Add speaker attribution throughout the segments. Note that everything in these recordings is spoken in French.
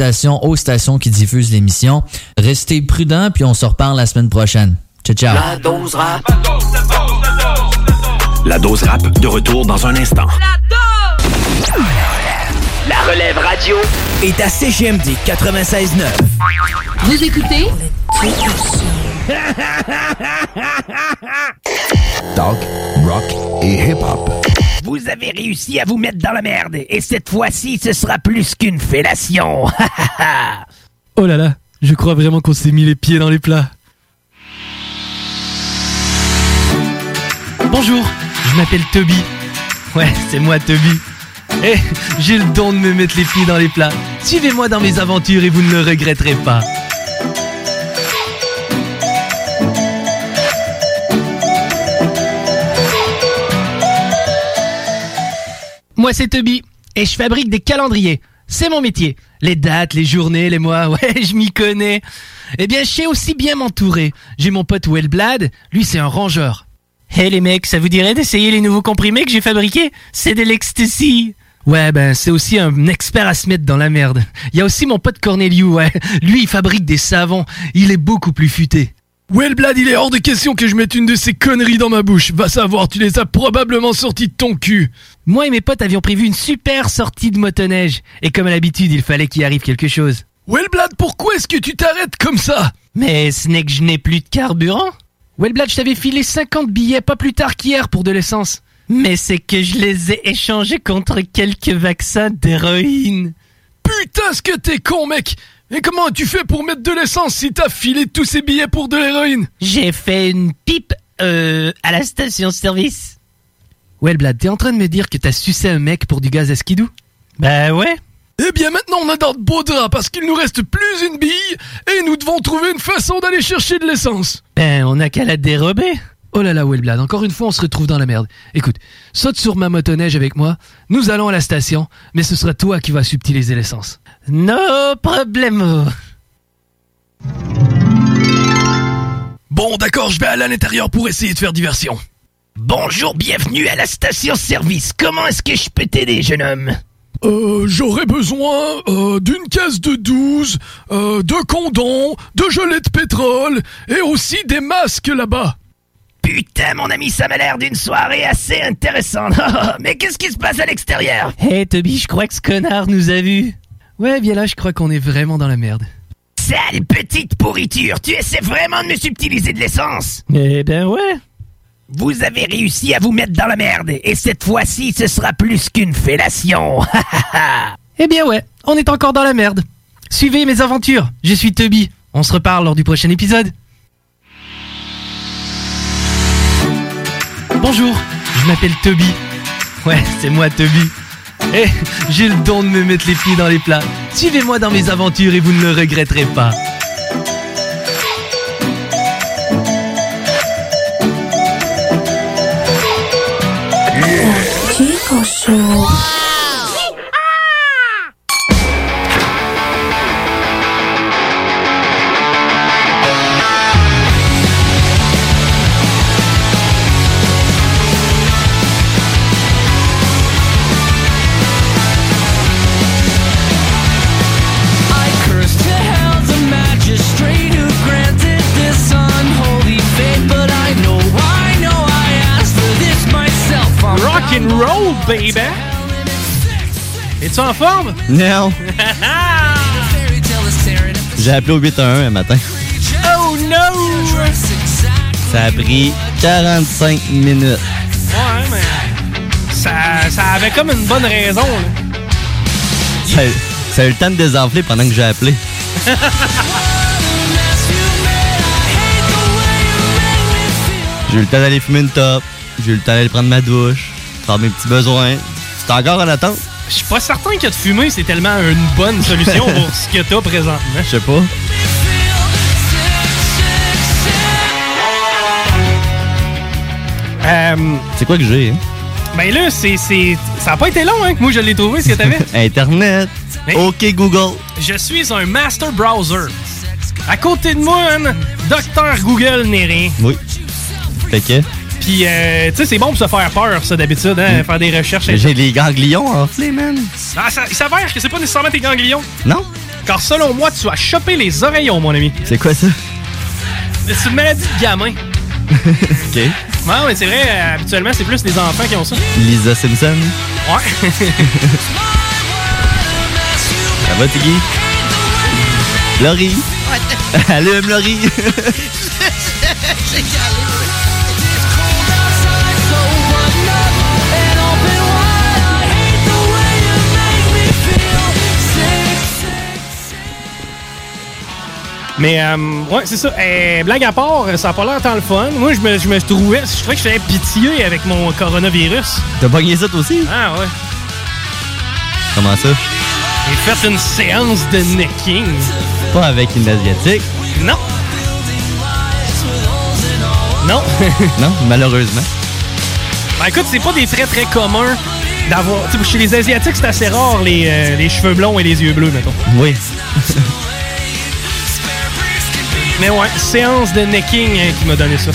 Speaker 1: Salutations aux stations qui diffusent l'émission. Restez prudents, puis on se reparle la semaine prochaine. Ciao, ciao.
Speaker 2: Ah.
Speaker 3: La dose rap.
Speaker 4: La dose rap de retour dans un instant.
Speaker 3: La relève radio.
Speaker 5: est à CGMD 96.9.
Speaker 6: Vous écoutez
Speaker 7: Talk, rock et hip-hop.
Speaker 5: Vous avez réussi à vous mettre dans la merde. Et cette fois-ci, ce sera plus qu'une fellation.
Speaker 8: Oh là là, je crois vraiment qu'on s'est mis les pieds dans les plats. Bonjour, je m'appelle Toby. Ouais, c'est moi Toby. Eh, j'ai le don de me mettre les pieds dans les plats. Suivez-moi dans mes aventures et vous ne le regretterez pas. Moi, c'est Toby et je fabrique des calendriers. C'est mon métier. Les dates, les journées, les mois, ouais, je m'y connais. Eh bien, je sais aussi bien m'entourer. J'ai mon pote Wellblad, lui, c'est un rangeur. Hé Eh, les mecs, ça vous dirait d'essayer les nouveaux comprimés que j'ai fabriqués C'est de l'ecstasy Ouais, ben c'est aussi un expert à se mettre dans la merde. Il y a aussi mon pote Corneliou, ouais. Lui, il fabrique des savons. Il est beaucoup plus futé. Wellblad, il est hors de question que je mette une de ces conneries dans ma bouche. Va savoir, tu les as probablement sorties de ton cul. Moi et mes potes avions prévu une super sortie de motoneige. Et comme à l'habitude, il fallait qu'il arrive quelque chose. Wellblad, pourquoi est-ce que tu t'arrêtes comme ça Mais ce n'est que je n'ai plus de carburant. Wellblad, je t'avais filé 50 billets pas plus tard qu'hier pour de l'essence. Mais c'est que je les ai échangés contre quelques vaccins d'héroïne. Putain, ce que t'es con, mec Et comment tu fait pour mettre de l'essence si t'as filé tous ces billets pour de l'héroïne J'ai fait une pipe, euh, à la station-service. Wellblad, t'es en train de me dire que t'as sucé un mec pour du gaz à skidou Bah ouais. Eh bien maintenant on a dans de beaux draps parce qu'il nous reste plus une bille et nous devons trouver une façon d'aller chercher de l'essence. Ben on a qu'à la dérober. Oh là là Wellblad, encore une fois on se retrouve dans la merde. Écoute, saute sur ma motoneige avec moi, nous allons à la station, mais ce sera toi qui vas subtiliser l'essence. No problemo. Bon d'accord, je vais aller à l'intérieur pour essayer de faire diversion.
Speaker 5: Bonjour, bienvenue à la station-service. Comment est-ce que je peux t'aider, jeune homme
Speaker 8: Euh, j'aurais besoin euh, d'une caisse de 12, euh, de condoms, de gelée de pétrole et aussi des masques là-bas.
Speaker 5: Putain, mon ami, ça m'a l'air d'une soirée assez intéressante. Oh, Mais qu'est-ce qui se passe à l'extérieur
Speaker 8: Hé Toby, je crois que ce connard nous a vus. Ouais, bien là, je crois qu'on est vraiment dans la merde.
Speaker 5: Sale petite pourriture, tu essaies vraiment de me subtiliser de l'essence
Speaker 8: Eh ben ouais.
Speaker 5: Vous avez réussi à vous mettre dans la merde, et cette fois-ci, ce sera plus qu'une fellation.
Speaker 8: Eh bien ouais, on est encore dans la merde. Suivez mes aventures, je suis Toby. On se reparle lors du prochain épisode. Bonjour, je m'appelle Toby. Ouais, c'est moi Toby. Eh, j'ai le don de me mettre les pieds dans les plats. Suivez-moi dans mes aventures et vous ne le regretterez pas.
Speaker 3: I cursed to hell the magistrate who granted this unholy fate. But I know, I know I asked for this myself. I'm
Speaker 9: Rock and roll, baby.
Speaker 3: telling it sick, sick,
Speaker 8: It's T'es-tu en forme?
Speaker 1: Non. J'ai appelé au 811 un matin.
Speaker 8: Oh no!
Speaker 1: Ça a pris 45 minutes.
Speaker 8: Ouais, mais. Ça, ça avait comme une bonne raison, là.
Speaker 1: Ça, ça a eu le temps de désenfler pendant que j'ai appelé. J'ai eu le temps d'aller fumer une top. J'ai eu le temps d'aller prendre ma douche. Faire mes petits besoins. C'est encore en attente.
Speaker 8: Je suis pas certain que de fumer, c'est tellement une bonne solution pour ce que t'as présentement. Je
Speaker 1: sais pas. C'est quoi que j'ai, hein?
Speaker 8: Ben là, c'est, c'est- ça a pas été long, hein, que moi je l'ai trouvé, ce que t'avais.
Speaker 1: Internet. OK Google.
Speaker 8: Je suis un master browser. À côté de moi, hein, Docteur Google n'est rien.
Speaker 1: Oui. Fait que
Speaker 8: Puis, euh, tu sais, c'est bon pour se faire peur, ça, d'habitude, hein, faire des recherches.
Speaker 1: Mm. j'ai les ganglions hein. en flé, man.
Speaker 8: Ah, ça, il s'avère que c'est pas nécessairement tes ganglions.
Speaker 1: Non?
Speaker 8: Car selon moi, tu as chopé les oreillons, mon ami.
Speaker 1: C'est quoi ça?
Speaker 8: C'est une maladie de gamin.
Speaker 1: OK.
Speaker 8: Non, mais c'est vrai, euh, habituellement, c'est plus les enfants qui ont ça.
Speaker 1: Lisa Simpson.
Speaker 8: Ouais.
Speaker 1: Ça va, Tiggy? Laurie. Allume, Laurie.
Speaker 8: Mais euh, ouais, c'est ça. Euh, blague à part, ça a pas l'air tant le fun. Moi, je me, je me trouvais, je trouvais que je faisais pitié avec mon coronavirus.
Speaker 1: T'as pogné ça, toi aussi?
Speaker 8: Ah ouais.
Speaker 1: Comment ça?
Speaker 8: J'ai fait une séance de necking.
Speaker 1: Pas avec une asiatique.
Speaker 8: Non. Non.
Speaker 1: non, malheureusement.
Speaker 8: Ben écoute, c'est pas des traits très communs d'avoir. tu sais, Chez les Asiatiques, c'est assez rare les, euh, les cheveux blonds et les yeux bleus, mettons.
Speaker 1: Oui.
Speaker 8: Mais ouais, séance de necking euh, qui m'a donné ça.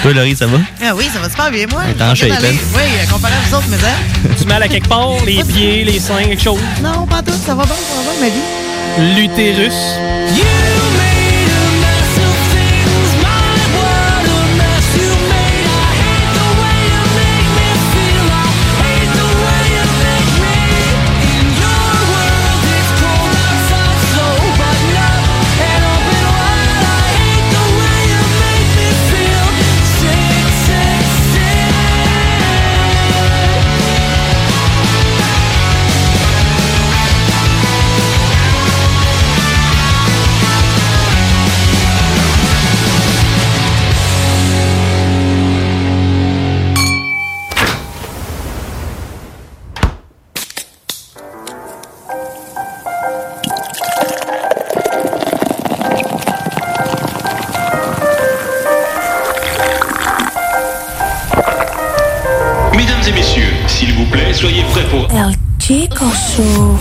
Speaker 1: Toi, Laurie, ça va?
Speaker 10: Ah oui, ça va super bien, moi.
Speaker 1: Elle est en
Speaker 10: Je suis en train
Speaker 1: shape,
Speaker 10: d'aller-
Speaker 1: elle.
Speaker 10: Oui, euh, comparé à vous autres, mais hein?
Speaker 8: Du mal à quelque part, les pieds, les seins, quelque chose.
Speaker 10: Non, pas tout. Ça va bien, ça va bien, ma vie.
Speaker 8: L'utérus.
Speaker 11: Mesdames et messieurs, s'il vous plaît, soyez prêts pour...
Speaker 12: El Chico Show.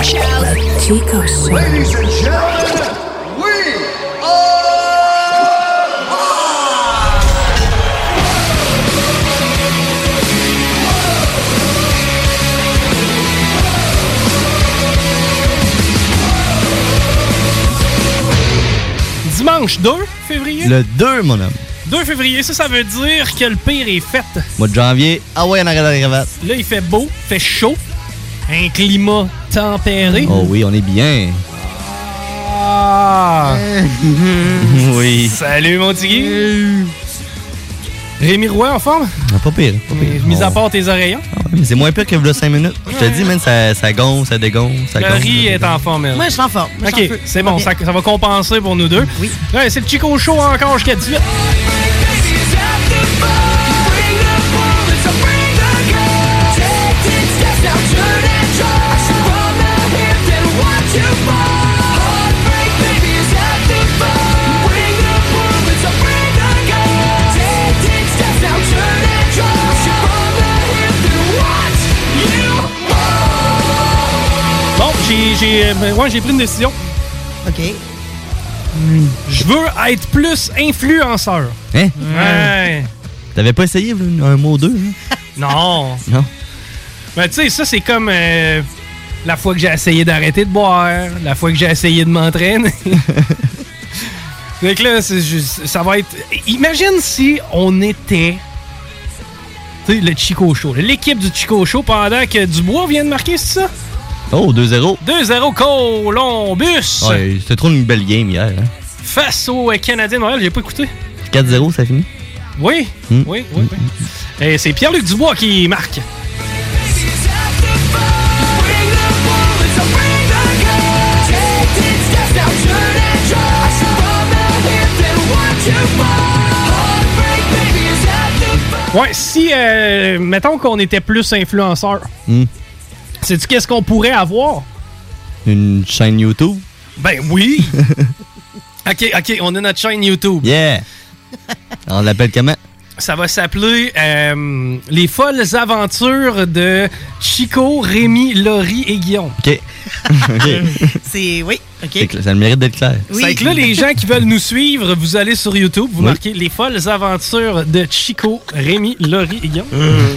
Speaker 12: Chico Show.
Speaker 3: Ladies and gentlemen, we
Speaker 8: Dimanche 2 février.
Speaker 1: Le 2, mon homme.
Speaker 8: 2 février, ça, ça veut dire que le pire est fait.
Speaker 1: Mois de janvier. Ah ouais, on arrête la cravate.
Speaker 8: Là, il fait beau, fait chaud, un climat tempéré.
Speaker 1: Oh oui, on est bien.
Speaker 8: Ah!
Speaker 1: Oui.
Speaker 8: Salut, mon Tigui! Rémi Roy, en forme?
Speaker 1: Ah, pas pire, pas pire.
Speaker 8: Mis à
Speaker 1: On-
Speaker 8: part tes oreillons.
Speaker 1: Ah ouais, mais C'est moins pire que le 5 minutes. Je te dis, man, ça, ça gonfle, ça dégonfle, ça
Speaker 8: Le
Speaker 1: gonfle.
Speaker 8: riz est en forme, elle.
Speaker 10: Moi, je suis en forme. Moi, je suis en
Speaker 8: OK,
Speaker 10: feu.
Speaker 8: c'est bon,
Speaker 10: Ok.
Speaker 8: ça, ça va compenser pour nous deux. Oui. c'est le Chico Show encore jusqu'à 18. Bon, j'ai, j'ai, euh, ben, ouais, j'ai pris une décision.
Speaker 10: OK.
Speaker 8: Je veux être plus influenceur.
Speaker 1: Hein?
Speaker 8: Ouais.
Speaker 1: T'avais pas essayé un un mot ou deux, hein?
Speaker 8: Non.
Speaker 1: Non.
Speaker 8: Mais tu sais, ça, c'est comme euh, la fois que j'ai essayé d'arrêter de boire, la fois que j'ai essayé de m'entraîner. Fait que là, c'est juste- ça va être. Imagine si on était. Tu sais, le Chico Show. là, L'équipe du Chico Show pendant que Dubois vient de marquer, c'est ça?
Speaker 1: Oh, 2-0.
Speaker 8: 2-0 Columbus
Speaker 1: Ouais, c'était trop une belle game hier. hein.
Speaker 8: face au euh, Canadien de Montréal. J'ai pas écouté.
Speaker 1: 4-0, ça finit.
Speaker 8: Oui,
Speaker 1: Hmm.
Speaker 8: oui, oui. oui. Et c'est Pierre-Luc Dubois qui marque. Ouais, si, euh, mettons qu'on était plus influenceur,
Speaker 1: Hmm.
Speaker 8: sais-tu qu'est-ce qu'on pourrait avoir?
Speaker 1: Une chaîne YouTube.
Speaker 8: Ben oui! ok, ok, on a notre chaîne YouTube.
Speaker 1: Yeah! On l'appelle comment?
Speaker 8: Ça va s'appeler euh, Les folles aventures de Chico, Rémi, Laurie et Guillaume.
Speaker 1: OK. OK.
Speaker 8: C'est. Oui,
Speaker 1: C'est cl- Ça a le mérite d'être clair.
Speaker 8: C'est que là, les gens qui veulent nous suivre, vous allez sur YouTube, vous
Speaker 1: Oui.
Speaker 8: marquez Les folles aventures de Chico, Rémi, Laurie et Guillaume.
Speaker 1: Euh.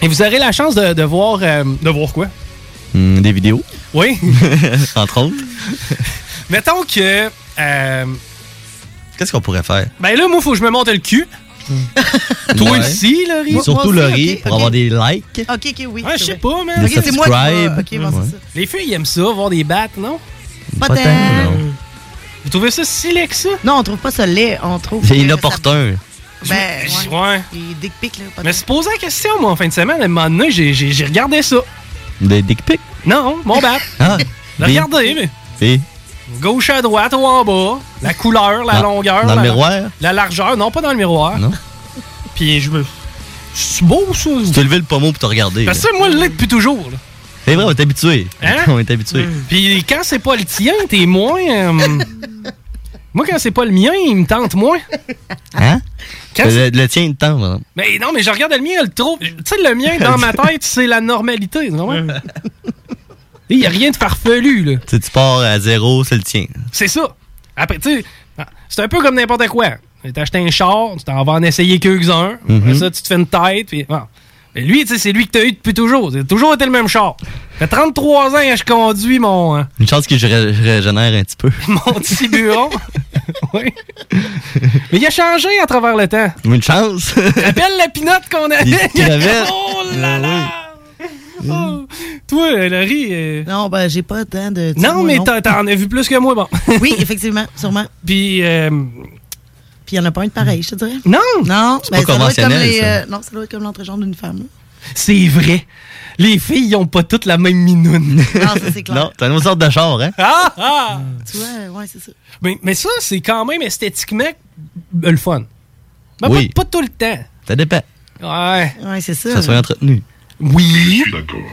Speaker 8: Et vous aurez la chance de, de voir. euh, de voir quoi?
Speaker 1: Hmm, des vidéos.
Speaker 8: Oui.
Speaker 1: Entre autres.
Speaker 8: Mettons que. euh,
Speaker 1: Qu'est-ce qu'on pourrait faire?
Speaker 8: ben là, moi, faut que je me monte le cul. Toi
Speaker 1: Ouais.
Speaker 8: aussi, Laurie.
Speaker 1: Surtout
Speaker 8: Moi aussi,
Speaker 1: Laurie,
Speaker 8: ok,
Speaker 1: pour
Speaker 8: ok.
Speaker 1: avoir des likes.
Speaker 8: Ok, ok, oui. je sais pas, man.
Speaker 1: Des Ok, c'est moi qui va- subscribe. ok, bon, c'est Ouais.
Speaker 8: Les filles, ils aiment ça, voir des battes, non?
Speaker 10: Pas Pas tant. tant,
Speaker 8: Vous trouvez ça si laid que ça?
Speaker 10: Non, on trouve pas ça laid. On trouve.
Speaker 1: C'est
Speaker 10: que
Speaker 1: inopportun.
Speaker 10: ça- Ben,
Speaker 8: Je-
Speaker 10: ouais.
Speaker 8: Ouais.
Speaker 10: Les dick pics, là. Pas
Speaker 8: Mais se poser la question, moi, en fin de semaine, à un moment donné, j'ai- j'ai j'ai regardé ça.
Speaker 1: Des dick pics.
Speaker 8: Non, mon bat.
Speaker 1: Ah!
Speaker 8: J'ai
Speaker 1: oui.
Speaker 8: regardé, mais
Speaker 1: Oui.
Speaker 8: gauche à droite ou en bas, la couleur, la
Speaker 1: Dans-
Speaker 8: longueur.
Speaker 1: dans le
Speaker 8: la-
Speaker 1: miroir?
Speaker 8: La largeur, non, pas dans le miroir.
Speaker 1: Non.
Speaker 8: Puis je me. C'est beau, ça.
Speaker 1: Tu t'es levé le pommeau pour te regarder.
Speaker 8: Parce
Speaker 1: là.
Speaker 8: que moi, je l'ai depuis toujours. là.
Speaker 1: C'est vrai, on est habitué.
Speaker 8: Hein?
Speaker 1: On est habitué.
Speaker 8: Puis quand c'est pas le tien, t'es moins. euh, moi, quand c'est pas le mien, il me tente moins.
Speaker 1: Hein?
Speaker 8: Quand
Speaker 1: Le, le tien de temps, par exemple.
Speaker 8: Mais non, mais je regarde le mien, le trop. Tu sais, le mien, dans ma tête, c'est la normalité. tu comprends? Il n'y a rien de farfelu, là.
Speaker 1: Tu sais, tu pars à zéro, c'est le tien.
Speaker 8: C'est ça. Après, tu sais, c'est un peu comme n'importe quoi. Tu acheté un char, tu t'en vas en essayer quelques-uns. Après
Speaker 1: Mhm.
Speaker 8: ça, tu te fais une tête. Puis, bon. Mais lui, tu sais, c'est lui que t'as eu depuis toujours. C'est toujours été le même char. Ça fait 33 ans que je conduis mon, euh,
Speaker 1: Une chance que je, ré- je régénère un petit peu.
Speaker 8: mon Tiburon. oui. Mais il a changé à travers le temps.
Speaker 1: Une chance.
Speaker 8: Rappelle la pinotte qu'on avait.
Speaker 1: Des petites crevettes.
Speaker 8: Oh
Speaker 1: Ben
Speaker 8: là là! Oh. Toi, euh, Larry.
Speaker 10: Non, ben, j'ai pas tant de.
Speaker 8: Non, mais t'en t'en as vu plus que moi, bon.
Speaker 10: Oui, effectivement, sûrement.
Speaker 8: Puis. euh,
Speaker 10: Puis il y en a pas une pareille, je te dirais.
Speaker 8: Non!
Speaker 10: Non,
Speaker 8: C'est
Speaker 10: mais Ben, ça doit
Speaker 8: pas
Speaker 10: être comme
Speaker 8: conventionnel,
Speaker 10: les.
Speaker 8: ça.
Speaker 10: euh, non, ça doit être comme l'entrejambe d'une femme.
Speaker 8: C'est vrai. Les filles, ils ont pas toutes la même minoune.
Speaker 10: Non, ça, c'est clair.
Speaker 1: Non, t'as une autre sorte de char, hein?
Speaker 8: Ah! ah!
Speaker 10: Tu vois, ouais, c'est ça.
Speaker 8: Mais, mais ça, c'est quand même esthétiquement euh, le fun. Mais
Speaker 1: Oui.
Speaker 8: pas, pas tout le temps.
Speaker 1: Ça dépend.
Speaker 8: Ouais.
Speaker 10: Ouais, c'est ça.
Speaker 1: Ça soit entretenu.
Speaker 8: Oui.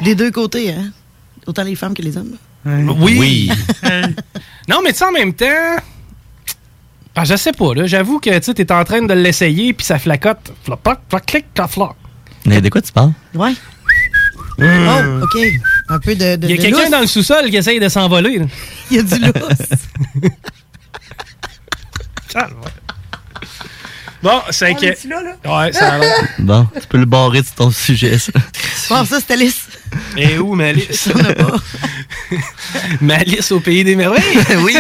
Speaker 10: Des deux côtés, hein. Autant les femmes que les hommes.
Speaker 8: Oui. non, mais tu sais, en même temps. Ah, je sais pas, là. J'avoue que tu sais, t'es en train de l'essayer, puis ça flacote. Flopote, floc, clic, floc, floc.
Speaker 1: Mais de quoi tu parles?
Speaker 10: Ouais.
Speaker 8: Hmm.
Speaker 10: Oh, OK. Un peu de. de
Speaker 8: Il y a
Speaker 10: de
Speaker 8: quelqu'un
Speaker 10: lousse.
Speaker 8: dans le sous-sol qui essaye de s'envoler. là.
Speaker 10: Il y a du lousse.
Speaker 8: Calme, ouais. Bon, Ah, c'est que. Ouais, ça a l'air.
Speaker 1: Bon, tu peux le barrer de ton sujet, ça.
Speaker 10: Bon, ça, c'était lisse.
Speaker 8: Et où Malice? Malice au pays des merveilles? oui!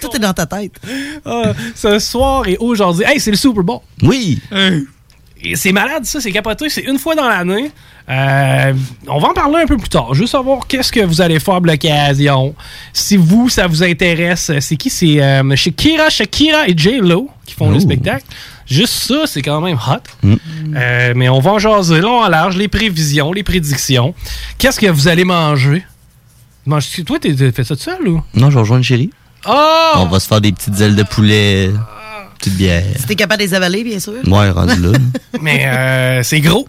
Speaker 10: Tout est dans ta tête.
Speaker 8: Ah, ce soir et aujourd'hui. Hey, c'est le Super Bowl!
Speaker 1: Oui!
Speaker 8: Et C'est malade, ça, c'est capoté. C'est une fois dans l'année. Euh, on va en parler un peu plus tard. Juste savoir qu'est-ce que vous allez faire de l'occasion. Si vous, ça vous intéresse, c'est qui? C'est euh, Shakira, Shakira et J-Lo qui font le
Speaker 1: Oh.
Speaker 8: spectacle. Juste ça, c'est quand même hot. Euh, mais on va en jaser long en large, les prévisions, les prédictions. Qu'est-ce que vous allez manger? Manges-tu- toi, t'es- t'as fait ça tout seul ou?
Speaker 1: Non, je rejoins une chérie.
Speaker 8: Oh!
Speaker 1: On va se faire des petites ailes de poulet, petite bière.
Speaker 10: Si t'es capable de les avaler, bien sûr.
Speaker 1: Ouais, rendu là.
Speaker 8: Mais euh, c'est gros.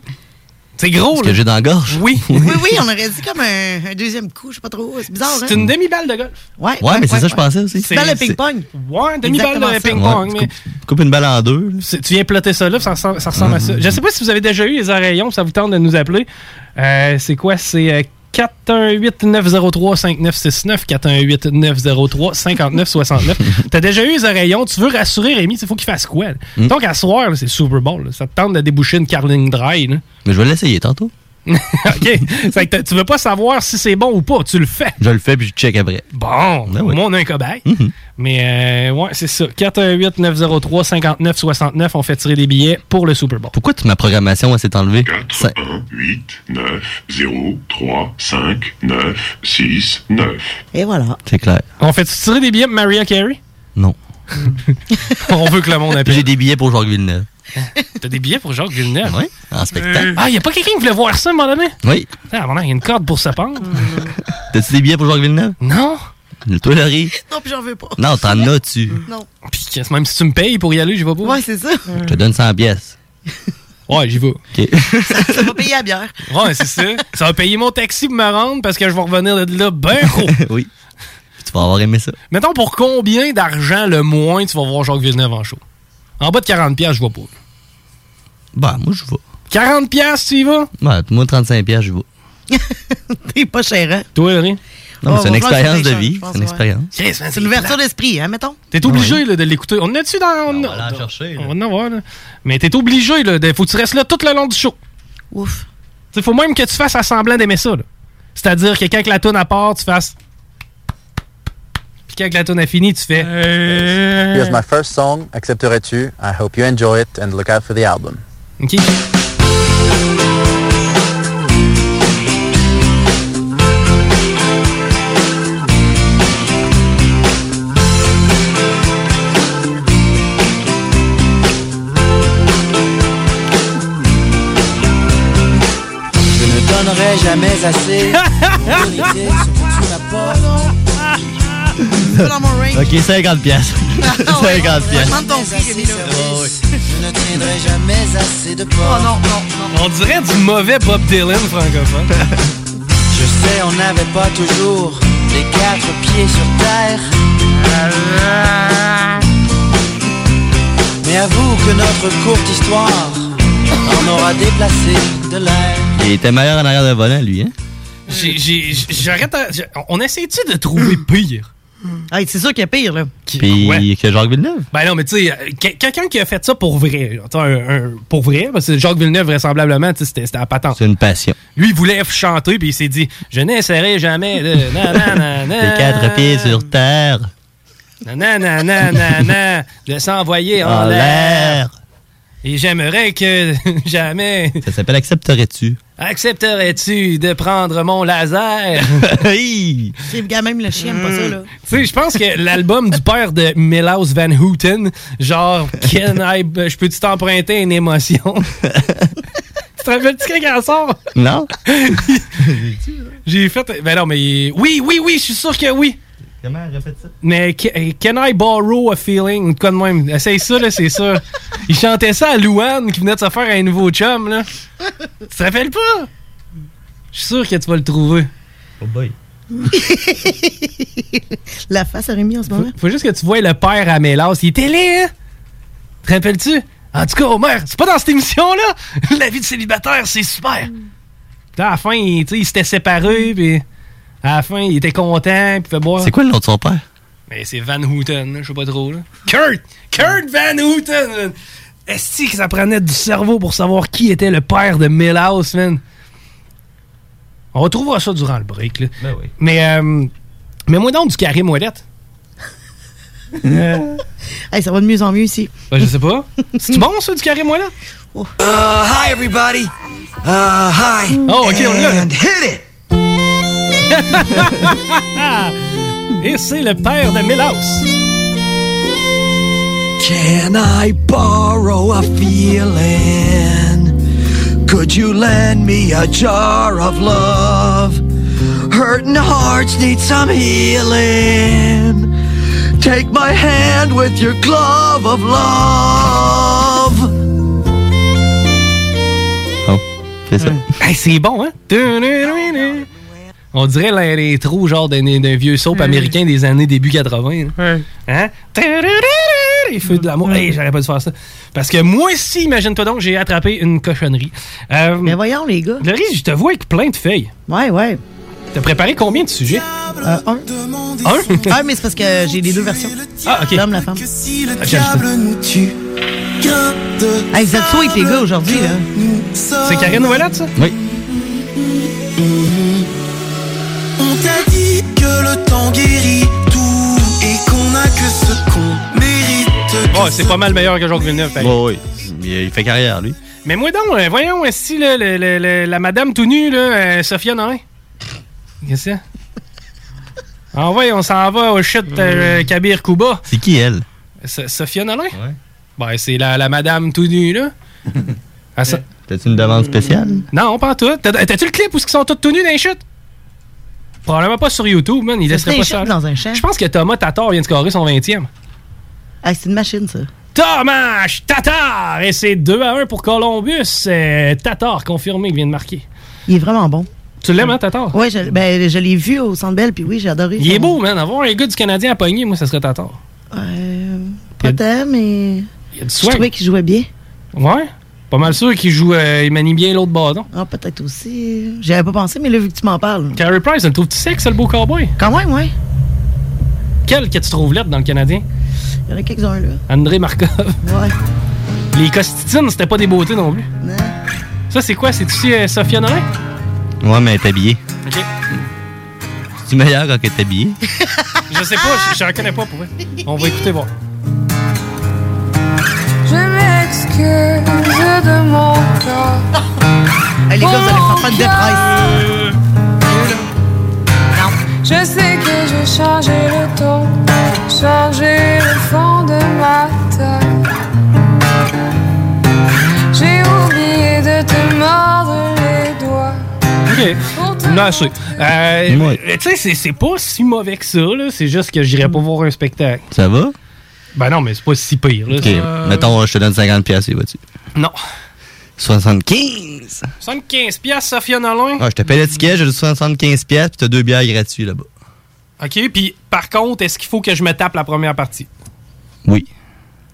Speaker 8: C'est gros,
Speaker 1: Ce
Speaker 8: là.
Speaker 1: que j'ai dans la gorge.
Speaker 8: Oui.
Speaker 10: Oui, oui, on aurait dit comme un, un deuxième coup, je sais pas trop. C'est bizarre, hein?
Speaker 8: C'est une demi-balle de golf.
Speaker 10: Ouais,
Speaker 1: Ouais, mais c'est ça, je pensais aussi.
Speaker 10: C'est dans le
Speaker 1: C'est-
Speaker 10: ping-pong.
Speaker 8: Ouais, demi-balle
Speaker 10: Exactement
Speaker 8: de
Speaker 10: ça.
Speaker 8: ping-pong.
Speaker 1: Ouais,
Speaker 8: mais
Speaker 1: Tu coupes une balle en deux. là. Mm-hmm.
Speaker 8: c'est- tu viens plotter ça là, ça ressemble, ça ressemble à ça. Je sais pas si vous avez déjà eu les oreillons, ça vous tente de nous appeler. Euh, c'est quoi? C'est euh, 418-903-5969, 418-903-5969. T'as déjà eu les oreillons, tu veux rassurer Rémi, il faut qu'il fasse
Speaker 1: Mm.
Speaker 8: quoi? là? Donc à soir, là, c'est le Super Bowl, là. ça te tente de déboucher une Carling Dry. là.
Speaker 1: Mais je vais l'essayer tantôt.
Speaker 8: OK. Fait que t'as- tu veux pas savoir si c'est bon ou pas, tu le fais.
Speaker 1: Je le fais puis je check après.
Speaker 8: Bon,
Speaker 1: Ben
Speaker 8: au
Speaker 1: oui. Mm-hmm.
Speaker 8: moins, on a un cobaye. Mais euh, ouais, c'est ça. 418-903-5969, on fait tirer des billets pour le Super Bowl.
Speaker 1: Pourquoi toute ma programmation elle s'est enlevée?
Speaker 13: 4, 1, 8, 9, 0, 3, 5, 9, 6, 9.
Speaker 10: Et voilà.
Speaker 1: C'est clair.
Speaker 8: On fait tirer des billets pour Maria Carey?
Speaker 1: Non.
Speaker 8: on veut que le monde appelle.
Speaker 1: J'ai des billets pour Jacques Villeneuve.
Speaker 8: T'as des billets pour Jacques Villeneuve?
Speaker 1: Oui. En spectacle.
Speaker 8: Ah, y a pas quelqu'un qui voulait voir ça, à un moment donné?
Speaker 1: Oui.
Speaker 8: Ah, maintenant, y a une corde pour sa pente.
Speaker 10: Mm.
Speaker 1: T'as-tu des billets pour Jacques Villeneuve?
Speaker 8: Non.
Speaker 1: Toi, Laurie?
Speaker 10: Non, puis j'en veux pas.
Speaker 1: Non, t'en as-tu?
Speaker 10: Non.
Speaker 8: Puis qu'est-ce- même si tu me payes pour y aller, j'y vais pas.
Speaker 10: Ouais, c'est ça.
Speaker 8: Euh.
Speaker 1: Je te donne 100 pièces.
Speaker 8: Ouais, j'y vais.
Speaker 1: OK.
Speaker 10: Ça va payer la bière.
Speaker 8: Ouais, c'est ça. Ça va payer mon taxi pour me rendre parce que je vais revenir de là ben gros.
Speaker 1: oui. Tu vas avoir aimé ça.
Speaker 8: Mettons pour combien d'argent le moins tu vas voir Jacques Villeneuve en show? En bas de 40$, piastres, je vois pas.
Speaker 1: Bah, moi, je vais.
Speaker 8: 40$, piastres, tu y vas?
Speaker 1: Bah, moi, 35 pièces, je vais.
Speaker 10: T'es pas cher, hein?
Speaker 8: Toi, Laurie?
Speaker 1: Non, mais c'est une
Speaker 10: va falloir que
Speaker 1: expérience
Speaker 10: tu
Speaker 1: de
Speaker 10: l'échanges,
Speaker 1: vie.
Speaker 10: je pense,
Speaker 1: C'est une
Speaker 10: ouais.
Speaker 1: expérience. Ah
Speaker 8: man,
Speaker 10: C'est l'ouverture d'esprit, hein, mettons?
Speaker 8: T'es obligé là, de l'écouter. On est dessus dans. On, va en
Speaker 1: chercher.
Speaker 8: On va en avoir. Là. Mais t'es obligé. Là, de- faut que tu restes là tout le long du show.
Speaker 10: Ouf.
Speaker 8: Il faut même que tu fasses à semblant d'aimer ça. là. C'est-à-dire que quand que la toune à part, tu fasses. Puis quand que la toune a fini, tu fais.
Speaker 14: Here's
Speaker 8: Mm.
Speaker 14: my first song, Accepterais-tu? I hope you enjoy it and look out for the album.
Speaker 8: OK.
Speaker 3: Je ne donnerai jamais assez.
Speaker 10: Pas dans mon range.
Speaker 1: Ok, 50 pièces.
Speaker 3: Ah
Speaker 1: 50 pièces.
Speaker 10: Demande Ah, ton prix, j'ai mis là.
Speaker 8: Oh,
Speaker 3: Je ne tiendrai jamais assez de
Speaker 10: Oh
Speaker 3: port.
Speaker 10: non, non, non.
Speaker 8: On dirait du mauvais Bob Dylan francophone.
Speaker 3: Je sais, on n'avait pas toujours les quatre pieds sur terre. Mais avoue que notre courte histoire en aura déplacé de l'air.
Speaker 1: Il était meilleur en arrière de volant, lui, hein?
Speaker 8: J'ai- j'ai- j'ai- J'arrête. à- j'ai- On essaie-tu de trouver pire?
Speaker 10: Hmm. Hey, c'est sûr qu'il y a pire, là.
Speaker 1: Puis que Jacques Villeneuve.
Speaker 8: Ben non, mais tu sais, euh, que- quelqu'un qui a fait ça pour vrai, là, tu sais, un- un- pour vrai, parce que Jacques Villeneuve, vraisemblablement, tu sais, c'était c'était à patente.
Speaker 1: C'est une passion.
Speaker 8: Lui, il voulait chanter, puis il s'est dit Je n'essaierai jamais de.
Speaker 1: Les quatre pieds sur terre.
Speaker 8: Nanana, de s'envoyer en
Speaker 1: En
Speaker 8: l'air.
Speaker 1: l'air.
Speaker 8: Et j'aimerais que jamais
Speaker 1: Ça s'appelle Accepterais-tu?
Speaker 8: accepterais-tu de prendre mon laser. Hmm.
Speaker 1: Hi!
Speaker 10: C'est quand même le chien, pas ça, là.
Speaker 8: Tu sais, je pense que l'album du père de Milaus Van Houten, genre, Can I, je peux-tu t'emprunter une émotion? tu te rappelles-tu quand elle sort?
Speaker 1: Non?
Speaker 8: J'ai fait. Ben non, mais. Oui, oui, oui, je suis sûr que oui.
Speaker 1: Comment répète ça?
Speaker 8: Mais ca- Can I borrow a feeling? Ou de quoi de même? Essaye ça, là, c'est ça. Il chantait ça à Louane qui venait de se faire un nouveau chum, là. Tu te rappelles pas? Je suis sûr que tu vas le trouver.
Speaker 1: Oh boy.
Speaker 10: La face à Rémi en ce moment.
Speaker 8: Faut juste que tu vois le père à Mélas. Il était laid, hein? Te rappelles-tu? En tout cas, Homer, c'est pas dans cette émission-là! La vie de célibataire, c'est super! Puis à la fin, il, tu sais, il s'était séparé, puis à la fin, il était content, puis fait boire.
Speaker 1: C'est quoi le nom de son père?
Speaker 8: Mais c'est Van Houten, là, je sais pas trop. Là. Kurt! Kurt Van Houten! man. Est-ce que ça prenait du cerveau pour savoir qui était le père de Milhouse, man? On retrouvera ça durant le break. Là. Mais, euh, mais moi donc du carré moellette.
Speaker 10: Hey, ça va de mieux en mieux ici.
Speaker 8: Euh,
Speaker 10: Oh.
Speaker 8: Ben, je sais pas. C'est bon ça du carré moellette?
Speaker 3: Uh, hi everybody. Uh, hi.
Speaker 8: Oh, ok, on l'a.
Speaker 3: And hit it.
Speaker 8: Et c'est le père de Milhouse.
Speaker 3: Can I borrow a feeling? Could you lend me a jar of love? Hurting hearts need some healing. Take my hand with your glove of love.
Speaker 1: Oh, c'est ça.
Speaker 8: Hey, c'est bon, hein? On dirait l'un des trous genre d'un, d'un vieux soap américain des années début 80. là. Hein? Les feux de l'amour. Hey, j'aurais pas dû faire ça. Parce que moi aussi, imagine-toi donc, j'ai attrapé une cochonnerie. Mais
Speaker 10: voyons, les gars.
Speaker 8: Laurie, je te vois avec plein de feuilles.
Speaker 10: Ouais, ouais.
Speaker 8: T'as préparé combien de sujets?
Speaker 10: Euh, un.
Speaker 8: Un?
Speaker 10: Ah, mais c'est parce que j'ai les deux versions.
Speaker 8: Ah, ok.
Speaker 10: L'homme, la femme.
Speaker 8: Ok, je sais.
Speaker 10: Ah, Hey, vous êtes sweet, les gars, aujourd'hui, là.
Speaker 8: C'est Karine Ouellette, ça?
Speaker 1: Oui.
Speaker 15: On t'a dit que le temps guérit tout et qu'on a que ce qu'on mérite.
Speaker 8: Bon, c'est pas mal meilleur que Jacques Villeneuve. pareil.
Speaker 1: Bon, oui. Il il fait carrière, lui.
Speaker 8: Mais moi donc, euh, voyons, si là, le- le- le- la madame tout nue, là, euh, Sophia Nain. Qu'est-ce que c'est? Ah ouais, on s'en va au chute euh, Kabir Kuba.
Speaker 1: C'est qui, elle?
Speaker 8: So- Sophia Nolin? Ouais. Ben, c'est la, la madame tout nue, là. Ah, ça-
Speaker 1: T'as-tu une demande spéciale?
Speaker 8: Non, pas en tout. T'as- T'as-tu le clip où ils sont tous tout nus dans les chutes? Probablement pas sur YouTube, man. Ils
Speaker 10: C'est
Speaker 8: laisseraient
Speaker 10: des
Speaker 8: pas
Speaker 10: chutes
Speaker 8: ça.
Speaker 10: dans un champ.
Speaker 8: Je pense que Thomas Tatar vient de scorer son 20e.
Speaker 10: Ah, c'est une machine, ça.
Speaker 8: Thomas Tatar! Et c'est 2 à 1 pour Columbus. Euh, Tatar confirmé qui vient de marquer.
Speaker 10: Il est vraiment bon.
Speaker 8: Tu l'aimes, hein, Tatar?
Speaker 10: Oui, je, ben, je l'ai vu au Centre Bell, puis oui, j'ai adoré.
Speaker 8: Il est
Speaker 10: Son-
Speaker 8: beau, man. Avoir un gars du Canadien à pogner, moi, ça serait Tatar.
Speaker 10: Euh, pas tant, mais je trouvais qu'il jouait bien.
Speaker 8: Ouais? Pas mal sûr qu'il joue, euh, il manie bien l'autre bâton.
Speaker 10: Ah, peut-être aussi. J'y avais pas pensé, mais là, vu que tu m'en parles.
Speaker 8: Carey Price, le trouves-tu sec, c'est le beau cowboy?
Speaker 10: Quand même, ouais.
Speaker 8: Quel que tu trouves lettre dans le Canadien?
Speaker 10: Il y en a quelques-uns, là.
Speaker 8: André Markov.
Speaker 10: Ouais.
Speaker 8: Les costitines, c'était pas des beautés non plus. Ça, c'est quoi? C'est-tu euh, Sophia Nolin?
Speaker 1: Ouais, mais elle est habillée.
Speaker 8: OK.
Speaker 1: C'est meilleur quand elle est habillée.
Speaker 8: Je sais pas, je, je reconnais pas pour vrai. On va écouter voir.
Speaker 16: Je m'excuse de mon corps.
Speaker 10: Hey, les gars, vous allez faire pas de dépresse.
Speaker 16: Je sais que j'ai changé le ton, changé le fond de ma tête. J'ai oublié de te mordre les doigts.
Speaker 8: OK. Non, assez. Euh, Tu sais, c'est- c'est pas si mauvais que ça, là. C'est juste que j'irais pas voir un spectacle.
Speaker 1: Ça va?
Speaker 8: Ben non, mais c'est pas si pire, là.
Speaker 1: Ok,
Speaker 8: Ça-
Speaker 1: mettons, je te donne 50 pièces, et vas-tu?
Speaker 8: Non.
Speaker 1: 75!
Speaker 8: 75 piastres, Sophia Nolin.
Speaker 1: Ah, je te paye le ticket, j'ai le 75 pièces, puis t'as deux bières gratuites là-bas.
Speaker 8: OK, puis par contre, est-ce qu'il faut que je me tape la première partie?
Speaker 1: Oui.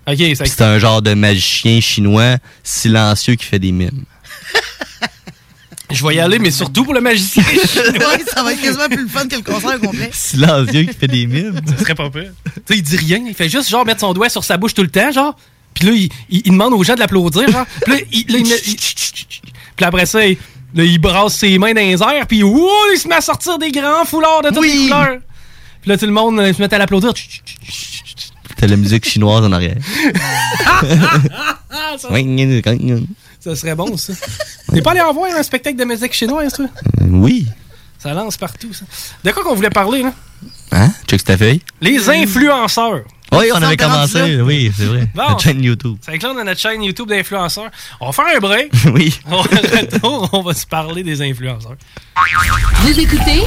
Speaker 8: OK, ça
Speaker 1: Puis c'est un genre de magicien chinois silencieux qui fait des mimes.
Speaker 8: Je vais y aller, mais surtout pour le magicien.
Speaker 10: Ouais, ça va être quasiment plus le fun que le concert au complet.
Speaker 1: Silencieux qui fait des mimes.
Speaker 8: Ce serait pas pire. Tu sais, il dit rien. Il fait juste, genre, mettre son doigt sur sa bouche tout le temps, genre. Puis là, il, il- il demande aux gens de l'applaudir, genre. Puis là, il, là, il met- il- Puis après ça, il, là, il brasse ses mains dans les airs, puis wouh, il se met à sortir des grands foulards de toutes les couleurs. Puis là, tout le monde euh, se met à l'applaudir.
Speaker 1: T'as la musique chinoise en arrière.
Speaker 8: Ah, ça,
Speaker 1: Oui.
Speaker 8: ça serait bon, ça. T'es pas allé en voir un spectacle de musique chinoise, toi? Ça lance partout, ça. De quoi qu'on voulait parler, là?
Speaker 1: Hein? Check ta feuille.
Speaker 8: Les influenceurs.
Speaker 1: Oui, on avait commencé. Oui, c'est vrai.
Speaker 8: Bon.
Speaker 1: La chaîne YouTube.
Speaker 8: C'est que là, on a notre chaîne YouTube d'influenceurs. On va faire un break.
Speaker 1: oui.
Speaker 8: Au retour, on va se parler des influenceurs.
Speaker 6: Vous écoutez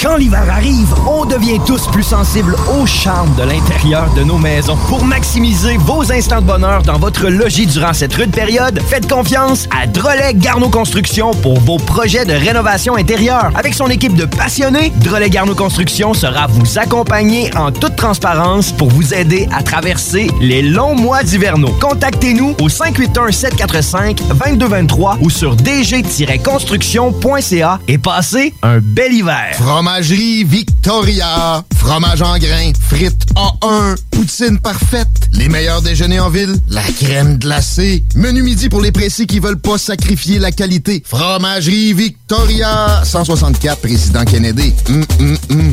Speaker 17: Quand l'hiver arrive, on devient tous plus sensibles au charme de l'intérieur de nos maisons. Pour maximiser vos instants de bonheur dans votre logis durant cette rude période, faites confiance à Drolet Garneau Construction pour vos projets de rénovation intérieure. Avec son équipe de passionnés, Drolet Garneau Construction sera vous accompagner en toute transparence pour vous aider à traverser les longs mois d'hivernaux. Contactez-nous au 581-745-2223 ou sur dg-construction.ca et passez un bel hiver.
Speaker 18: Fromagerie Victoria. Fromage en grains. Frites A1. Poutine parfaite. Les meilleurs déjeuners en ville. La crème glacée. Menu midi pour les pressés qui veulent pas sacrifier la qualité. Fromagerie Victoria. 164 Président Kennedy. Hum, hum, hum.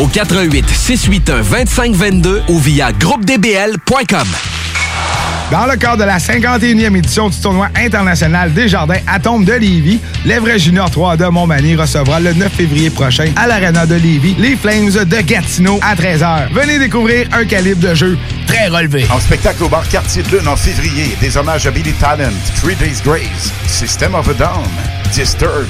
Speaker 4: au 88 681 2522 ou via groupedbl.com.
Speaker 3: Dans le cadre de la 51e édition du tournoi international des jardins Atomes de Lévis, l'Evraie Junior 3 de Montmagny recevra le 9 février prochain à l'Arena de Lévis les Flames de Gatineau à 13h. Venez découvrir un calibre de jeu très relevé.
Speaker 19: En spectacle au bar Quartier de Lune en février, des hommages à Billy Talent, Three Days Grace, System of a Down, Disturbed,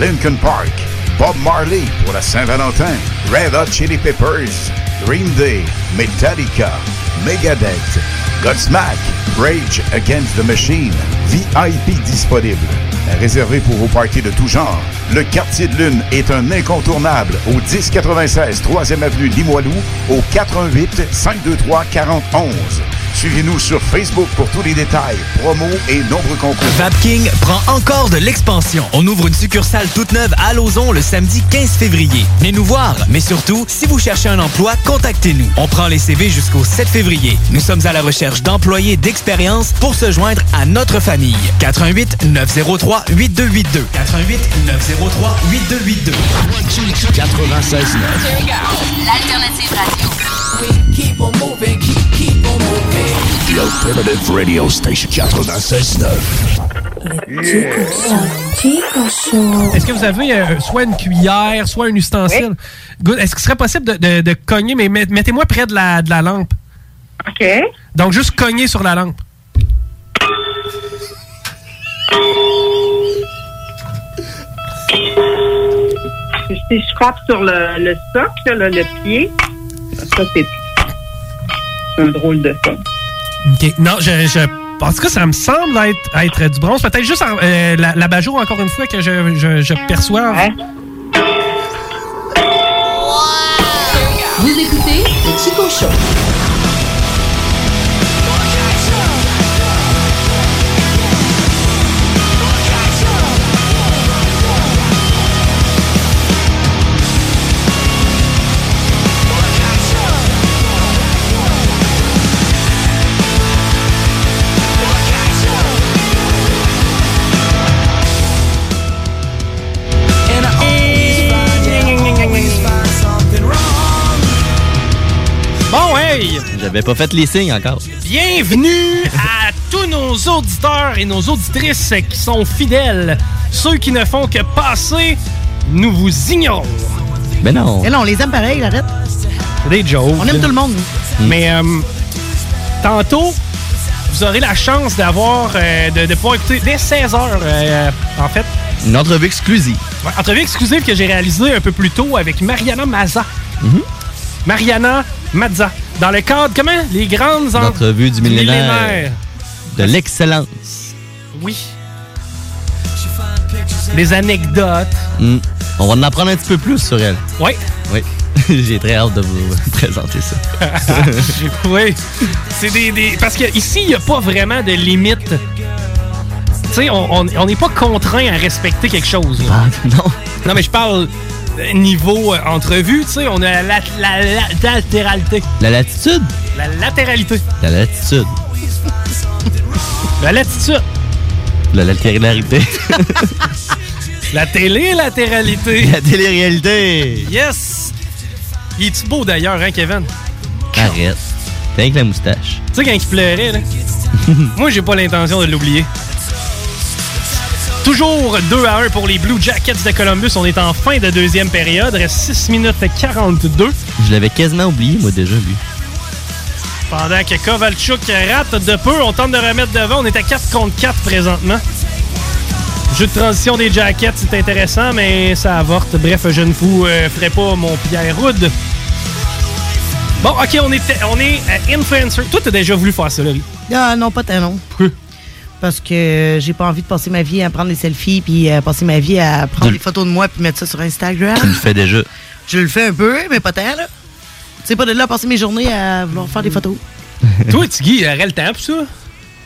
Speaker 19: Linkin Park, Bob Marley pour la Saint-Valentin, Red Hot Chili Peppers, Green Day, Metallica, Megadeth, Godsmack, Rage Against the Machine, VIP disponible. Réservé pour vos parties de tout genre, le Quartier de Lune est un incontournable au 1096 3e Avenue Limoilou au 418 523 4011. Suivez-nous sur Facebook pour tous les détails, promos et nombreux concours.
Speaker 2: Vapking prend encore de l'expansion. On ouvre une succursale toute neuve à Lauson le samedi 15 février. Venez nous voir, mais surtout, si vous cherchez un emploi, contactez-nous. On prend les CV jusqu'au 7 février. Nous sommes à la recherche d'employés d'expérience pour se joindre à notre famille. 88 903 8282. 88 903 8282.
Speaker 7: 96
Speaker 6: L'alternative radio.
Speaker 7: The alternative radio station 96.9.
Speaker 8: Est-ce que vous avez euh, soit une cuillère, soit un ustensile? Good. Est-ce qu'il serait possible de, de- de cogner, mais met- mettez-moi près de la, de la lampe. OK. Donc, juste cogner sur la lampe.
Speaker 20: Si je frappe sur le, le socle, là, le pied, ça, c'est c'est un drôle de son.
Speaker 8: OK. Non, je... je... En tout cas, ça me semble être, être du bronze. Peut-être juste en- euh, la, la Bajo, encore une fois, que je, je- je perçois.
Speaker 6: Vous écoutez le Chico Show.
Speaker 3: And I always find, yeah, I always find something wrong.
Speaker 8: Bon, hey!
Speaker 1: J'avais pas fait les signes encore.
Speaker 8: Bienvenue à tous nos auditeurs et nos auditrices qui sont fidèles. Ceux qui ne font que passer, nous vous ignorons.
Speaker 1: Ben non.
Speaker 10: Et non, on les aime pareil, arrête.
Speaker 8: C'est des jokes.
Speaker 10: On aime tout le monde.
Speaker 8: Mais euh, tantôt, vous aurez la chance d'avoir, euh, de, de pouvoir écouter dès 16h, en fait,
Speaker 1: Une entrevue exclusive.
Speaker 8: Ouais, entrevue exclusive que j'ai réalisée un peu plus tôt avec Mariana Mazza. Mariana Mazza. Dans le cadre, comment? Les grandes en-
Speaker 1: L'entrevue du millénaire.
Speaker 8: millénaire.
Speaker 1: De l'excellence.
Speaker 8: Oui. Les anecdotes.
Speaker 1: Hmm. On va en apprendre un petit peu plus sur elle.
Speaker 8: Oui.
Speaker 1: Oui. J'ai très hâte de vous présenter ça.
Speaker 8: oui. C'est des, des- Parce qu'ici, il n'y a pas vraiment de limite. Tu sais, on on- on n'est pas contraint à respecter quelque chose. là.
Speaker 1: Ah, non.
Speaker 8: Non, mais je parle euh, niveau euh, entrevue, tu sais, on a la, la, la- latéralité.
Speaker 1: La latitude.
Speaker 8: La latéralité.
Speaker 1: La latitude.
Speaker 8: La latitude.
Speaker 1: La latéralité.
Speaker 8: La télé-latéralité.
Speaker 1: La télé-réalité.
Speaker 8: Yes! Il est beau d'ailleurs, hein, Kevin?
Speaker 1: Arrête. T'as rien que la moustache.
Speaker 8: Tu sais, quand il pleurait, là. Moi, j'ai pas l'intention de l'oublier. Toujours 2 à 1 pour les Blue Jackets de Columbus. On est en fin de deuxième période. Reste 6 minutes 42.
Speaker 1: Je l'avais quasiment oublié, moi, déjà, lui.
Speaker 8: Pendant que Kovalchuk rate de peu, on tente de remettre devant. On est à 4 contre 4 présentement. Jeu de transition des Jackets, c'est intéressant, mais ça avorte. Bref, je ne vous euh, ferai pas mon Pierre Roud. Bon, OK, on est, on est euh, influencer. Toi, t'as déjà voulu faire ça, là.
Speaker 10: Ah, non, pas tant, non. Parce que euh, j'ai pas envie de passer ma vie à prendre des selfies puis à passer ma vie à prendre des photos de moi puis mettre ça sur Instagram.
Speaker 1: Tu le fais déjà.
Speaker 10: Je le fais un peu, mais pas tant, là. C'est pas de là à passer mes journées à vouloir
Speaker 1: Hmm.
Speaker 10: faire des photos.
Speaker 8: Toi, Tiggy, il aurait le temps pour ça.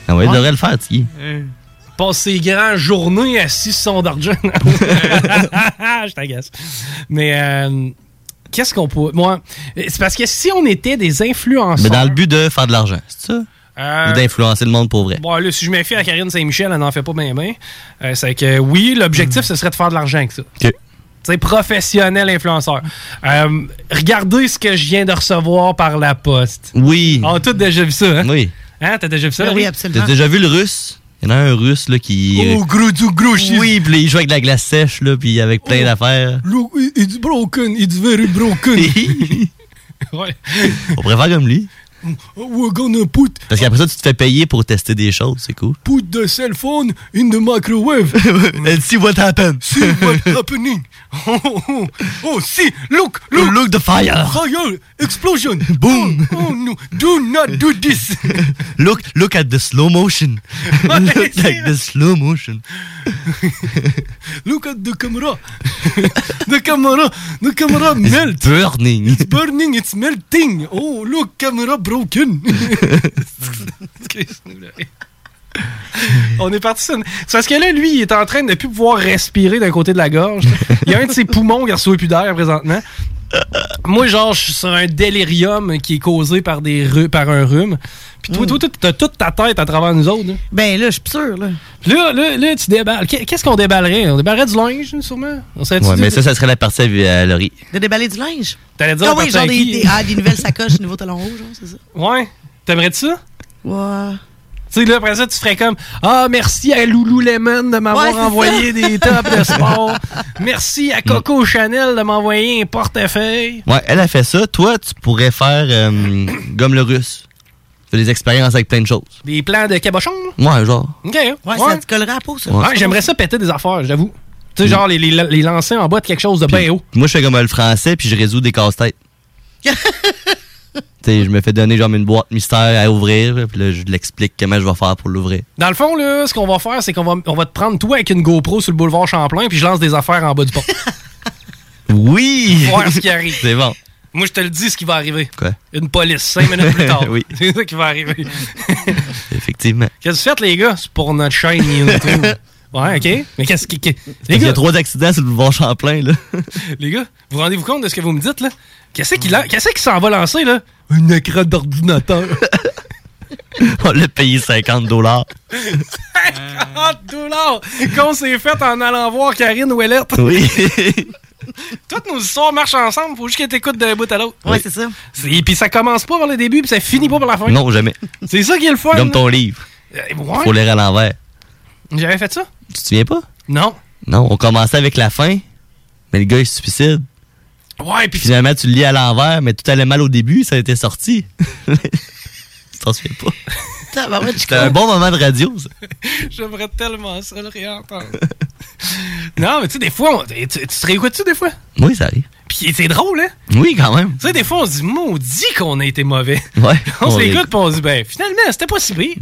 Speaker 1: Ah ouais, il
Speaker 8: Ouais. Euh.
Speaker 1: devrait le faire, Tiggy.
Speaker 8: Passe ses grandes journées assis sur son d'argent. Je t'agace. Mais euh, qu'est-ce qu'on peut... Moi, c'est parce que si on était des influenceurs...
Speaker 1: Mais dans le but de faire de l'argent, c'est ça?
Speaker 8: Euh,
Speaker 1: Ou d'influencer le monde pour vrai.
Speaker 8: Bon, là, si je me fie à Karine Saint-Michel, elle n'en fait pas bien, bien. Euh, c'est que oui,
Speaker 1: Hmm.
Speaker 8: l'objectif, ce serait de faire de l'argent avec ça. Tu sais, professionnel influenceur. Euh, regardez ce que je viens de recevoir par la poste.
Speaker 1: Oui.
Speaker 8: On a tous déjà vu ça, hein?
Speaker 1: Oui.
Speaker 8: Hein, t'as déjà vu ça?
Speaker 1: Ben oui,
Speaker 8: Laurie?
Speaker 1: absolument. T'as déjà vu le russe? Il y en a un russe là, qui. euh,
Speaker 8: Oh, gros du gros shit.
Speaker 1: Oui, puis là, il joue avec de la glace sèche, là, puis avec plein d'affaires.
Speaker 8: Look, it- it's broken, it's very broken.
Speaker 1: On préfère comme lui.
Speaker 3: We're gonna put,
Speaker 1: Parce qu'après ça, tu te fais payer pour tester des choses, c'est cool.
Speaker 3: put the cell phone in the microwave.
Speaker 1: And see what happens.
Speaker 3: see what's happening. Oh, oh, oh, see, look, look.
Speaker 1: Look the fire.
Speaker 3: Fire, explosion. Boom. Oh, oh, no, do not do this.
Speaker 1: Look, look at the slow motion. look at the slow motion.
Speaker 3: Look at the camera. the camera, the camera melt.
Speaker 1: Burning.
Speaker 3: It's burning, it's melting. Oh, look, camera broken.
Speaker 8: On est parti sur une- C'est parce que là, lui, il est en train de ne plus pouvoir respirer d'un côté de la gorge. Il y a un de ses poumons qui reçoit plus d'air présentement. Moi, genre, je suis sur un délirium qui est causé par, des rhu- par un rhume. Puis toi, toi, toi, t'as toute ta tête à travers nous autres.
Speaker 10: Hmm.
Speaker 8: hein.
Speaker 10: Ben là, je suis sûr. Là.
Speaker 8: là, là, là, tu déballes. Qu'est- Qu'est-ce qu'on déballerait? On déballerait du linge, sûrement? On serait-tu
Speaker 1: Ouais,
Speaker 8: du-
Speaker 1: mais ça, ça serait la partie à, à Laurie.
Speaker 10: De déballer du linge.
Speaker 8: T'allais dire
Speaker 10: Ah
Speaker 8: on
Speaker 10: oui,
Speaker 8: partait
Speaker 10: genre
Speaker 8: à
Speaker 10: des,
Speaker 8: qui?
Speaker 10: des- ah, des nouvelles sacoches, nouveaux talons rouges, hein, c'est ça?
Speaker 8: Ouais. T'aimerais-tu ça?
Speaker 10: Ouais.
Speaker 8: Tu sais, là, après ça, tu ferais comme Ah, merci à Loulou Lemon de m'avoir
Speaker 10: Ouais, c'est
Speaker 8: envoyé
Speaker 10: ça.
Speaker 8: des tops de sport. merci à Coco Chanel de m'envoyer un portefeuille.
Speaker 1: Ouais, elle a fait ça. Toi, tu pourrais faire euh, comme le russe. Tu fais des expériences avec plein de choses.
Speaker 8: Des plans de cabochon. là.
Speaker 1: Ouais, genre.
Speaker 8: OK. hein?
Speaker 10: Ouais,
Speaker 8: Ouais.
Speaker 10: ça te collerait à la peau, ça.
Speaker 8: Ouais, J'aimerais ça péter des affaires, j'avoue. Tu sais,
Speaker 1: Mm.
Speaker 8: genre les, les, les lancer en bas de quelque chose de bien haut.
Speaker 1: Moi, je fais comme le français, puis je résous des casse-têtes. tu sais, je me fais donner genre une boîte mystère à ouvrir, puis là, je l'explique comment je vais faire pour l'ouvrir.
Speaker 8: Dans le fond, là, ce qu'on va faire, c'est qu'on va, on va te prendre toi avec une GoPro sur le boulevard Champlain, puis je lance des affaires en bas du pont.
Speaker 1: Oui!
Speaker 8: Voir ce qui arrive.
Speaker 1: C'est bon.
Speaker 8: Moi, je te le dis ce qui va arriver.
Speaker 1: Quoi?
Speaker 8: Une police, cinq minutes plus tard.
Speaker 1: Oui.
Speaker 8: C'est ça qui va arriver.
Speaker 1: Effectivement.
Speaker 8: Qu'est-ce que vous faites, les gars? C'est pour notre chaîne YouTube. Ouais, OK. Mais qu'est-ce qui... qui-
Speaker 1: Il
Speaker 8: Les
Speaker 1: y
Speaker 8: gars,
Speaker 1: a trois accidents sur le boulevard Champlain, là.
Speaker 8: les gars, vous vous rendez-vous compte de ce que vous me dites, là? Qu'est-ce qu'il a- qu'est-ce qui s'en va lancer, là? Une écran d'ordinateur.
Speaker 1: On l'a payé 50 dollars.
Speaker 8: 50 dollars qu'on s'est fait en allant voir Karine Ouellette.
Speaker 1: Oui.
Speaker 8: Toutes nos histoires marchent ensemble, faut juste qu'elles t'écoutent d'un bout à l'autre.
Speaker 1: Ouais, Oui.
Speaker 10: c'est ça.
Speaker 8: Et puis ça commence pas par le début, puis ça finit pas par la fin.
Speaker 1: Non, jamais.
Speaker 8: C'est ça qui est le fun.
Speaker 1: Comme ton livre.
Speaker 8: Euh, ouais.
Speaker 1: Faut l'air à l'envers.
Speaker 8: J'avais fait ça?
Speaker 1: Tu te souviens pas?
Speaker 8: Non.
Speaker 1: Non, on commençait avec la fin, mais le gars, il se suicide.
Speaker 8: Ouais, puis
Speaker 1: finalement, tu le lis à l'envers, mais tout allait mal au début, ça a été sorti. tu t'en souviens pas?
Speaker 10: Tabarouette, je
Speaker 1: C'était un bon moment de radio, ça.
Speaker 8: J'aimerais tellement ça le réentendre. non, mais tu sais, des fois, on- tu, tu te réécoutes-tu des fois?
Speaker 1: Oui, ça arrive.
Speaker 8: Puis c'est drôle, hein?
Speaker 1: Oui, quand même.
Speaker 8: Tu sais, des fois, on se dit, maudit qu'on a été mauvais.
Speaker 1: Ouais. Mm.
Speaker 8: On se
Speaker 1: Ouais.
Speaker 8: l'écoute, puis on se dit, ben, finalement, c'était pas si pire.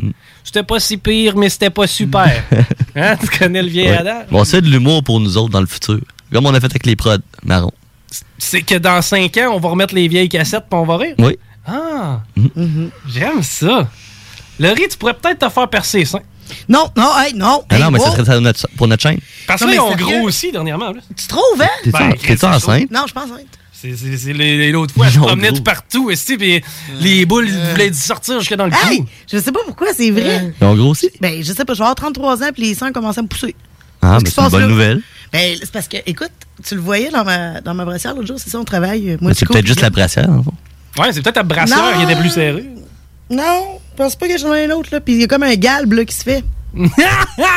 Speaker 8: C'était pas si pire, mais c'était pas super. hein? Tu connais le vieil
Speaker 1: Ouais.
Speaker 10: Ah.
Speaker 8: adage?
Speaker 1: Bon, c'est de l'humour pour nous autres dans le futur. Comme on a fait avec les prods, marron.
Speaker 8: C'est que dans 5 ans, on va remettre les vieilles cassettes, puis on va rire.
Speaker 1: Oui. Mm.
Speaker 8: Ah, j'aime ça. Laurie, tu pourrais peut-être te faire percer les seins.
Speaker 10: Non, non, hey, non.
Speaker 1: Ah
Speaker 10: hey,
Speaker 1: non, mais ça
Speaker 10: wow.
Speaker 1: serait ça pour notre, pour notre chaîne.
Speaker 8: Parce
Speaker 10: Non,
Speaker 8: qu'ils
Speaker 10: mais
Speaker 8: ont
Speaker 10: sérieux?
Speaker 8: grossi dernièrement. Là. Ben,
Speaker 10: Tu trouves, hein?
Speaker 1: T'es-tu en- t'es-tu enceinte?
Speaker 10: Non, je pense enceinte.
Speaker 8: C'est c'est- c'est les- l'autre fois, je promenais tout partout, esti, puis les boules voulaient sortir jusque dans Ah, le cou.
Speaker 10: Hey, je sais pas pourquoi, c'est vrai.
Speaker 1: Ils ont grossi.
Speaker 10: Ben, je sais pas, je vais avoir 33 ans, puis les seins commencent à me pousser.
Speaker 1: Ah,
Speaker 10: Qu'est-ce
Speaker 1: mais
Speaker 10: qui se
Speaker 1: c'est une
Speaker 10: passe,
Speaker 1: bonne
Speaker 10: là?
Speaker 1: nouvelle.
Speaker 10: Ben, c'est parce que, écoute, tu le voyais dans ma, dans ma brassière l'autre jour, c'est ça, on travaille. euh, moi,
Speaker 1: Mais
Speaker 10: du
Speaker 1: c'est
Speaker 10: coup,
Speaker 1: peut-être juste
Speaker 10: puis-
Speaker 1: la brassière, en fond.
Speaker 8: Ouais, c'est peut-être ta brasseur qui était plus serrée.
Speaker 10: Non, je pense pas que j'en ai un autre, là. Puis il y a comme un galbe, là, qui se fait.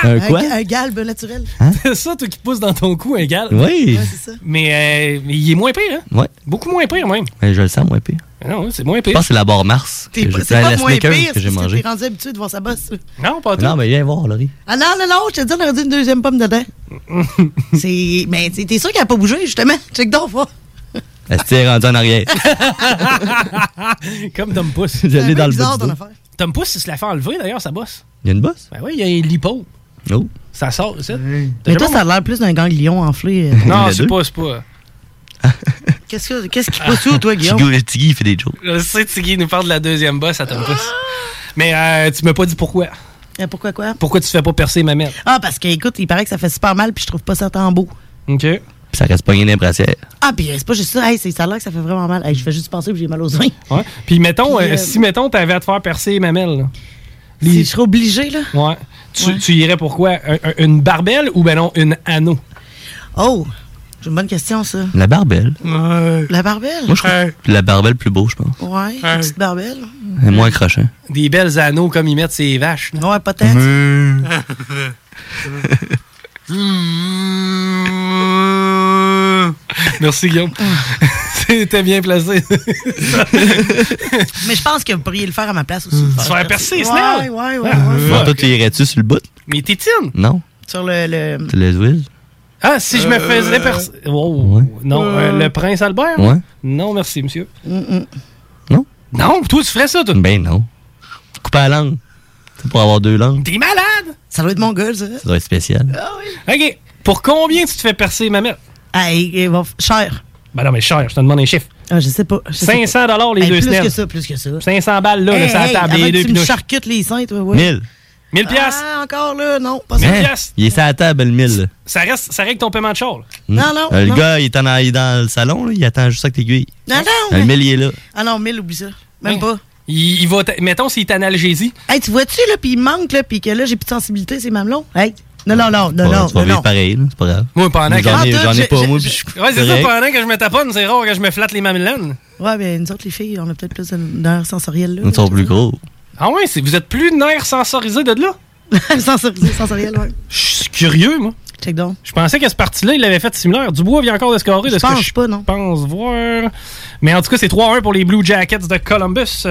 Speaker 8: Un quoi?
Speaker 10: ga- Un galbe naturel.
Speaker 8: C'est ça, toi qui te pousses dans ton cou, un gal.
Speaker 1: Hein? Oui. Ouais,
Speaker 10: c'est ça.
Speaker 8: Mais, euh, mais il est moins pire, hein?
Speaker 1: Ouais.
Speaker 8: Beaucoup moins pire, même. Ah
Speaker 1: Mais je le sens moins pire.
Speaker 8: Non, c'est moins
Speaker 1: Je
Speaker 8: pire.
Speaker 1: pense que c'est la barre Mars.
Speaker 10: T'es
Speaker 1: que
Speaker 10: pas-
Speaker 1: j'ai-
Speaker 10: C'est pas
Speaker 1: la
Speaker 10: moins
Speaker 1: Snickers
Speaker 10: pire,
Speaker 1: que
Speaker 10: c'est
Speaker 1: j'ai
Speaker 10: parce que
Speaker 1: mangée.
Speaker 10: t'es rendu habitué de voir sa bosse.
Speaker 8: Non, pas
Speaker 1: Non, mais viens voir, Laurie.
Speaker 10: Ah non, non, non, je te dis, on aurait dit une deuxième pomme dedans. c'est. Mais t'es t'es sûr qu'elle a pas bougé, justement. Check donc, va.
Speaker 1: Elle s'est rendue en arrière.
Speaker 8: Comme Tom Pouce.
Speaker 1: J'allais C'est un dans peu le bas bizarre, du ton dos. affaire.
Speaker 8: Tom Pouce, il se la fait enlever, d'ailleurs, sa bosse.
Speaker 1: Il y a une bosse?
Speaker 8: Ben oui, il y a un lipo.
Speaker 1: Oh.
Speaker 8: Ça sort, c'est ça? T'as
Speaker 10: Mais toi,
Speaker 8: jamais-
Speaker 10: ça a l'air plus d'un ganglion enflé. euh.
Speaker 8: Non, c'est pas, euh. c'est pas.
Speaker 10: Qu'est-ce que- qu'est-ce qui te passe où, toi, Guillaume?
Speaker 1: Tigou- Tiggy, il fait des jokes.
Speaker 8: Je sais, Tiggy nous parle de la deuxième bosse à Tom Pouce. Mais euh, tu m'as pas dit pourquoi.
Speaker 10: Euh, Pourquoi quoi?
Speaker 8: Pourquoi tu te fais pas percer ma mère?
Speaker 10: Ah, parce que, écoute, il paraît que ça fait super mal, puis je trouve pas ça tant beau.
Speaker 8: OK.
Speaker 1: Puis ça reste pogné dans la brassière.
Speaker 10: Ah, puis euh, c'est pas juste ça. Hey, c'est ça là que ça fait vraiment mal. Hey, je fais juste penser que j'ai mal aux seins.
Speaker 8: Ouais. Puis mettons,
Speaker 10: Puis,
Speaker 8: euh,
Speaker 10: euh,
Speaker 8: si mettons, t'avais à te faire percer les mamelles. là.
Speaker 10: Si je serais obligé, là.
Speaker 8: Ouais. Tu, tu irais pourquoi Une barbelle ou ben non, une anneau?
Speaker 10: Oh, c'est une bonne question, ça.
Speaker 1: La barbelle.
Speaker 10: La barbelle?
Speaker 1: Moi, je trouve la barbelle plus beau, je pense.
Speaker 10: Ouais, une petite barbelle.
Speaker 1: Elle est moins accrochant.
Speaker 8: Des belles anneaux comme ils mettent ces vaches.
Speaker 10: Ouais, peut-être.
Speaker 1: Meuh.
Speaker 8: Merci Guillaume. T'es bien placé.
Speaker 10: Mais je pense que vous pourriez le faire à ma place aussi.
Speaker 8: Se faire percer,
Speaker 10: ouais, ouais,
Speaker 8: Snell.
Speaker 10: ouais, ouais,
Speaker 8: Ah,
Speaker 10: ouais.
Speaker 1: Bon, toi, tu irais-tu sur le bout?
Speaker 8: Mais t'étines.
Speaker 1: Non.
Speaker 10: Sur le. le-
Speaker 1: Tu les wills?
Speaker 8: Ah, si je me
Speaker 10: Euh,
Speaker 8: faisais percer. Wow. Non,
Speaker 10: Euh.
Speaker 8: euh, le prince Albert?
Speaker 1: Ouais.
Speaker 8: Non, merci, monsieur.
Speaker 10: Mm,
Speaker 1: Non?
Speaker 8: Non, toi, tu ferais ça, toi?
Speaker 1: Ben non. Couper la langue. C'est pour avoir deux langues.
Speaker 8: T'es malade!
Speaker 10: Ça doit être mon gars, ça.
Speaker 1: Ça doit être spécial.
Speaker 8: Euh, OK. Pour combien tu te fais percer, mamette?
Speaker 10: Hey, cher.
Speaker 8: Ben non, mais cher, je te demande un chiffre.
Speaker 10: Ah, je sais pas. je sais
Speaker 8: 500 dollars les
Speaker 10: Hey,
Speaker 8: deux
Speaker 10: Plus
Speaker 8: snaps.
Speaker 10: que ça, plus que ça.
Speaker 8: 500 balles, là, là,
Speaker 10: Hey,
Speaker 8: ça
Speaker 10: hey,
Speaker 8: table,
Speaker 10: avant
Speaker 8: les
Speaker 10: que
Speaker 8: deux
Speaker 10: Tu me
Speaker 8: pinouches.
Speaker 10: charcutes les seins, toi, ouais.
Speaker 1: 1000.
Speaker 8: 1000 piastres.
Speaker 10: Ah, encore là, non. Pas
Speaker 1: Hein? Il est sur la table, le 1000. là.
Speaker 8: Ça reste, ça règle ton paiement de char. là.
Speaker 10: Non, non,
Speaker 1: Euh, le
Speaker 10: non.
Speaker 1: gars, il est, en- il est dans le salon, là, il attend juste avec l'aiguille.
Speaker 10: Non, non.
Speaker 1: Euh, Le 1000, il est là.
Speaker 10: Ah non, 1000, oublie ça. Même pas.
Speaker 8: Il, il va, t'a- mettons, s'il est analgésie.
Speaker 10: Hey, tu vois-tu, là, puis il manque, là, puis que là, j'ai plus de sensibilité, c'est mamelon. Hey. Non, non, non, non,
Speaker 1: Bon,
Speaker 10: non.
Speaker 1: tu vas
Speaker 10: non,
Speaker 1: vivre
Speaker 10: non.
Speaker 1: pareil, là, c'est pas grave.
Speaker 8: Moi, pendant que-
Speaker 1: J'en ai,
Speaker 8: Ah,
Speaker 1: j'en ai
Speaker 8: j'ai-
Speaker 1: pas,
Speaker 8: j'ai-
Speaker 1: moi.
Speaker 8: j'ai-
Speaker 1: puis je-
Speaker 8: Ouais, c'est ça,
Speaker 1: correct.
Speaker 8: pendant que je me taponne, c'est rare que je me flatte les mamelons.
Speaker 10: Ouais, mais nous autres, les filles, on a peut-être plus de nerfs sensoriels, là.
Speaker 1: Ils sont plus gros.
Speaker 8: Ah ouais, c'est- vous êtes plus nerfs sensorisés de là?
Speaker 10: Sensoriels, sensoriels, ouais.
Speaker 8: Je suis curieux, moi.
Speaker 10: Check donc.
Speaker 8: Je pensais que ce parti-là, il l'avait fait similaire. Dubois vient encore de scorer de
Speaker 10: Je
Speaker 8: ce que
Speaker 10: pense
Speaker 8: je
Speaker 10: pas, non.
Speaker 8: pense voir. Mais en tout cas, c'est 3-1 pour les Blue Jackets de Columbus.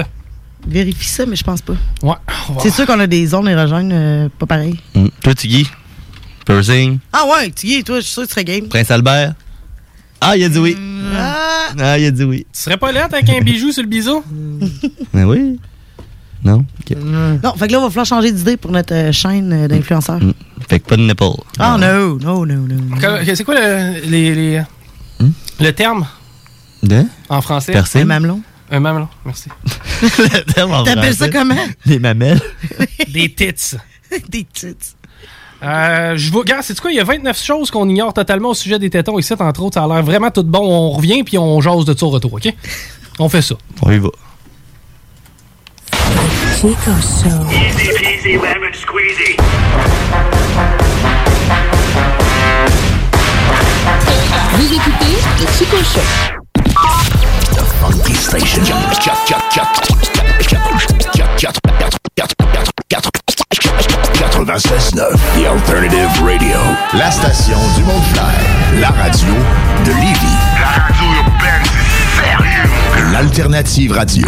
Speaker 10: Vérifie ça, mais je pense pas.
Speaker 8: Ouais.
Speaker 10: C'est sûr qu'on a des zones érogènes euh, pas pareilles.
Speaker 1: Mm. Toi, Tiggy. Persing.
Speaker 10: Ah ouais, tu y es, toi, je suis sûr que tu serais game.
Speaker 1: Prince Albert. Ah, il a dit oui. Ah, il a dit oui.
Speaker 8: Tu serais pas là avec un bijou sur le biseau?
Speaker 1: Ben oui. Non? Ok.
Speaker 10: Non, fait que là, on va falloir changer d'idée pour notre euh, chaîne euh, d'influenceurs.
Speaker 1: Fait que pas de nipple.
Speaker 10: Ah non, non, non, non.
Speaker 8: Que- que- C'est quoi le, les- les-
Speaker 1: Hmm?
Speaker 8: le terme
Speaker 1: De?
Speaker 8: en français?
Speaker 1: Percer? Un mamelon.
Speaker 8: Un mamelon, merci.
Speaker 1: T'appelles
Speaker 8: T'appelles ça comment?
Speaker 1: Des mamelles.
Speaker 8: Des tits.
Speaker 10: Des tits.
Speaker 8: Euh, je vois, regarde, c'est quoi? Il y a 29 choses qu'on ignore totalement au sujet des tétons ici, entre autres. Ça a l'air vraiment tout bon. On revient puis on jase de tout au retour, OK? On fait ça.
Speaker 1: On y va.
Speaker 3: Chico Show.
Speaker 16: Vous écoutez le Chico Show.
Speaker 7: Funky Station. The Alternative Radio. La station du monde clair. La radio de Lévis. La radio urbaine, sérieux. L'Alternative Radio.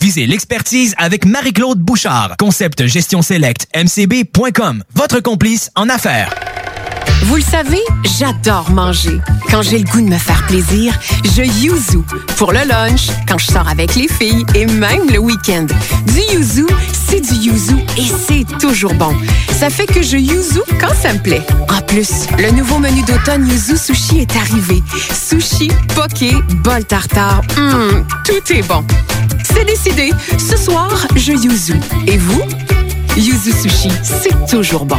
Speaker 2: Visez l'expertise avec Marie-Claude Bouchard. Concept Gestion Select, mcb.com. Votre complice en affaires.
Speaker 16: Vous le savez, j'adore manger. Quand j'ai le goût de me faire plaisir, je yuzu pour le lunch, quand je sors avec les filles et même le week-end. Du yuzu, c'est du yuzu et c'est toujours bon. Ça fait que je yuzu quand ça me plaît. En plus, le nouveau menu d'automne yuzu sushi est arrivé. Sushi, poké, bol tartare, hum, tout est bon. C'est décidé, ce soir, je yuzu. Et vous? Yuzu sushi, c'est toujours bon.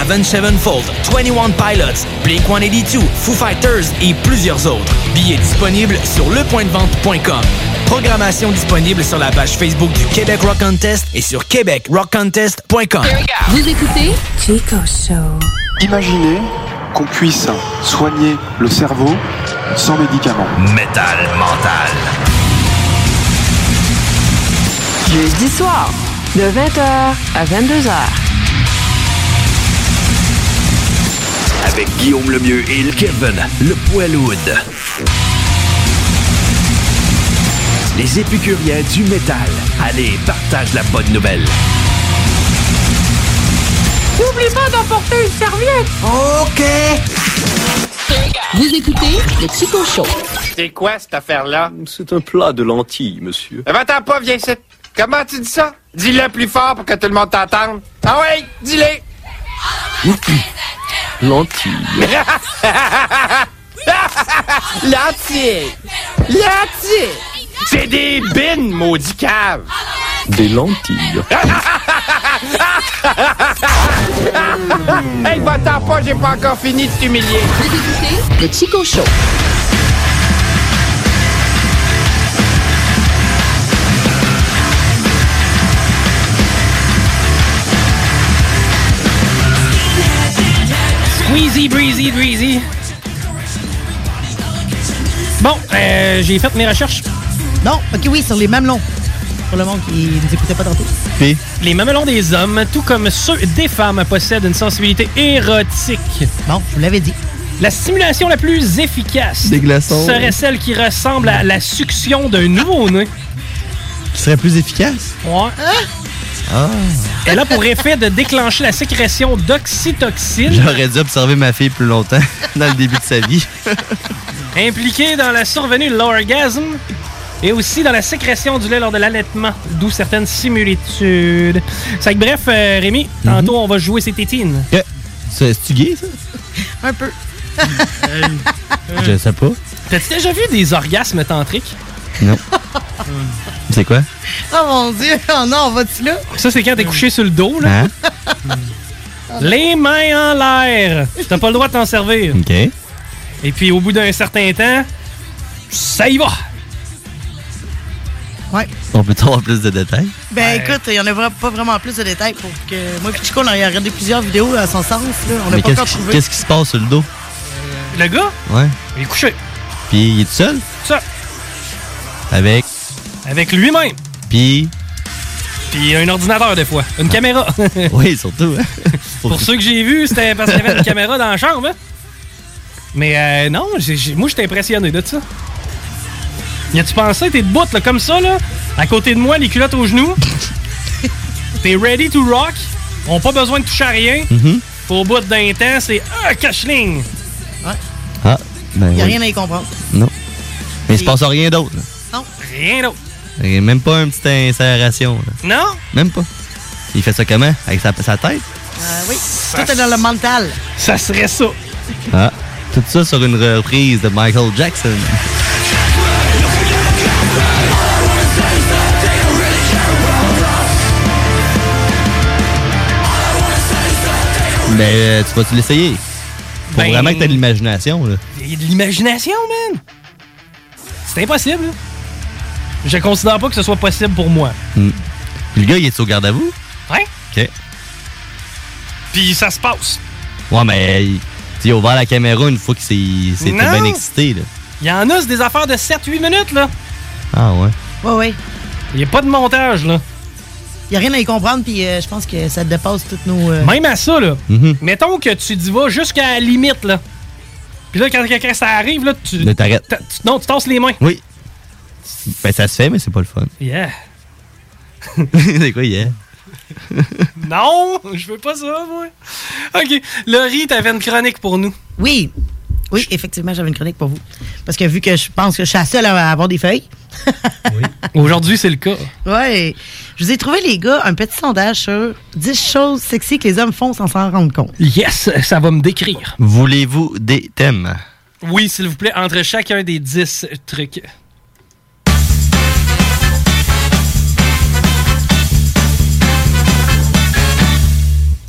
Speaker 2: Avenged Sevenfold, 21 Pilots, Blink-182, Foo Fighters et plusieurs autres. Billets disponibles sur lepointdevente.com. Programmation disponible sur la page Facebook du Québec Rock Contest et sur québecrockcontest.com.
Speaker 6: Vous écoutez Chico Show.
Speaker 12: Imaginez qu'on puisse soigner le cerveau sans médicaments.
Speaker 17: Métal mental.
Speaker 16: Jeudi soir, de 20h à 22h.
Speaker 17: Avec Guillaume Lemieux et Kevin Le Poilwood. Les épicuriens du métal. Allez, partage la bonne nouvelle.
Speaker 6: N'oublie pas d'emporter une serviette. OK. Vous écoutez le Chico Show.
Speaker 3: C'est quoi cette affaire-là?
Speaker 21: C'est un plat de lentilles, monsieur.
Speaker 3: Eh ben, attends pas, viens ici. Comment tu dis ça? Dis-le plus fort pour que tout le monde t'entende. Ah ouais, dis-le!
Speaker 21: Lentilles.
Speaker 3: Lentille! Lentille! C'est des bines, maudit cave!
Speaker 21: Des lentilles.
Speaker 3: hey, va-t'en pas, j'ai pas encore fini de t'humilier.
Speaker 6: Le Chico Show.
Speaker 8: Squeezy, breezy, breezy. Bon, euh, j'ai fait mes recherches.
Speaker 10: Non, ok, oui, sur les mamelons. Pour le monde qui ne nous écoutait pas tantôt.
Speaker 8: Les mamelons des hommes, tout comme ceux des femmes, possèdent une sensibilité érotique.
Speaker 10: Bon, je vous l'avais dit.
Speaker 8: La stimulation la plus efficace
Speaker 1: Des glaçons.
Speaker 8: serait celle qui ressemble à la succion d'un nouveau-né.
Speaker 1: Qui serait plus efficace?
Speaker 8: Ouais.
Speaker 1: Ah.
Speaker 8: Elle a pour effet de déclencher la sécrétion d'oxytoxine
Speaker 1: J'aurais dû observer ma fille plus longtemps dans le début de sa vie.
Speaker 8: impliquée dans la survenue de l'orgasme et aussi dans la sécrétion du lait lors de l'allaitement, d'où certaines similitudes. C'est que bref, euh, Rémi, tantôt on va jouer ces tétines.
Speaker 1: Mhm. Que- C'est c'est-tu gay, ça?
Speaker 10: Un peu.
Speaker 1: Je sais pas.
Speaker 8: T'as-tu déjà vu des orgasmes tantriques?
Speaker 1: Non.
Speaker 8: Mm.
Speaker 1: C'est quoi?
Speaker 10: Oh mon Dieu, oh non, on va-tu là?
Speaker 8: Ça, c'est quand t'es couché sur le dos, là.
Speaker 1: Hein?
Speaker 8: Les mains en l'air. T'as pas le droit de t'en servir.
Speaker 1: OK.
Speaker 8: Et puis, au bout d'un certain temps, ça y va.
Speaker 1: On peut avoir plus de détails?
Speaker 10: Ben écoute, il n'y en a vra- pas vraiment plus de détails pour que. Moi et Chico, on a regardé plusieurs vidéos à son sens, là. On n'a
Speaker 1: Mais
Speaker 10: pas
Speaker 1: qu'est-ce
Speaker 10: encore
Speaker 1: qui,
Speaker 10: trouvé.
Speaker 1: qu'est-ce qui se passe sur le dos?
Speaker 8: Le gars,
Speaker 1: Ouais.
Speaker 8: il est couché.
Speaker 1: Puis il est tout seul?
Speaker 8: Ça,
Speaker 1: Avec.
Speaker 8: avec lui-même.
Speaker 1: Puis. Ah.
Speaker 8: Puis un ordinateur, des fois. Une caméra.
Speaker 1: Oui, surtout. hein?
Speaker 8: Pour ceux que j'ai vus, c'était parce qu'il y avait une caméra dans la chambre. hein. Mais euh, non, j'ai- j'ai- moi, j'étais impressionné de ça. Y a-tu pensé, t'es debout, là, comme ça, là, à côté de moi, les culottes aux genoux. t'es ready to rock. On pas besoin de toucher à rien. Au bout d'un temps, c'est ah, cacheling.
Speaker 1: Ah, ben.
Speaker 10: Il n'y a
Speaker 1: oui.
Speaker 10: rien à y comprendre.
Speaker 1: Non. Mais il se passe rien d'autre. là.
Speaker 10: Non.
Speaker 8: Rien d'autre.
Speaker 1: Il y a Même pas une petite insération. là.
Speaker 8: Non?
Speaker 1: Même pas. Il fait ça comment? Avec sa, sa tête?
Speaker 10: Euh, oui. Tout est dans le mental.
Speaker 8: Ça serait ça.
Speaker 1: Ah. Tout ça sur une reprise de Michael Jackson. Mais euh, tu vas-tu l'essayer? Faut
Speaker 8: Ben-
Speaker 1: vraiment que t'aies de l'imagination, là.
Speaker 8: Il y a de l'imagination, man. C'est impossible. là. Je considère pas que ce soit possible pour moi.
Speaker 1: Mm. Le gars, il est au garde à vous?
Speaker 8: Hein?
Speaker 1: OK.
Speaker 8: Puis ça se passe.
Speaker 1: Ouais, mais il, tu sais, il a ouvert la caméra une fois qu'il s'est- s'était
Speaker 8: Non!
Speaker 1: bien excité, là.
Speaker 8: Il y en a, c'est des affaires de 7-8 minutes, là.
Speaker 1: Ah ouais.
Speaker 10: Ouais, ouais.
Speaker 8: Il n'y a pas de montage, là.
Speaker 10: Il n'y a rien à y comprendre, puis euh, je pense que ça dépasse toutes nos. euh,
Speaker 8: Même à ça, là. Mettons que tu y vas jusqu'à la limite, là. Puis là, quand, quand- quand ça arrive, là, tu.
Speaker 1: Là, t'arrêtes.
Speaker 8: t'a- tu- non, tu tasses les mains.
Speaker 1: Oui. Ben, ça se fait, mais c'est pas le fun.
Speaker 8: Yeah.
Speaker 1: c'est quoi, yeah?
Speaker 8: Non, je veux pas ça, moi. OK. Laurie, t'avais une chronique pour nous.
Speaker 10: Oui. Oui, effectivement, j'avais une chronique pour vous. Parce que vu que je pense que je suis la seule à avoir des feuilles.
Speaker 8: Aujourd'hui, c'est le cas.
Speaker 10: Ouais. Je vous ai trouvé, les gars, un petit sondage sur 10 choses sexy que les hommes font sans s'en rendre compte.
Speaker 8: Yes, ça va me décrire.
Speaker 1: Voulez-vous des thèmes?
Speaker 8: Oui, s'il vous plaît, entre chacun des 10 trucs.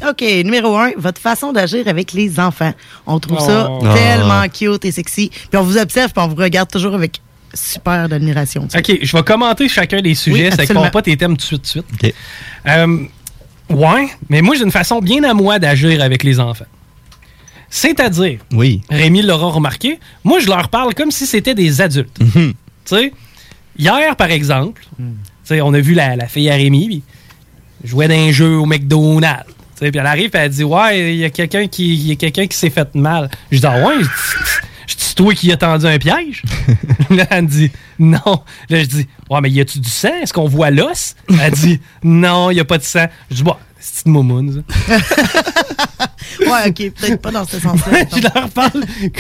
Speaker 10: OK, numéro un, votre façon d'agir avec les enfants. On trouve ça
Speaker 8: Oh.
Speaker 10: tellement
Speaker 8: Ah.
Speaker 10: cute et sexy. Puis on vous observe, puis on vous regarde toujours avec super d'admiration. tu sais.
Speaker 8: OK, je vais commenter chacun des sujets. c'est qu'on
Speaker 10: absolument.
Speaker 8: ne pas tes thèmes tout de suite. tout de suite. Euh, ouais, mais moi, j'ai une façon bien à moi d'agir avec les enfants. C'est-à-dire,
Speaker 1: oui.
Speaker 8: Rémi l'aura remarqué, moi, je leur parle comme si c'était des adultes. Tu sais, hier, par exemple, tu
Speaker 10: Hmm.
Speaker 8: sais, on a vu la, la fille à Rémi, puis jouait d'un jeu au McDonald's. Tu sais, Puis elle arrive et elle dit Ouais, il y a quelqu'un qui, il y a quelqu'un qui s'est fait mal. Je dis Ah ouais, je dis toi qui a tendu un piège. là, elle me dit Non. Là, je dis Ouais, mais y a-tu du sang Est-ce qu'on voit l'os Elle dit Non, il n'y a pas de sang. Je dis Bon, c'est une moumoune, ça.
Speaker 10: Ouais, OK, peut-être pas dans ce sens-là.
Speaker 8: je leur parle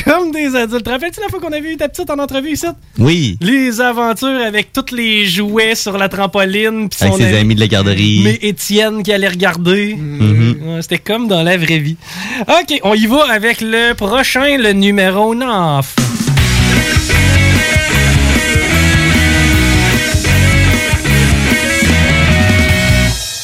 Speaker 8: comme des adultes. Te Rappelles-tu la fois qu'on avait eu ta petite en entrevue ici
Speaker 1: Oui.
Speaker 8: Les aventures avec tous les jouets sur la trampoline. puis
Speaker 1: Avec
Speaker 8: son
Speaker 1: ses
Speaker 8: ami-
Speaker 1: amis de la garderie.
Speaker 8: mais Étienne qui allait regarder.
Speaker 1: Mhm.
Speaker 8: Ouais, C'était comme dans la vraie vie. OK, on y va avec le prochain, le numéro 9.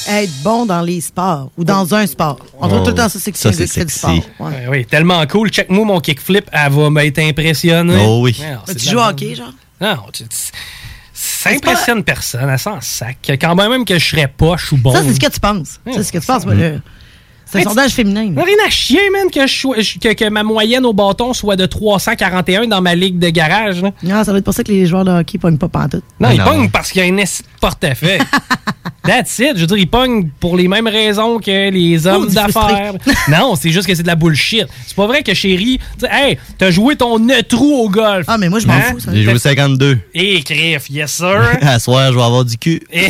Speaker 10: Être bon dans les sports ou dans un sport. On trouve tout le temps Oh. ça sexy, un gars qui fait du sport. Ouais.
Speaker 8: Ouais, Ben oui, tellement cool. Check-moi mon kickflip, elle va m'être impressionnée.
Speaker 1: Oh oui.
Speaker 8: Ouais, alors,
Speaker 10: Mais
Speaker 8: c'est
Speaker 10: tu
Speaker 8: de
Speaker 10: joues
Speaker 8: la
Speaker 10: au
Speaker 8: bonne-
Speaker 10: hockey, genre?
Speaker 8: Non, tu- tu- ça impressionne personne, elle s'en sac. Quand même que je serais poche ou bon.
Speaker 10: Ça, c'est ce que tu penses. Ça, C'est ce que tu penses, moi, là. C'est un
Speaker 8: Mais tu-
Speaker 10: sondage féminin.
Speaker 8: Rien à chier, man, que, je sois- que, que ma moyenne au bâton soit de 341 dans ma ligue de garage. là.
Speaker 10: Non, Ah, ça va être pour ça que les joueurs de hockey pognent pas pantoute.
Speaker 8: Ah, Non, il pogne parce qu'il y a un esti de portefeuille. That's it. Je veux dire, il pogne pour les mêmes raisons que les hommes
Speaker 10: du
Speaker 8: d'affaires. non, c'est juste que c'est de la bullshit. C'est pas vrai que chérie, tu sais, hey, t'as joué ton nœud trou au golf. Ah,
Speaker 10: mais moi, je
Speaker 8: m'en
Speaker 1: Hein? J'ai joué 52.
Speaker 8: Et Criff, yes sir. Eh.
Speaker 1: à soir, je vais avoir du cul.
Speaker 8: Et-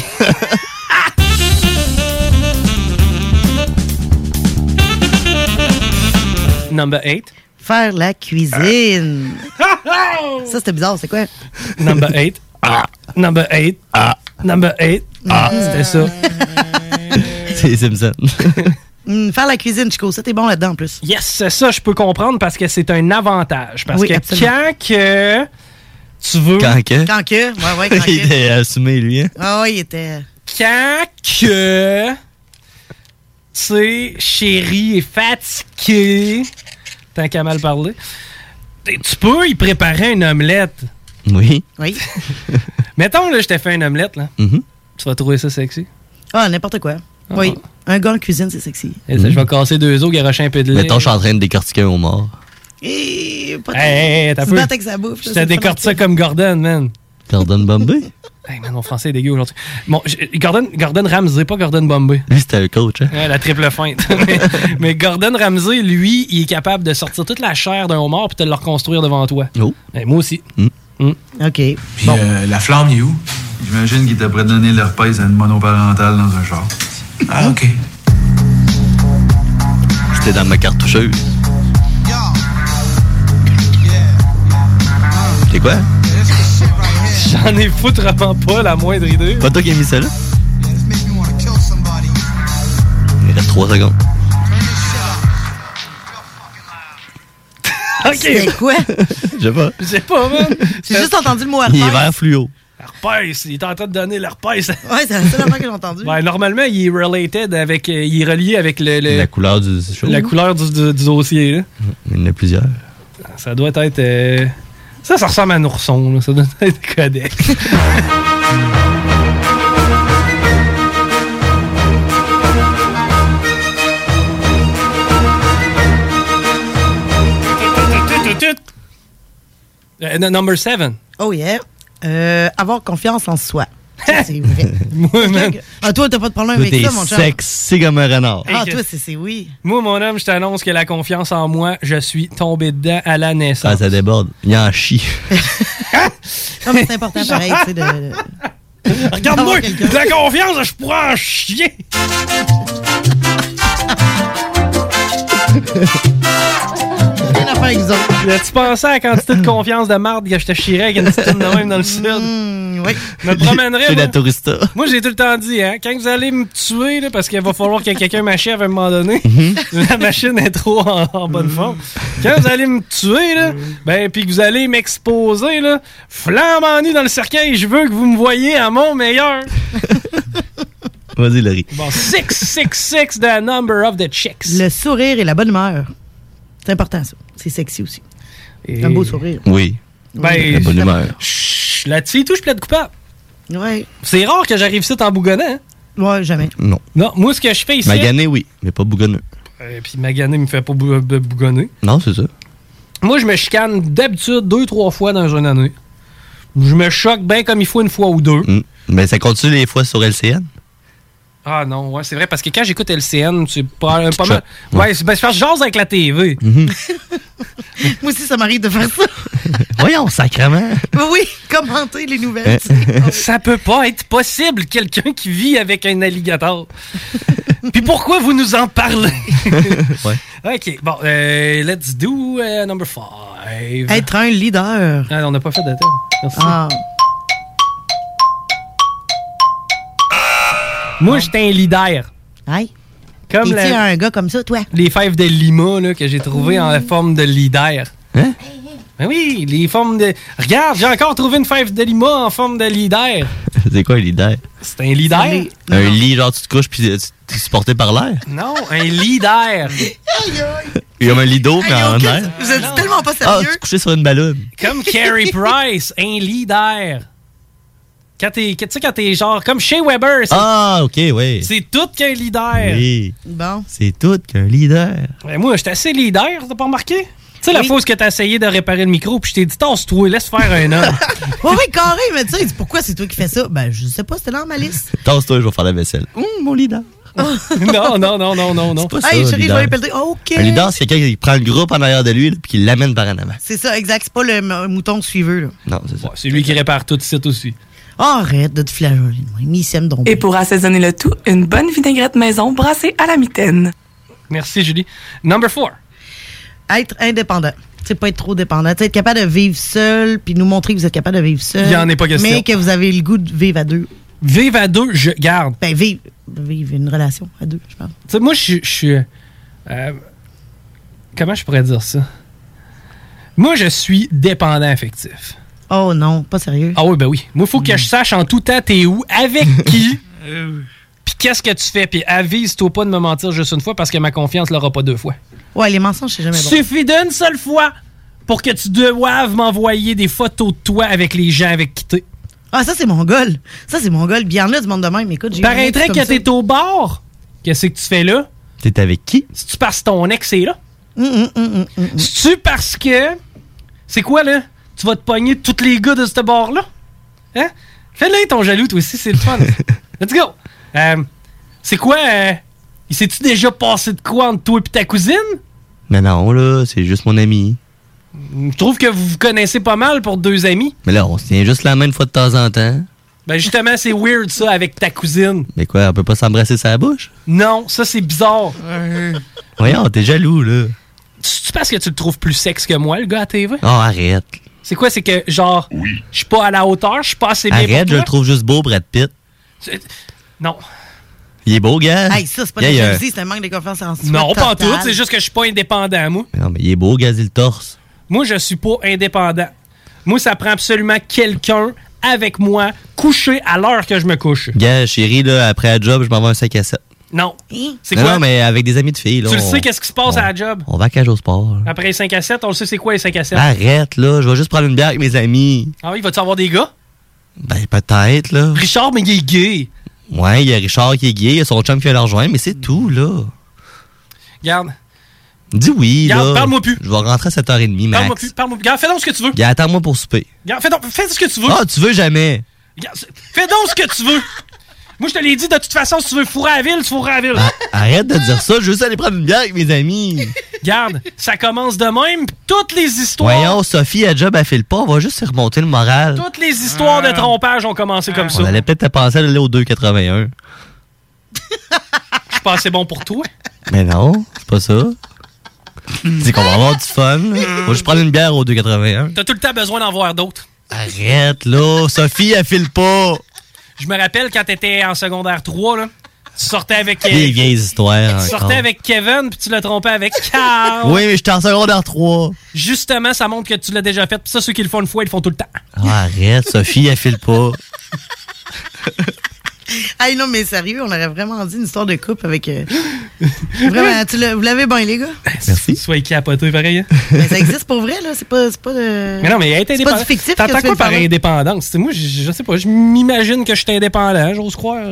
Speaker 8: Number 8.
Speaker 10: Faire la cuisine.
Speaker 8: Ah. Oh!
Speaker 10: ça, c'était bizarre, c'est quoi?
Speaker 8: Number 8.
Speaker 1: Ah.
Speaker 8: Number 8. Number 8. C'était ça. Euh,
Speaker 1: C'est Simpson.
Speaker 10: Hum, faire la cuisine, Chico, ça, t'es bon là-dedans, en plus.
Speaker 8: Yes, c'est ça, je peux comprendre parce que c'est un avantage. Parce
Speaker 10: Oui,
Speaker 8: que
Speaker 10: absolument.
Speaker 8: quand que tu veux.
Speaker 1: Quand que?
Speaker 10: Quand que, ouais, ouais, quand
Speaker 1: il
Speaker 10: que.
Speaker 1: était assumé, lui. Hein?
Speaker 10: Ah, ouais, il était.
Speaker 8: Quand que. Tu sais, chérie est fatiguée. Tant qu'à mal parler. t- Tu peux y préparer une omelette.
Speaker 1: Oui.
Speaker 10: Oui.
Speaker 8: Mettons, là, je t'ai fait une omelette, là.
Speaker 1: Mhm.
Speaker 8: Tu vas trouver ça sexy.
Speaker 10: Ah, n'importe quoi. Oui. Un gars en cuisine, c'est sexy.
Speaker 8: Et ça, je vais casser deux os, garocher un peu de lait.
Speaker 1: Hmm. Mettons, je suis en train de décortiquer un homard.
Speaker 10: Et Eh, pas
Speaker 8: Hey, hey, Eh, t'as
Speaker 10: Tu
Speaker 8: peu.
Speaker 10: te battes avec sa bouffe, là,
Speaker 8: Je
Speaker 10: c'est
Speaker 8: te
Speaker 10: le
Speaker 8: décorte ça comme Gordon, man.
Speaker 1: Gordon Bombay?
Speaker 8: Hey, man, mon français est dégueu aujourd'hui. Bon, je- Gordon, Gordon Ramsay, pas Gordon Bombay.
Speaker 1: Lui, c'était le coach. Hein?
Speaker 8: Ouais, la triple feinte. mais, mais Gordon Ramsay, lui, il est capable de sortir toute la chair d'un homard puis te le reconstruire devant toi. Ouais, moi aussi. Hmm.
Speaker 10: OK.
Speaker 22: Puis euh, la flamme, il est où? J'imagine qu'ils étaient prêts de donner leur pèse à une monoparentale dans un char. Ah, OK.
Speaker 1: J'étais dans ma cartoucheuse. C'est quoi?
Speaker 8: J'en ai foutrement pas la moindre idée.
Speaker 1: Pas toi qui as mis ça là? Il reste 3 secondes.
Speaker 8: OK.
Speaker 10: C'est quoi?
Speaker 1: Je sais pas.
Speaker 8: Je sais pas, man.
Speaker 10: J'ai juste entendu le mot
Speaker 1: Il est
Speaker 10: herpès.
Speaker 1: vert fluo.
Speaker 8: Herpès, il est en train de donner l'herpès.
Speaker 10: Ouais, c'est la seule affaire que j'ai entendue.
Speaker 8: Ben, normalement, il est related avec. euh, Il est relié avec le, le-
Speaker 1: La couleur du show.
Speaker 8: la couleur du, du- du dossier. là.
Speaker 1: Il y en a plusieurs.
Speaker 8: Ça doit être. euh, Ça, ça ressemble à un ourson. là. Ça doit être codex. Euh, no- number 7.
Speaker 10: Oh, yeah. Euh, avoir confiance en soi. Ça, c'est vrai.
Speaker 8: même.
Speaker 10: Ah, toi, t'as pas de problème avec ça, mon chum.
Speaker 1: sexy comme un renard.
Speaker 10: Ah, toi, c'est c'est oui.
Speaker 8: Moi, mon homme, je t'annonce que la confiance en moi, je suis tombé dedans à la naissance.
Speaker 1: Ah, ça déborde. Il en chie.
Speaker 10: Non, mais c'est important, pareil, tu sais, de,
Speaker 8: Regarde-moi! De la confiance, je pourrais en chier!
Speaker 10: Rien à faire avec
Speaker 8: tu pensais à la quantité de confiance de marde que je te chierais avec une petite toune de même dans le sud?
Speaker 10: Hmm, oui.
Speaker 8: Je me promènerais.
Speaker 1: Chez la
Speaker 8: moi.
Speaker 1: tourista.
Speaker 8: Moi, j'ai tout le temps dit, hein, quand vous allez me tuer, là, parce qu'il va falloir que quelqu'un m'achève à un moment donné, la machine est trop en, en bonne forme. Quand vous allez me tuer, là, ben, puis que vous allez m'exposer, là, flambant nu dans le cercueil, je veux que vous me voyez à mon meilleur.
Speaker 1: Vas-y, Larry.
Speaker 8: Bon, 666, the number of the chicks.
Speaker 10: Le sourire et la bonne humeur. C'est important, ça. C'est sexy aussi. Un beau sourire.
Speaker 1: Oui.
Speaker 8: Ben,
Speaker 1: la bonne humeur.
Speaker 8: Chut, là-dessus et tout, je plaide coupable.
Speaker 10: Ouais.
Speaker 8: C'est rare que j'arrive ici en bougonnant.
Speaker 10: Ouais, jamais.
Speaker 1: Non.
Speaker 8: Non, moi, ce que je fais ici.
Speaker 1: Magané, oui, mais pas bougonneux.
Speaker 8: Euh, puis Magané me fait pas bou- bou- bougonner.
Speaker 1: Non, c'est ça.
Speaker 8: Moi, je me chicane d'habitude deux, trois fois dans une année. Je me choque bien comme il faut une fois ou deux.
Speaker 1: Mm. Mais ça continue les fois sur LCN?
Speaker 8: Ah non, ouais, c'est vrai, parce que quand j'écoute LCN, c'est pas, pas mal. Ouais, c'est ben, c'est parce que je jase avec la TV.
Speaker 1: Mhm.
Speaker 10: Moi aussi, ça m'arrive de faire ça.
Speaker 1: Voyons, sacrement.
Speaker 10: Oui, oui, commenter les nouvelles. tu sais.
Speaker 8: Euh, Ça peut pas être possible, quelqu'un qui vit avec un alligator. Puis pourquoi vous nous en parlez? OK, bon, euh, let's do euh, number five.
Speaker 10: eh. Être un leader.
Speaker 8: Ah, on n'a pas fait de thème. Merci.
Speaker 10: Ah.
Speaker 8: Moi, j'étais un leader.
Speaker 10: Aïe.
Speaker 8: Comme
Speaker 10: T'es-tu
Speaker 8: la-
Speaker 10: un gars comme ça, toi?
Speaker 8: les fèves de lima là, que j'ai trouvées en forme de leader.
Speaker 1: Hein?
Speaker 8: Ben oui, les formes de... Regarde, j'ai encore trouvé une fève de lima en forme de leader.
Speaker 1: c'est quoi un leader?
Speaker 8: C'est un leader?
Speaker 1: Un lit, genre, tu te couches puis euh, tu t'es supporté par l'air?
Speaker 8: Non, un leader.
Speaker 1: Il y a comme un lido, Oh,
Speaker 8: Ah,
Speaker 1: mais en air.
Speaker 8: Vous êtes tellement pas
Speaker 1: Ah, tu te couchais sur une ballonne.
Speaker 8: Comme Carey Price, un leader. Quand t'es, quand- tu sais, quand t'es genre comme Shea Weber, c'est,
Speaker 1: Ah, ok, oui.
Speaker 8: c'est tout qu'un leader.
Speaker 1: Oui.
Speaker 10: Bon.
Speaker 1: C'est tout qu'un leader.
Speaker 8: Ben moi, j'étais assez leader, t'as pas remarqué? Tu sais, la
Speaker 10: Oui.
Speaker 8: fois où est-ce que t'as essayé de réparer le micro, puis je t'ai dit, tasse-toi, laisse faire un homme.
Speaker 10: Oui, oui, carré, mais tu sais, il dit, pourquoi c'est toi qui fais ça? Ben, je sais pas, c'était dans ma liste.
Speaker 1: Tasse-toi, je vais faire la vaisselle. mon leader.
Speaker 8: non, non, non, non, non, non.
Speaker 1: pas ça, Hey, chérie, leader. je vais aller pelleter.
Speaker 10: Ah, OK.
Speaker 1: Un leader, c'est quelqu'un qui prend le groupe en arrière de lui là, puis qui l'amène par en avant.
Speaker 10: C'est ça, exact. C'est pas le m- mouton suiveux, là.
Speaker 1: Non, c'est ça.
Speaker 8: c'est lui qui répare tout site aussi.
Speaker 10: Arrête de te flageoler. Il s'aime donc.
Speaker 23: Et pour assaisonner le tout, une bonne vinaigrette maison brassée à la mitaine.
Speaker 8: Merci, Julie. Number four.
Speaker 10: Être indépendant. C'est pas être trop dépendant. Tu sais, être capable de vivre seul, puis nous montrer que vous êtes capable de vivre seul.
Speaker 8: Il y en est pas question.
Speaker 10: Mais que vous avez le goût de vivre à deux.
Speaker 8: Vivre à deux, je garde.
Speaker 10: Ben, vivre, vivre une relation à deux, je pense.
Speaker 8: Tu sais, moi, je suis- je suis. euh, comment je pourrais dire ça? Moi, je suis dépendant affectif.
Speaker 10: Oh non, pas sérieux.
Speaker 8: Ah oui, ben oui. Moi, il faut que
Speaker 10: Mm.
Speaker 8: je sache en tout temps t'es où, avec qui, Euh. puis qu'est-ce que tu fais. Puis avise-toi pas de me mentir juste une fois parce que ma confiance l'aura pas deux fois.
Speaker 10: Ouais, les mensonges, c'est jamais bon.
Speaker 8: Suffit d'une seule fois pour que tu doives m'envoyer des photos de toi avec les gens avec qui t'es.
Speaker 10: Ah, ça, c'est mongol. Ça, c'est mongol. Bien là, du monde de même. Écoute, j'ai
Speaker 8: Par
Speaker 10: eu une ex
Speaker 8: intérêt
Speaker 10: comme
Speaker 8: que
Speaker 10: ça.
Speaker 8: t'es au bar, qu'est-ce que tu fais là?
Speaker 1: T'es avec qui?
Speaker 8: Si tu passes ton ex, c'est là.
Speaker 10: Mm,
Speaker 8: C'est-tu parce que. C'est quoi, là? Tu vas te pogner tous les gars de ce bord-là? Hein? Fais-le ton jaloux, toi aussi, c'est le fun. Let's go! Euh, c'est quoi? euh, il s'est-tu déjà passé de quoi entre toi et ta cousine?
Speaker 1: Mais non, là, c'est juste mon ami.
Speaker 8: Je trouve que vous vous connaissez pas mal pour deux amis.
Speaker 1: Mais là, on se tient juste la main une fois de temps en temps.
Speaker 8: Ben justement, c'est weird ça avec ta cousine.
Speaker 1: Mais quoi, on peut pas s'embrasser sa bouche?
Speaker 8: Non, ça c'est bizarre.
Speaker 1: Voyons, t'es jaloux, là.
Speaker 8: C'est parce que tu le trouves plus sexe que moi, le gars à TV?
Speaker 1: Oh, arrête.
Speaker 8: C'est quoi? C'est que, genre, je suis pas à la hauteur, je suis pas assez bien pour
Speaker 1: Arrête, je
Speaker 8: toi?
Speaker 1: le trouve juste beau, Brad Pitt.
Speaker 8: C'est- Non.
Speaker 1: Il est beau, gars.
Speaker 10: Hey, ça, c'est pas de
Speaker 1: Yeah,
Speaker 10: la
Speaker 1: il a-
Speaker 10: jalousie, c'est un manque de confiance en soi.
Speaker 8: Non, pas en tout.
Speaker 10: total.
Speaker 8: C'est juste que je suis pas indépendant, moi.
Speaker 1: Mais non, mais il est beau, gars, il le torse.
Speaker 8: Moi, je suis pas indépendant. Moi, ça prend absolument quelqu'un avec moi, couché à l'heure que je me couche.
Speaker 1: Gars, chérie, là, après la job, je m'en vais un 5 à 7.
Speaker 8: Non. C'est
Speaker 1: Hein? non,
Speaker 8: quoi?
Speaker 1: non, mais avec des amis de filles, là.
Speaker 8: tu le
Speaker 1: on-
Speaker 8: sais, qu'est-ce qui se passe à la job?
Speaker 1: On va à cage au sport. là.
Speaker 8: Après les 5 à 7, on le sait, c'est quoi les 5 à 7?
Speaker 1: Arrête, là, je vais juste prendre une bière avec mes amis.
Speaker 8: Ah oui, va-tu avoir des gars?
Speaker 1: Ben, peut-être, là.
Speaker 8: Richard, mais il est gay.
Speaker 1: Ouais, il y a Richard qui est gay, il y a son chum qui vient le rejoindre, mais c'est tout, là.
Speaker 8: Regarde,
Speaker 1: Dis oui,
Speaker 8: Regarde,
Speaker 1: là.
Speaker 8: parle-moi plus.
Speaker 1: Je vais rentrer à 7h30,
Speaker 8: parle-moi
Speaker 1: max.
Speaker 8: plus, parle-moi plus. Regarde, fais donc ce que tu veux.
Speaker 1: Gars, attends-moi pour souper.
Speaker 8: Regarde, fais donc, fais ce que tu veux.
Speaker 1: Ah, tu veux jamais.
Speaker 8: Regarde, Fais donc ce que tu veux. Moi, je te l'ai dit, de toute façon, si tu veux fourrer à la ville, tu fourres à la ville.
Speaker 1: Arrête de dire Ah. ça, je veux juste aller prendre une bière avec mes amis.
Speaker 8: Garde, ça commence de même. pis Toutes les histoires,
Speaker 1: Voyons, Sophie, à job, elle file pas, on va juste se remonter le moral.
Speaker 8: toutes les histoires de trompage ont commencé comme ça.
Speaker 1: On allait peut-être penser à aller au 2,81.
Speaker 8: Je pensais bon pour toi.
Speaker 1: Mais non, c'est pas ça. C'est qu'on va avoir du fun. là. Faut juste prendre une bière au 2,81.
Speaker 8: T'as tout le temps besoin d'en voir d'autres.
Speaker 1: Ah. Arrête, là. Sophie, elle file pas.
Speaker 8: Je me rappelle quand t'étais en secondaire 3, là, tu sortais avec. euh,
Speaker 1: Des vieilles histoires.
Speaker 8: tu
Speaker 1: encore.
Speaker 8: sortais avec Kevin, puis tu l'as trompé avec Carl.
Speaker 1: Oui, mais j'étais en secondaire 3.
Speaker 8: Justement, ça montre que tu l'as déjà fait. Puis ça, ceux qui le font une fois, ils le font tout le temps.
Speaker 1: Ah, arrête, Sophie, elle file pas.
Speaker 10: Hey, non, mais sérieux, on aurait vraiment dit une histoire de couple avec. euh, vraiment, tu l'as- vous l'avez bien, les gars?
Speaker 8: Merci. Soyez capotés, pareil. hein?
Speaker 10: Mais ça existe pour vrai, là? C'est pas, c'est pas de.
Speaker 8: Mais non, mais
Speaker 10: Mm.
Speaker 8: être
Speaker 10: C'est pas
Speaker 8: indépendant.
Speaker 10: du fictif. que
Speaker 8: T'entends
Speaker 10: tu viens
Speaker 24: veux
Speaker 8: quoi par
Speaker 24: parler?
Speaker 8: indépendance? T'sais, moi, je, je sais pas. Je m'imagine que je suis indépendant. J'ose croire.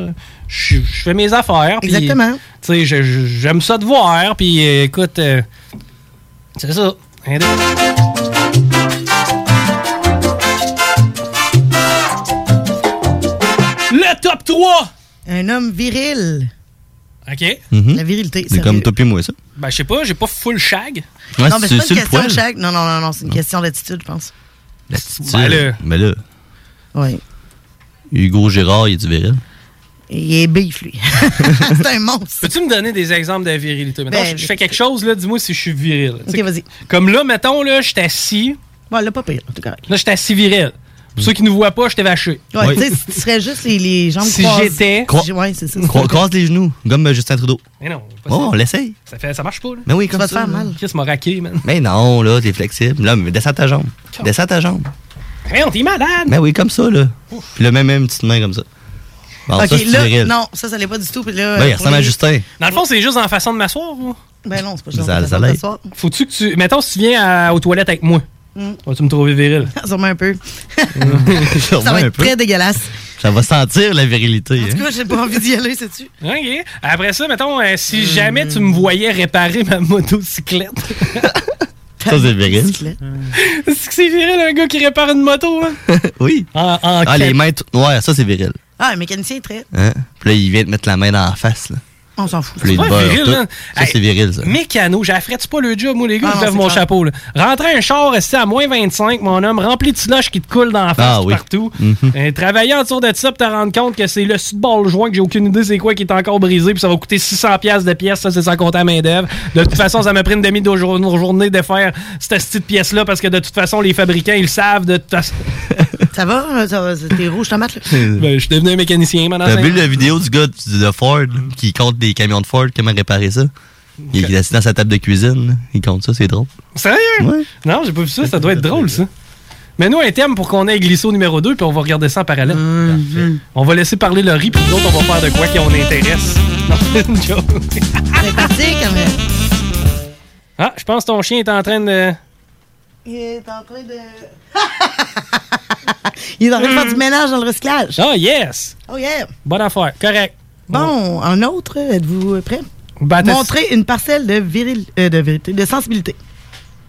Speaker 8: Je, je fais mes affaires. puis,
Speaker 10: Exactement.
Speaker 8: tu sais, je- je- j'aime ça de voir. Puis, euh, écoute, euh, c'est ça. Indé- Le top 3!
Speaker 10: Un homme viril.
Speaker 8: OK.
Speaker 1: Mhm.
Speaker 10: La virilité.
Speaker 1: C'est
Speaker 10: sérieux.
Speaker 1: comme toi puis moi, ça.
Speaker 8: Ben, je sais pas. J'ai pas full shag.
Speaker 1: Ouais,
Speaker 10: non, mais c'est pas une question de
Speaker 1: poil.
Speaker 10: chaque. Non, non, non, non, c'est une question d'attitude, je pense.
Speaker 1: Ben là. Mais là.
Speaker 10: Oui.
Speaker 1: Hugo Gérard, il est du viril.
Speaker 10: Il est bif, lui. c'est un monstre.
Speaker 8: Peux-tu me donner des exemples de virilité? Mettons,
Speaker 10: Ben,
Speaker 8: je, je fais quelque chose, là, dis-moi si je suis viril. Tu sais,
Speaker 10: vas-y.
Speaker 8: Comme là, mettons, là, je suis assis.
Speaker 10: Bon, là, pas pire, en tout cas.
Speaker 8: Là, je suis assis viril. Pour ceux qui ne voient pas, je t'ai vaché.
Speaker 10: Ouais, tu sais, si tu serais juste les, les jambes
Speaker 8: Si
Speaker 10: croisées.
Speaker 8: j'étais-
Speaker 1: Cro-
Speaker 10: Si j'- Ouais, c'est ça.
Speaker 1: Cro- Croise les genoux, comme euh, Justin Trudeau.
Speaker 8: Mais non, pas
Speaker 1: Oh, on
Speaker 8: ça.
Speaker 1: l'essaye.
Speaker 8: Ça, fait, ça marche pas, là.
Speaker 1: Mais oui, comme
Speaker 8: vas
Speaker 1: ça.
Speaker 8: te faire mal. Chris m'a raqué, man.
Speaker 1: Mais non, là, t'es flexible. Là, mais descends ta jambe. Descends ta jambe.
Speaker 8: Hey, on t'es malade!
Speaker 1: Mais Ben oui, comme ça, là. Puis là, même, même une petite main comme ça. Bon,
Speaker 10: ok,
Speaker 1: Ah, ça, c'est
Speaker 10: là,
Speaker 1: viril.
Speaker 10: non, euh, ça, ça l'est pas du tout. puis là,
Speaker 1: Ben, il
Speaker 10: pour
Speaker 1: ressemble à
Speaker 10: les-
Speaker 1: Justin.
Speaker 8: Dans le fond, c'est juste en façon de m'asseoir, ou?
Speaker 10: Ben non, c'est pas
Speaker 1: Ça,
Speaker 10: juste. Ça,
Speaker 1: ça
Speaker 10: ça,
Speaker 1: l'est.
Speaker 10: ça,
Speaker 8: Faut-tu que tu. Mettons, si tu viens à- aux toilettes avec moi,
Speaker 10: Mm.
Speaker 8: vas-tu me trouver viril?
Speaker 10: Sûrement un peu.
Speaker 1: Sûrement
Speaker 10: Ça va
Speaker 1: un
Speaker 10: être
Speaker 1: peu.
Speaker 10: très dégueulasse.
Speaker 1: Ça va sentir la virilité.
Speaker 10: En tout
Speaker 1: hein.
Speaker 10: cas, j'ai pas envie d'y aller, sais-tu?
Speaker 8: OK. Après ça, mettons, euh, si jamais tu me voyais réparer ma motocyclette.
Speaker 1: Ça, c'est viril.
Speaker 8: Est-ce que c'est viril un gars qui répare une moto, hein?
Speaker 1: Oui. ah, les mains toutes noires, ça, c'est viril.
Speaker 10: Ah, un mécanicien, très.
Speaker 1: Hein? Puis là, il vient te mettre la main dans la face. Là.
Speaker 10: On s'en fout.
Speaker 1: Puis là, il te beurre tout.
Speaker 8: hein?
Speaker 1: Ça, c'est viril, ça.
Speaker 8: Mécano, j'affrète pas le job, moi, les gars,
Speaker 10: Ah non,
Speaker 8: je lève
Speaker 10: c'est
Speaker 8: mon
Speaker 10: clair.
Speaker 8: chapeau. Là. Rentrer un char, rester à moins 25, mon homme, rempli de slush qui te coule dans la face
Speaker 1: Ah oui.
Speaker 8: partout.
Speaker 1: Mhm.
Speaker 8: Euh, travailler autour de ça, pour te rendre compte que c'est le sud ball joint que j'ai aucune idée c'est quoi qui est encore brisé, puis ça va coûter 600 pièces de pièce, ça c'est sans compter à main d'œuvre. De toute façon, ça m'a pris une demi de journée de faire cette petite pièce là parce que de toute façon, les fabricants, ils le savent de toute façon.
Speaker 10: Ça va? euh, Ça va c'est- T'es rouge, tomate, là?
Speaker 8: Ben, je suis devenu un mécanicien maintenant.
Speaker 1: T'as vu la vidéo du gars du- de Ford là, qui compte des camions de Ford, comment réparer ça? Il est assis dans sa table de cuisine, là. il compte ça, c'est drôle.
Speaker 8: Sérieux? Non, j'ai pas vu ça, ça doit être drôle ça. Mais nous, un thème pour qu'on ait glissé au numéro 2 puis on va regarder ça en parallèle.
Speaker 10: Mm-hmm.
Speaker 8: Parfait. On va laisser parler Laurie puis nous autres, on va faire de quoi qui on intéresse. Non, c'est une joke.
Speaker 10: C'est hein, parti, quand même.
Speaker 8: Ah, je pense que ton chien est en train de.
Speaker 10: Il est en train de. Il est en train de faire du ménage dans le recyclage.
Speaker 8: Ah, yes!
Speaker 10: Oh, yeah!
Speaker 8: Bonne affaire, correct.
Speaker 10: Bon, en autre, êtes-vous prêts?
Speaker 8: Ben, t'as-
Speaker 10: Montrer une parcelle de, viril, euh, de vérité, de sensibilité.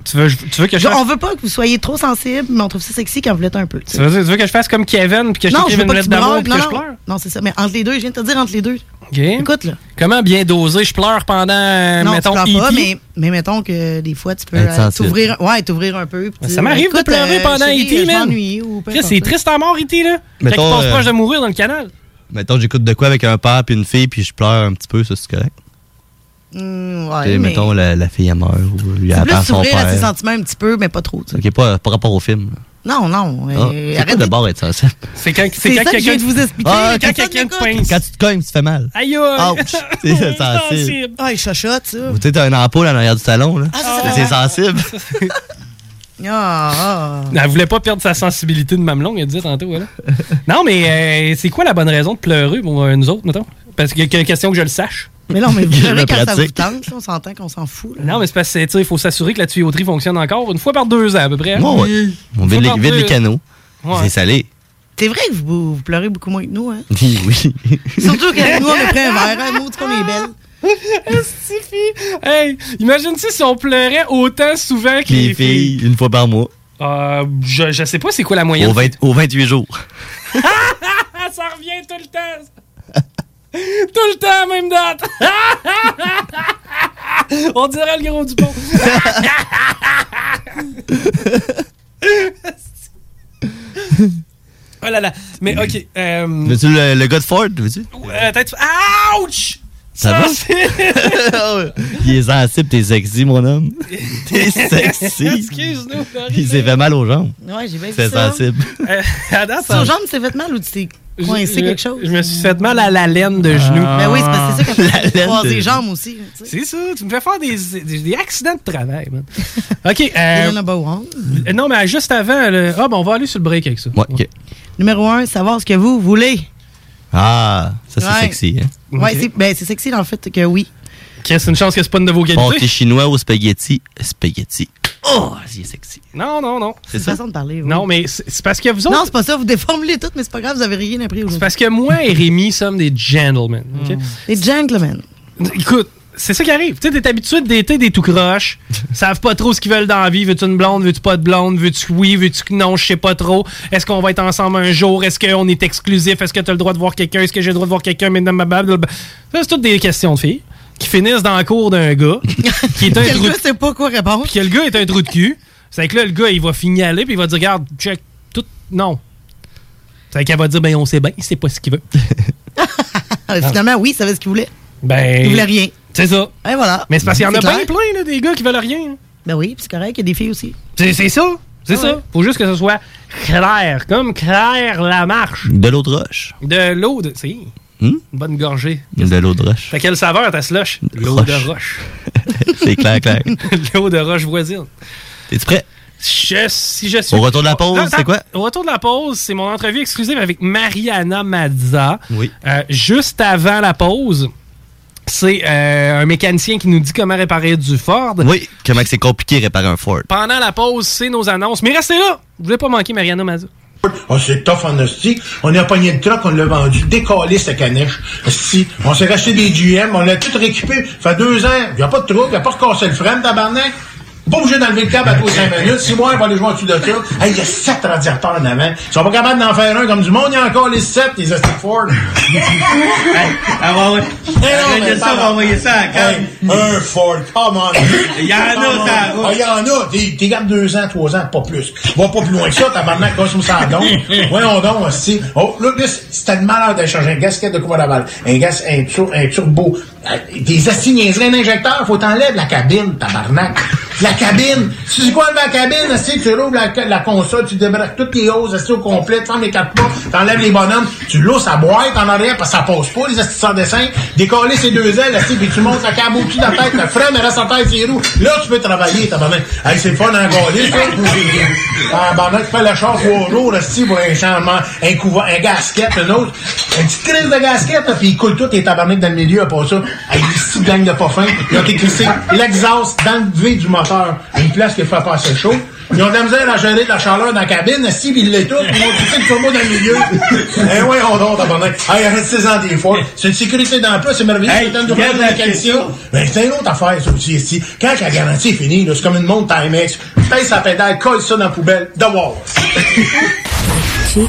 Speaker 8: Tu veux, tu veux que je
Speaker 10: Genre,
Speaker 8: fasse...
Speaker 10: on veut pas que vous soyez trop sensible, mais on trouve ça sexy quand vous l'êtes un peu. tu
Speaker 8: tu,
Speaker 10: sais.
Speaker 8: veux, tu veux que je fasse comme Kevin puis que je
Speaker 10: non, je
Speaker 8: t'écrive
Speaker 10: veux
Speaker 8: une
Speaker 10: pas que tu
Speaker 8: lettre
Speaker 10: pleures.
Speaker 8: d'amour puis
Speaker 10: Non,
Speaker 8: que je
Speaker 10: non,
Speaker 8: pleure?
Speaker 10: non c'est ça. Mais entre les deux, je viens de te dire entre les deux.
Speaker 8: OK.
Speaker 10: Écoute, là.
Speaker 8: Comment bien doser? Je pleure pendant, euh,
Speaker 10: non,
Speaker 8: mettons,
Speaker 10: tu pleures pas,
Speaker 8: E.T.
Speaker 10: mais, mais mettons que des fois, tu peux
Speaker 8: Être
Speaker 10: euh,
Speaker 8: sensible.
Speaker 10: t'ouvrir ouais, t'ouvrir un peu. puis
Speaker 8: Ça
Speaker 10: dire,
Speaker 8: m'arrive de
Speaker 10: écoute,
Speaker 8: pleurer pendant
Speaker 10: chérie,
Speaker 8: E.T.,
Speaker 10: euh, je
Speaker 8: man.
Speaker 10: m'ennuie ou peu
Speaker 8: Chris,
Speaker 10: importe
Speaker 8: c'est
Speaker 10: ça.
Speaker 8: triste à mort, E.T., là. Quand il
Speaker 1: Mettons,
Speaker 8: passe
Speaker 1: euh,
Speaker 8: proche de mourir dans le canal.
Speaker 1: Mettons, j'écoute de quoi avec un père puis une fille, puis je pleure un petit peu, ça, c'est correct.
Speaker 10: Mm,
Speaker 1: Tu sais,
Speaker 10: ouais, mais
Speaker 1: Mettons, la, la fille, elle meurt, ou elle perd
Speaker 10: c'est plus
Speaker 1: son
Speaker 10: s'ouvrir à ses
Speaker 1: père.
Speaker 10: sentiments un petit peu, mais pas trop. tu sais.
Speaker 1: Ok, pas par rapport au film. là.
Speaker 10: Non, non.
Speaker 1: Ah,
Speaker 10: euh,
Speaker 1: c'est quoi
Speaker 10: arrête.
Speaker 1: d'abord être sensible?
Speaker 8: C'est quand,
Speaker 10: C'est ça que je viens de vous expliquer.
Speaker 1: Ah,
Speaker 10: Quand
Speaker 1: quand,
Speaker 10: quelqu'un
Speaker 1: quelqu'un
Speaker 10: te
Speaker 1: te pince. Quand tu te cognes, tu fais mal.
Speaker 8: Aïe,
Speaker 1: Ouch! C'est sensible.
Speaker 10: Ah, il chachote, ça.
Speaker 1: Ou tu sais, t'as une ampoule en arrière du salon, là.
Speaker 10: Ah,
Speaker 1: c'est sensible.
Speaker 10: Ah, ah.
Speaker 8: Elle voulait pas perdre sa sensibilité de mamelon, elle disait tantôt. Voilà. non, mais euh, c'est quoi la bonne raison de pleurer pour euh, nous autres, mettons? Parce qu'il y a une question que je le sache.
Speaker 10: Mais non, mais vous
Speaker 8: Je
Speaker 10: savez
Speaker 8: le
Speaker 10: quand ça vous
Speaker 8: pratique.
Speaker 10: tente, là, on s'entend qu'on s'en fout. là.
Speaker 8: Non, mais c'est parce que, tu sais, il faut s'assurer que la tuyauterie fonctionne encore une fois par deux ans, à peu près. hein?
Speaker 1: Bon, ouais. On vide
Speaker 8: Une fois
Speaker 1: les,
Speaker 8: par
Speaker 1: vide
Speaker 8: deux-
Speaker 1: les canaux.
Speaker 8: Ouais.
Speaker 1: C'est salé.
Speaker 10: C'est vrai que vous, vous pleurez beaucoup moins que nous, hein?
Speaker 1: Oui, oui.
Speaker 10: Surtout que nous, on a pris un verre, hein? Nous, tu qu'on est belle.
Speaker 8: Suffit. Hey, imagine-tu si on pleurait autant souvent que
Speaker 1: les filles, une fois par mois.
Speaker 8: Euh, je, je sais pas c'est quoi la
Speaker 1: Au,
Speaker 8: moyenne.
Speaker 1: vingt- au 28 jours.
Speaker 8: ça revient tout le temps. Tout le temps, à la même date. On dirait le gros du pont. oh là là. Mais ok. euh,
Speaker 1: Veux-tu le, le gars de Ford, veux-tu?
Speaker 8: euh, peut-être- Ouch!
Speaker 1: Ça va?
Speaker 8: va?
Speaker 1: Il est sensible, t'es sexy, mon homme. T'es sexy.
Speaker 8: Excuse-nous.
Speaker 1: Il s'est fait mal aux jambes.
Speaker 10: Ouais, j'ai bien vu
Speaker 1: C'est
Speaker 10: ça.
Speaker 1: sensible.
Speaker 8: Euh, à date,
Speaker 10: Sur jambe, c'est vêtement ou tu t'es coincé
Speaker 8: Je-
Speaker 10: quelque chose?
Speaker 8: Je me suis fait mal à la laine de genou.
Speaker 1: Ah.
Speaker 10: Ben oui, c'est parce que c'est ça quand tu croises les jambes aussi.
Speaker 8: C'est ça, tu me fais faire des, des- des accidents de travail, man. OK. euh,
Speaker 10: hein?
Speaker 8: euh, non, mais juste avant, le- ah, ben, on va aller sur le break avec ça.
Speaker 1: Ouais, ok.
Speaker 10: Numéro un, savoir ce que vous voulez.
Speaker 1: Ah, ça c'est
Speaker 10: Ouais.
Speaker 1: sexy. Hein?
Speaker 10: Ouais, c'est ben, c'est sexy dans le fait que oui.
Speaker 8: c'est une chance que c'est pas une de vos
Speaker 1: Pâté chinois au spaghetti. Spaghetti. Oh, c'est sexy.
Speaker 8: Non, non, non.
Speaker 1: C'est ça.
Speaker 10: façon de parler. oui.
Speaker 8: Non, mais c'est c'est parce que vous autres.
Speaker 10: Non, c'est pas ça, vous déformulez tout, mais c'est pas grave, vous avez rien appris
Speaker 8: c'est
Speaker 10: aujourd'hui.
Speaker 8: parce que moi et Rémi sommes des gentlemen. ok?
Speaker 10: Les gentlemen.
Speaker 8: Écoute, c'est ça qui arrive. Tu sais, t'es habitué de dater des tout croches. savent pas trop ce qu'ils veulent dans la vie. Veux-tu une blonde? Veux-tu pas de blonde? Veux-tu oui? Veux-tu que non? Je sais pas trop. Est-ce qu'on va être ensemble un jour? Est-ce qu'on est exclusif? Est-ce que t'as le droit de voir quelqu'un? Est-ce que j'ai le droit de voir quelqu'un? Mesdames, ma blablabla. Ça, c'est toutes des questions de filles qui finissent dans la cour d'un gars qui est un
Speaker 10: Que le
Speaker 8: trou
Speaker 10: gars sait pas quoi répondre.
Speaker 8: Puis que le gars est un trou de cul. C'est que là, le gars, il va fignaler puis il va dire, regarde, check, tout, non. C'est qu'elle va dire, ben on sait bien, c'est pas ce qu'il veut.
Speaker 10: Ah, Finalement, oui, ça savait ce qu'il voulait.
Speaker 8: Ben.
Speaker 10: Il voulait rien.
Speaker 8: C'est ça.
Speaker 10: Et voilà.
Speaker 8: Mais c'est parce qu'il y en a
Speaker 10: clair.
Speaker 8: bien plein, là, des gars qui veulent rien.
Speaker 10: Ben oui, puis c'est correct, il y a des filles aussi.
Speaker 8: C'est c'est ça. C'est
Speaker 10: Ah
Speaker 8: ça.
Speaker 10: ouais.
Speaker 8: Faut juste que ce soit clair, comme clair la marche.
Speaker 1: De l'eau de roche.
Speaker 8: De l'eau de. C'est
Speaker 1: Hum?
Speaker 8: une bonne gorgée.
Speaker 1: De l'eau de roche.
Speaker 8: T'as quelle saveur ta slush? L'eau de roche.
Speaker 1: C'est clair, clair.
Speaker 8: l'eau de roche voisine.
Speaker 1: T'es-tu prêt?
Speaker 8: Je- si je suis-
Speaker 1: Au retour de la pause,
Speaker 8: Non, attends.
Speaker 1: c'est quoi?
Speaker 8: Au retour de la pause, c'est mon entrevue exclusive avec Mariana Mazza.
Speaker 1: Oui.
Speaker 8: Euh, juste avant la pause, c'est euh, un mécanicien qui nous dit comment réparer du Ford.
Speaker 1: Oui, comment que c'est compliqué de réparer un Ford.
Speaker 8: Pendant la pause, c'est nos annonces. Mais restez là! Vous voulez pas manquer Mariana Mazza.
Speaker 24: On s'est Oh, tough en hostie. On a pogné le truck, on l'a vendu. Décalé sa caniche. Hostie. On s'est racheté des GM, on l'a tout récupéré. Ça fait deux ans. Il a pas de truc, il a pas recassé le frein, tabarnak. Pas obligé d'enlever le câble à tous cinq minutes. Si moi, il va aller jouer en dessous de ça. Hey, il y a sept radiateurs en avant. Ils sont pas capables d'en faire un comme du monde. Il y a encore les sept, les hosties de Ford. Eh
Speaker 25: Ah ouais, ouais. Arrête de ça, on va envoyer ça à Cannes.
Speaker 24: Un Ford, come on.
Speaker 25: Il y en a, ça va.
Speaker 24: Ah, Il y en a. T'es- T'es garde deux ans, trois ans, pas plus. Va pas plus loin que ça, tabarnak, comme sous ça donc. Voyons donc, aussi. Oh, là, là, c'était le malheur d'échanger un gasket de quoi d'aval. Un gas, un, tur- un turbo. Euh, Des assignaisons, un injecteur, faut t'enlèves la cabine, tabarnak. La cabine. Tu sais quoi, la cabine, aussi, tu rouvres la, la console, tu débraques toutes les hausses, aussi, au complet, tu fermes les quatre portes, t'enlèves les bonhommes, tu l'oses sa boîte en arrière, parce que ça pose pas, les assis sans dessin, décoller ses deux ailes, assis, puis tu montes la cam au-dessus de la tête, le frein, mais reste en tête, ses roues. Là, tu peux travailler, ta maman. Hey, c'est le fun en gauler, ça. Ah, ben, là, tu fais la char trois jours, assis, pour un changement, un couvent, un gasket, un autre. Une petite crise de gasket, là, puis il coule tout, les tabarnak dans le milieu, à part ça. Hey, ici, gang de pas fin, ils ont éclissé l'exhaust dans le V du moteur. Une place qui fait passer chaud. Ils ont de la misère à gérer de la chaleur dans la cabine, assis, puis ils l'étouffent, puis ils ont tout le turbo dans le milieu. Eh ouais, on dort, tabarnak. Hey, arrête 16 ans des fois. C'est une sécurité d'emploi, c'est merveilleux.
Speaker 25: Hey,
Speaker 24: C'est un domaine
Speaker 25: regarde
Speaker 24: de
Speaker 25: la
Speaker 24: mécanicien. Ben, c'est une autre affaire, ça aussi, ici. Quand la garantie est finie, là, c'est comme une montre Timex. Paye sa pédale, colle ça dans la poubelle, de wall.
Speaker 26: Easy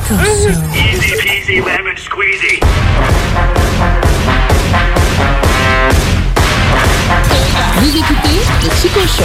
Speaker 26: peasy lemon squeezy.
Speaker 13: Vous écoutez le Chico Show.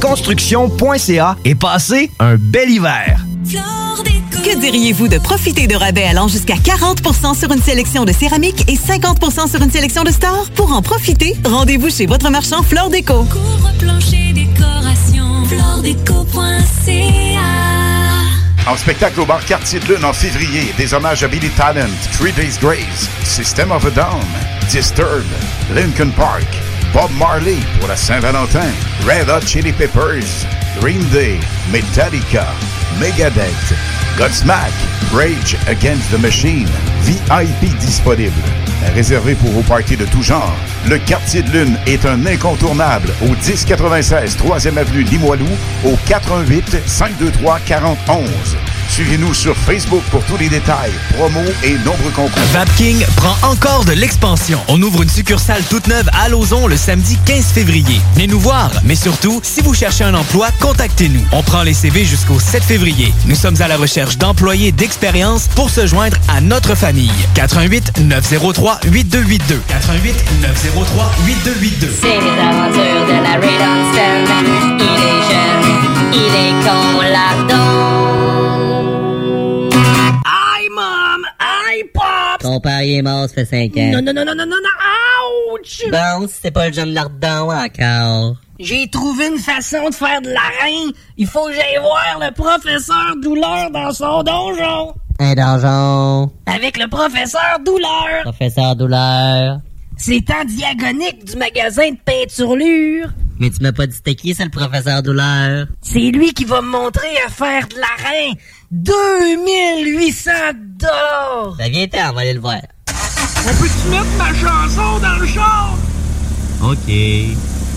Speaker 17: et passez un bel hiver.
Speaker 20: Que diriez-vous de profiter de rabais allant jusqu'à 40 sur une sélection de céramique et 50 sur une sélection de stores? Pour en profiter, rendez-vous chez votre marchand Flore Déco.
Speaker 4: plancher décoration, flordeco.ca.
Speaker 7: En spectacle au bar Quartier de Lune en février, des hommages à Billy Talent, Three Days Grace, System of a Down, Disturbed, Linkin Park, Bob Marley pour la Saint-Valentin, Red Hot Chili Peppers, Green Day, Metallica, Megadeth, Godsmack, Rage Against the Machine, VIP disponible.
Speaker 19: Réservé pour vos parties de tout genre, le Quartier de Lune est un incontournable au 1096 3e Avenue Limoilou au 418 523 4011. Suivez-nous sur Facebook pour tous les détails, promos et nombreux concours.
Speaker 2: Vapking prend encore de l'expansion. On ouvre une succursale toute neuve à Lauson le samedi 15 février. Venez nous voir, mais surtout, si vous cherchez un emploi, contactez-nous. On prend les CV jusqu'au 7 février. Nous sommes à la recherche d'employés d'expérience pour se joindre à notre famille. 88 903 8282. 88 903 8282.
Speaker 17: C'est les aventures de la Red Stone. Il est jeune, il est con là-dedans.
Speaker 5: Aïe, mom! Aïe, pop!
Speaker 3: Ton père il est mort, ça fait 5 ans.
Speaker 5: Non, non, non, non, non, non, non! Ouch!
Speaker 3: Bon, si c'est pas le jeune lardon encore.
Speaker 5: J'ai trouvé une façon de faire de l'arin. Il faut que j'aille voir le professeur Douleur dans son donjon.
Speaker 3: Un donjon.
Speaker 5: Avec le professeur Douleur.
Speaker 3: Professeur Douleur.
Speaker 5: C'est en diagonique du magasin de peinturlure.
Speaker 3: Mais tu m'as pas dit c'était qui, c'est le professeur Douleur?
Speaker 5: C'est lui qui va me montrer à faire de l'arin. 2800 dollars.
Speaker 3: Ben viens t'en, on va aller le voir.
Speaker 5: On peut-tu mettre ma chanson dans le char?
Speaker 3: OK.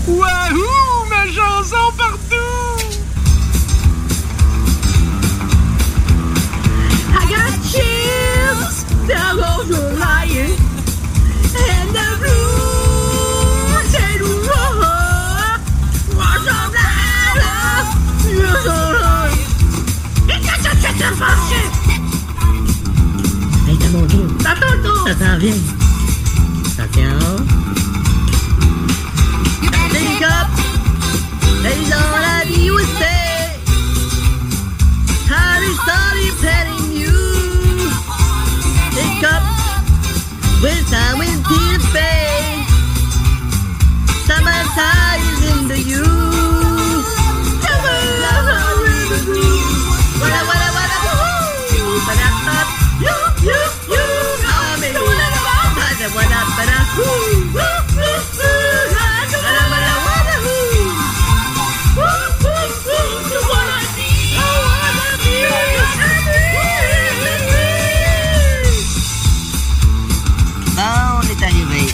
Speaker 5: Wahoo! Ma chanson partout! I got chills down over my ears. And the blues and roar. Wash of the Et que tu te fâches!
Speaker 3: Hey, t'as mon tour.
Speaker 5: Ça tourne, tourne.
Speaker 3: Ça s'en vient. Attention.
Speaker 5: Big up! Hey, dans la vie, où c'est? Harry started petting you. Big up! With time, with deep face. Samantha is in the you. Come on, love her in the blue. Wada, wada, wada, woo! Wada, up. You, you, you. Come and Wada, wada, wada, woo! Woo, woo, woo. Wada, wada, wada, woo. Woo, woo, woo. You wanna be. I wanna be. I wanna be.
Speaker 3: Bon, on est arrivé.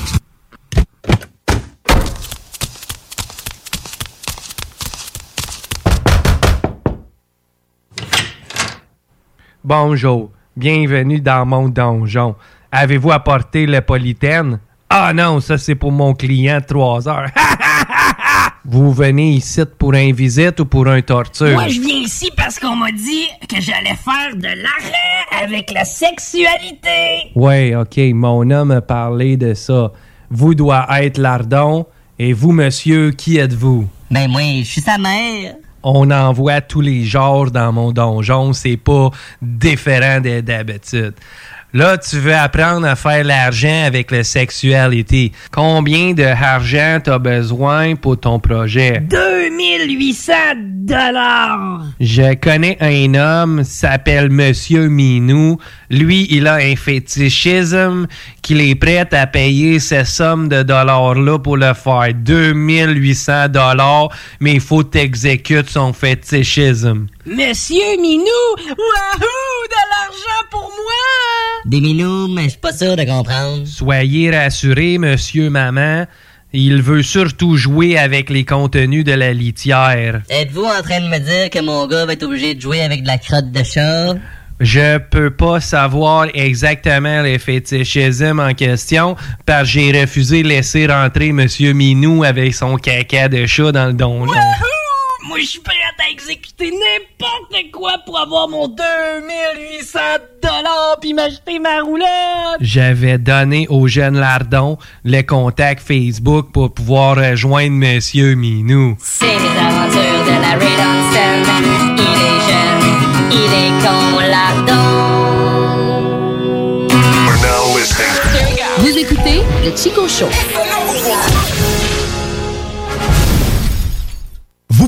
Speaker 8: Bonjour, bienvenue dans mon donjon. Avez-vous apporté le politaine? Ah non, ça c'est pour mon client de 3 heures. Vous venez ici pour un visite ou pour un torture?
Speaker 5: Moi, je viens ici parce qu'on m'a dit que j'allais faire de l'arrêt avec la sexualité.
Speaker 8: Ouais, ok, mon homme a parlé de ça. Vous doit être Lardon et vous, monsieur, qui êtes-vous?
Speaker 3: Ben moi, je suis sa mère.
Speaker 8: On envoie tous les genres dans mon donjon, c'est pas différent de- d'habitude. Là, tu veux apprendre à faire l'argent avec la sexualité. Combien de argent t'as besoin pour ton projet?
Speaker 5: 2800 dollars.
Speaker 8: Je connais un homme, s'appelle Monsieur Minou. Lui, il a un fétichisme qu'il est prêt à payer cette somme de dollars-là pour le faire. 2800 dollars, mais il faut t'exécutes son fétichisme.
Speaker 5: Monsieur Minou, wahoo, de l'argent pour moi.
Speaker 3: Des minous, mais je suis pas sûr de comprendre.
Speaker 8: Soyez rassurés, Monsieur Maman. Il veut surtout jouer avec les contenus de la litière.
Speaker 3: Êtes-vous en train de me dire que mon gars va être obligé de jouer avec de la crotte de chat?
Speaker 8: Je peux pas savoir exactement les fétichismes en question parce que j'ai refusé de laisser rentrer Monsieur Minou avec son caca de chat dans le donjon.
Speaker 5: Wahoo! Moi, je suis prêt à exécuter n'importe quoi pour avoir mon 2800 dollars puis m'acheter ma roulette.
Speaker 8: J'avais donné au jeune Lardon le contact Facebook pour pouvoir rejoindre Monsieur Minou.
Speaker 17: C'est les aventures de la Red Stone. Il est jeune, il est con là-dedans.
Speaker 6: Vous écoutez le Chico Show.
Speaker 27: Vous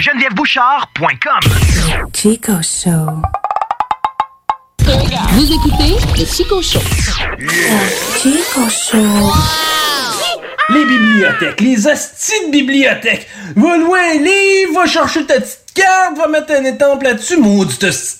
Speaker 17: GenevièveBouchard.com.
Speaker 28: Chico Show.
Speaker 29: Vous écoutez le Chico Show.
Speaker 28: Chico
Speaker 8: Les bibliothèques, les hosties de bibliothèques. Va loin un livre, va chercher ta petite carte, va mettre un étampe là-dessus, maudite hostie.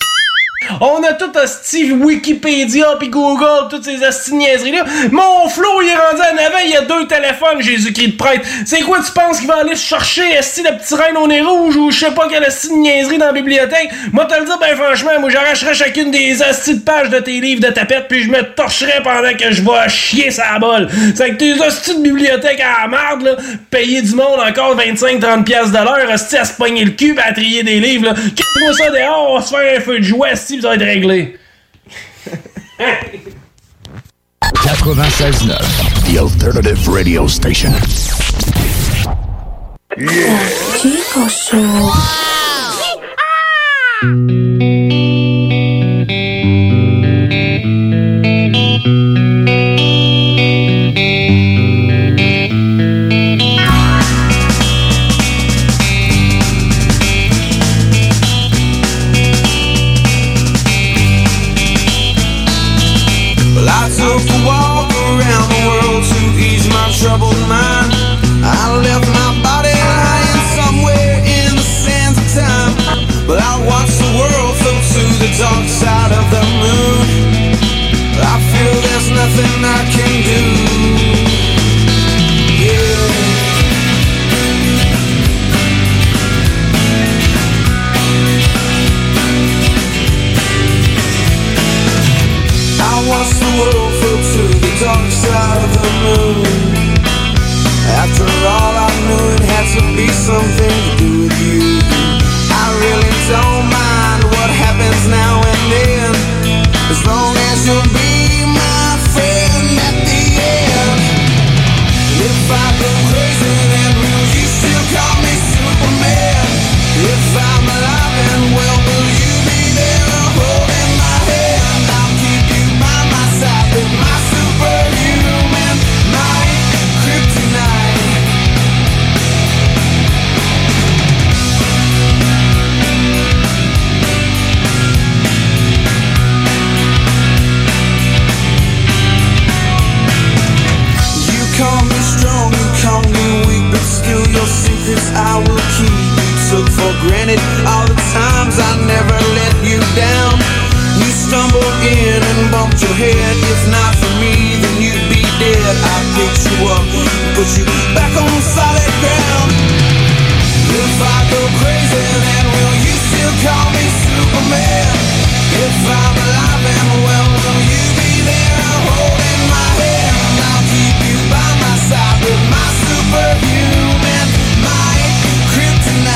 Speaker 8: On a tout hostie Wikipédia puis Google, toutes ces hosties niaiseries-là. Mon Flo, il est rendu en avant, il y a deux téléphones, Jésus-Christ de prêtre. C'est quoi tu penses qu'il va aller chercher hostie la petite reine au nez rouge ou je sais pas quelle hostie de niaiserie dans la bibliothèque? Moi, te le dis, ben franchement, moi j'arracherais chacune des hosties de pages de tes livres de tapette puis je me torcherais pendant que je vais chier sa bol. C'est que tes hosties de bibliothèque à la marde, là, payer du monde encore 25-30 piastres de l'heure, hostie à se pogner le cul pis à trier des livres, là. Quitte-moi ça dehors, on va se faire un feu de jouet, si vous allez être réglé.
Speaker 7: 96.9, The Alternative Radio Station.
Speaker 28: Chico Show.
Speaker 3: Well, I took a walk around the world to ease my troubled mind. I left my body lying somewhere in the sands of time. But I watched the world float to the dark side of the moon. I feel there's nothing I can do. Yeah. I watched the world float to the dark side of the moon. After all, I knew it had to be something to do with you. I really don't mind what happens now and then, as long as you'll be my friend at the end. And if I go crazy, then will you still call me Superman? If I'm alive and well, will you be there holding my hand? I'll keep you by my side with my superhuman might, kryptonite. You call me strong, you call me weak, but still your secrets I will keep. You took for granted all the times I never let you down. You stumbled in and bumped your head. If not for me, then you'd be dead. I picked you up, put you back on solid ground. If I go crazy, then will you still call me Superman? If I'm alive and well, will you be there holding my hand? I'll keep you by my side with my superhuman, my kryptonite.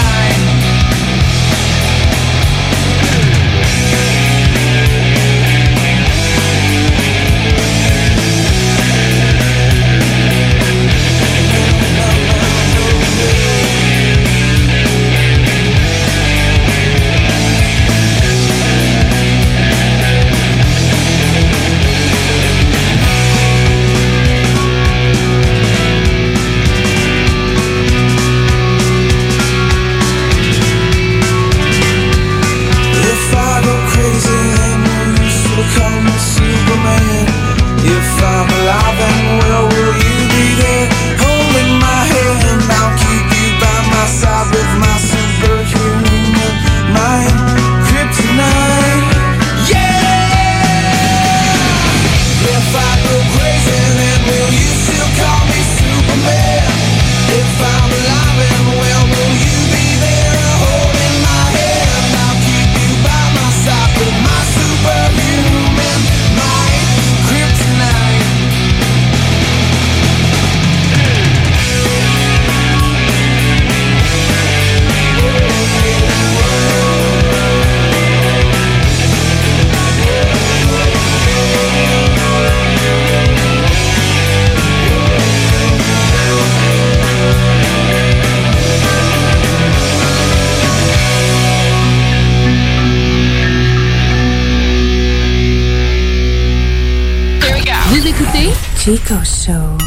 Speaker 6: écoutez
Speaker 30: Chico Show.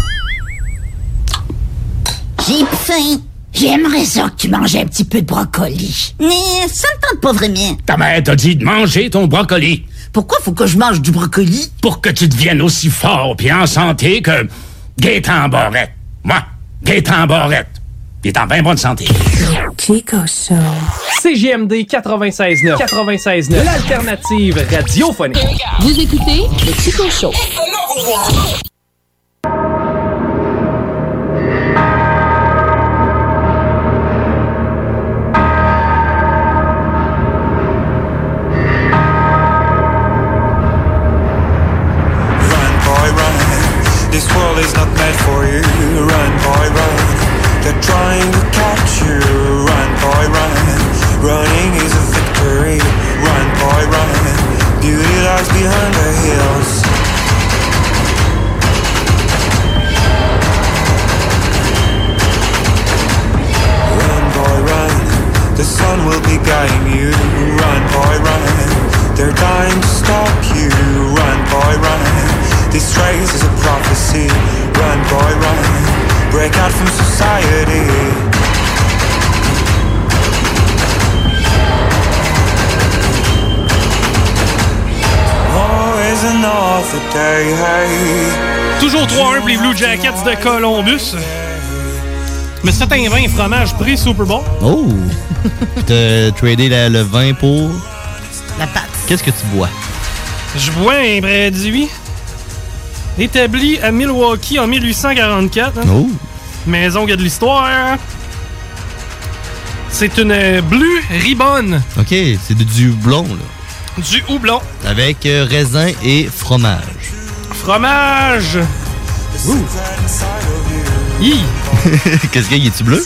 Speaker 3: J'ai faim. J'aimerais ça que tu manges un petit peu de brocoli. Mais ça me tente pas vraiment.
Speaker 5: Ta mère t'a dit de manger ton brocoli. Pourquoi faut que je mange du brocoli? Pour que tu deviennes aussi fort puis en santé que Gaétan Barrette. Moi, Gaétan Barrette. Il est en bien bonne santé.
Speaker 8: Chico Show. CGMD 96.9. 96.9. L'alternative radiophonique.
Speaker 6: Vous écoutez le Chico Show.
Speaker 31: Run, boy, run. This world is not meant for you. Run, boy, run. They're trying to catch you. Run, boy, run. Running is a victory. Run, boy, run. Beauty lies behind the hills. Run, boy, run. The sun will be guiding you. Run, boy, run. They're dying to stop you. Run, boy, run. This race is a prophecy. Run, boy, run. Break out from society. War is another day.
Speaker 8: Toujours 3-1 pour les Blue Jackets de Columbus. Mais c'est un vin fromage prix Super Bowl.
Speaker 1: Oh! T'as tradé la- le vin pour.
Speaker 32: La pâte.
Speaker 1: Qu'est-ce que tu bois?
Speaker 8: Je bois un produit établi à Milwaukee en 1844. hein.
Speaker 1: Oh!
Speaker 8: Maison qui a de l'histoire. C'est une euh, Blue Ribbon
Speaker 1: Ok, c'est de- du blond, là.
Speaker 8: du houblon.
Speaker 1: Avec euh, raisin et fromage.
Speaker 8: Fromage! Hi!
Speaker 1: Qu'est-ce qu'il y a? Il est-tu bleu?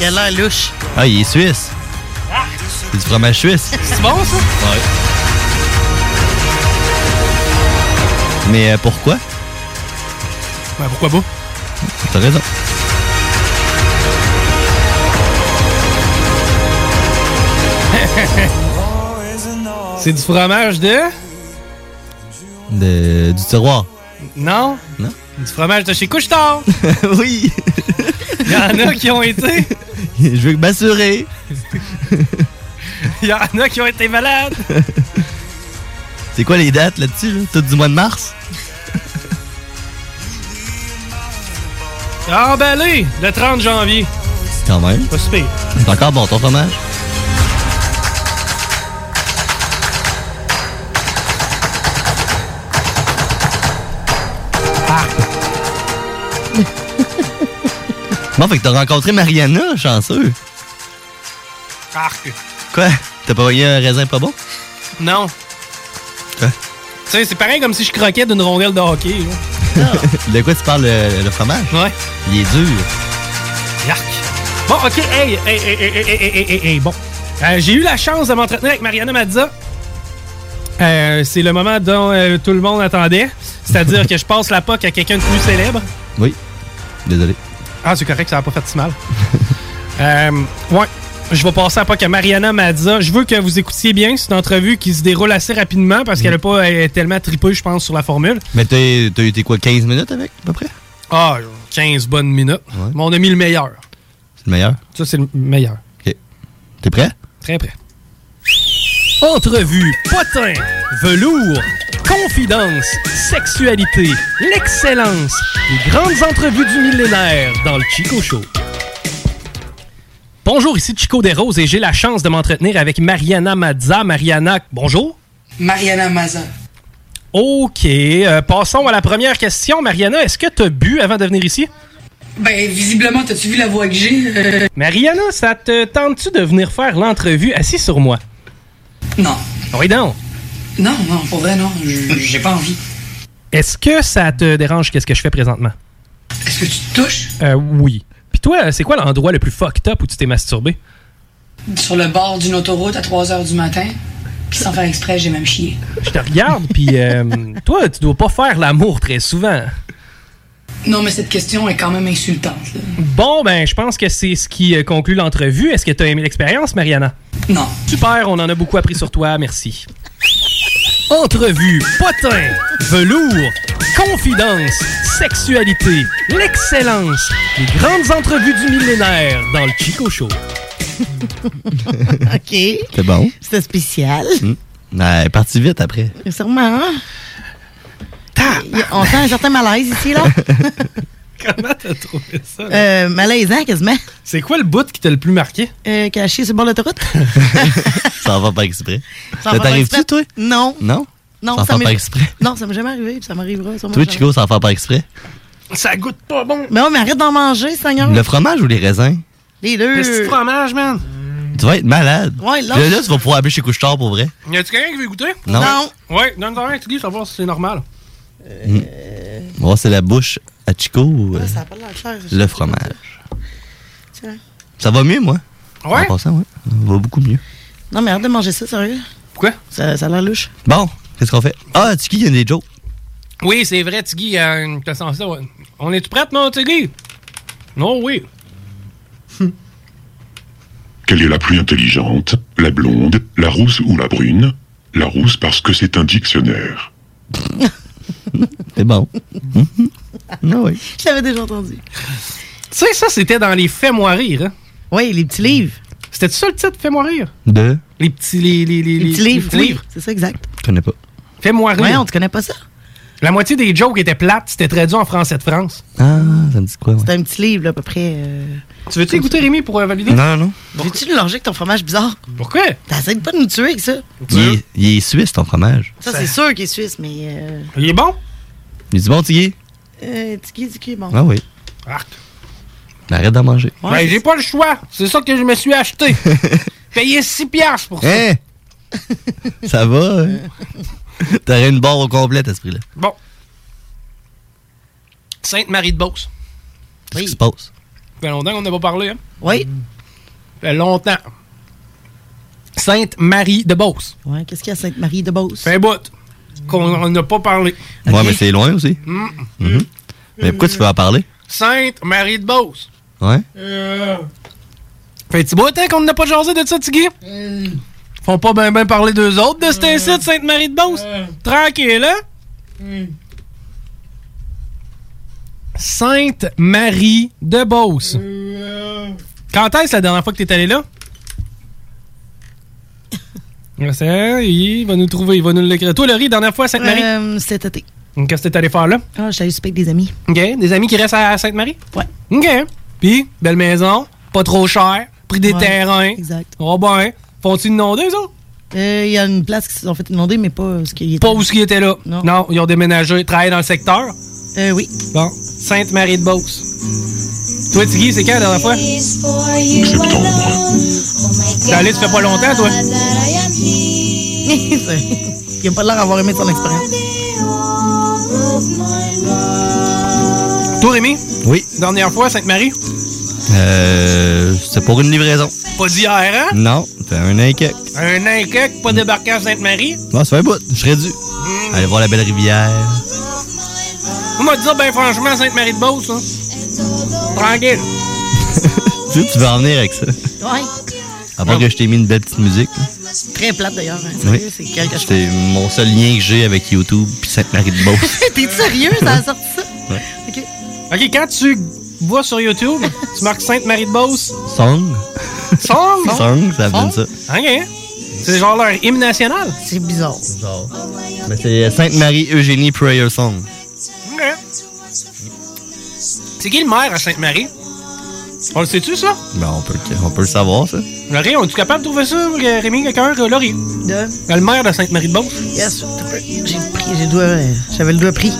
Speaker 32: Il a l'air louche.
Speaker 1: Ah, il est suisse. C'est du fromage suisse.
Speaker 8: C'est bon, ça?
Speaker 1: Ouais. Mais euh, pourquoi?
Speaker 8: Ben, pourquoi pas?
Speaker 1: T'as raison.
Speaker 8: C'est du fromage de...
Speaker 1: De- Euh, du tiroir.
Speaker 8: Non?
Speaker 1: Non.
Speaker 8: Du fromage de chez Couchetard!
Speaker 1: oui!
Speaker 8: Il y en a qui ont été...
Speaker 1: Je veux m'assurer.
Speaker 8: Il y en a qui ont été malades!
Speaker 1: C'est quoi les dates là-dessus? Là? Tout du mois de mars?
Speaker 8: Emballé le 30 janvier.
Speaker 1: Quand même.
Speaker 8: Pas si pire.
Speaker 1: C'est encore bon ton fromage?
Speaker 8: Ah.
Speaker 1: Bon, fait que t'as rencontré Mariana, chanceux.
Speaker 8: Arc.
Speaker 1: Quoi? T'as pas voyé un raisin pas bon?
Speaker 8: Non.
Speaker 1: Quoi?
Speaker 8: Tu sais, c'est pareil comme si je croquais d'une rondelle de hockey. là.
Speaker 1: de quoi tu parles, le, le fromage?
Speaker 8: Ouais.
Speaker 1: Il est dur.
Speaker 8: Yark. Bon, OK. Hey, hey, hey, hey, hey, hey, hey, hey, hey, bon. Euh, J'ai eu la chance de m'entretenir avec Mariana Mazza. Euh, c'est le moment dont euh, tout le monde attendait. C'est-à-dire que je passe la POC à quelqu'un de plus célèbre.
Speaker 1: Oui. Désolé.
Speaker 8: Ah, c'est correct, ça n'a pas fait si mal. Euh, ouais. Je vais passer à pas que Mariana Mazza. Je veux que vous écoutiez bien. C'est une entrevue qui se déroule assez rapidement parce qu'elle n'a pas euh, tellement tripé, je pense, sur la formule.
Speaker 1: Mais t'as t'as été quoi, 15 minutes avec, à peu près?
Speaker 8: Ah, 15 bonnes minutes. Mais on a mis le meilleur.
Speaker 1: C'est le meilleur.
Speaker 8: Ça, c'est le meilleur.
Speaker 1: T'es prêt?
Speaker 8: Très près. Entrevue, potin, velours, confidence, sexualité, l'excellence, les grandes entrevues du millénaire dans le Chico Show. Bonjour, ici Chico des Roses et j'ai la chance de m'entretenir avec Mariana Mazza. Mariana, bonjour.
Speaker 26: Mariana Mazza.
Speaker 8: OK, euh, passons à la première question. Mariana, est-ce que tu as bu avant de venir ici?
Speaker 26: Ben, visiblement, t'as-tu vu la voix que j'ai? Euh,
Speaker 8: Mariana, ça te tente-tu de venir faire l'entrevue assis sur moi?
Speaker 26: Non.
Speaker 8: Oui, donc.
Speaker 26: non, non, pour vrai, non. J- J'ai pas envie.
Speaker 8: Est-ce que ça te dérange qu'est-ce que je fais présentement?
Speaker 26: Est-ce que tu te touches
Speaker 8: Euh, oui. Puis toi, euh, c'est quoi l'endroit le plus fucked up où tu t'es masturbé?
Speaker 26: sur le bord d'une autoroute à 3 h du matin? Puis sans faire exprès, j'ai même chié.
Speaker 8: Je te regarde, puis euh, toi, tu dois pas faire l'amour très souvent.
Speaker 26: Non, mais cette question est quand même insultante. là.
Speaker 8: Bon, ben, je pense que c'est ce qui euh, conclut l'entrevue. Est-ce que tu as aimé l'expérience, Mariana?
Speaker 26: Non.
Speaker 8: Super, on en a beaucoup appris sur toi, merci. Entrevue, potin, velours, confidence, sexualité, l'excellence, les grandes entrevues du millénaire dans le Chico Show.
Speaker 10: OK.
Speaker 1: C'est bon.
Speaker 10: C'était spécial.
Speaker 1: Hmm. Elle est partie vite après.
Speaker 10: Sûrement, hein? Y- On sent un certain malaise ici, là.
Speaker 8: Comment t'as trouvé ça? là?
Speaker 10: Euh, malaisant, quasiment.
Speaker 8: C'est quoi le bout qui t'a le plus marqué?
Speaker 10: Euh, caché sur le bord de l'autoroute.
Speaker 1: Ça en va pas exprès.
Speaker 10: Ça
Speaker 1: Ça
Speaker 10: va pas
Speaker 1: t'arrive-tu,
Speaker 10: exprès.
Speaker 1: toi?
Speaker 10: Non.
Speaker 1: Non?
Speaker 10: Non,
Speaker 1: ça en fait
Speaker 10: m'est-
Speaker 1: pas exprès.
Speaker 10: Non, ça m'est jamais arrivé, puis ça m'arrivera. sûrement
Speaker 1: Toi,
Speaker 10: jamais.
Speaker 1: Chico, ça en fait pas exprès.
Speaker 8: Ça goûte pas bon.
Speaker 10: Mais on mais arrête d'en manger, Seigneur.
Speaker 1: Le fromage ou les raisins?
Speaker 10: Les deux.
Speaker 8: Le petit fromage, man.
Speaker 1: Tu vas être malade.
Speaker 8: Ouais,
Speaker 1: là,
Speaker 8: là,
Speaker 1: là, tu vas pouvoir aller chez Couchetard pour vrai.
Speaker 8: Y a-tu quelqu'un qui veut goûter?
Speaker 1: Non.
Speaker 8: Ouais, donne-toi un, tu dis, savoir si c'est normal.
Speaker 1: Hmm. On va voir si c'est la bouche à Chico ou euh,
Speaker 8: Ah, ça a pas l'air clair, je
Speaker 1: le
Speaker 8: sais
Speaker 1: fromage.
Speaker 10: Tiens.
Speaker 1: Ça va mieux, moi.
Speaker 10: Ouais?
Speaker 1: En passant, ouais. Ça va beaucoup mieux.
Speaker 10: Non, mais arrête de manger ça, sérieux.
Speaker 8: Pourquoi?
Speaker 10: Ça, ça a l'air louche.
Speaker 1: Bon, qu'est-ce qu'on fait? Ah, Tiki, il y a des jokes.
Speaker 8: Oui, c'est vrai, Tiggy, euh, t'as sens ça. ouais. On est-tu prête, mon Tiggy? Non, oui.
Speaker 24: Quelle est la plus intelligente La blonde, la rousse ou la brune La rousse parce que c'est un dictionnaire.
Speaker 1: C'est bon. Ah oui.
Speaker 10: Je l'avais déjà entendu.
Speaker 8: Tu sais, ça, c'était dans les Fais-moi rire. Hein?
Speaker 10: Oui, les petits livres.
Speaker 8: C'était ça le titre, Fais-moi rire?
Speaker 1: De?
Speaker 8: Les petits, les, les, les,
Speaker 10: Les petits
Speaker 8: les
Speaker 10: livres,
Speaker 8: petits
Speaker 10: oui.
Speaker 8: livres.
Speaker 10: C'est ça, exact.
Speaker 1: Je connais pas.
Speaker 8: Fais-moi rire.
Speaker 10: Voyons, tu connais pas ça?
Speaker 8: La moitié des jokes étaient plates, c'était traduit en français de France.
Speaker 1: Ah, ça me dit quoi, ouais.
Speaker 10: C'est un petit livre, là, à peu près. euh,
Speaker 8: Tu veux-tu écouter Rémi pour euh, valider?
Speaker 1: Non, non.
Speaker 10: Veux-tu nous longer avec ton fromage bizarre?
Speaker 8: Pourquoi?
Speaker 10: T'essayes pas de nous tuer avec ça.
Speaker 1: Il est, il est suisse, ton fromage.
Speaker 10: Ça, c'est sûr qu'il est suisse, mais. Euh,
Speaker 8: Il est bon?
Speaker 1: Il est du bon, Tiki?
Speaker 10: euh, tiki, tiki, bon.
Speaker 1: Ah oui.
Speaker 8: Arc.
Speaker 1: Mais arrête d'en manger.
Speaker 8: ben, j'ai pas le choix. C'est ça que je me suis acheté. Payé 6 piastres pour ça.
Speaker 1: Hein? ça va, hein? T'aurais une barre au complet à ce prix-là.
Speaker 8: Bon. Sainte-Marie-de-Beauce.
Speaker 1: Qu'est-ce qui se passe?
Speaker 8: Ça fait longtemps qu'on n'a pas parlé. Hein?
Speaker 10: Oui.
Speaker 8: Ça fait longtemps. Sainte-Marie-de-Beauce.
Speaker 10: Ouais, qu'est-ce qu'il y a à Sainte-Marie-de-Beauce?
Speaker 8: Fait un bout qu'on on n'a pas parlé.
Speaker 1: Ouais, mais c'est loin aussi.
Speaker 8: Mm.
Speaker 1: Mhm. Mais pourquoi tu veux en parler?
Speaker 8: Sainte-Marie-de-Beauce.
Speaker 1: Ouais.
Speaker 8: Euh. Fait un petit bout hein, qu'on n'a pas jasé de ça, Tiggy?
Speaker 10: Euh.
Speaker 8: Font pas bien ben parler d'eux autres de cet incite, Sainte-Marie-de-Beauce.
Speaker 10: Euh.
Speaker 8: Tranquille, hein? Sainte-Marie-de-Beauce.
Speaker 10: Euh,
Speaker 8: Quand est-ce la dernière fois que t'es allé là? Ouais, c'est- Il va nous trouver, il va nous l'écrire. Toi, Laurie, dernière fois à Sainte-Marie?
Speaker 10: Euh, cet été.
Speaker 8: Qu'est-ce que t'es allé faire là?
Speaker 10: Ah, je suis allée souper avec des amis.
Speaker 8: OK. Des amis qui restent à Sainte-Marie? Ouais. OK. Puis, belle maison, pas trop cher, prix des
Speaker 10: Ouais,
Speaker 8: terrains. Exact. Oh ben, font-ils inonder, eux autres?
Speaker 10: Euh, Il y a une place qui se sont fait inonder, mais pas euh, ce qu'il y était.
Speaker 8: Pas où ce qui était là. Non. ils ont déménagé, travaillé dans le secteur.
Speaker 10: Euh, oui.
Speaker 8: Bon, Sainte-Marie-de-Beauce. Toi, Tiggy, c'est quand la dernière fois? T'es allé, ça fait pas longtemps, toi?
Speaker 10: il a pas l'air d'avoir aimé son expérience.
Speaker 8: Toi, Rémi?
Speaker 1: Oui.
Speaker 8: Dernière fois, Sainte-Marie?
Speaker 1: Euh, c'est pour une livraison.
Speaker 8: Pas d'hier, hein?
Speaker 1: Non, t'as un an et quelques.
Speaker 8: Un an et quelques, pas débarqué à Sainte-Marie?
Speaker 1: Bon, ça fait un bout. Je serais dû.
Speaker 8: Mm.
Speaker 1: Aller voir la belle rivière.
Speaker 8: On m'a dit, ben franchement, Sainte-Marie-de-Beauce, hein? Tranquille.
Speaker 1: Tu sais, tu veux en venir avec ça.
Speaker 10: Ouais.
Speaker 1: À
Speaker 8: Ah
Speaker 1: part que je t'ai mis une belle petite musique. là.
Speaker 10: Très plate, d'ailleurs. hein.
Speaker 1: Oui.
Speaker 10: Sérieux, C'est quelque chose.
Speaker 1: C'est mon seul lien que j'ai avec YouTube puis Sainte-Marie-de-Beauce.
Speaker 10: T'es sérieux, ça a sorti ça?
Speaker 1: Ouais.
Speaker 10: OK.
Speaker 8: OK, quand tu vois sur YouTube, tu marques Sainte-Marie-de-Beauce,
Speaker 1: Song.
Speaker 8: Song?
Speaker 1: Song, ça donne ça.
Speaker 8: OK. hein? C'est genre leur hymne national.
Speaker 10: C'est bizarre.
Speaker 1: Genre. Mais Ben, c'est Sainte-Marie-Eugénie Prayer Song.
Speaker 8: OK. C'est qui le maire à Sainte-Marie? On le sait-tu, ça?
Speaker 1: Ben, on peut, le- on peut le savoir, ça.
Speaker 8: Laurie, on est-tu capable de trouver ça, euh, Rémi, quelqu'un? Euh, Laurie?
Speaker 10: De?
Speaker 8: Le maire de Sainte-Marie-de-Beauce.
Speaker 10: Yes, t'as pris. j'ai pris, j'ai le doigt, euh, j'avais le doigt pris.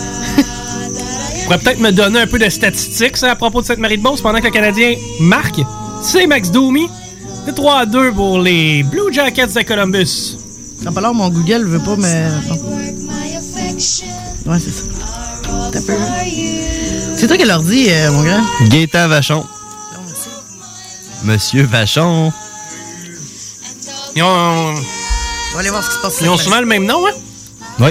Speaker 8: pourrait peut-être me donner un peu de statistiques ça, à propos de Sainte-Marie-de-Beauce pendant que le Canadien marque. C'est Max Domi. C'est 3-2 pour les Blue Jackets de Columbus.
Speaker 10: Quand pas là, mon Google veut pas me. bon. Ouais, c'est ça. T'as peur. C'est toi qui leur dit, euh, mon grand.
Speaker 1: Gaétan Vachon. Monsieur Vachon.
Speaker 8: Ils ont,
Speaker 10: On va aller voir ce qui se passe.
Speaker 8: ils ont souvent le même nom, hein?
Speaker 1: Oui.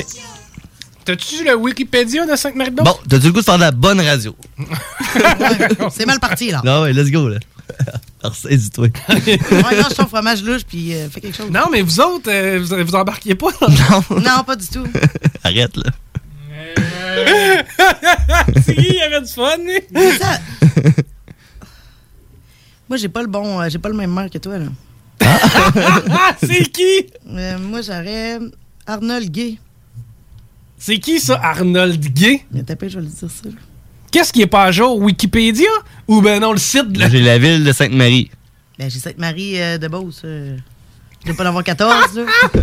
Speaker 8: T'as-tu le Wikipédia de Sainte-Marie-de-Beauce?
Speaker 1: Bon, t'as-tu le goût de faire de la bonne radio? Ah.
Speaker 10: C'est mal parti, là.
Speaker 1: Non, ouais, let's go, là. Marseille, dis-toi.
Speaker 10: Mange ton fromage louche, puis euh, fais quelque chose.
Speaker 8: Non, mais vous autres, euh, vous, vous embarquiez pas. Non.
Speaker 10: Non, pas du tout.
Speaker 1: Arrête, là.
Speaker 8: il avait du fun, lui.
Speaker 10: Moi, j'ai pas le bon, euh, j'ai pas le même mère que toi, là.
Speaker 8: C'est qui?
Speaker 10: moi, j'aurais Arnold Gay.
Speaker 8: C'est qui ça, Arnold Gay?
Speaker 10: Tapez, je vais lui dire ça. là.
Speaker 8: Qu'est-ce qui est pas à jour? Wikipédia? Ou ben non, le site de la...
Speaker 1: J'ai la ville de Sainte-Marie.
Speaker 10: Ben, j'ai Sainte-Marie euh, de Beauce. euh, Je dois pas en avoir 14, là.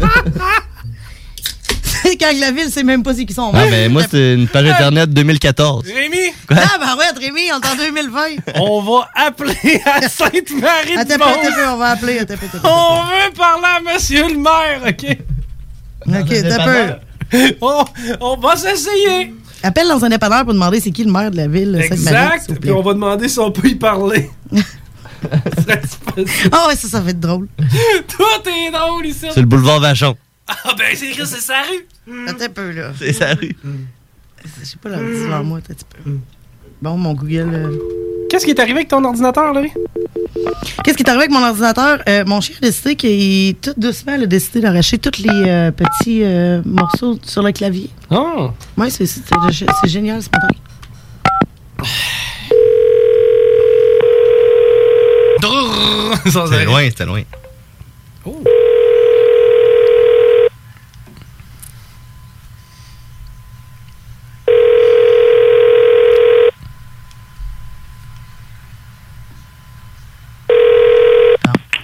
Speaker 10: Quand la ville, c'est même pas ceux qui sont
Speaker 1: Ah, mais moi, c'est une page internet 2014.
Speaker 8: Rémi!
Speaker 1: Quoi?
Speaker 10: Ah, ben ouais, Rémi, on est en 2020.
Speaker 8: On va appeler à Sainte-Marie
Speaker 10: Attends,
Speaker 8: de
Speaker 10: attends,
Speaker 8: Beauce.
Speaker 10: attends, on va appeler. Attends, attends, attends.
Speaker 8: On veut parler à monsieur le maire, OK?
Speaker 10: OK, t'as peur.
Speaker 8: On, on va s'essayer.
Speaker 10: Appelle dans un dépanneur pour demander c'est qui le maire de la ville. Sainte-Marie, s'il
Speaker 8: Exact.
Speaker 10: vous
Speaker 8: Puis
Speaker 10: plaît.
Speaker 8: on va demander si on peut y parler.
Speaker 10: Ah ouais, ça, ça va être drôle.
Speaker 8: Tout est drôle ici.
Speaker 1: C'est le boulevard Vachon.
Speaker 8: Ah ben c'est écrit, c'est sa rue.
Speaker 10: Attends un peu, là.
Speaker 1: C'est sa rue.
Speaker 10: Je sais pas, là, devant moi, attends un petit peu. Bon, mon Google... euh,
Speaker 8: Qu'est-ce qui est arrivé avec ton ordinateur, là?
Speaker 10: Qu'est-ce qui est arrivé avec mon ordinateur? Euh, mon chien a décidé qu'il, tout doucement, elle a décidé d'arracher tous les euh, petits euh, morceaux sur le clavier.
Speaker 8: Oh!
Speaker 10: Oui, c'est c'est- c'est- c'est génial ce matin.
Speaker 1: C'était loin, c'était loin.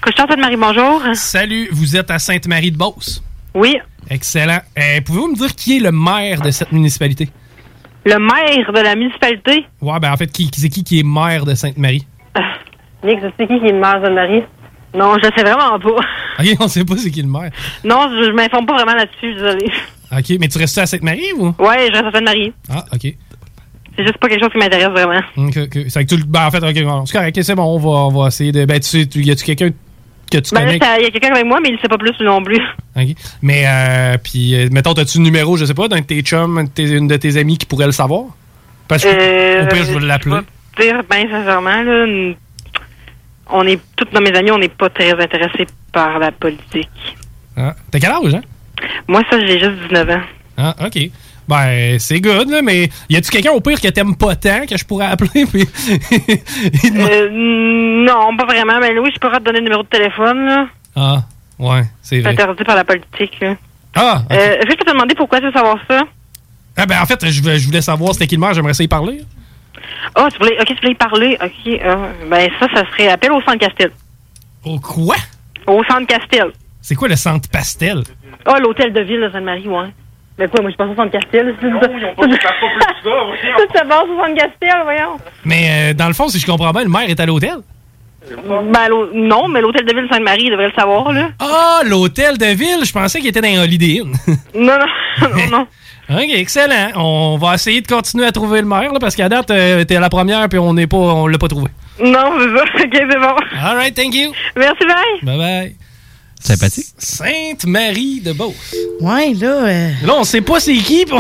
Speaker 8: Cochon Sainte-Marie, bonjour. Salut, vous êtes à Sainte-Marie de Beauce? Oui. Excellent. Euh, Pouvez-vous me dire qui est le maire de cette municipalité?
Speaker 25: Le maire de la municipalité.
Speaker 8: Ouais, ben en fait, qui, qui- c'est qui qui est maire de Sainte-Marie?
Speaker 25: Nick, je sais qui qui est le maire de Marie. Non, je sais vraiment pas.
Speaker 8: Ok, on sait pas c'est qui le maire.
Speaker 25: Non, je, je m'informe pas vraiment là-dessus, désolé.
Speaker 8: Ok, mais tu restes à Sainte-Marie ou?
Speaker 25: Ouais, je reste à Sainte-Marie.
Speaker 8: Ah, ok.
Speaker 25: C'est juste pas quelque chose qui m'intéresse vraiment.
Speaker 8: Ok, ok. C'est avec tout le- Ben en fait, ok, bon, c'est correct, c'est bon, on va, on va essayer de. Ben tu sais, tu- y a-tu quelqu'un que tu
Speaker 25: Ben,
Speaker 8: connais?
Speaker 25: là, il y a quelqu'un avec moi, mais il sait pas plus non plus.
Speaker 8: Ok. Mais, euh, puis, euh, mettons, as-tu le numéro, je sais pas, d'un de tes chums, un de tes- une de tes amies qui pourrait le savoir? Parce que,
Speaker 25: Euh,
Speaker 8: au pire, je vais l'appeler.
Speaker 25: Dire, ben, sincèrement, là, n- on est, tous dans mes amis, on n'est pas très intéressés par la politique.
Speaker 8: Ah. T'as quel âge, hein?
Speaker 25: Moi, ça, j'ai juste 19 ans.
Speaker 8: Ah, ok. Ben, c'est good, là, mais y a-tu quelqu'un au pire que t'aimes pas tant que je pourrais appeler? Puis...
Speaker 25: Euh, non, pas vraiment. Mais oui, je pourrais te donner le numéro de téléphone, là.
Speaker 8: Ah, ouais, c'est
Speaker 25: C'est
Speaker 8: vrai.
Speaker 25: interdit par la politique, là.
Speaker 8: Ah, ok.
Speaker 25: Euh, Est-ce que je peux te demander pourquoi tu veux savoir ça?
Speaker 8: Ah, ben, en fait, je, veux- je voulais savoir c'était qui le maire, j'aimerais essayer de parler.
Speaker 25: Ah, tu voulais, ok, tu voulais y parler. Ok, ah, ben ça, ça serait appel au centre Castel.
Speaker 8: Au quoi?
Speaker 25: Au centre Castel.
Speaker 8: C'est quoi le centre pastel?
Speaker 25: Ah, l'hôtel de ville de Sainte-Marie, ouais. Mais quoi, moi, je passe au centre Castel. Non, ils ont pas plus ça, ça passe au centre Castel, voyons.
Speaker 8: Mais euh, dans le fond, si je comprends bien, le maire est à l'hôtel.
Speaker 25: Ben, l'hô- non, mais l'hôtel de ville de Sainte-Marie, il devrait le savoir, là.
Speaker 8: Ah, l'hôtel de ville, je pensais qu'il était dans un Holiday Inn.
Speaker 25: non, non, non, non.
Speaker 8: OK, excellent. On va essayer de continuer à trouver le maire, là, parce qu'à date, euh, t'es la première, puis on n'est pas, on l'a pas trouvé.
Speaker 25: Non, c'est ça. Ok, c'est bon.
Speaker 8: All right, thank you.
Speaker 25: Merci, bye.
Speaker 8: Bye-bye.
Speaker 1: Sympathique.
Speaker 8: Sainte-Marie de Beauce.
Speaker 10: Ouais, là... euh,
Speaker 8: Là, on sait pas c'est qui, puis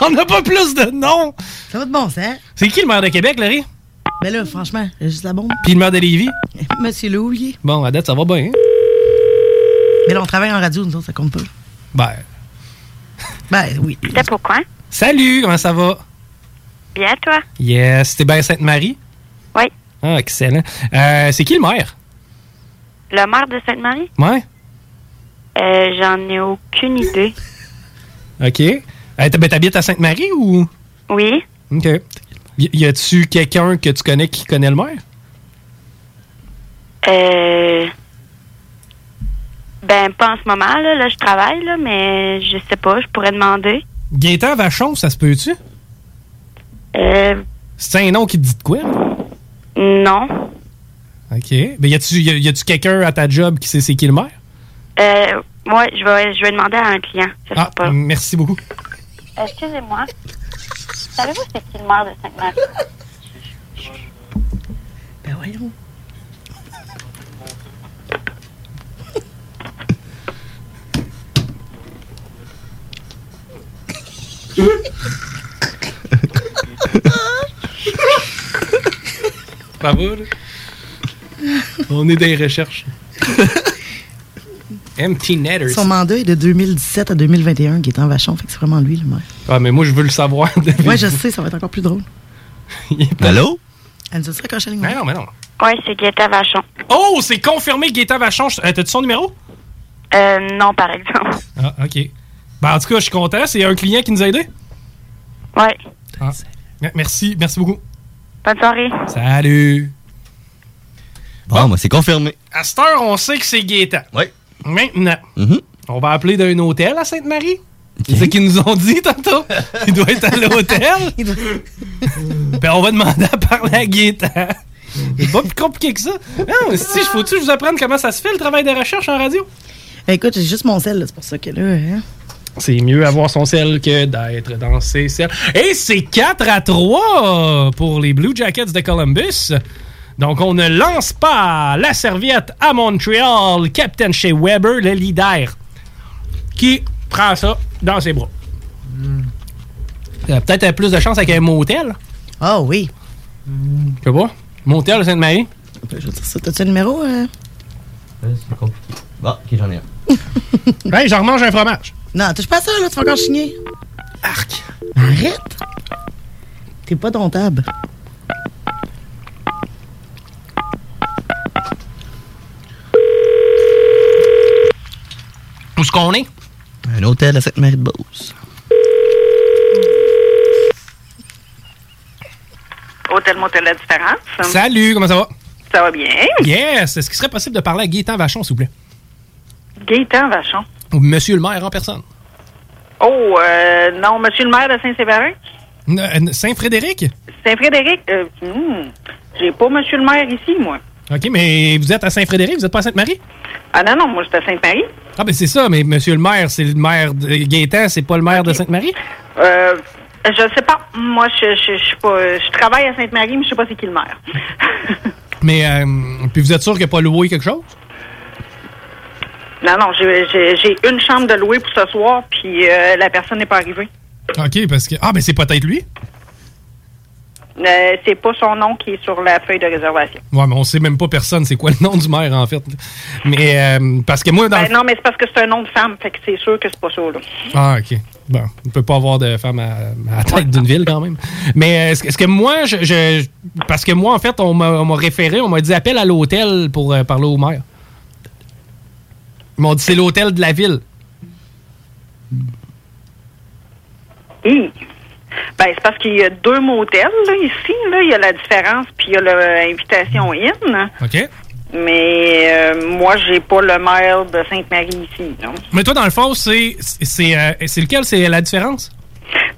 Speaker 8: on n'a pas plus de nom.
Speaker 10: Ça va de bon sens.
Speaker 8: C'est qui le maire de Québec, Larry?
Speaker 10: Ben là, franchement, j'ai juste la bombe.
Speaker 8: Puis le maire de Lévis?
Speaker 10: Monsieur Loulier.
Speaker 8: Bon, à date, ça va bien, hein?
Speaker 10: Mais là, on travaille en radio, nous autres, ça compte pas.
Speaker 8: Ben.
Speaker 10: Ben oui.
Speaker 25: C'était pourquoi?
Speaker 8: Salut, comment ça va?
Speaker 25: Bien, toi?
Speaker 8: Yes, t'es bien Sainte-Marie?
Speaker 25: Oui.
Speaker 8: Ah, excellent. Euh, c'est qui le maire?
Speaker 25: Le maire de Sainte-Marie?
Speaker 8: Ouais?
Speaker 25: Euh, j'en ai aucune idée.
Speaker 8: OK. Euh, t'hab- T'habites à Sainte-Marie ou?
Speaker 25: Oui?
Speaker 8: OK. Y, y a-tu quelqu'un que tu connais qui connaît le maire?
Speaker 25: Euh... Ben, pas en ce moment, là. Là, je travaille, là, mais je sais pas, je pourrais demander.
Speaker 8: Gaétan Vachon, ça se peut-tu?
Speaker 25: Euh...
Speaker 8: C'est un nom qui te dit de quoi? là?
Speaker 25: Non.
Speaker 8: OK. Ben, y a-tu y a- y a-tu quelqu'un à ta job qui sait c'est qui le maire?
Speaker 25: Euh, ouais, je vais, je vais demander à un client.
Speaker 8: Ah, merci beaucoup.
Speaker 25: Excusez-moi. Savez-vous c'est qui le maire de Sainte-Marie?
Speaker 10: Ben voyons.
Speaker 8: Ça va, là? On est des recherches. Empty netters.
Speaker 10: Son mandat est de 2017 à 2021, qui est en vachon, fait que c'est vraiment lui le maire.
Speaker 8: Ah, mais moi, je veux le savoir.
Speaker 10: Ouais, je sais, ça va être encore plus drôle.
Speaker 8: Allô?
Speaker 10: Elle nous a dit ça quand je l'ai
Speaker 8: Mais non, mais non.
Speaker 12: Oui, c'est Guetta Vachon.
Speaker 8: Oh, c'est confirmé, Gaëtan Vachon. Euh, T'as-tu son numéro?
Speaker 12: Euh, non, par exemple.
Speaker 8: Ah, OK. Ben, en tout cas, je suis content. C'est un client qui nous a aidés.
Speaker 12: Oui.
Speaker 8: Ah. Me- Merci, merci beaucoup.
Speaker 12: Bonne soirée.
Speaker 8: Salut.
Speaker 1: Bon, ben, c'est confirmé.
Speaker 8: À cette heure, on sait que c'est Gaëtan.
Speaker 1: Oui.
Speaker 8: Maintenant,
Speaker 1: Mhm.
Speaker 8: on va appeler d'un hôtel à Sainte-Marie. C'est ce qu'ils nous ont dit tantôt. Il doit être à l'hôtel. Puis on va demander à parler à Gaëtan. C'est pas plus compliqué que ça. Non, mais si, faut-tu que je vous apprendre comment ça se fait, le travail de recherche en radio?
Speaker 10: Ben, écoute, j'ai juste mon sel, là, c'est pour ça que là. hein.
Speaker 8: C'est mieux avoir son sel que d'être dans ses selles. Et c'est 4 à 3 pour les Blue Jackets de Columbus. Donc, on ne lance pas la serviette à Montréal. Captain chez Weber, le leader, qui prend ça dans ses bras. Hmm. Il a peut-être plus de chance avec un motel.
Speaker 10: Ah oui.
Speaker 8: Je sais pas. Motel Sainte-Marie.
Speaker 10: Je veux dire ça. T'as-tu un numéro? euh?
Speaker 1: C'est compliqué. Bon, ok, j'en ai un.
Speaker 8: hey, j'en remange un fromage.
Speaker 10: Non, touche pas à ça, là, tu vas encore chigner. Arc. Arrête. T'es pas domptable.
Speaker 8: Où ce qu'on est?
Speaker 1: Un hôtel à Sainte-Marie-de-Beauce.
Speaker 20: Hôtel Motel La Différence.
Speaker 8: Salut, comment ça va?
Speaker 20: Ça va bien?
Speaker 8: Yes! Est-ce qu'il serait possible de parler à Gaétan Vachon, s'il vous plaît?
Speaker 20: Gaétan Vachon.
Speaker 8: Ou Monsieur le maire en personne?
Speaker 20: Oh, euh, non, monsieur le maire de Saint-Séverin?
Speaker 8: N- euh, Saint-Frédéric?
Speaker 20: Saint-Frédéric? Euh, hmm, j'ai pas monsieur le maire ici, moi.
Speaker 8: OK, mais vous êtes à Saint-Frédéric, vous n'êtes pas à Sainte-Marie?
Speaker 20: Ah non, non, moi, j'étais à Sainte-Marie.
Speaker 8: Ah, ben c'est ça, mais monsieur le maire, c'est le maire de Gaétan, c'est pas le maire de Sainte-Marie?
Speaker 20: Euh, je sais pas. Moi, je, je, je suis pas, je travaille à Sainte-Marie, mais je sais pas c'est qui le maire.
Speaker 8: Mais, euh, puis vous êtes sûr qu'il n'y a pas loué quelque chose?
Speaker 20: Non, non, j'ai- j'ai j'ai une chambre de louer pour ce soir, puis euh, la personne n'est pas arrivée.
Speaker 8: OK, parce que. Ah, ben c'est peut-être lui?
Speaker 20: Euh, c'est pas son nom qui est sur la feuille de réservation.
Speaker 8: Ouais, mais on sait même pas personne, c'est quoi le nom du maire, en fait. Mais, euh, parce que moi, dans.
Speaker 20: Ben
Speaker 8: le-
Speaker 20: non, mais c'est parce que c'est un nom de femme, fait que c'est sûr que c'est pas ça, là.
Speaker 8: Ah, OK. Bon, on peut pas avoir de femme à, à la tête d'une ville quand même. Mais euh, est-ce que- est-ce que moi, je, je- Parce que moi, en fait, on m'a on m'a référé, on m'a dit appel à l'hôtel pour euh, parler au maire. Ils m'ont dit c'est l'hôtel de la ville.
Speaker 20: Hi. Ben, c'est parce qu'il y a deux motels là, ici. Là. Il y a la différence, puis il y a l'invitation in.
Speaker 8: OK?
Speaker 20: Mais euh, moi, j'ai pas le maire de Sainte-Marie ici. non.
Speaker 8: Mais toi, dans le fond, c'est c'est euh, c'est lequel c'est la différence?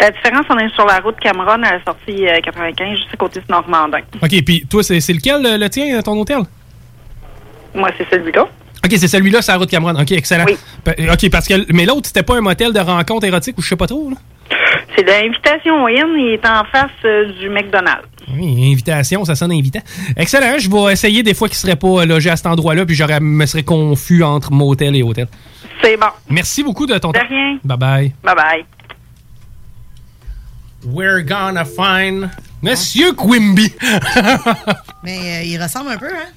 Speaker 20: La différence, on est sur la route Cameron à la sortie euh, 95, juste à côté du Normandin.
Speaker 8: OK, puis toi, c'est c'est lequel le, le tien, ton hôtel?
Speaker 20: Moi, c'est celui-là.
Speaker 8: OK, c'est celui-là, c'est la route Cameron. OK, excellent. Pa- OK, parce que. Mais l'autre, c'était pas un motel de rencontre érotique ou je sais pas trop, là?
Speaker 20: C'est l'invitation in. Il est en face euh, du McDonald's.
Speaker 8: Oui, invitation, ça sonne invitant. Excellent, je vais essayer des fois qu'il serait pas logé à cet endroit-là, puis j'aurais me serais confus entre motel et hôtel.
Speaker 20: C'est bon.
Speaker 8: Merci beaucoup de ton
Speaker 20: De
Speaker 8: temps.
Speaker 20: rien.
Speaker 8: Bye bye.
Speaker 20: Bye bye.
Speaker 8: We're gonna find Monsieur Quimby.
Speaker 10: Mais euh, il ressemble un peu, hein?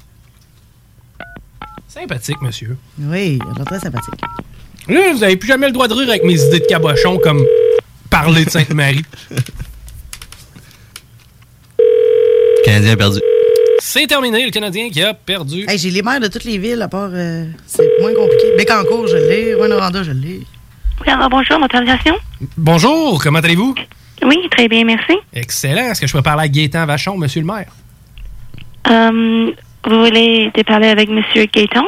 Speaker 8: sympathique, monsieur.
Speaker 10: Oui, il est très sympathique.
Speaker 8: Là, vous avez plus jamais le droit de rire avec mes idées de cabochon comme parler de Sainte-Marie.
Speaker 1: Canadien perdu.
Speaker 8: C'est terminé, le Canadien qui a perdu.
Speaker 10: Hey, j'ai les maires de toutes les villes, à part. euh, c'est moins compliqué. Bécancourt, je l'ai. Rwanda, je l'ai.
Speaker 12: Oui, alors bonjour, mon organisation.
Speaker 8: Bonjour, comment allez-vous?
Speaker 12: Oui, très bien, merci.
Speaker 8: Excellent. Est-ce que je peux parler à Gaétan Vachon, monsieur le maire?
Speaker 12: Euh, vous voulez te parler avec Monsieur Gaétan?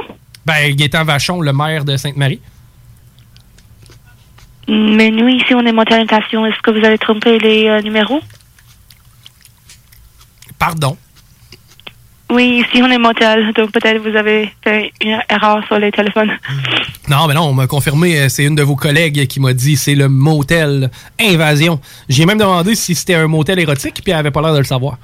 Speaker 8: Ben, Gaétan Vachon, le maire de Sainte-Marie.
Speaker 12: Mais nous, ici, on est monté à l'intention. Est-ce que vous avez trompé les euh, numéros?
Speaker 8: Pardon.
Speaker 12: Oui, ici, on est mental, donc peut-être vous avez fait une erreur sur les téléphones.
Speaker 8: Non, mais non, on m'a confirmé, euh, c'est une de vos collègues qui m'a dit c'est le motel Invasion. J'ai même demandé si c'était un motel érotique, puis elle avait pas l'air de le savoir.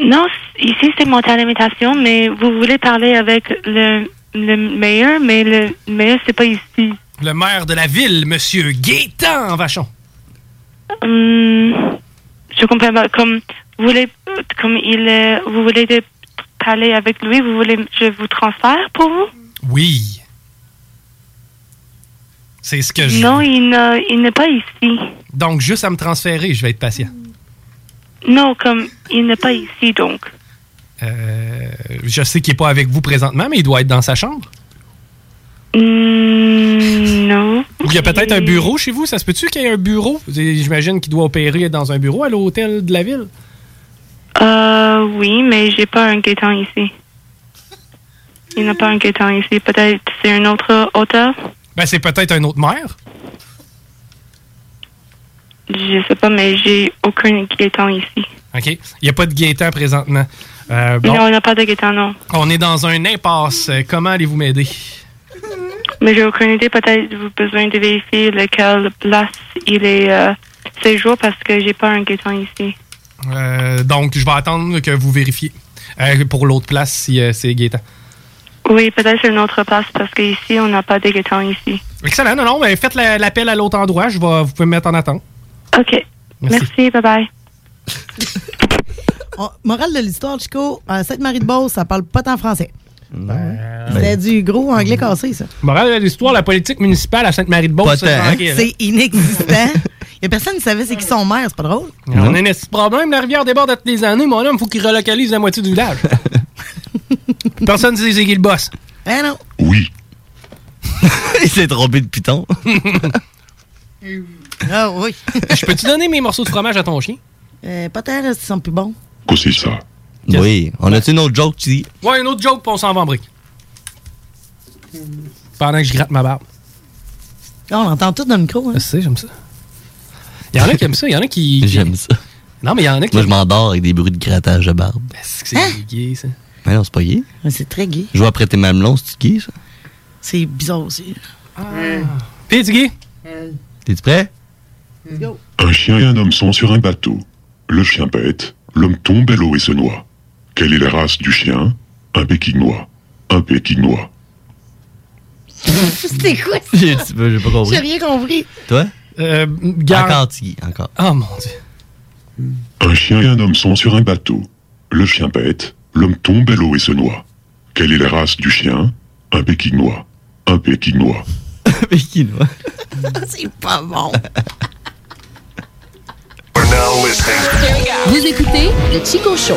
Speaker 12: Non, c- ici, c'est mental imitation, mais vous voulez parler avec le, le maire, mais le maire, c'est pas ici.
Speaker 8: Le maire de la ville, monsieur Gaétan Vachon.
Speaker 12: Hum, je comprends pas. Comme vous voulez, comme il est, vous voulez de- parler avec lui. Vous voulez, je vous transfère pour vous?
Speaker 8: Oui. C'est ce que je.
Speaker 12: Non, il n'a- il n'est pas ici.
Speaker 8: Donc, juste à me transférer, je vais être patient.
Speaker 12: Non, comme il n'est pas ici, donc.
Speaker 8: Euh, je sais qu'il n'est pas avec vous présentement, mais il doit être dans sa chambre.
Speaker 12: Hmm, non.
Speaker 8: Ou il y a peut-être un bureau chez vous. Ça se peut-tu qu'il y ait un bureau? J'imagine qu'il doit opérer dans un bureau à l'hôtel de la ville.
Speaker 12: Euh, oui, mais j'ai pas un guettant ici. Il n'a pas un guettant ici. Peut-être c'est un autre hôtel.
Speaker 8: Ben, c'est peut-être un autre maire.
Speaker 12: Je sais pas, mais j'ai aucun guettant ici.
Speaker 8: OK? Il n'y a pas de Gaétan présentement. Euh, bon,
Speaker 12: Non, il n'a pas de guettant, non.
Speaker 8: on est dans un impasse. Euh, Comment allez-vous m'aider?
Speaker 12: Mais j'ai aucune idée. Peut-être vous avez besoin de vérifier lequel place il est euh, séjour parce que j'ai pas un guettant ici.
Speaker 8: Euh, donc, je vais attendre que vous vérifiez euh, pour l'autre place si euh, c'est Gaétan.
Speaker 12: Oui, peut-être c'est une autre place parce qu'ici, on n'a pas de guettant ici.
Speaker 8: Excellent. Non, non, ben, faites la- l'appel à l'autre endroit. Je vais, vous pouvez me mettre en attente.
Speaker 12: OK.
Speaker 8: Merci.
Speaker 12: Merci, bye-bye.
Speaker 10: On- Oh, morale de l'histoire, Chico, à Sainte-Marie-de-Beauce, ça parle pas tant français. Ben,
Speaker 8: Ah.
Speaker 10: C'est du gros
Speaker 8: Mm.
Speaker 10: anglais cassé, ça.
Speaker 8: Morale de l'histoire, la politique municipale à Sainte-Marie-de-Beauce, c'est tranquille. hein?
Speaker 10: C'est inexistant. Il y a personne qui savait c'est qui son maire, c'est pas drôle.
Speaker 8: On a un petit problème. La rivière déborde à toutes les années. Mon homme, faut qu'il relocalise la moitié du village. Personne ne sait c'est qui le boss.
Speaker 10: Eh non.
Speaker 1: Il s'est trompé de piton.
Speaker 10: Ah oui.
Speaker 8: Je peux-tu donner mes morceaux de fromage à ton chien?
Speaker 10: Euh, pas terre, ils sont plus bons.
Speaker 18: Quoi c'est ça?
Speaker 1: Oui. On a-tu une autre joke, tu dis?
Speaker 8: Ouais, une autre joke, puis on s'en va en brique. Pendant que je gratte ma barbe.
Speaker 10: Ah, on entend tout dans le micro. Hein.
Speaker 8: Je sais, j'aime ça. Il y en a qui aiment ça, il y en a qui.
Speaker 1: J'aime ça.
Speaker 8: Non, mais il y en a qui.
Speaker 1: Moi, je m'endors avec des bruits de grattage de barbe.
Speaker 8: Est-ce que c'est gay, ça?
Speaker 1: Mais non, c'est pas gay.
Speaker 10: Hein? C'est très gay.
Speaker 1: Je vois après tes mamelons, c'est gay, ça?
Speaker 10: C'est bizarre aussi.
Speaker 8: Ah. T'es tu gay?
Speaker 1: T'es-tu prêt?
Speaker 18: Un chien et un homme sont sur un bateau. Le chien pète, l'homme tombe à l'eau et se noie. Quelle est la race du chien Un pékinois. Un pékinois.
Speaker 10: C'était quoi ça?
Speaker 1: J'ai un petit peu- j'ai pas compris.
Speaker 10: J'ai rien compris.
Speaker 1: Toi?
Speaker 8: Euh,
Speaker 1: Encore, Tiggy, encore.
Speaker 8: Oh mon dieu.
Speaker 18: Un chien et un homme sont sur un bateau. Le chien pète, l'homme tombe à l'eau et se noie. Quelle est la race du chien Un pékinois. Un pékinois.
Speaker 1: Pékinois.
Speaker 10: c'est pas bon.
Speaker 3: Vous écoutez le Chico Show.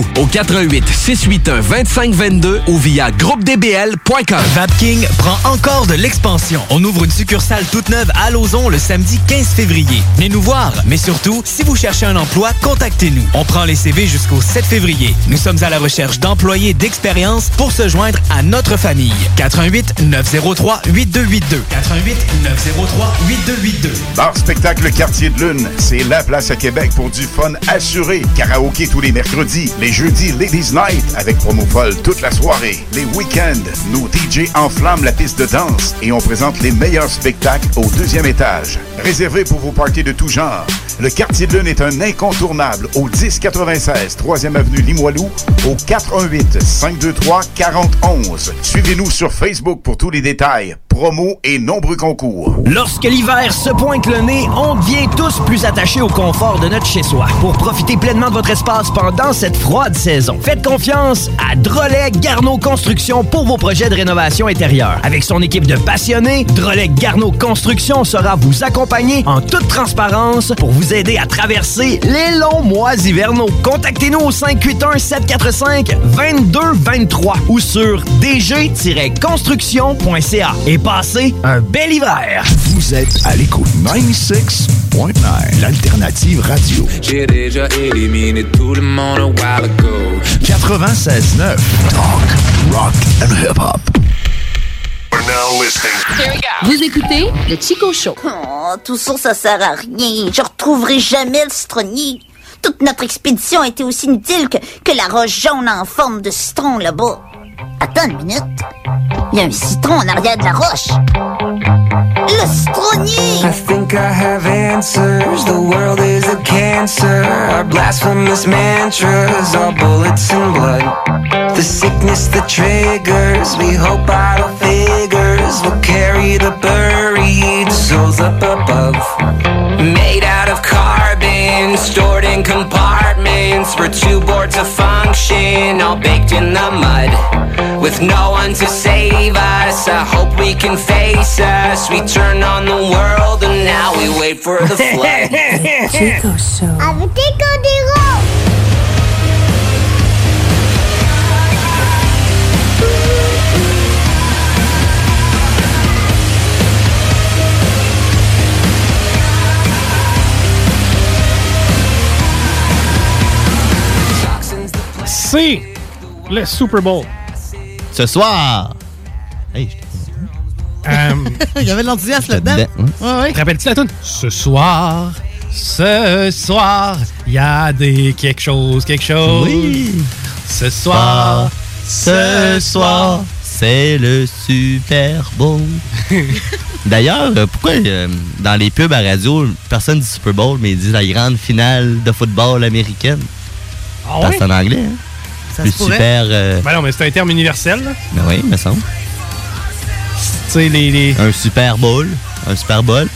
Speaker 4: au 88 681 2522 ou via groupedbl.com.
Speaker 2: Vapking prend encore de l'expansion. On ouvre une succursale toute neuve à Lauson le samedi 15 février. Venez nous voir, mais surtout, si vous cherchez un emploi, contactez-nous. On prend les CV jusqu'au 7 février. Nous sommes à la recherche d'employés d'expérience pour se joindre à notre famille. 88 903 8282. 88 903 8282.
Speaker 19: Bar Spectacle Quartier de Lune, c'est la place à Québec pour du fun assuré. Karaoké tous les mercredis, les jeudis Ladies Night avec promo folle toute la soirée. Les week-ends, nos DJ enflamment la piste de danse et on présente les meilleurs spectacles au deuxième étage. Réservé pour vos parties de tout genre, le Quartier de Lune est un incontournable au 1096 3e avenue Limoilou au 418 523 4011. Suivez-nous sur Facebook pour tous les détails, promos et nombreux concours.
Speaker 17: Lorsque l'hiver se pointe le nez, on devient tous plus attachés au confort de notre chez-soi. Pour profiter pleinement de votre espace pendant cette froide saison, faites confiance à Drolet Garneau Construction pour vos projets de rénovation intérieure. Avec son équipe de passionnés, Drolet Garneau Construction sera vous accompagner en toute transparence pour vous aider à traverser les longs mois hivernaux. Contactez-nous au 581-745-2223 ou sur dg-construction.ca et passez un bel hiver.
Speaker 18: Vous êtes à l'écoute 96.9, l'alternative radio.
Speaker 7: J'ai déjà éliminé tout le monde a while ago.
Speaker 18: 96.9, talk, rock and hip-hop.
Speaker 33: Vous écoutez le Chico Show. Oh, tout ça, ça sert à rien. Je retrouverai jamais le citronnier. Toute notre expédition était aussi inutile que, que la roche jaune en forme de citron là-bas. Attends une minute. Il y a un citron en arrière de la roche. Le citronnier!
Speaker 3: I think I have answers. The world is a cancer. Our blasphemous mantras are bullets and blood. The sickness that triggers. We hope idle figures will carry the buried souls up above. Made out of carbon, stored in compartments. We're too bored to function, all baked in the mud. With no one to save us, I hope we can face us. We turn on the world and now we wait for the flood.
Speaker 33: Chico Show. Avec Chico
Speaker 8: C'est le Super Bowl.
Speaker 1: Ce soir.
Speaker 8: Euh, Il y avait de l'enthousiasme là-dedans.
Speaker 1: hein.
Speaker 8: Te rappelles-tu la tune? Ce soir, ce soir, il y a des quelque chose, quelque chose.
Speaker 1: Oui.
Speaker 8: Ce soir, ce soir.
Speaker 1: C'est le Super Bowl. D'ailleurs, euh, pourquoi euh, dans les pubs à radio, personne dit Super Bowl, mais ils disent la grande finale de football américaine?
Speaker 8: Ah
Speaker 1: Parce
Speaker 8: ouais?
Speaker 1: que c'est en anglais, hein?
Speaker 8: Ça
Speaker 1: Plus
Speaker 8: se pourrait.
Speaker 1: super... euh,
Speaker 8: Ben non, mais c'est un terme universel. là.
Speaker 1: ben oui, me semble.
Speaker 8: Tu sais, les,
Speaker 1: Un Super Bowl. Un Super Bowl.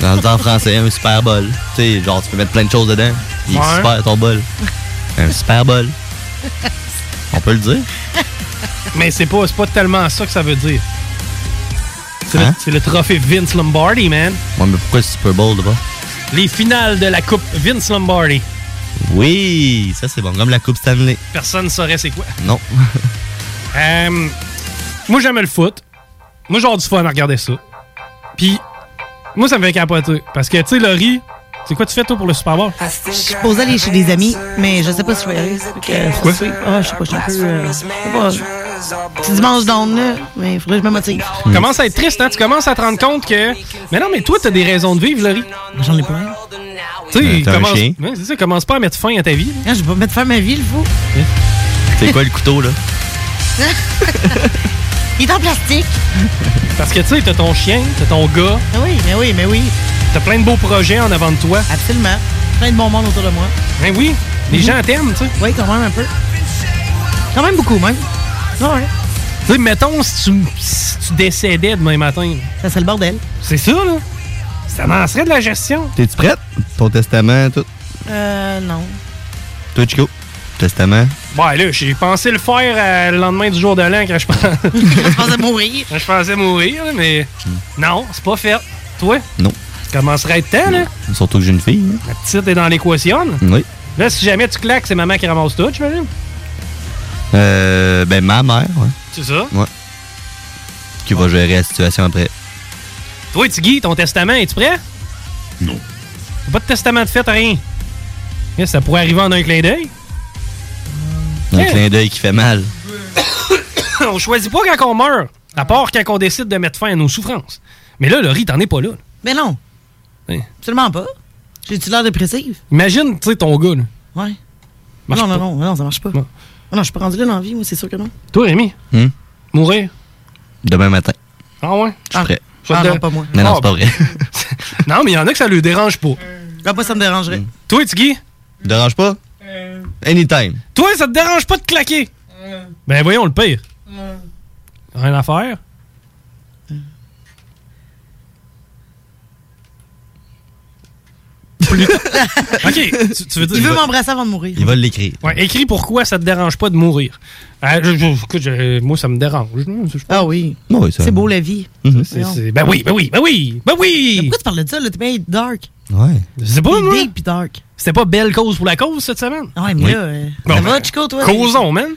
Speaker 1: Dans le temps français, un Super Bowl. Tu sais, genre, tu peux mettre plein de choses dedans. Il est
Speaker 3: Ouais.
Speaker 1: super, ton bol. Un Super Bowl. On peut le dire?
Speaker 8: Mais c'est pas, c'est pas tellement ça que ça veut dire. C'est le-
Speaker 1: Hein?
Speaker 8: c'est le, trophée Vince Lombardi, man.
Speaker 1: Ouais, mais pourquoi le Super Bowl, là-bas?
Speaker 8: Les finales de la Coupe Vince Lombardi.
Speaker 1: Oui, ça, c'est bon. Comme la Coupe Stanley.
Speaker 8: Personne ne saurait c'est quoi.
Speaker 1: Non.
Speaker 8: Euh, moi, j'aime le foot. Moi, j'ai du fun à regarder ça. Puis, moi, ça me fait capoter. Parce que, tu sais, Laurie, c'est quoi tu fais, toi, pour le Super Bowl?
Speaker 10: Je suis posée aller chez des amis, mais je sais pas si je vais y aller.
Speaker 8: Pourquoi?
Speaker 10: Ah, je sais pas, je suis un peu. euh, je sais pas. Petit dimanche d'onde, là, mais il faudrait que je me motive.
Speaker 1: Hmm.
Speaker 8: Tu commences à être triste, hein? Tu commences à te rendre compte que. Mais non, mais toi, t'as des raisons de vivre, Laurie.
Speaker 10: J'en ai plein.
Speaker 8: Tu sais,
Speaker 1: Ben, t'as un
Speaker 8: commence...
Speaker 1: chien.
Speaker 8: Ouais, c'est ça, commence pas à mettre fin à ta vie.
Speaker 10: Hein, Je vais pas mettre fin à ma vie, le fou.
Speaker 1: C'est quoi le couteau, là?
Speaker 10: Il est en plastique.
Speaker 8: Parce que, tu sais, t'as ton chien, t'as ton gars.
Speaker 10: Mais Ah oui, mais oui, mais oui.
Speaker 8: T'as plein de beaux projets en avant de toi.
Speaker 10: Absolument. Plein de bon monde autour de moi. Mhm.
Speaker 8: Ben oui, les gens t'aiment, tu sais.
Speaker 10: Oui, quand même un peu. Quand même beaucoup, même. Ah Ouais.
Speaker 8: Tu sais, mettons, si tu, si tu décédais demain matin.
Speaker 10: Ça serait le bordel.
Speaker 8: C'est ça, là. Ça m'en serait de la gestion.
Speaker 1: T'es-tu prête? Ton testament, tout.
Speaker 10: Euh, non.
Speaker 1: Toi, Chico? Testament.
Speaker 8: Ouais, là, j'ai pensé le faire euh, le lendemain du jour de l'an quand je pense-
Speaker 10: Je pensais mourir.
Speaker 8: quand je pensais mourir, là, mais non, c'est pas fait. Toi?
Speaker 1: Non.
Speaker 8: Ça commencerait à être temps, là.
Speaker 1: Surtout que j'ai une fille. hein?
Speaker 8: La petite est dans l'équation.
Speaker 1: Oui.
Speaker 8: Là, si jamais tu claques, c'est maman qui ramasse tout, j'imagine.
Speaker 1: Euh, ben, ma mère, ouais.
Speaker 8: C'est ça.
Speaker 1: Ouais. Qui va gérer la situation après.
Speaker 8: Toi, Tiggy, ton testament, es-tu prêt?
Speaker 24: Non.
Speaker 8: Pas de testament de fait, rien. Mais ça pourrait arriver en un clin d'œil.
Speaker 1: Un
Speaker 8: Hey.
Speaker 1: clin d'œil qui fait mal.
Speaker 8: on choisit pas quand on meurt, à part quand on décide de mettre fin à nos souffrances. Mais là, Laurie, t'en es pas là.
Speaker 10: Mais non.
Speaker 8: Oui.
Speaker 10: Absolument pas. J'ai-tu l'air dépressive?
Speaker 8: Imagine, tu sais, ton gars, là.
Speaker 10: Ouais.
Speaker 8: Marche
Speaker 10: non, non,
Speaker 8: pas.
Speaker 10: non, non, ça marche pas. Ah
Speaker 8: Non,
Speaker 10: non je suis pas rendu là dans la vie, moi, c'est sûr que non.
Speaker 8: Toi, Rémi,
Speaker 1: Hum?
Speaker 8: mourir.
Speaker 1: Demain matin.
Speaker 8: Ah ouais?
Speaker 1: Je suis prêt.
Speaker 8: Ah, non, pas moi.
Speaker 1: Mais non,
Speaker 8: Ah, ben,
Speaker 1: c'est pas vrai.
Speaker 8: Non, mais il y en a que ça le dérange pas.
Speaker 10: Là, pas Ah, ça me dérangerait.
Speaker 8: Toi, Tiggy?
Speaker 1: Dérange pas? Anytime.
Speaker 8: Toi, ça te dérange pas de claquer? Ben voyons, le pire. Rien à faire. Plus tard. OK, tu, tu veux dire...
Speaker 10: Il veut m'embrasser avant de mourir.
Speaker 1: Ils veulent l'écrire.
Speaker 8: Ouais, écris pourquoi ça te dérange pas de mourir. Euh, je- je- écoute, je- moi, ça me dérange.
Speaker 10: Ah oui.
Speaker 1: Oui, ça.
Speaker 10: C'est beau la vie.
Speaker 8: C'est- c'est- ben oui, ben oui, ben oui, ben oui!
Speaker 10: Pourquoi tu parles de ça, là? T'es bien dark.
Speaker 1: Ouais.
Speaker 8: C'est pas, moi.
Speaker 10: Deep pis dark.
Speaker 8: C'était pas belle cause pour la cause cette semaine? ben,
Speaker 10: Ouais, mais là, euh, ça va, Chico, toi?
Speaker 8: Causons, man!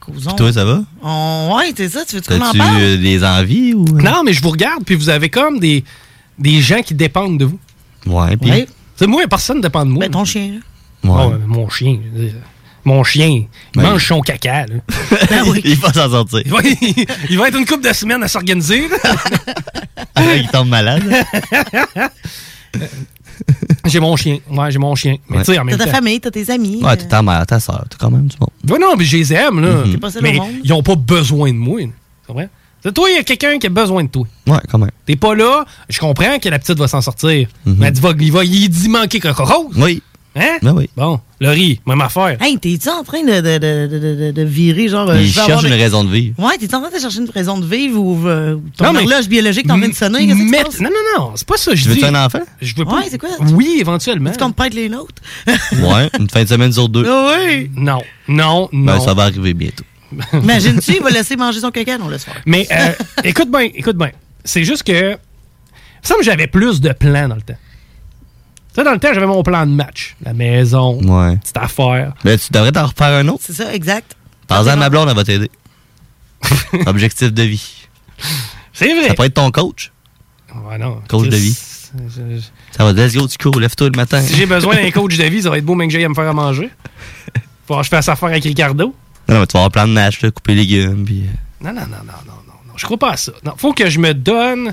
Speaker 10: Causons.
Speaker 1: Puis toi, ça va?
Speaker 10: On- Ouais, c'est ça, tu veux-tu qu'on en
Speaker 1: T'as-tu
Speaker 10: parle?
Speaker 1: euh, des envies ou.
Speaker 8: Non, mais je vous regarde, puis vous avez comme des, des gens qui dépendent de vous.
Speaker 1: Ouais, puis.
Speaker 8: Tu sais, moi, personne ne dépend de moi. Mais
Speaker 10: Ben, ton chien.
Speaker 8: mon euh, chien. je veux dire, Mon chien, il
Speaker 1: Ouais.
Speaker 8: mange son caca. là.
Speaker 1: Il va s'en sortir.
Speaker 8: Il va- Ben il va être une couple de semaines à s'organiser. là.
Speaker 1: Il tombe malade.
Speaker 8: J'ai mon chien. Ouais, j'ai mon chien. Mais
Speaker 1: Ouais.
Speaker 8: tu sais, en
Speaker 10: T'as
Speaker 8: même
Speaker 10: ta
Speaker 8: temps.
Speaker 10: famille, t'as tes amis.
Speaker 1: Ouais, t'es ta mère, ta soeur, t'as quand même du monde.
Speaker 8: Ouais, non, mais je les aime, là.
Speaker 1: Mhm. T'es pas seul au
Speaker 8: Mais
Speaker 1: monde.
Speaker 8: ils n'ont pas besoin de moi. là. Tu comprends? C'est toi, il y a quelqu'un qui a besoin de toi.
Speaker 1: Ouais, quand même. Mhm.
Speaker 8: T'es pas là, je comprends que la petite va s'en sortir. Mais elle dit, va, il va il dit manquer cocorose.
Speaker 1: Oui.
Speaker 8: Hein?
Speaker 1: Ben oui.
Speaker 8: Bon, Laurie, même affaire.
Speaker 10: Hey, t'es-tu en train de, de, de, de, de- de virer, genre. euh, je
Speaker 8: Il
Speaker 10: vais avoir
Speaker 8: cherche une raison
Speaker 1: de vivre.
Speaker 10: Ouais, t'es en train de chercher une raison de vivre ou euh, ton
Speaker 8: mais-
Speaker 10: horloge biologique t'en vient de sonner. Qu'est-ce qui se
Speaker 8: Mais-
Speaker 10: passe?
Speaker 8: Non, non, non, c'est pas ça. Je
Speaker 1: Tu veux-tu
Speaker 8: dis-
Speaker 1: un enfant?
Speaker 8: Je veux pas.
Speaker 10: Ouais, c'est quoi?
Speaker 8: Oui, éventuellement.
Speaker 10: Tu comptes pas être les nôtres? Ah
Speaker 1: Ouais, une fin de semaine sur deux.
Speaker 10: Oui.
Speaker 8: Non, non, non.
Speaker 1: Ben, ça va arriver bientôt.
Speaker 10: Imagine-tu, il va laisser manger son caca, non, le soir.
Speaker 8: Mais euh, écoute bien, écoute bien. C'est juste que. Il me semble que j'avais plus de plans dans le temps. Tu sais, dans le temps, j'avais mon plan de match. La maison,
Speaker 1: Ouais.
Speaker 8: petite affaire.
Speaker 1: Ben, tu devrais t'en refaire un autre.
Speaker 10: C'est ça, exact.
Speaker 1: Par exemple, ma blonde, elle va t'aider. Objectif de vie.
Speaker 8: C'est vrai.
Speaker 1: Ça pourrait être ton coach.
Speaker 8: Ouais, non.
Speaker 1: Coach de vie.
Speaker 8: Je- je-
Speaker 1: Ça va, let's go, tu cours, lève-toi le matin.
Speaker 8: Si j'ai besoin d'un coach de vie, ça va être beau, mais que j'aille me faire à manger. Faut que je fasse affaire avec Ricardo.
Speaker 1: Non, non, mais tu vas avoir plein de nage, là, couper les légumes, puis. euh,
Speaker 8: Non, non, non, non, non, non, non. Je crois pas à ça. Non, faut que je me donne. euh,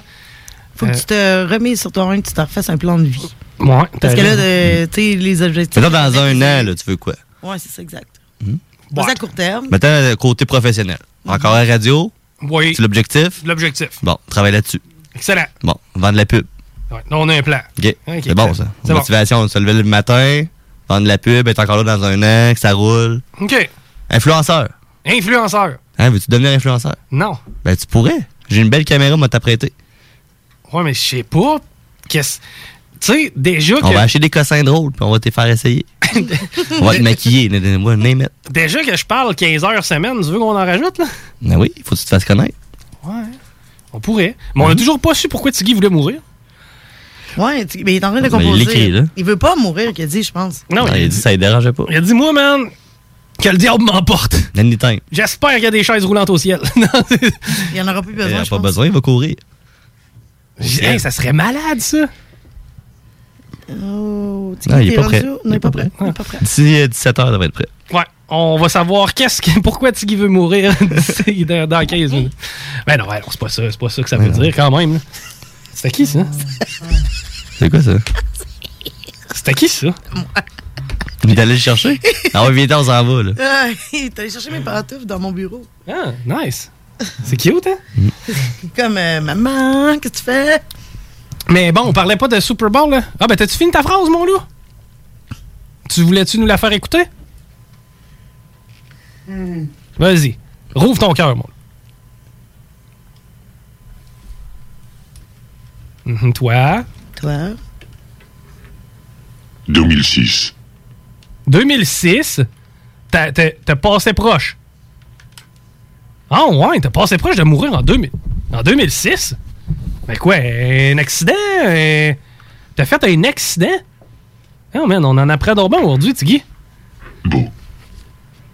Speaker 10: Faut que tu te remises sur toi-même, que tu te refasses un plan de vie.
Speaker 8: Ouais,
Speaker 10: Parce que là,
Speaker 1: raison.
Speaker 10: de- tu sais, les objectifs.
Speaker 1: Mais là, dans un an, là, tu veux quoi?
Speaker 10: Ouais, c'est ça, exact.
Speaker 1: Hmm?
Speaker 10: Pas à court terme.
Speaker 1: Maintenant, euh, côté professionnel. Encore la radio?
Speaker 8: Oui.
Speaker 1: C'est l'objectif?
Speaker 8: L'objectif.
Speaker 1: Bon, travaille là-dessus.
Speaker 8: Excellent.
Speaker 1: Bon, vendre la pub.
Speaker 8: Ouais, là, on a un plan.
Speaker 1: OK.
Speaker 8: Ok,
Speaker 1: c'est bon, ça.
Speaker 8: c'est bon.
Speaker 1: Motivation, se lever le matin, vendre la pub, être encore là dans un an, que ça roule.
Speaker 8: OK.
Speaker 1: Influenceur.
Speaker 8: Influenceur.
Speaker 1: Hein, veux-tu devenir influenceur?
Speaker 8: Non.
Speaker 1: Ben, tu pourrais. J'ai une belle caméra, m'a t'apprêter.
Speaker 8: Ouais, mais je sais pas. Qu'est-ce. Tu sais, déjà que.
Speaker 1: On va acheter des cossins drôles, puis on va te les faire essayer. on va te maquiller, donne-moi, name it.
Speaker 8: Déjà que je parle 15 heures semaine, tu veux qu'on en rajoute, là?
Speaker 1: Ben oui, faut que tu te fasses connaître.
Speaker 8: Ouais. On pourrait. Mais on a toujours pas su pourquoi Tiggy voulait mourir.
Speaker 10: Ouais, tu- mais il est en train de
Speaker 1: Ben, il
Speaker 10: composer.
Speaker 1: l'écrit, là.
Speaker 10: Il veut pas mourir, qu'il dit, je pense.
Speaker 8: Non,
Speaker 1: il a dit ça ne dérangeait pas.
Speaker 8: Il a dit, moi, man, que le diable m'emporte.
Speaker 1: Anytime.
Speaker 8: J'espère qu'il y a des chaises roulantes au ciel. Non, c'est-
Speaker 10: Il y en aura plus
Speaker 1: Il
Speaker 10: besoin,
Speaker 1: a
Speaker 10: je
Speaker 1: Euh, pas
Speaker 10: pense.
Speaker 1: besoin, il va courir.
Speaker 8: J'ai- hey, ça serait malade, ça.
Speaker 10: Oh, tu
Speaker 1: Non, il
Speaker 10: t'es
Speaker 1: est pas
Speaker 10: rendu
Speaker 1: prêt.
Speaker 10: où? Non, il est pas prêt. Il est pas prêt.
Speaker 1: D'ici euh, 17 h, il devrait être prêt.
Speaker 8: Ouais, on va savoir qu'est-ce que, pourquoi Tiggy veut mourir d'ici- dans, dans 15 minutes. Ben non, ben non, c'est pas ça, c'est pas ça que ça
Speaker 1: Ben
Speaker 8: veut dire quand même. là. C'était qui ça?
Speaker 1: C'est quoi ça?
Speaker 8: C'était qui ça?
Speaker 1: Il est allé le chercher? Ah ouais, viens on s'en va, là.
Speaker 10: Ah, il est allé chercher mes pantoufles dans mon bureau.
Speaker 8: Ah, nice. C'est cute, hein?
Speaker 10: Comme euh, maman, qu'est-ce que tu fais?
Speaker 8: Mais bon, on parlait pas de Super Bowl, là. Ah ben t'as-tu fini ta phrase, mon loup? Tu voulais-tu nous la faire écouter?
Speaker 10: Hmm.
Speaker 8: Vas-y. Rouvre ton cœur, mon loup. Mhm, toi.
Speaker 10: Toi.
Speaker 24: 2006.
Speaker 8: 2006, t'as- t'as t'as passé proche. Ah ouais, t'as passé proche de mourir en, 2000, en 2006? Mais Ben quoi, un accident? euh, T'as fait un accident? Oh man, on en apprend d'or aujourd'hui, Tiggy. Beau.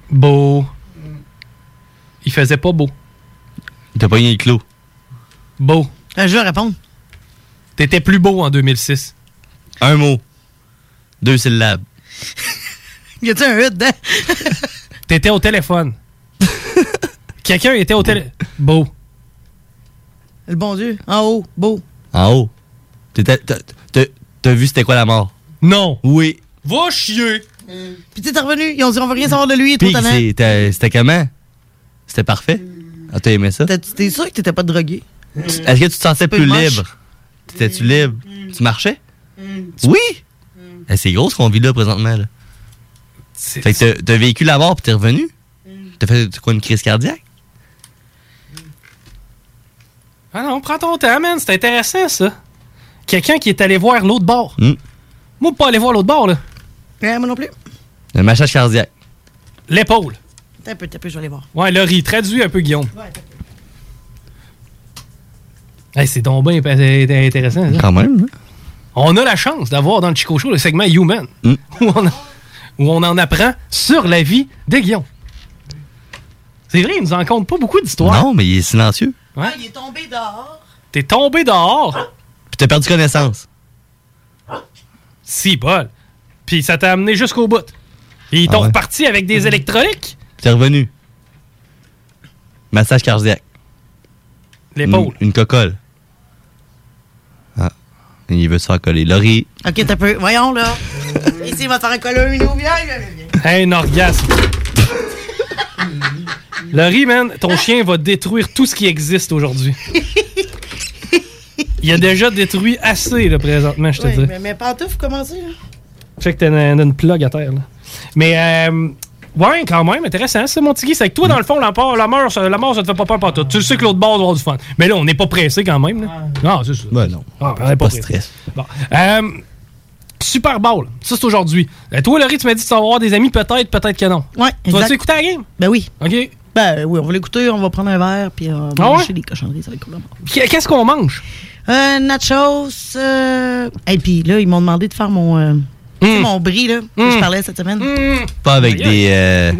Speaker 8: Beau. Il faisait pas beau.
Speaker 1: Il t'a pogné le clou.
Speaker 8: Beau.
Speaker 10: Euh, je vais répondre.
Speaker 8: T'étais plus beau en 2006.
Speaker 1: Un mot. Deux syllabes.
Speaker 10: Y a-tu un hut dedans?
Speaker 8: T'étais au téléphone. Quelqu'un était au téléphone. Beau.
Speaker 10: Le bon Dieu, en haut, beau.
Speaker 1: En haut. T'étais- t'as- t'as- T'as vu c'était quoi la mort?
Speaker 8: Non.
Speaker 1: Oui.
Speaker 8: Va chier!
Speaker 10: Puis tu es revenu, ils ont dit on veut rien savoir de lui, il est
Speaker 1: Puis
Speaker 10: trop talent.
Speaker 1: c'est- t'as- c'était comment? C'était parfait? Ah, t'as aimé ça?
Speaker 10: T'es sûr que t'étais pas drogué?
Speaker 1: Est-ce que tu te sentais
Speaker 10: Peu
Speaker 1: plus
Speaker 10: moche. Mm.
Speaker 1: libre? T'étais-tu libre? Tu marchais? Oui! Eh, c'est gros ce qu'on vit là présentement. Là. Fait que t'as- t'as vécu la mort puis t'es revenu?
Speaker 10: Mm.
Speaker 1: T'as fait quoi, une crise cardiaque?
Speaker 8: Ah non, prends ton temps, man. C'est intéressant, ça. Quelqu'un qui est allé voir l'autre bord.
Speaker 1: Hmm.
Speaker 8: Moi, pas aller voir l'autre bord, là.
Speaker 10: Ouais, moi non plus.
Speaker 1: Un massage cardiaque.
Speaker 8: L'épaule.
Speaker 10: T'as un peu, t'as un peu, je vais aller voir.
Speaker 8: Ouais, Laurie, traduis un peu, Guillaume. Hey, c'est donc bien pa- euh, intéressant, ça.
Speaker 1: Quand même.
Speaker 8: hein. On a la chance d'avoir dans le Chico Show le segment Human,
Speaker 1: Mm.
Speaker 8: où, on a- où on en apprend sur la vie de Guillaume. C'est vrai, il nous en compte pas beaucoup d'histoires.
Speaker 1: Non, mais il est silencieux.
Speaker 8: Ouais.
Speaker 10: il est tombé dehors.
Speaker 8: T'es tombé dehors.
Speaker 1: Puis t'as perdu connaissance.
Speaker 8: Si, bol. Puis ça t'a amené jusqu'au bout. Puis
Speaker 1: Ah
Speaker 8: ils t'ont reparti avec des électroniques.
Speaker 1: Puis t'es revenu. Massage cardiaque.
Speaker 8: L'épaule.
Speaker 1: Une, une cocolle. Ah. Il veut se faire coller. Laurie.
Speaker 10: Ok, t'as peu. Voyons, là. Ici, il va te faire un colon, il nous vient.
Speaker 8: Ah, Un orgasme. Laurie, man, ton chien va détruire tout ce qui existe aujourd'hui. Il a déjà détruit assez, là, présentement, je te
Speaker 10: Oui,
Speaker 8: dirais.
Speaker 10: mais mes pantoufles, comment ça, là?
Speaker 8: Je sais que t'as une, une plug à terre, là. Mais, euh, ouais, quand même, intéressant, ça, mon petit Guy. C'est que toi, dans le fond, la, part- la mort, ça- la mort, ça te fait pas peur, pas tout. Tu le sais que l'autre bord va avoir du fun. Mais là, on n'est pas pressé quand même, là. Non, c'est ça.
Speaker 1: Ben non.
Speaker 8: Ah, on
Speaker 1: C'est
Speaker 8: n'est
Speaker 1: pas
Speaker 8: pas pressé.
Speaker 1: stress.
Speaker 8: Bon. Euh, Super Bowl, ça c'est aujourd'hui. Euh, toi, Laurie, tu m'as dit que tu vas avoir des amis, peut-être, peut-être que non.
Speaker 10: Ouais,
Speaker 8: Tu vas-tu
Speaker 10: exact.
Speaker 8: écouter la game?
Speaker 10: Ben oui.
Speaker 8: OK.
Speaker 10: Ben oui, on va l'écouter, on va prendre un verre, puis on va
Speaker 8: Ah ouais?
Speaker 10: manger des cochonneries, ça va être cool.
Speaker 8: Qu'est-ce qu'on mange?
Speaker 10: Euh, nachos. Euh... Et puis là, ils m'ont demandé de faire mon, euh, tu
Speaker 8: Hmm.
Speaker 10: sais, mon brie, là, que je parlais cette semaine.
Speaker 1: Pas avec des, euh,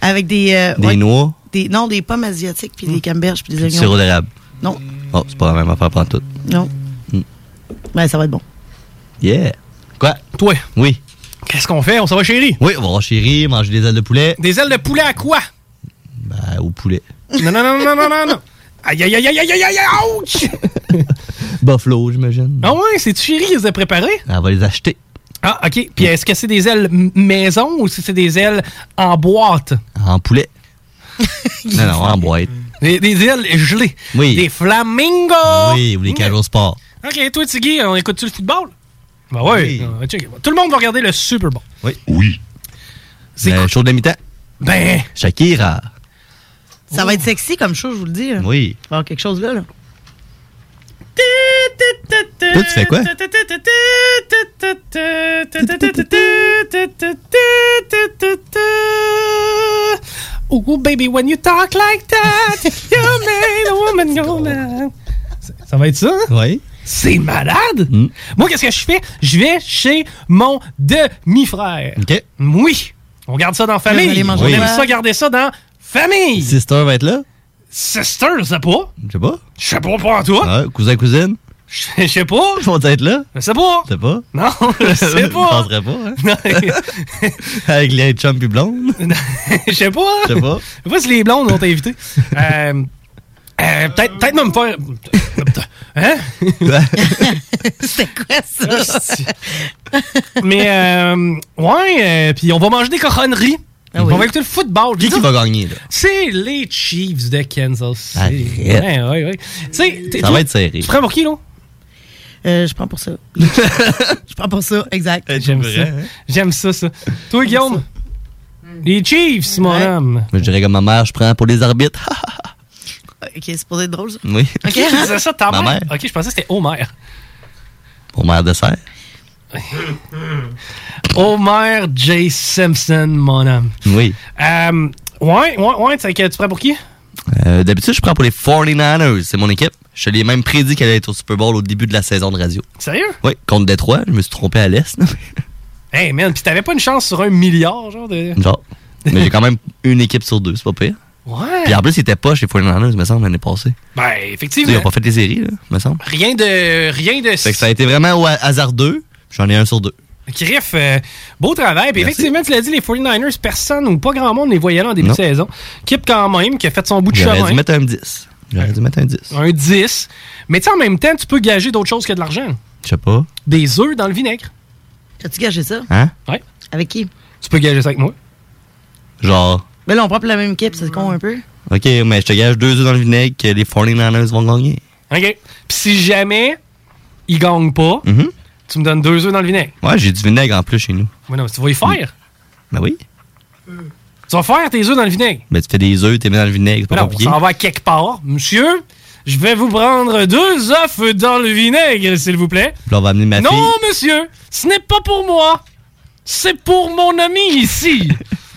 Speaker 10: Avec des. euh,
Speaker 1: des
Speaker 10: ouais,
Speaker 1: noix,
Speaker 10: des- non, des pommes asiatiques, puis
Speaker 8: Hum.
Speaker 10: des camberges, puis des
Speaker 1: du
Speaker 10: oignons.
Speaker 1: sirop d'érable.
Speaker 10: Non,
Speaker 1: Oh, c'est pas la même affaire, prends tout.
Speaker 10: non.
Speaker 1: Mm.
Speaker 10: Ben, ça va être bon.
Speaker 1: Yeah. Quoi?
Speaker 8: Toi?
Speaker 1: Oui.
Speaker 8: Qu'est-ce qu'on fait? On s'en va chérie?
Speaker 1: Oui, on va voir chérie, manger des ailes de poulet.
Speaker 8: Des ailes de poulet à quoi?
Speaker 1: Ben, au poulet.
Speaker 8: Non, non, non, non, non, non, non. Aïe, aïe, aïe, aïe, aïe, aïe, aïe, aïe, ouch!
Speaker 1: Buffalo, j'imagine.
Speaker 8: Ah ouais, c'est-tu chérie qui les a préparés?
Speaker 1: Elle va les acheter.
Speaker 8: Ah, OK. Puis est-ce que c'est des ailes m- maison ou si c'est des ailes en boîte?
Speaker 1: En poulet. non, non, en boîte.
Speaker 8: Des, des ailes gelées?
Speaker 1: Oui.
Speaker 8: Des flamingos?
Speaker 1: Oui, ou les cajots sport.
Speaker 8: OK, toi, Tiggy, on écoute-tu le football? Ben ouais. Ah, check. Tout le monde va regarder le Super Bowl.
Speaker 1: Oui.
Speaker 18: Oui.
Speaker 1: C'est ben, chaud de la mi-temps.
Speaker 8: Ben.
Speaker 1: Shakira.
Speaker 10: Ça
Speaker 8: Oh.
Speaker 10: va être sexy comme show, je vous le dis. là.
Speaker 1: Oui.
Speaker 10: Il va y avoir quelque chose là, là.
Speaker 1: Toi, tu fais quoi?
Speaker 8: Oh, baby, when you talk like that, you made a woman go mad. Ça va être ça? hein?
Speaker 1: Oui. Mm.
Speaker 8: C'est malade! Moi, qu'est-ce que je fais? Je vais chez mon demi-frère.
Speaker 1: OK.
Speaker 8: Oui. On garde ça dans famille.
Speaker 1: Vous allez manger
Speaker 8: On
Speaker 1: Oui.
Speaker 8: aime
Speaker 1: quoi?
Speaker 8: ça, garder ça dans famille.
Speaker 1: Sister va être là?
Speaker 8: Sister, je sais pas.
Speaker 1: Je sais pas.
Speaker 8: Je sais pas pour toi.
Speaker 1: Ouais, cousin, cousine?
Speaker 8: Je sais pas.
Speaker 1: Ils vont être là?
Speaker 8: Je sais pas.
Speaker 1: Je sais pas.
Speaker 8: Non, je sais
Speaker 1: Je
Speaker 8: pas.
Speaker 1: penserais pas, hein?
Speaker 8: Non.
Speaker 1: Avec les chums pis blondes?
Speaker 8: Je sais pas.
Speaker 1: Je sais pas.
Speaker 8: Je sais pas si les blondes vont t'inviter. Euh, euh, peut-être, peut-être même faire. Hein?
Speaker 10: C'était quoi ça?
Speaker 8: Mais, euh, ouais, euh, puis on va manger des cochonneries.
Speaker 1: Ah oui.
Speaker 8: On va écouter le football.
Speaker 1: Qui qui va gagner, là?
Speaker 8: C'est les Chiefs de Kansas City.
Speaker 1: Arrête.
Speaker 8: Ouais, ouais, ouais. Tu sais, t'es-
Speaker 1: Ça
Speaker 8: toi,
Speaker 1: va être serré.
Speaker 8: Tu prends pour qui, là?
Speaker 10: Euh, je prends pour ça. je prends pour ça, exact.
Speaker 8: J'aime ça.
Speaker 1: hein?
Speaker 8: J'aime ça, ça. Toi, Guillaume? Les Chiefs, mon homme.
Speaker 1: Je dirais que ma mère, je prends pour les arbitres.
Speaker 10: Ok, c'est pour être drôle, ça.
Speaker 1: oui.
Speaker 10: Ok.
Speaker 8: Qui disait ça, ta
Speaker 1: Ma
Speaker 8: mère?
Speaker 1: mère.
Speaker 8: Ok, je pensais que c'était Homer.
Speaker 1: Pour mère de serre.
Speaker 8: Homer J. Simpson, mon homme.
Speaker 1: Oui.
Speaker 8: Euh, ouais, ouais, ouais, tu sais que tu prends pour qui?
Speaker 1: Euh, D'habitude, je prends pour les 49ers. C'est mon équipe. Je te l'ai même prédit qu'elle allait être au Super Bowl au début de la saison de radio.
Speaker 8: Sérieux?
Speaker 1: Oui, contre Détroit. Je me suis trompé à l'Est.
Speaker 8: Hey, man, pis t'avais pas une chance sur un milliard, genre de.
Speaker 1: Genre. Mais j'ai quand même une équipe sur deux, c'est pas pire.
Speaker 8: Ouais.
Speaker 1: Puis en plus, ils étaient pas chez 49ers, me semble, l'année passée.
Speaker 8: Ben,
Speaker 1: Tu sais, Ils
Speaker 8: effectivement.
Speaker 1: n'ont pas fait les séries, là, me semble.
Speaker 8: Rien de. Rien de.
Speaker 1: Fait que ça a été vraiment au ha- hasardeux. J'en ai un sur deux.
Speaker 8: Griff, euh, beau travail. Puis
Speaker 1: Merci.
Speaker 8: effectivement, tu l'as dit, les 49ers, personne ou pas grand monde les voyait là en début
Speaker 1: Non.
Speaker 8: de saison. Kip, quand même, qui a fait son bout de
Speaker 1: J'aurais dû
Speaker 8: chemin.
Speaker 1: mettre un 10. J'aurais dû mettre un 10.
Speaker 8: Un 10. Mais tu sais, en même temps, tu peux gager d'autres choses que de l'argent.
Speaker 1: Je sais pas.
Speaker 8: Des œufs dans le vinaigre.
Speaker 10: T'as-tu gagé ça?
Speaker 1: Hein?
Speaker 8: Ouais.
Speaker 10: Avec qui?
Speaker 8: Tu peux gager ça avec moi.
Speaker 1: Genre,
Speaker 10: Ben là, on prend pour la même équipe, c'est con un peu.
Speaker 1: OK, mais je te gage deux œufs dans le vinaigre que les 49ers vont gagner.
Speaker 8: OK. Puis si jamais il gagne pas,
Speaker 1: Mhm.
Speaker 8: tu me donnes deux œufs dans le vinaigre.
Speaker 1: Ouais, j'ai du vinaigre en plus chez nous.
Speaker 8: Mais non, tu vas y faire.
Speaker 1: Ben oui.
Speaker 8: Tu vas faire tes œufs dans le vinaigre.
Speaker 1: Ben tu fais des œufs, t'es mis dans le vinaigre, c'est
Speaker 8: Mais
Speaker 1: pas
Speaker 8: non, on
Speaker 1: compliqué.
Speaker 8: s'en va quelque part. Monsieur, je vais vous prendre deux œufs dans le vinaigre, s'il vous plaît.
Speaker 1: Puis là, on va amener ma
Speaker 8: non,
Speaker 1: fille
Speaker 8: monsieur, ce n'est pas pour moi. C'est pour mon ami ici.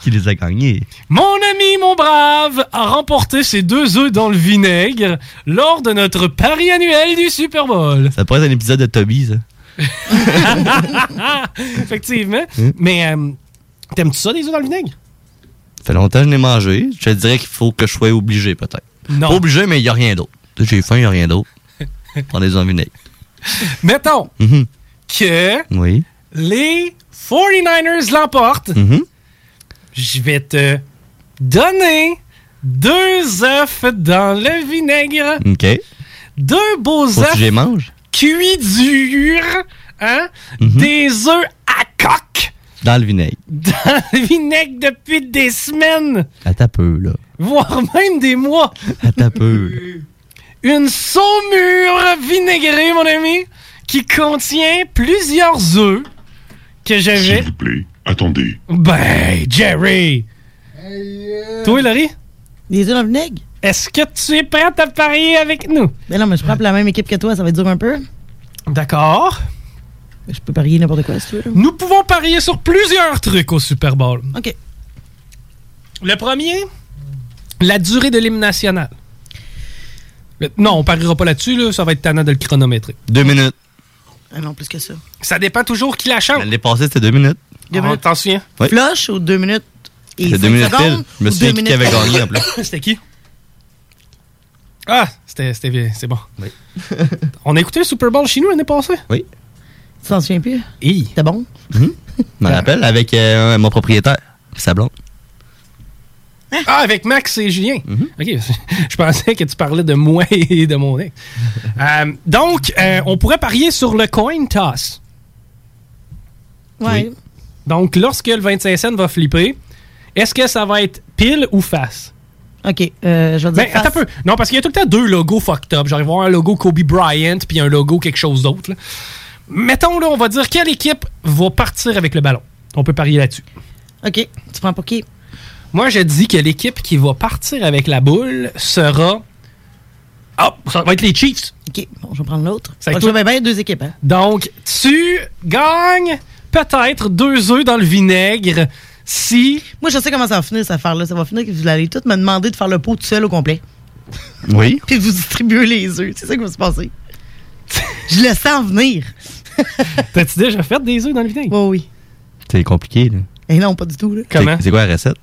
Speaker 1: qui les a gagnés.
Speaker 8: Mon ami, mon brave, a remporté ses deux œufs dans le vinaigre lors de notre pari annuel du Super Bowl.
Speaker 1: Ça pourrait être un épisode de Toby, ça.
Speaker 8: Effectivement. Mais euh, t'aimes-tu ça, des œufs dans le vinaigre?
Speaker 1: Ça fait longtemps que je n'ai mangé. Je te dirais qu'il faut que je sois obligé, peut-être.
Speaker 8: Non.
Speaker 1: Pas obligé, mais il n'y a rien d'autre. Tu sais, J'ai faim, il n'y a rien d'autre. Prends des œufs dans le vinaigre.
Speaker 8: Mettons
Speaker 1: Mhm.
Speaker 8: que
Speaker 1: Oui.
Speaker 8: les 49ers l'emportent.
Speaker 1: Mhm.
Speaker 8: Je vais te donner deux œufs dans le vinaigre.
Speaker 1: OK.
Speaker 8: Deux beaux
Speaker 1: Faut que je les
Speaker 8: œufs
Speaker 1: mange.
Speaker 8: que cuits durs, hein,
Speaker 1: Mm-hmm.
Speaker 8: des œufs à coque
Speaker 1: Dans le vinaigre.
Speaker 8: dans le vinaigre depuis des semaines,
Speaker 1: Attends un peu, là.
Speaker 8: voire même des mois.
Speaker 1: Attends un peu.
Speaker 8: Une saumure vinaigrée, mon ami, qui contient plusieurs œufs que j'avais.
Speaker 24: Attendez.
Speaker 8: Ben, Jerry! Toi, Laurie?
Speaker 10: Les œufs dans le vinaigre?
Speaker 8: Est-ce que tu es prête à parier avec nous?
Speaker 10: Ben non, mais je prends pour la même équipe que toi, ça va être dur un peu.
Speaker 8: D'accord.
Speaker 10: Je peux parier n'importe quoi si tu veux. là.
Speaker 8: Nous pouvons parier sur plusieurs trucs au Super Bowl.
Speaker 10: OK.
Speaker 8: Le premier, la durée de l'hymne national. Le- non, on pariera pas là-dessus, là, ça va être tannant de le chronométrer.
Speaker 1: Deux minutes.
Speaker 10: Ah non, plus que ça.
Speaker 8: Ça dépend toujours qui la chante.
Speaker 1: Elle est passée, c'était deux minutes.
Speaker 10: Deux
Speaker 8: Ah,
Speaker 10: minutes.
Speaker 8: T'en souviens?
Speaker 1: Oui.
Speaker 10: Flush ou deux minutes et
Speaker 1: C'était
Speaker 10: cinq
Speaker 1: deux minutes
Speaker 10: secondes,
Speaker 1: pile. Je me
Speaker 10: ou
Speaker 1: souviens
Speaker 10: deux
Speaker 1: qui avait
Speaker 10: minutes-
Speaker 1: gagné en plus.
Speaker 8: C'était qui? Ah, c'était c'était bien, c'est bon. on a écouté le Super Bowl chez nous l'année passée?
Speaker 1: Oui.
Speaker 10: Tu t'en souviens plus?
Speaker 8: Oui.
Speaker 10: C'était bon?
Speaker 1: Mhm. Je m'en rappelle avec euh, mon propriétaire, sa blonde.
Speaker 8: Ah, avec Max et Julien. OK. Je pensais que tu parlais de moi et de mon ex. Euh, donc, euh, on pourrait parier sur le coin toss.
Speaker 10: Ouais.
Speaker 8: Donc, lorsque le 25 cents va flipper, est-ce que ça va être pile ou face?
Speaker 10: OK, euh, je vais dire
Speaker 8: Ben, attends un peu. Non, parce qu'il y a tout le temps deux logos fucked up. Genre, il va y avoir un logo Kobe Bryant puis un logo quelque chose d'autre. là. Mettons, là, on va dire quelle équipe va partir avec le ballon. On peut parier là-dessus.
Speaker 10: OK, tu prends pour qui?
Speaker 8: Moi, je dis que l'équipe qui va partir avec la boule sera. Ah, ça va être les Chiefs.
Speaker 10: OK, bon, je vais prendre l'autre.
Speaker 8: Ça va
Speaker 10: Bon,
Speaker 8: être
Speaker 10: je
Speaker 8: toi.
Speaker 10: vais bien deux équipes. Hein?
Speaker 8: Donc, tu gagnes peut-être deux œufs dans le vinaigre si.
Speaker 10: Moi, je sais comment ça va finir, cette affaire-là. Ça va finir que vous allez toutes me demander de faire le pot tout seul au complet.
Speaker 1: Oui.
Speaker 10: Puis de vous distribuer les œufs. C'est ça qui va se passer. je le sens venir.
Speaker 8: T'as-tu déjà fait des œufs dans le vinaigre?
Speaker 10: oui.
Speaker 1: C'est compliqué, là.
Speaker 10: Et Eh non, pas du tout. Là.
Speaker 1: C'est- C'est quoi la recette?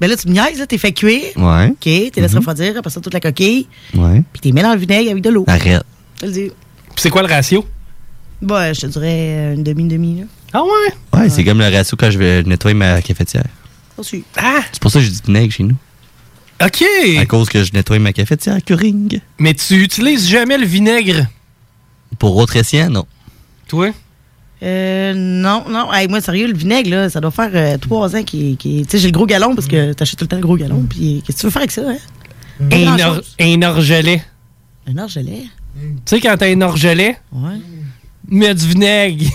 Speaker 10: Ben là, tu me niaises, là, t'es fait cuire.
Speaker 1: Ouais.
Speaker 10: OK, t'es laissé
Speaker 1: Mhm.
Speaker 10: refroidir, après ça, toute la coquille.
Speaker 1: Ouais.
Speaker 10: Puis t'es mis dans le vinaigre avec de l'eau.
Speaker 1: Arrête.
Speaker 10: Je te le dis.
Speaker 8: C'est quoi le ratio?
Speaker 10: Ben, je te dirais euh, une demi-demi, là.
Speaker 8: Ah ouais?
Speaker 1: Ouais, c'est comme le ratio quand je vais nettoyer ma cafetière.
Speaker 10: Ensuite.
Speaker 8: Ah!
Speaker 1: C'est pour ça que je dis vinaigre chez nous.
Speaker 8: OK!
Speaker 1: À cause que je nettoie ma cafetière Curing.
Speaker 8: Mais tu utilises jamais le vinaigre,
Speaker 1: Pour autre essai, non.
Speaker 8: toi?
Speaker 10: Euh, non, non. Hey, moi, sérieux, le vinaigre, là, ça doit faire euh, trois ans qu'il. qu'il- Tu sais, j'ai le gros galon parce
Speaker 1: Mm.
Speaker 10: que t'achètes tout le temps le gros galon. Puis qu'est-ce que tu veux faire avec ça, hein? Pas
Speaker 8: Un, or-
Speaker 10: grand-chose.
Speaker 8: un orgelet.
Speaker 10: Un orgelet?
Speaker 8: Tu
Speaker 1: Mm.
Speaker 8: sais, quand t'as un orgelet,
Speaker 10: Ouais.
Speaker 8: mets du vinaigre.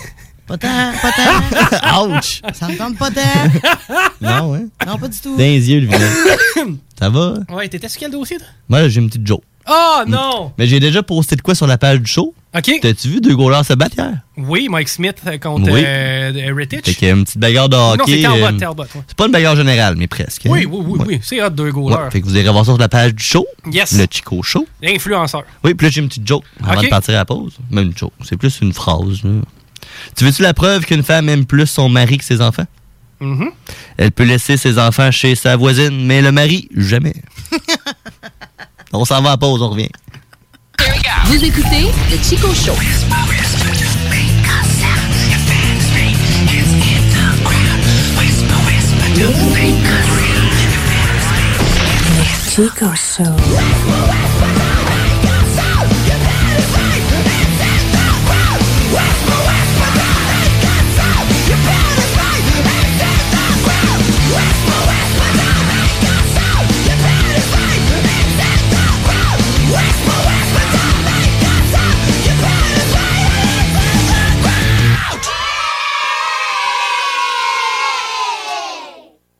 Speaker 10: Pas tant, pas tant.
Speaker 1: Ouch!
Speaker 10: Ça me tente pas tant.
Speaker 8: Ah!
Speaker 1: Non, hein?
Speaker 10: Non, pas du tout.
Speaker 1: Dans les yeux, le vinaigre. ça va?
Speaker 8: Ouais, t'étais sur quel dossier, toi?
Speaker 1: Moi, là, j'ai une petite joke.
Speaker 8: Ah non!
Speaker 1: Mais j'ai déjà posté de quoi sur la page du show?
Speaker 8: OK.
Speaker 1: T'as-tu vu deux goalers se battre hier?
Speaker 8: Oui, Mike Smith euh, contre
Speaker 1: Oui.
Speaker 8: euh, euh, Rittich.
Speaker 1: Fait qu'il y a une petite bagarre de hockey.
Speaker 8: non, c'est Talbot,
Speaker 1: euh,
Speaker 8: Talbot. ouais.
Speaker 1: C'est pas une bagarre générale, mais presque. hein?
Speaker 8: Oui, oui, oui, oui. C'est hot, deux
Speaker 1: Ouais,
Speaker 8: goalers.
Speaker 1: fait que vous irez voir ça sur la page du show.
Speaker 8: Yes.
Speaker 1: Le Chico Show.
Speaker 8: Influenceur.
Speaker 1: Oui, puis là, j'ai une petite joke avant
Speaker 8: Ok.
Speaker 1: de partir à la pause. Même une joke. C'est plus une phrase. là. Tu veux-tu la preuve qu'une femme aime plus son mari que ses enfants?
Speaker 8: Mhm.
Speaker 1: Elle peut laisser ses enfants chez sa voisine, mais le mari, jamais. on s'en va à la pause, on revient.
Speaker 13: Vous écoutez le Chico Show.
Speaker 3: Chico Show.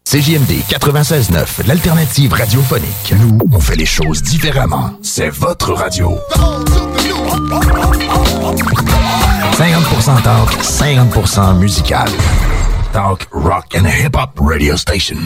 Speaker 18: CJMD 96.9, l'alternative radiophonique. Nous, on fait les choses différemment. C'est votre radio. 50% talk, 50% musical. Talk, rock and hip-hop radio station.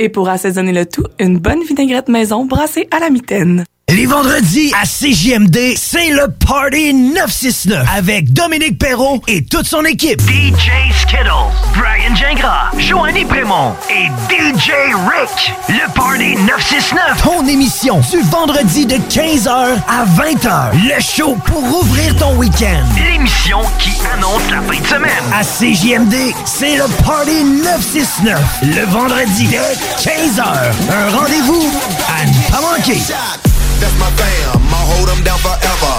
Speaker 6: Et pour assaisonner le tout, une bonne vinaigrette maison brassée à la mitaine.
Speaker 17: Les vendredis à CJMD, c'est le Party 969 avec Dominique Perrault et toute son équipe.
Speaker 26: DJ Skittles, Brian Gingras, Joanny Prémont et DJ Rick. Le Party 969.
Speaker 17: Ton émission du vendredi de 15h à 20h. Le show pour ouvrir ton week-end.
Speaker 26: L'émission qui annonce la fin de semaine.
Speaker 17: À CJMD, c'est le Party 969. Le vendredi de 15h. Un rendez-vous à ne pas manquer.
Speaker 34: That's my fam, I'll hold them down forever.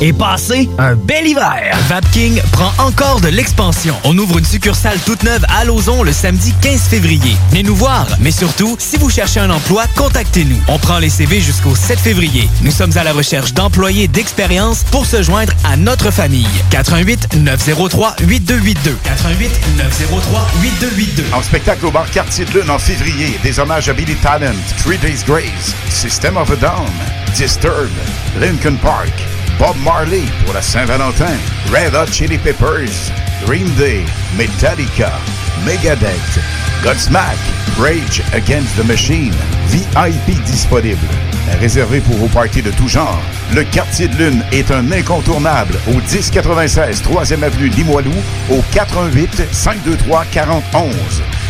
Speaker 17: et passez un bel hiver.
Speaker 2: Vapking prend encore de l'expansion. On ouvre une succursale toute neuve à Lauson le samedi 15 février. Venez nous voir, mais surtout, si vous cherchez un emploi, contactez-nous. On prend les CV jusqu'au 7 février. Nous sommes à la recherche d'employés d'expérience pour se joindre à notre famille. 88 903 8282. 88 903 8282.
Speaker 19: En spectacle au bar Quartier de Lune en février, des hommages à Billy Talent, Three Days Grace, System of a Down, Disturbed, Linkin Park, Bob Marley pour la Saint-Valentin, Red Hot Chili Peppers, Green Day, Metallica, Megadeth, Godsmack, Rage Against the Machine, VIP disponible. Réservé pour vos parties de tout genre, le Quartier de Lune est un incontournable au 1096 3e avenue Limoilou au 418 523 4011.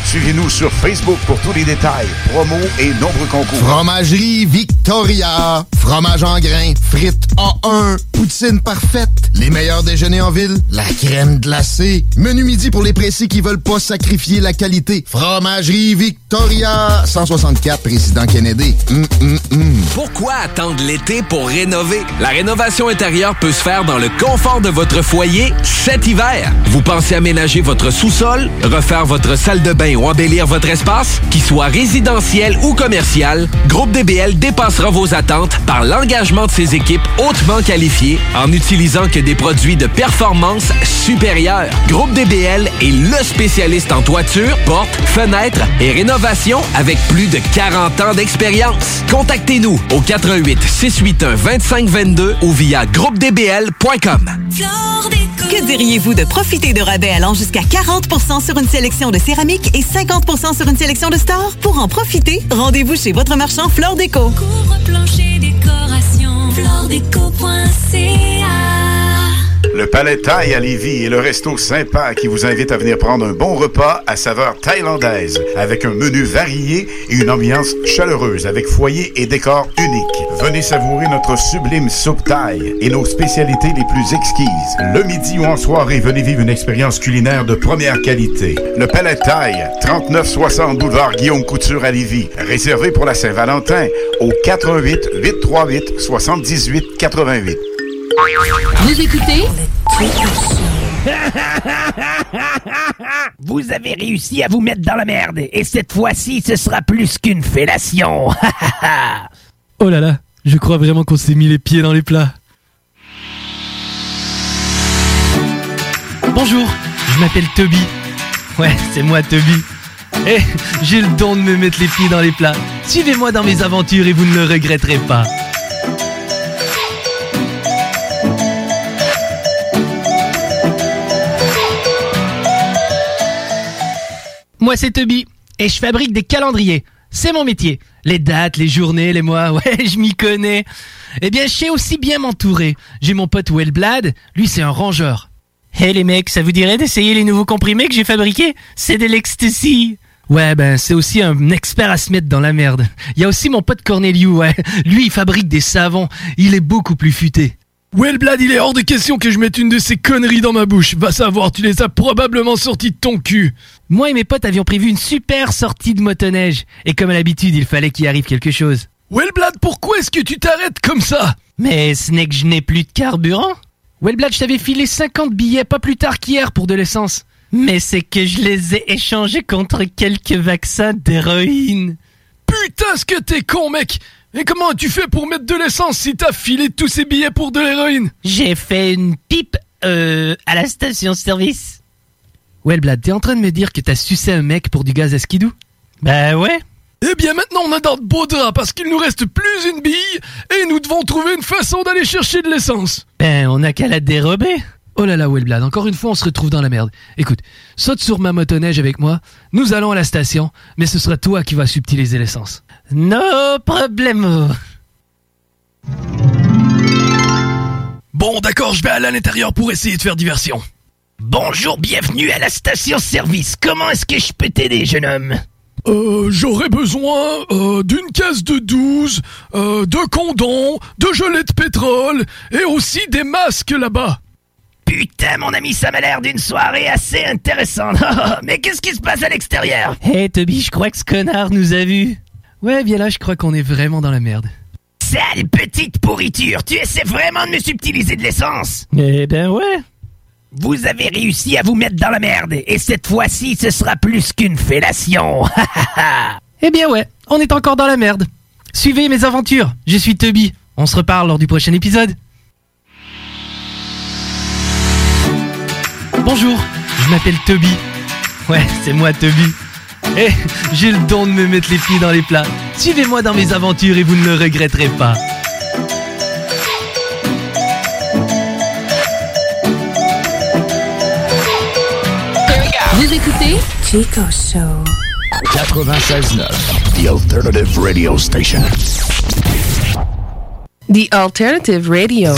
Speaker 19: Suivez-nous sur Facebook pour tous les détails, promos et nombreux concours.
Speaker 18: Fromagerie Victoria. Fromage en grains. Frites A1. Poutine parfaite. Les meilleurs déjeuners en ville. La crème glacée. Menu midi pour les pressés qui veulent pas sacrifier la qualité. Fromagerie Victoria. 164 Président Kennedy. Hum, hum, hum.
Speaker 4: Pourquoi attendre l'été pour rénover? La rénovation intérieure peut se faire dans le confort de votre foyer cet hiver. Vous pensez aménager votre sous-sol, refaire votre salle de bain ou embellir votre espace? Qu'il soit résidentiel ou commercial, Groupe DBL dépassera vos attentes par l'engagement de ses équipes hautement qualifiées en n'utilisant que des produits de performance supérieure. Groupe DBL est le spécialiste en toiture, portes, fenêtres et rénovation avec plus de 40 ans d'expérience. Contactez-nous au 88 681 2522 ou via groupedbl.com.
Speaker 34: Que diriez-vous de profiter de rabais allant jusqu'à 40 sur une sélection de céramique et 50 sur une sélection de stores? Pour en profiter, rendez-vous chez votre marchand Flore Déco.
Speaker 23: Plancher décoration, floredeco.ca
Speaker 19: Le Palais Thaï à Lévis est le resto sympa qui vous invite à venir prendre un bon repas à saveur thaïlandaise avec un menu varié et une ambiance chaleureuse avec foyer et décor unique. Venez savourer notre sublime soupe thaï et nos spécialités les plus exquises. Le midi ou en soirée, venez vivre une expérience culinaire de première qualité. Le Palais Thaï, 3960 boulevard Guillaume Couture à Lévis. Réservé pour la Saint-Valentin au 88 838 78 88.
Speaker 23: Vous écoutez
Speaker 8: Vous avez réussi à vous mettre dans la merde, et cette fois-ci, ce sera plus qu'une fellation.
Speaker 5: Oh là là, je crois vraiment qu'on s'est mis les pieds dans les plats. Bonjour, je m'appelle Toby. Ouais, c'est moi Toby. Eh, j'ai le don de me mettre les pieds dans les plats. Suivez-moi dans mes aventures et vous ne le regretterez pas.
Speaker 8: Moi, c'est Toby, et je fabrique des calendriers. C'est mon métier. Les dates, les journées, les mois, ouais, je m'y connais. Eh bien, je sais aussi bien m'entourer. J'ai mon pote Wellblad, lui, c'est un rangeur. Hé les mecs, ça vous dirait d'essayer les nouveaux comprimés que j'ai fabriqués C'est de l'ecstasy Ouais, ben c'est aussi un expert à se mettre dans la merde. Il y a aussi mon pote Corneliou, ouais. Lui, il fabrique des savons. Il est beaucoup plus futé.
Speaker 5: Wellblad, il est hors de question que je mette une de ces conneries dans ma bouche. Va savoir, tu les as probablement sorties de ton cul.
Speaker 8: Moi et mes potes avions prévu une super sortie de motoneige. Et comme à l'habitude, il fallait qu'il arrive quelque chose.
Speaker 5: Wellblad, pourquoi est-ce que tu t'arrêtes comme ça
Speaker 8: Mais ce n'est que je n'ai plus de carburant. Wellblad, je t'avais filé 50 billets pas plus tard qu'hier pour de l'essence. Mais c'est que je les ai échangés contre quelques vaccins d'héroïne.
Speaker 5: Putain, ce que t'es con, mec Et comment tu fais pour mettre de l'essence si t'as filé tous ces billets pour de l'héroïne
Speaker 8: J'ai fait une pipe euh, à la station-service. Wellblad, t'es en train de me dire que t'as sucé un mec pour du gaz à skidou Bah ouais.
Speaker 5: Eh bien maintenant on a dans de beaux draps parce qu'il nous reste plus une bille et nous devons trouver une façon d'aller chercher de l'essence.
Speaker 8: Ben, on n'a qu'à la dérober. Oh là là, Wellblad, encore une fois, on se retrouve dans la merde. Écoute, saute sur ma motoneige avec moi, nous allons à la station, mais ce sera toi qui vas subtiliser l'essence. No problemo.
Speaker 35: Bon, d'accord, je vais aller à l'intérieur pour essayer de faire diversion.
Speaker 5: Bonjour, bienvenue à la station-service. Comment est-ce que je peux t'aider, jeune homme
Speaker 35: Euh, j'aurais besoin euh, d'une caisse de 12, euh, de condons, de gelée de pétrole et aussi des masques là-bas.
Speaker 5: Putain, mon ami, ça m'a l'air d'une soirée assez intéressante. Oh, Mais qu'est-ce qui se passe à l'extérieur
Speaker 36: Hé, Toby, je crois que ce connard nous a vus. Ouais, bien là, je crois qu'on est vraiment dans la merde.
Speaker 5: Sale petite pourriture, tu essaies vraiment de me subtiliser de l'essence
Speaker 36: Eh ben ouais.
Speaker 5: Vous avez réussi à vous mettre dans la merde, et cette fois-ci, ce sera plus qu'une fellation.
Speaker 36: Eh bien ouais, on est encore dans la merde. Suivez mes aventures, je suis Toby. On se reparle lors du prochain épisode. Bonjour, je m'appelle Toby. Ouais, c'est moi Toby. Eh, j'ai le don de me mettre les pieds dans les plats. Suivez-moi dans mes aventures et vous ne le regretterez pas.
Speaker 37: Vous écoutez Chico Show.
Speaker 7: 96.9, the alternative radio station.
Speaker 6: The Alternative Radio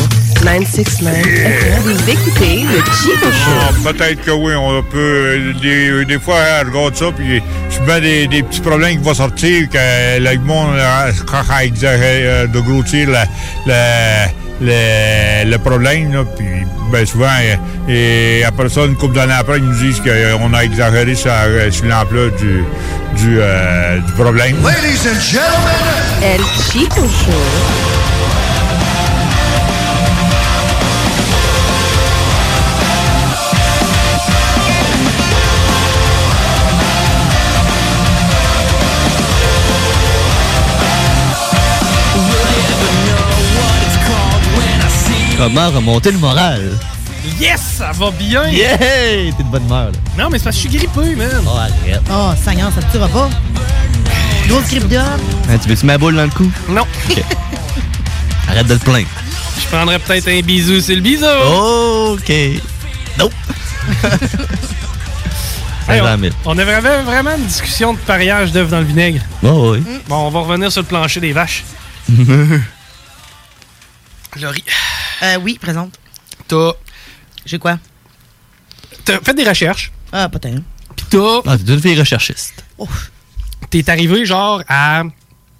Speaker 6: 969. Vous écoutez le Chico Show.
Speaker 38: Ah, Peut-être que oui, on peut. euh, Des, euh, des fois, hein, regarde ça, puis tu mets des, des petits problèmes qui vont sortir, que euh, le monde euh, croit à exagérer, euh, de grossir la- la- la- le problème, là, puis ben, souvent, euh, et après ça, une couple d'années après, ils nous disent qu'on a exagéré sur, euh, sur l'ampleur du, du, euh, du problème.
Speaker 3: Ladies and gentlemen, El Chico Show.
Speaker 1: Comment remonter le moral?
Speaker 8: Yes, ça va bien.
Speaker 1: Yeah! T'es de bonne humeur, là.
Speaker 8: Non, mais c'est parce que je suis grippé, man.
Speaker 1: Oh, arrête.
Speaker 10: Oh, Seigneur, ça te tuera pas. Grosse grippe d'homme.
Speaker 1: Hein, tu veux-tu ma boule dans le cou?
Speaker 8: Non.
Speaker 1: Arrête de te plaindre.
Speaker 8: Je prendrais peut-être un bisou c'est le bisou.
Speaker 1: OK. Nope.
Speaker 8: Hey,
Speaker 1: Cinq cent
Speaker 8: on,
Speaker 1: mille.
Speaker 8: on avait vraiment- vraiment une discussion de pariage d'œufs dans le vinaigre.
Speaker 1: Bon, Oh, oui.
Speaker 8: Bon, on va revenir sur le plancher des vaches. Laurie.
Speaker 10: Euh, oui, présente.
Speaker 8: T'as.
Speaker 10: J'ai quoi?
Speaker 8: T'as fait des recherches.
Speaker 10: Ah, putain.
Speaker 8: Puis t'as.
Speaker 1: Ah, t'es une fille recherchiste.
Speaker 8: T'es arrivé genre à.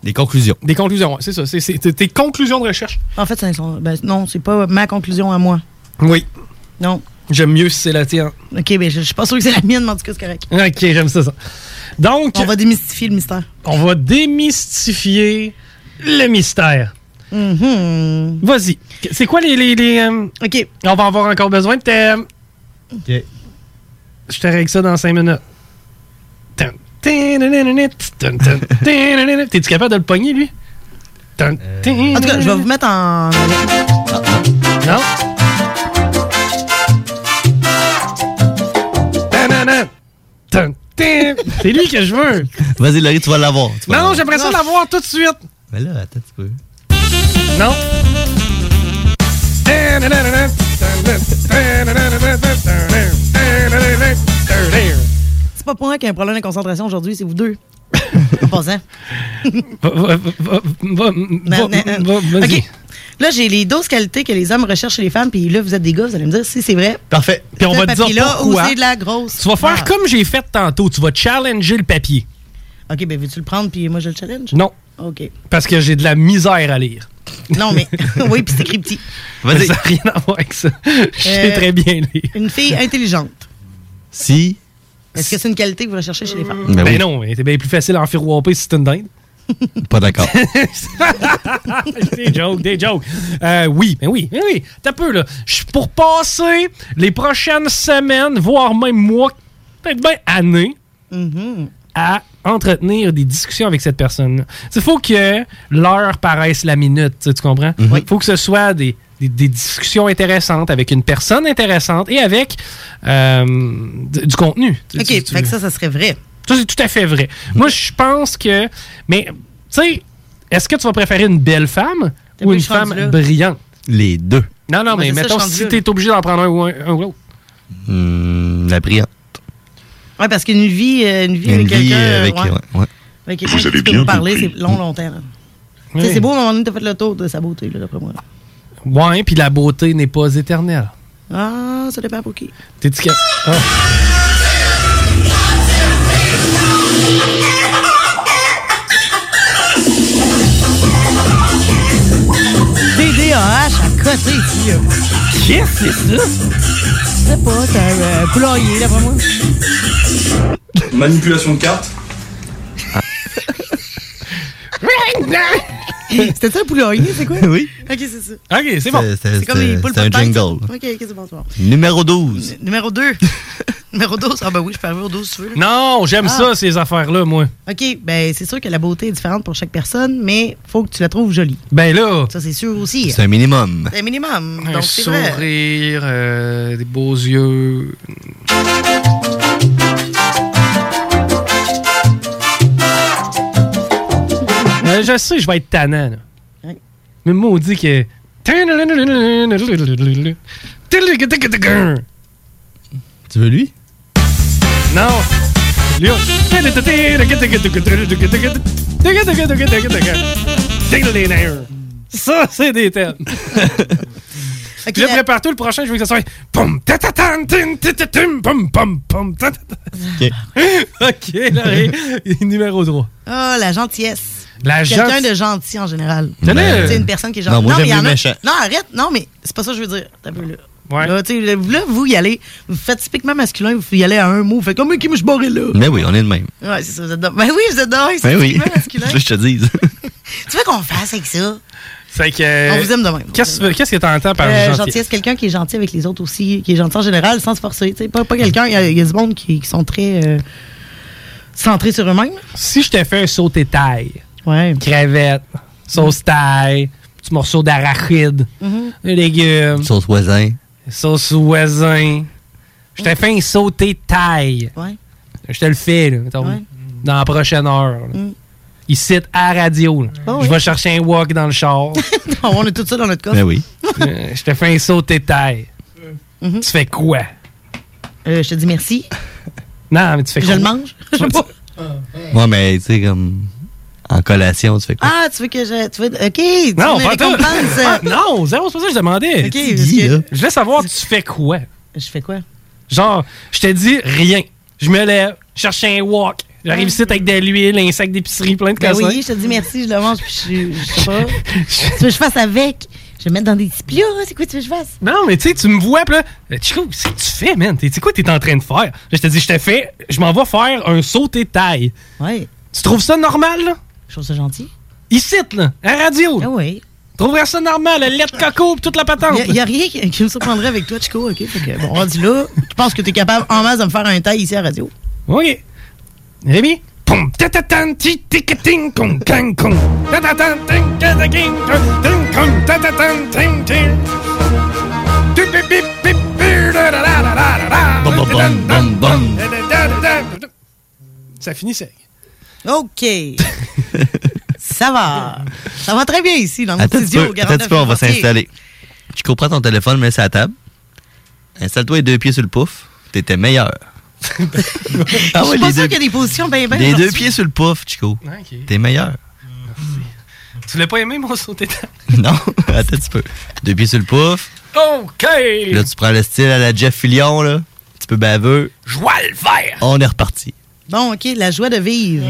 Speaker 1: Des conclusions.
Speaker 8: Des conclusions, ouais, c'est ça. C'est- C'est tes- tes conclusions de recherche.
Speaker 10: En fait, ça, ils sont- ben, non, c'est pas ma conclusion à moi.
Speaker 8: Oui.
Speaker 10: Non.
Speaker 8: J'aime mieux si c'est la tienne.
Speaker 10: OK, ben, je, je suis pas sûr que c'est la mienne, mais en tout cas, c'est correct.
Speaker 8: Ok, j'aime ça, ça. Donc.
Speaker 10: On va démystifier le mystère.
Speaker 8: On va démystifier le mystère. Vas-y. C'est quoi les. les, les, euh,
Speaker 10: Mm-hmm. OK.
Speaker 8: On va en avoir encore besoin de thèmes.
Speaker 1: OK.
Speaker 8: Je te règle ça dans 5 minutes. Tum, tin, nan, nan, nan, nan, tum, tum, tin, nan, nan, nan. T'es-tu capable de le pogner, lui? Tum, tin, nan,
Speaker 10: Euh, En tout cas, je vais
Speaker 8: nan,
Speaker 10: vous mettre en.
Speaker 8: nan. Non? Tan, nan, nan. Tum, tin. C'est lui que je veux.
Speaker 1: Vas-y, Laurie, tu vas l'avoir. Tu vas
Speaker 8: Non,
Speaker 1: l'avoir.
Speaker 8: j'aimerais ça l'avoir tout de suite.
Speaker 1: Mais là, attends un petit peu.
Speaker 8: Non? C'est
Speaker 10: pas pour moi qui a un problème de concentration aujourd'hui, c'est vous deux. En passant. Non, non, non. Ben, euh, OK. Là, j'ai les 12 qualités que les hommes recherchent chez les femmes, puis là, vous êtes des gars, vous allez me dire si c'est vrai.
Speaker 1: Parfait.
Speaker 8: Puis on
Speaker 10: Ce
Speaker 8: va te dire
Speaker 10: papier-là, ou
Speaker 8: pourquoi.
Speaker 10: c'est de la grosse.
Speaker 8: Tu vas faire
Speaker 10: merde.
Speaker 8: comme j'ai fait tantôt. Tu vas challenger le papier.
Speaker 10: OK, ben veux-tu le prendre, puis moi, je le challenge?
Speaker 8: Non.
Speaker 10: OK.
Speaker 8: Parce que j'ai de la misère à lire.
Speaker 10: Non, mais. oui, puis c'est écrit petit.
Speaker 8: Vas-y. Ça n'a rien à voir avec ça. Je sais
Speaker 10: Euh,
Speaker 8: très bien lire.
Speaker 10: Une fille intelligente.
Speaker 1: Si.
Speaker 10: Est-ce que c'est une qualité que vous recherchez chez les femmes?
Speaker 8: Ben, non, mais c'est bien plus facile à enfirouaper si c'est une dinde.
Speaker 1: Pas d'accord.
Speaker 8: des jokes, des jokes. Euh, oui, mais oui, mais oui. T'as peu, là. Je suis pour passer les prochaines semaines, voire même mois, peut-être bien années,
Speaker 10: Mm-hmm.
Speaker 8: à entretenir des discussions avec cette personne Il faut que l'heure paraisse la minute, tu sais, tu comprends? Il
Speaker 10: Mm-hmm.
Speaker 8: faut que ce soit des, des- des discussions intéressantes avec une personne intéressante et avec euh, d- du contenu. Tu-
Speaker 10: OK,
Speaker 8: tu- tu-
Speaker 10: fait que ça, ça serait vrai.
Speaker 8: ça, c'est tout à fait vrai. Moi, je pense que. Mais, tu sais, est-ce que tu vas préférer une belle femme
Speaker 10: T'as
Speaker 8: ou
Speaker 10: vu,
Speaker 8: une
Speaker 10: je suis rendu
Speaker 8: femme
Speaker 10: là.
Speaker 8: brillante?
Speaker 1: Les deux.
Speaker 8: Non, non,
Speaker 10: Ouais,
Speaker 8: mais
Speaker 10: c'est ça, je
Speaker 8: mettons,
Speaker 10: suis rendu
Speaker 8: si
Speaker 10: là.
Speaker 8: t'es obligé d'en prendre un ou, un, un ou l'autre.
Speaker 1: Hmm, la brillante.
Speaker 10: Oui, parce qu'une vie, euh, une vie
Speaker 1: Une
Speaker 10: avec
Speaker 1: vie
Speaker 10: quelqu'un.
Speaker 1: euh,
Speaker 10: euh,
Speaker 1: avec.
Speaker 10: ouais.
Speaker 1: ouais, ouais.
Speaker 10: Avec quelqu'un
Speaker 1: Vous
Speaker 10: qui
Speaker 1: avez
Speaker 10: peut
Speaker 1: bien
Speaker 10: vous parler,
Speaker 1: compris.
Speaker 10: c'est long, longtemps. là. Tu sais,
Speaker 1: Oui.
Speaker 10: C'est beau, à un moment donné, t'as fait le tour de sa beauté, là, d'après moi. là.
Speaker 8: Ouais, puis la beauté n'est pas éternelle.
Speaker 10: Ah, ça dépend pour qui.
Speaker 8: T'es-tu cap- Ah.
Speaker 10: DDAH à côté, ici.
Speaker 39: Qu'est-ce que c'est ça?
Speaker 10: Je sais pas, c'est un euh, poulailler, d'après moi.
Speaker 40: Manipulation de cartes.
Speaker 10: C'était ça, un poulailler, c'est quoi?
Speaker 1: Oui.
Speaker 10: Ok, c'est ça.
Speaker 8: Ok, c'est
Speaker 10: bon.
Speaker 1: C'est
Speaker 10: comme les poules
Speaker 1: C'est un
Speaker 10: pas de tête, ça.
Speaker 1: jingle.
Speaker 10: Ok, ok, c'est bon, c'est bon.
Speaker 1: Numéro 12.
Speaker 10: Numéro 2. Numéro 12. Ah, ben oui, je peux arriver au 12 si tu veux.
Speaker 8: Non, j'aime
Speaker 10: Ah.
Speaker 8: ça, ces affaires-là, moi.
Speaker 10: OK, ben c'est sûr que la beauté est différente pour chaque personne, mais faut que tu la trouves jolie.
Speaker 8: Ben là.
Speaker 10: Ça, c'est sûr aussi.
Speaker 1: C'est un minimum.
Speaker 10: C'est un minimum.
Speaker 8: Un
Speaker 10: donc, c'est vrai.
Speaker 8: sourire, euh, des beaux yeux. Euh, je sais, je vais être tannant. là. Mais maudit que.
Speaker 1: Tu veux lui?
Speaker 8: Non! Lui, on- Ça, c'est des thèmes. Puis là, prépare-toi le prochain, je veux que ça soit. Pum, ta ta tan, tin, ta ta tum, pum, pum, pum, ta ta
Speaker 1: ta.
Speaker 8: Ok, Larry, numéro 3.
Speaker 10: Ah, la gentillesse.
Speaker 8: La
Speaker 10: Quelqu'un
Speaker 8: gentille-
Speaker 10: de gentil en général.
Speaker 8: T'en
Speaker 1: Ben,
Speaker 8: as-
Speaker 10: C'est une personne qui est gentille.
Speaker 8: Non, moi,
Speaker 10: mais
Speaker 8: j'aime
Speaker 10: il y
Speaker 8: les
Speaker 10: en a-
Speaker 8: méchants.
Speaker 10: Non, arrête. Non, mais c'est pas ça que je veux dire. T'as peu là. Là, tu sais, là, vous y allez. Vous faites typiquement masculin, vous y allez à un mot. Vous faites comme qui me je barré là.
Speaker 1: Mais oui, on est le même.
Speaker 10: Ouais, c'est ça, vous êtes dans- Ben oui, vous êtes dans.
Speaker 1: Ben
Speaker 10: C'est
Speaker 1: oui.
Speaker 10: typiquement masculin.
Speaker 1: Là, je te dis.
Speaker 10: tu veux qu'on fasse avec ça?
Speaker 8: Fait que. euh,
Speaker 10: On vous aime de même.
Speaker 8: Qu'est-ce qu'est-ce que t'entends par
Speaker 10: Euh,
Speaker 8: gentil?
Speaker 10: gentillesse, quelqu'un qui est gentil avec les autres aussi, qui est gentil en général, sans se forcer. tu sais, Pas, pas quelqu'un, il y, a- il y a du monde qui, qui sont très euh, centrés sur eux-mêmes.
Speaker 8: Si je t'ai fait un sauté taille, crevette, sauce taille, petit morceau d'arachide,
Speaker 10: Mm-hmm.
Speaker 8: des légumes,
Speaker 1: Sauce voisin.
Speaker 8: sauce voisin, je t'ai fait un sauté taille. Je te le fais, là, mettons, dans la prochaine heure. là.
Speaker 10: Mm.
Speaker 8: Il cite à la radio. là.
Speaker 10: Ah oui.
Speaker 8: Je vais chercher un wok dans le
Speaker 10: Non,
Speaker 8: char.
Speaker 10: on a tout ça dans notre cas.
Speaker 1: Ben
Speaker 8: Euh, je te fais un sauté taille. Tu fais quoi?
Speaker 10: Mm-hmm. Euh, je te dis merci.
Speaker 8: Non, mais tu fais
Speaker 10: Je
Speaker 8: quoi?
Speaker 10: le mange. Je sais pas.
Speaker 1: Ouais, mais tu sais, comme. En collation, tu fais quoi?
Speaker 10: Ah, tu veux que je. Tu veux, OK. tu
Speaker 8: Non,
Speaker 10: veux une
Speaker 8: pas toi.
Speaker 10: récompense.
Speaker 8: Ah, non, zéro, c'est pas ça que je demandais.
Speaker 10: Ok, Tu dis, parce que- là.
Speaker 8: Je voulais savoir, tu fais quoi?
Speaker 10: Je fais quoi?
Speaker 8: Genre, je te dis rien. Je me lève, je cherche un wok. J'arrive ici avec de l'huile, un sac d'épicerie, plein de
Speaker 10: Ben
Speaker 8: cassins.
Speaker 10: oui, je te dis merci, je le mange, puis je, je sais pas. tu veux que je fasse avec? Je vais mettre dans des petits plats, c'est quoi tu veux que je fasse?
Speaker 8: Non, mais tu sais, tu me vois, pis là, Euh, Chico, qu'est-ce que tu fais, man? T'es- Tu sais quoi t'es en train de faire? Là, je te dis, je te fais, je m'en vais faire un sauté de taille.
Speaker 10: Ouais.
Speaker 8: Tu trouves ça normal, là?
Speaker 10: Je trouve ça gentil.
Speaker 8: Ici, là, à radio.
Speaker 10: Ah oui.
Speaker 8: Trouverais ça normal, le lait de coco, pis toute la patente.
Speaker 10: Il n'y a, rien qui, qui me surprendrait avec toi, Chico, OK? Fait que, bon, rendu là, je pense que tu es capable en masse de me faire un taille ici à la radio.
Speaker 8: OK. Rémi? Pum, tatatan, ti, ticatin, con, can, con. Tatatan, ting, cataquin, con, ting, con, tatatan, ting, ting. Tu, pip, pip, pip, pir, da, da, da, da, da, da.
Speaker 1: Bum, bum, bum, bum, bum.
Speaker 8: Da, da, da, da, da. Ça finissait.
Speaker 10: OK. ça va. Ça va très bien ici, dans notre
Speaker 1: Attends un petit
Speaker 10: studio.
Speaker 1: peu,
Speaker 10: au
Speaker 1: attends un petit
Speaker 10: 49
Speaker 1: peu, on va
Speaker 10: Cartier.
Speaker 1: s'installer. Je comprends ton téléphone, mets ça à la table. Installe-toi les deux pieds sur le pouf. T'étais meilleur. Ah
Speaker 10: je
Speaker 1: ouais,
Speaker 10: suis pas
Speaker 1: les
Speaker 10: sûr
Speaker 1: deux-
Speaker 10: qu'il y a des positions bien, bien.
Speaker 1: les deux
Speaker 10: aujourd'hui.
Speaker 1: pieds sur le pouf, Chico.
Speaker 8: Ah, Ok.
Speaker 1: T'es meilleur.
Speaker 8: Tu l'as pas aimé, mon sauté de taille?
Speaker 1: Non, attends un petit peu. Deux pieds sur le pouf.
Speaker 8: OK.
Speaker 1: Là, tu prends le style à la Jeff Fillion, là. Un petit peu baveux.
Speaker 8: Joie le vert.
Speaker 1: On est reparti.
Speaker 10: Bon, OK, la joie de vivre.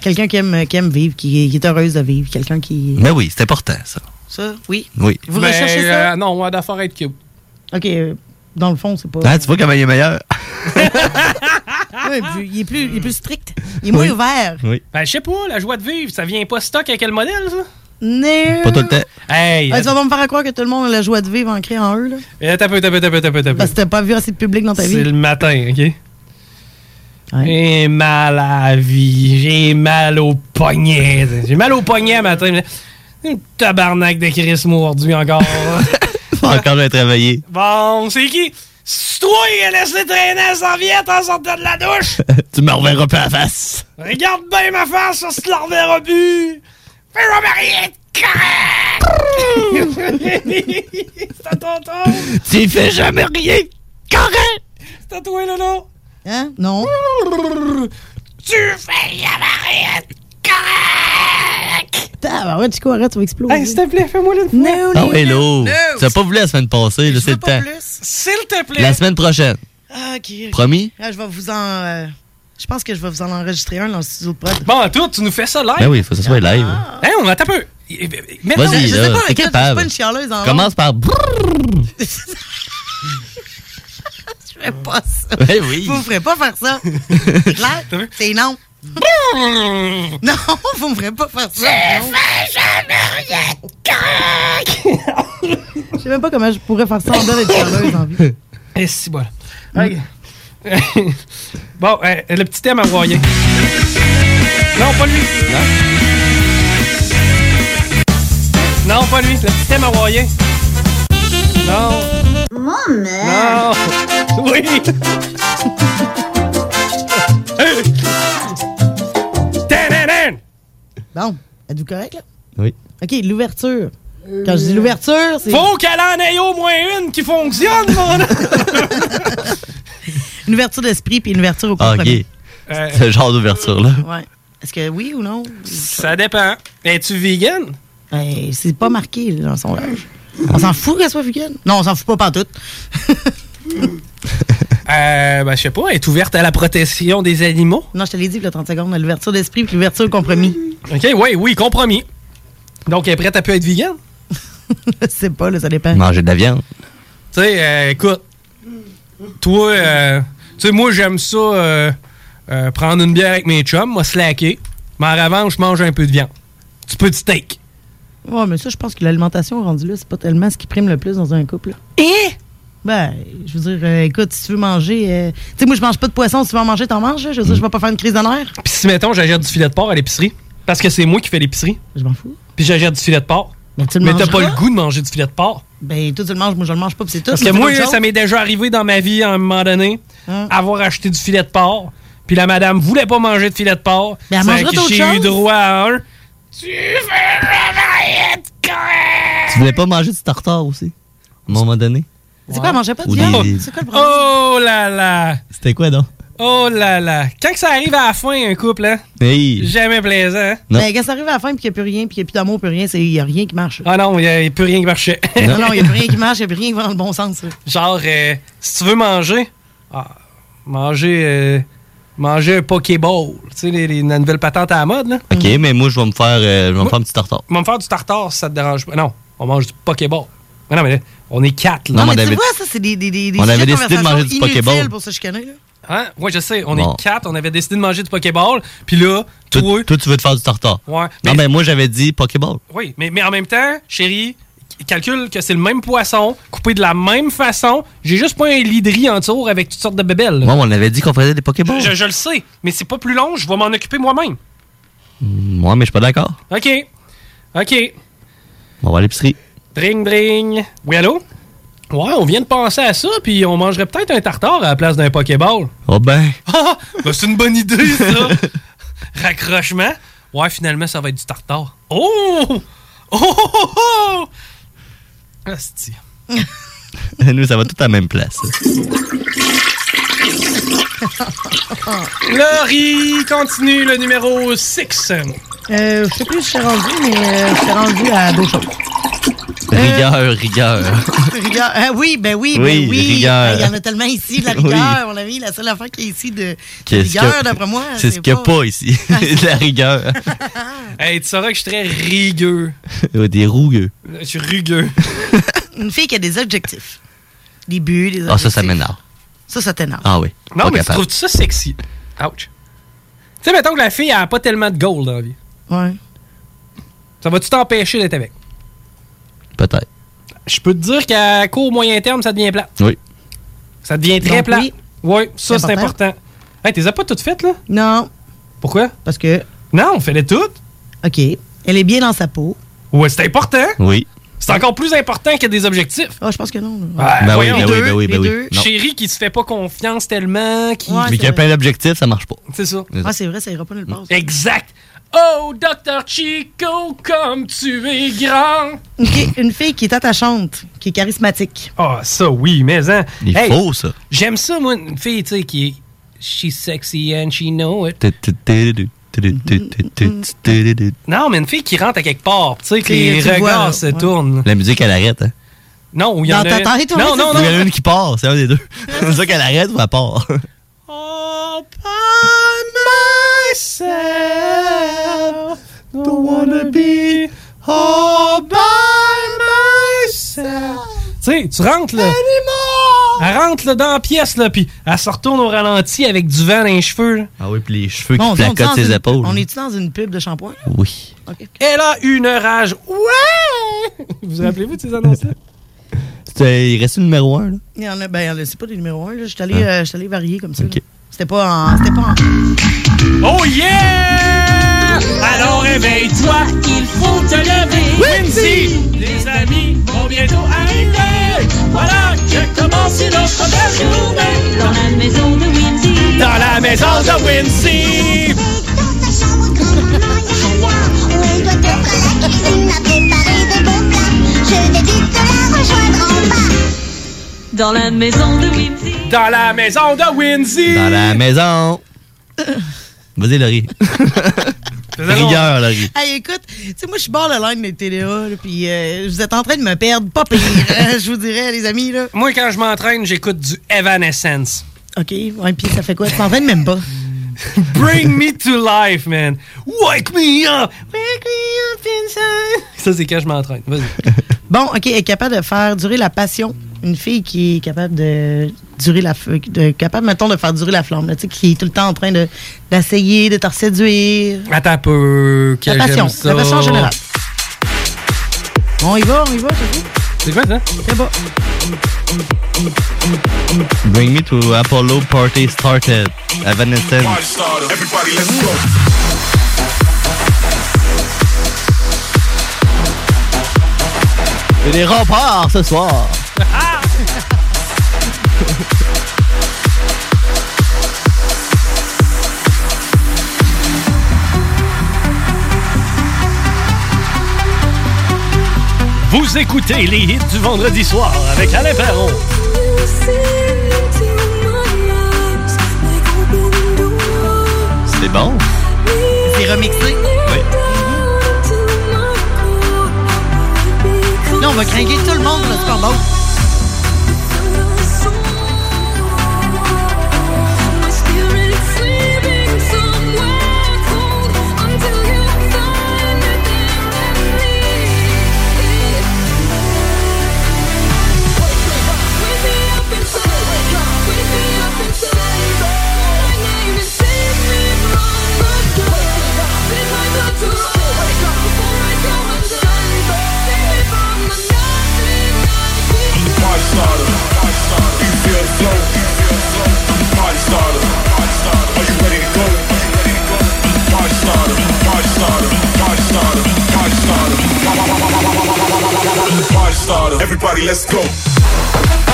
Speaker 10: Quelqu'un qui aime, qui aime vivre, qui, qui est heureuse de vivre. Quelqu'un qui.
Speaker 1: Mais oui, c'est important, ça.
Speaker 10: Ça, oui.
Speaker 1: Oui.
Speaker 10: Vous recherchez ça?
Speaker 8: Ben, euh, non, on va d'affaire être cute.
Speaker 10: OK, euh, dans le fond, c'est pas.
Speaker 1: Ah, tu vois comment il est meilleur?
Speaker 10: Ouais, puis il, est plus, il est plus strict. Il est moins
Speaker 8: Oui.
Speaker 10: ouvert.
Speaker 1: Oui.
Speaker 8: Ben, je sais pas, la joie de vivre, ça vient pas stock avec quel modèle, ça?
Speaker 10: Non.
Speaker 1: Pas tout le temps.
Speaker 8: Hey!
Speaker 10: Ah, tu vas pas me faire croire que tout le monde a la joie de vivre ancrée en eux, là?
Speaker 8: Euh, T'as peu, t'as peu, t'as peu, t'as peu, t'as peu.
Speaker 10: Parce que t'as pas vu assez de public dans ta
Speaker 8: C'est
Speaker 10: vie.
Speaker 8: le matin, OK? J'ai mal à la vie, j'ai mal au poignet. J'ai mal au poignet le matin. Une tabarnak de Chris mordu encore.
Speaker 1: Encore bien travaillé.
Speaker 8: bon, c'est qui? C'est toi qui a laissé traîner la serviette en sortant de la douche!
Speaker 1: tu me reverras pas la face.
Speaker 8: Regarde bien ma face, ça se la reverra plus! Fais-moi marier! C'est à ton tour!
Speaker 1: Tu fais jamais rien.
Speaker 8: Correct! C'est à toi, là, non?
Speaker 10: Hein? Non.
Speaker 8: Tu fais jamais rien!
Speaker 10: T'as ouais, Chico, arrête, tu vas exploser.
Speaker 8: Hey, s'il te plaît, fais-moi une fois.
Speaker 10: No,
Speaker 1: Ah
Speaker 10: no,
Speaker 1: oui,
Speaker 10: no.
Speaker 1: l'eau.
Speaker 8: No.
Speaker 1: Tu n'as pas voulu la semaine passée, là, c'est le temps.
Speaker 8: S'il te plaît.
Speaker 1: La semaine prochaine.
Speaker 10: Ah, ok, ok.
Speaker 1: Promis?
Speaker 10: Ah, je vais vous en. euh, je pense que je vais vous en enregistrer un dans le studio de prod.
Speaker 8: Bon, à toi, tu nous fais ça live.
Speaker 1: Ben oui, il faut que ça soit live.
Speaker 8: Hein, on attend un peu. Mettons-
Speaker 1: Vas-y,
Speaker 10: je sais
Speaker 1: là,
Speaker 10: pas,
Speaker 1: t'es
Speaker 10: écoute, je suis
Speaker 1: capable.
Speaker 10: pas une chialeuse en
Speaker 1: Commence
Speaker 10: ondes.
Speaker 1: par... brrrr.
Speaker 10: Je ferais pas ça.
Speaker 1: Ouais, oui.
Speaker 10: Vous me ferez pas faire ça. C'est clair? C'est non. non, vous me ferez pas faire ça. non. Je sais même pas comment je pourrais faire ça en dehors d'être chialeuse en vie.
Speaker 8: Et Eh, si, voilà. Ok. bon, euh, le petit thème à voyer. Non, pas lui. Non, pas lui. Le petit thème à voyer. Non.
Speaker 3: Maman!
Speaker 8: Non. Oui. Ta-da-da!
Speaker 10: Bon, êtes-vous correct, là?
Speaker 1: Oui.
Speaker 10: OK, l'ouverture. Quand je dis l'ouverture, c'est
Speaker 8: Faut qu'elle en ait au moins une qui fonctionne, mon
Speaker 10: une ouverture d'esprit puis une ouverture au
Speaker 1: Ah, OK.
Speaker 10: compromis.
Speaker 1: Ce genre d'ouverture-là.
Speaker 10: Ouais. Est-ce que oui ou non?
Speaker 8: Ça dépend. Es-tu vegan?
Speaker 10: Hey, Ben, c'est pas marqué là, dans son linge. On s'en fout qu'elle soit vegan. Non, on s'en fout pas pantoute.
Speaker 8: Euh, ben, je sais pas. Elle est ouverte à la protection des animaux.
Speaker 10: Non, je te l'ai dit, le 30 secondes, l'ouverture d'esprit puis l'ouverture au compromis.
Speaker 8: OK, oui, oui, compromis. Donc, elle est prête à peut être vegan?
Speaker 10: Je sais pas, là, ça dépend.
Speaker 1: Manger de la viande.
Speaker 8: Tu sais, euh, écoute, toi, euh, tu sais, moi, j'aime ça, euh, euh, prendre une bière avec mes chums, moi, slacker. Mais en revanche, je mange un peu de viande. Un petit peu de steak.
Speaker 10: Ouais, mais ça, je pense que l'alimentation rendue là, c'est pas tellement ce qui prime le plus dans un couple. là.
Speaker 8: Et?
Speaker 10: Ben, je veux dire, euh, écoute, si tu veux manger. euh, tu sais, moi, je mange pas de poisson. Si tu veux en manger, t'en manges. là. Je veux dire, je vais pas faire une crise de nerfs.
Speaker 8: Puis si, mettons, j'achète du filet de porc à l'épicerie, parce que c'est moi qui fais l'épicerie.
Speaker 10: Je m'en fous.
Speaker 8: Puis j'achète du filet de porc.
Speaker 10: Mais tu le
Speaker 8: Mais t'as pas
Speaker 10: mangeras?
Speaker 8: le goût de manger du filet de porc.
Speaker 10: Ben, toi, tu le manges, moi, je le mange pas, puis c'est tout.
Speaker 8: Parce
Speaker 10: Mais
Speaker 8: que
Speaker 10: c'est
Speaker 8: moi,
Speaker 10: autre chose. Ah.
Speaker 8: ça m'est déjà arrivé dans ma vie, à un moment donné, avoir acheté du filet de porc, puis la madame voulait pas manger de filet de porc.
Speaker 3: Ben, elle
Speaker 8: Fait
Speaker 3: mangera
Speaker 8: que
Speaker 3: d'autres
Speaker 8: J'ai eu
Speaker 3: choses.
Speaker 8: droit à un.
Speaker 3: Tu fais
Speaker 1: Tu voulais pas manger du tartare aussi, à un moment donné?
Speaker 10: C'est quoi, elle mangeait pas de
Speaker 1: Ou
Speaker 10: viande?
Speaker 1: des-
Speaker 10: C'est quoi le problème?
Speaker 8: Oh là là!
Speaker 1: C'était quoi, donc?
Speaker 8: Oh là là! Quand que ça arrive à la fin, un couple, hein?
Speaker 1: Hey!
Speaker 8: Jamais plaisant, hein?
Speaker 10: Ben, quand ça arrive à la fin, puis qu'il n'y a plus rien, puis qu'il n'y a plus d'amour, plus rien, il n'y a rien qui marche.
Speaker 8: Ah non, il n'y a plus rien qui marchait.
Speaker 10: Non, non, il n'y a plus rien qui marche, il n'y a plus rien qui va dans le bon sens. là.
Speaker 8: Genre, euh, si tu veux manger, ah, manger, euh, manger un Pokéball. Tu sais, les, les- la nouvelle patente à la mode, là.
Speaker 1: OK,
Speaker 10: Mm-hmm.
Speaker 1: mais moi, je vais me faire, euh, je vais me faire un petit tartare.
Speaker 8: On va me faire du tartare si ça te dérange pas. Non, on mange du Pokéball. Mais non, mais là, on est quatre, là.
Speaker 1: Non, mais
Speaker 10: Tu
Speaker 1: David-
Speaker 10: vois, ça, c'est des, des, des, des
Speaker 1: On
Speaker 10: sujets
Speaker 1: avait décidé de
Speaker 10: conversation
Speaker 1: manger du
Speaker 10: inutiles
Speaker 1: Pokéball.
Speaker 10: pour se chicaner, là.
Speaker 8: Hein? Ouais, je sais, on
Speaker 1: Bon.
Speaker 8: est quatre, on avait décidé de manger du Pokéball, puis là,
Speaker 1: Toi, toi, tu veux te faire du tartare?
Speaker 8: ouais.
Speaker 1: Non, mais moi, j'avais dit Pokéball.
Speaker 8: Oui, mais, mais en même temps, chérie, calcule que c'est le même poisson, coupé de la même façon. J'ai juste pas un lidri en tour avec toutes sortes de bébelles. là.
Speaker 1: Moi, on avait dit qu'on faisait des Pokéballs.
Speaker 8: Je, je le sais, mais c'est pas plus long, je vais m'en occuper moi-même.
Speaker 1: Moi, mais je suis pas d'accord.
Speaker 8: OK. OK.
Speaker 1: On va à l'épicerie.
Speaker 8: Dring, dring. Oui, allô? Ouais, on vient de penser à ça, puis on mangerait peut-être un tartare à la place d'un Pokéball.
Speaker 1: Oh ben,
Speaker 8: Ah! Ben, c'est une bonne idée, ça! Raccrochement. Ouais, finalement, ça va être du tartare. Oh! Oh! oh, oh, oh! Asti.
Speaker 1: nous, ça va tout à la même place.
Speaker 10: Ah.
Speaker 8: Laurie continue le numéro 6.
Speaker 10: Euh, je sais plus où je suis rendu, mais euh, je suis rendu à d'autres choses.
Speaker 1: Rigueur, rigueur.
Speaker 10: Rigueur. Ah oui, ben oui,
Speaker 1: Oui,
Speaker 10: ben oui.
Speaker 1: rigueur.
Speaker 10: Ah, Il y en a tellement ici, la
Speaker 1: Oui.
Speaker 10: rigueur, mon ami. La seule affaire qui est ici de, de
Speaker 1: Qu'est-ce
Speaker 10: rigueur,
Speaker 1: que-
Speaker 10: d'après moi.
Speaker 1: C'est ce qu'il n'y a pas ici. De la rigueur.
Speaker 8: Hey, tu sauras que je suis très rigueux.
Speaker 1: Ouais, Des rougueux.
Speaker 8: Je suis rugueux.
Speaker 10: Une fille qui a des objectifs. Des buts, des
Speaker 1: Ah, ça,
Speaker 10: objectifs.
Speaker 1: ça m'énerve.
Speaker 10: Ça, ça t'énerve.
Speaker 1: Ah oui.
Speaker 8: Non,
Speaker 1: Pas
Speaker 8: mais tu
Speaker 1: capable.
Speaker 8: trouves ça sexy? Ouch. Tu sais, mettons que la fille, elle a pas tellement de gold dans la vie.
Speaker 10: Ouais.
Speaker 8: Ça va-tu t'empêcher d'être avec?
Speaker 1: Peut-être.
Speaker 8: Je peux te dire qu'à court moyen terme, ça devient plat.
Speaker 1: Oui.
Speaker 8: Ça devient très
Speaker 10: Donc,
Speaker 8: plat.
Speaker 10: oui.
Speaker 8: Oui, ça,
Speaker 10: C'est
Speaker 8: c'est
Speaker 10: important.
Speaker 8: important. Hey, t'es pas toutes faites, là?
Speaker 10: Non.
Speaker 8: Pourquoi?
Speaker 10: Parce que.
Speaker 8: Non, on fait les toutes.
Speaker 10: OK. Elle est bien dans sa peau.
Speaker 8: Ouais, c'est important.
Speaker 1: Oui.
Speaker 8: C'est encore plus important que des objectifs.
Speaker 10: Ah, je pense que non.
Speaker 8: Ah,
Speaker 1: Ben oui,
Speaker 8: voyons.
Speaker 1: ben oui, ben oui, ben oui. Non.
Speaker 8: Chérie qui se fait pas confiance tellement, qui.
Speaker 1: mais qu'il y a plein d'objectifs, ça marche pas.
Speaker 8: C'est ça.
Speaker 10: Ah, c'est vrai, ça ira pas nulle part. ça.
Speaker 8: Exact. Oh, docteur Chico, Oh, comme tu es grand.
Speaker 10: OK. Une fille qui est attachante, qui est charismatique.
Speaker 8: Ah, ça, oui, mais hein.
Speaker 1: Il
Speaker 8: Hey,
Speaker 1: faut, Oh, ça.
Speaker 8: J'aime ça, moi, une fille, tu sais, qui est. She's sexy and she know it.
Speaker 1: Tu- tu- tu- tu-
Speaker 23: Non, mais une fille qui rentre à quelque part, tu sais, que
Speaker 1: Tu-
Speaker 23: les
Speaker 1: tu le vois,
Speaker 23: regards
Speaker 1: là,
Speaker 23: se
Speaker 1: ouais.
Speaker 23: tournent.
Speaker 1: La musique, elle arrête. Hein?
Speaker 23: Non, ou il y en a. une- non, non, non.
Speaker 1: Il y en a une qui part, c'est un des deux. La musique, elle arrête ou elle part?
Speaker 3: myself. Don't wanna be all by myself.
Speaker 23: Tu sais, tu rentres là. Elle rentre là, dans la pièce, là, puis elle se retourne au ralenti avec du vent dans les cheveux. là.
Speaker 1: Ah oui, puis les cheveux
Speaker 10: Bon, on
Speaker 1: qui
Speaker 10: est-tu dans
Speaker 1: placotent ses
Speaker 10: une-
Speaker 1: épaules.
Speaker 10: On est-tu dans une pub de shampoing?
Speaker 1: Oui.
Speaker 23: Elle a une rage. Ouais! Vous vous rappelez-vous de ces annonces-là?
Speaker 1: C'était- Il reste le numéro 1, là.
Speaker 10: Il y en a, ben, il y en a- c'est pas du numéro 1, là. J'étais allé,
Speaker 1: Ah.
Speaker 10: euh, j'étais allé varier comme ça. là. C'était pas en. C'était pas en.
Speaker 23: Oh yeah!
Speaker 3: Alors réveille-toi, il faut te lever. Whimsy! Les amis vont bientôt arriver. Voilà que commence notre belle journée. Dans la maison de Whimsy. Dans la maison de Whimsy.
Speaker 23: Dans la maison de Windsy. Dans la maison de Windsy.
Speaker 1: Dans la maison. Vas-y, Laurie. Rigueur, Laurie.
Speaker 10: Hey, écoute, tu sais, moi, je suis bord de la ligne des TDA, là, puis euh, vous êtes en train de me perdre. Pas pire, hein, je vous dirais, les amis, là.
Speaker 23: Moi, quand je m'entraîne, j'écoute du Evanescence.
Speaker 10: OK, ouais, puis ça fait quoi? Tu t'entraînes même pas.
Speaker 23: Bring me to life, man. Wake me up. Wake me up inside. Ça, c'est quand je m'entraîne. Vas-y.
Speaker 10: Bon, OK, elle est capable de faire durer la passion. Une fille qui est capable de durer la feu- de, capable, mettons, de faire durer la flamme, là, tu sais, qui est tout le temps en train de- d'essayer, de, te séduire.
Speaker 23: Attends un peu. Que
Speaker 10: La passion,
Speaker 23: j'aime ça.
Speaker 10: la passion en général. On y va, on y va, c'est tout.
Speaker 23: C'est quoi ça?
Speaker 10: C'est bon.
Speaker 1: Bring me to Apollo Party Started. Evanescence.
Speaker 19: Everybody, let's go.
Speaker 1: Et les remparts ce soir.
Speaker 23: Ah!
Speaker 8: Vous écoutez les hits du vendredi soir avec Alain Perron.
Speaker 1: C'est bon.
Speaker 10: C'est remixé. Là, on va craquer tout le monde, là, c'est pas bon.
Speaker 19: Party starter. Everybody, let's go.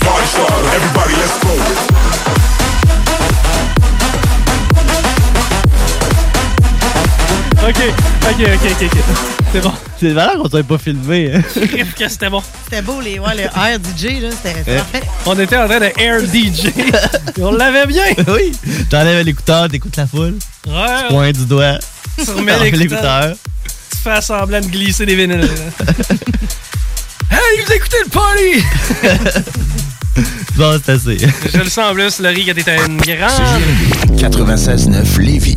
Speaker 19: Party starter. Everybody, let's go.
Speaker 8: OK, OK, OK, OK. C'est bon.
Speaker 1: C'est valable qu'on ne pas filmé. Hein?
Speaker 8: Criff que c'était bon.
Speaker 10: C'était beau, les, ouais, le air DJ, là, c'était
Speaker 1: Ouais.
Speaker 10: parfait.
Speaker 23: Eh. On était en train de air DJ. on l'avait bien.
Speaker 1: oui. Euh. T'enlèves l'écouteur, t'écoutes la foule.
Speaker 23: Ouais.
Speaker 1: Point du doigt.
Speaker 23: Tu remets
Speaker 1: T'enlèves
Speaker 23: l'écouteur. Tu fais semblant de glisser des vinyles. hey, vous écoutez le party!
Speaker 1: Bon, c'est assez.
Speaker 8: Je le sens plus, Laurie, que t'étais une grande.
Speaker 25: 96.9 Lévis.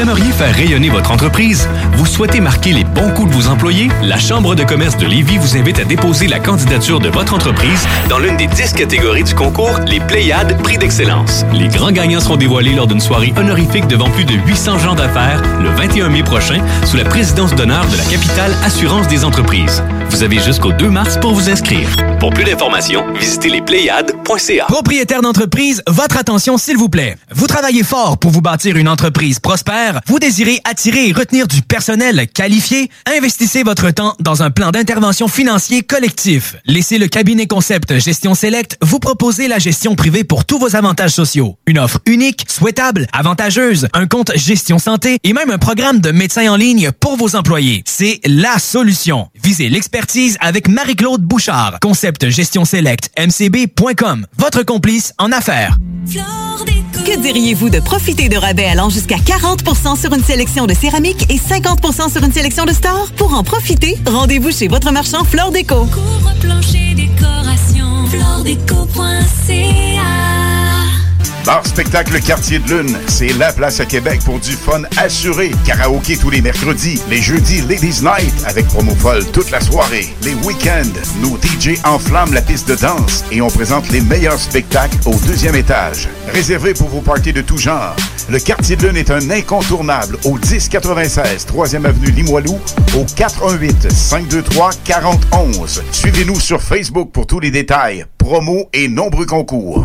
Speaker 12: aimeriez faire rayonner votre entreprise? Vous souhaitez marquer les bons coups de vos employés? La Chambre de commerce de Lévis vous invite à déposer la candidature de votre entreprise dans l'une des 10 catégories du concours Les Pléiades Prix d'Excellence. Les grands gagnants seront dévoilés lors d'une soirée honorifique devant plus de 800 gens d'affaires le 21 mai prochain sous la présidence d'honneur de la capitale Assurance des entreprises. Vous avez jusqu'au 2 mars pour vous inscrire. Pour plus d'informations, visitez lespléiades.ca.
Speaker 2: Propriétaire d'entreprise, votre attention s'il vous plaît. Vous travaillez fort pour vous bâtir une entreprise prospère, vous désirez attirer et retenir du personnel qualifié, investissez votre temps dans un plan d'intervention financier collectif. Laissez le cabinet concept Gestion Select vous proposer la gestion privée pour tous vos avantages sociaux. Une offre unique, souhaitable, avantageuse, un compte gestion santé et même un programme de médecin en ligne pour vos employés. C'est la solution. Visez l'expertise avec Marie-Claude Bouchard. Concept Gestion Select, mcb.com. Votre complice en affaires.
Speaker 34: Que diriez-vous de profiter de rabais allant jusqu'à 40% sur une sélection de céramique et 50% sur une sélection de stores? Pour en profiter, rendez-vous chez votre marchand Flore Déco.
Speaker 33: Plancher décoration, floredeco.ca
Speaker 19: Bar Spectacle Quartier de Lune, c'est la place à Québec pour du fun assuré. Karaoké tous les mercredis, les jeudis Ladies Night avec promo folle toute la soirée. Les week-ends, nos DJ enflamment la piste de danse et on présente les meilleurs spectacles au deuxième étage. Réservé pour vos parties de tout genre, le Quartier de Lune est un incontournable au 1096 3e avenue Limoilou au 418 523 4011. Suivez-nous sur Facebook pour tous les détails, promos et nombreux concours.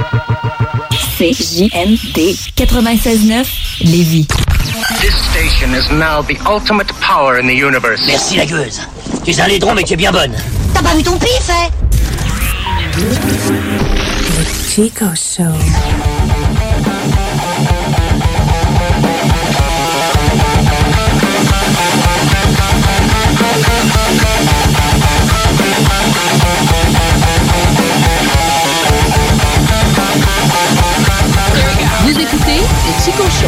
Speaker 13: CJMD 96.9 Lévis.
Speaker 24: This station is now the ultimate power in the universe.
Speaker 7: Merci la gueuse. Tu es un laidron mais tu es bien bonne.
Speaker 41: T'as pas vu ton pif, hein
Speaker 42: Chico Show.
Speaker 20: Vous écoutez le Chico Show.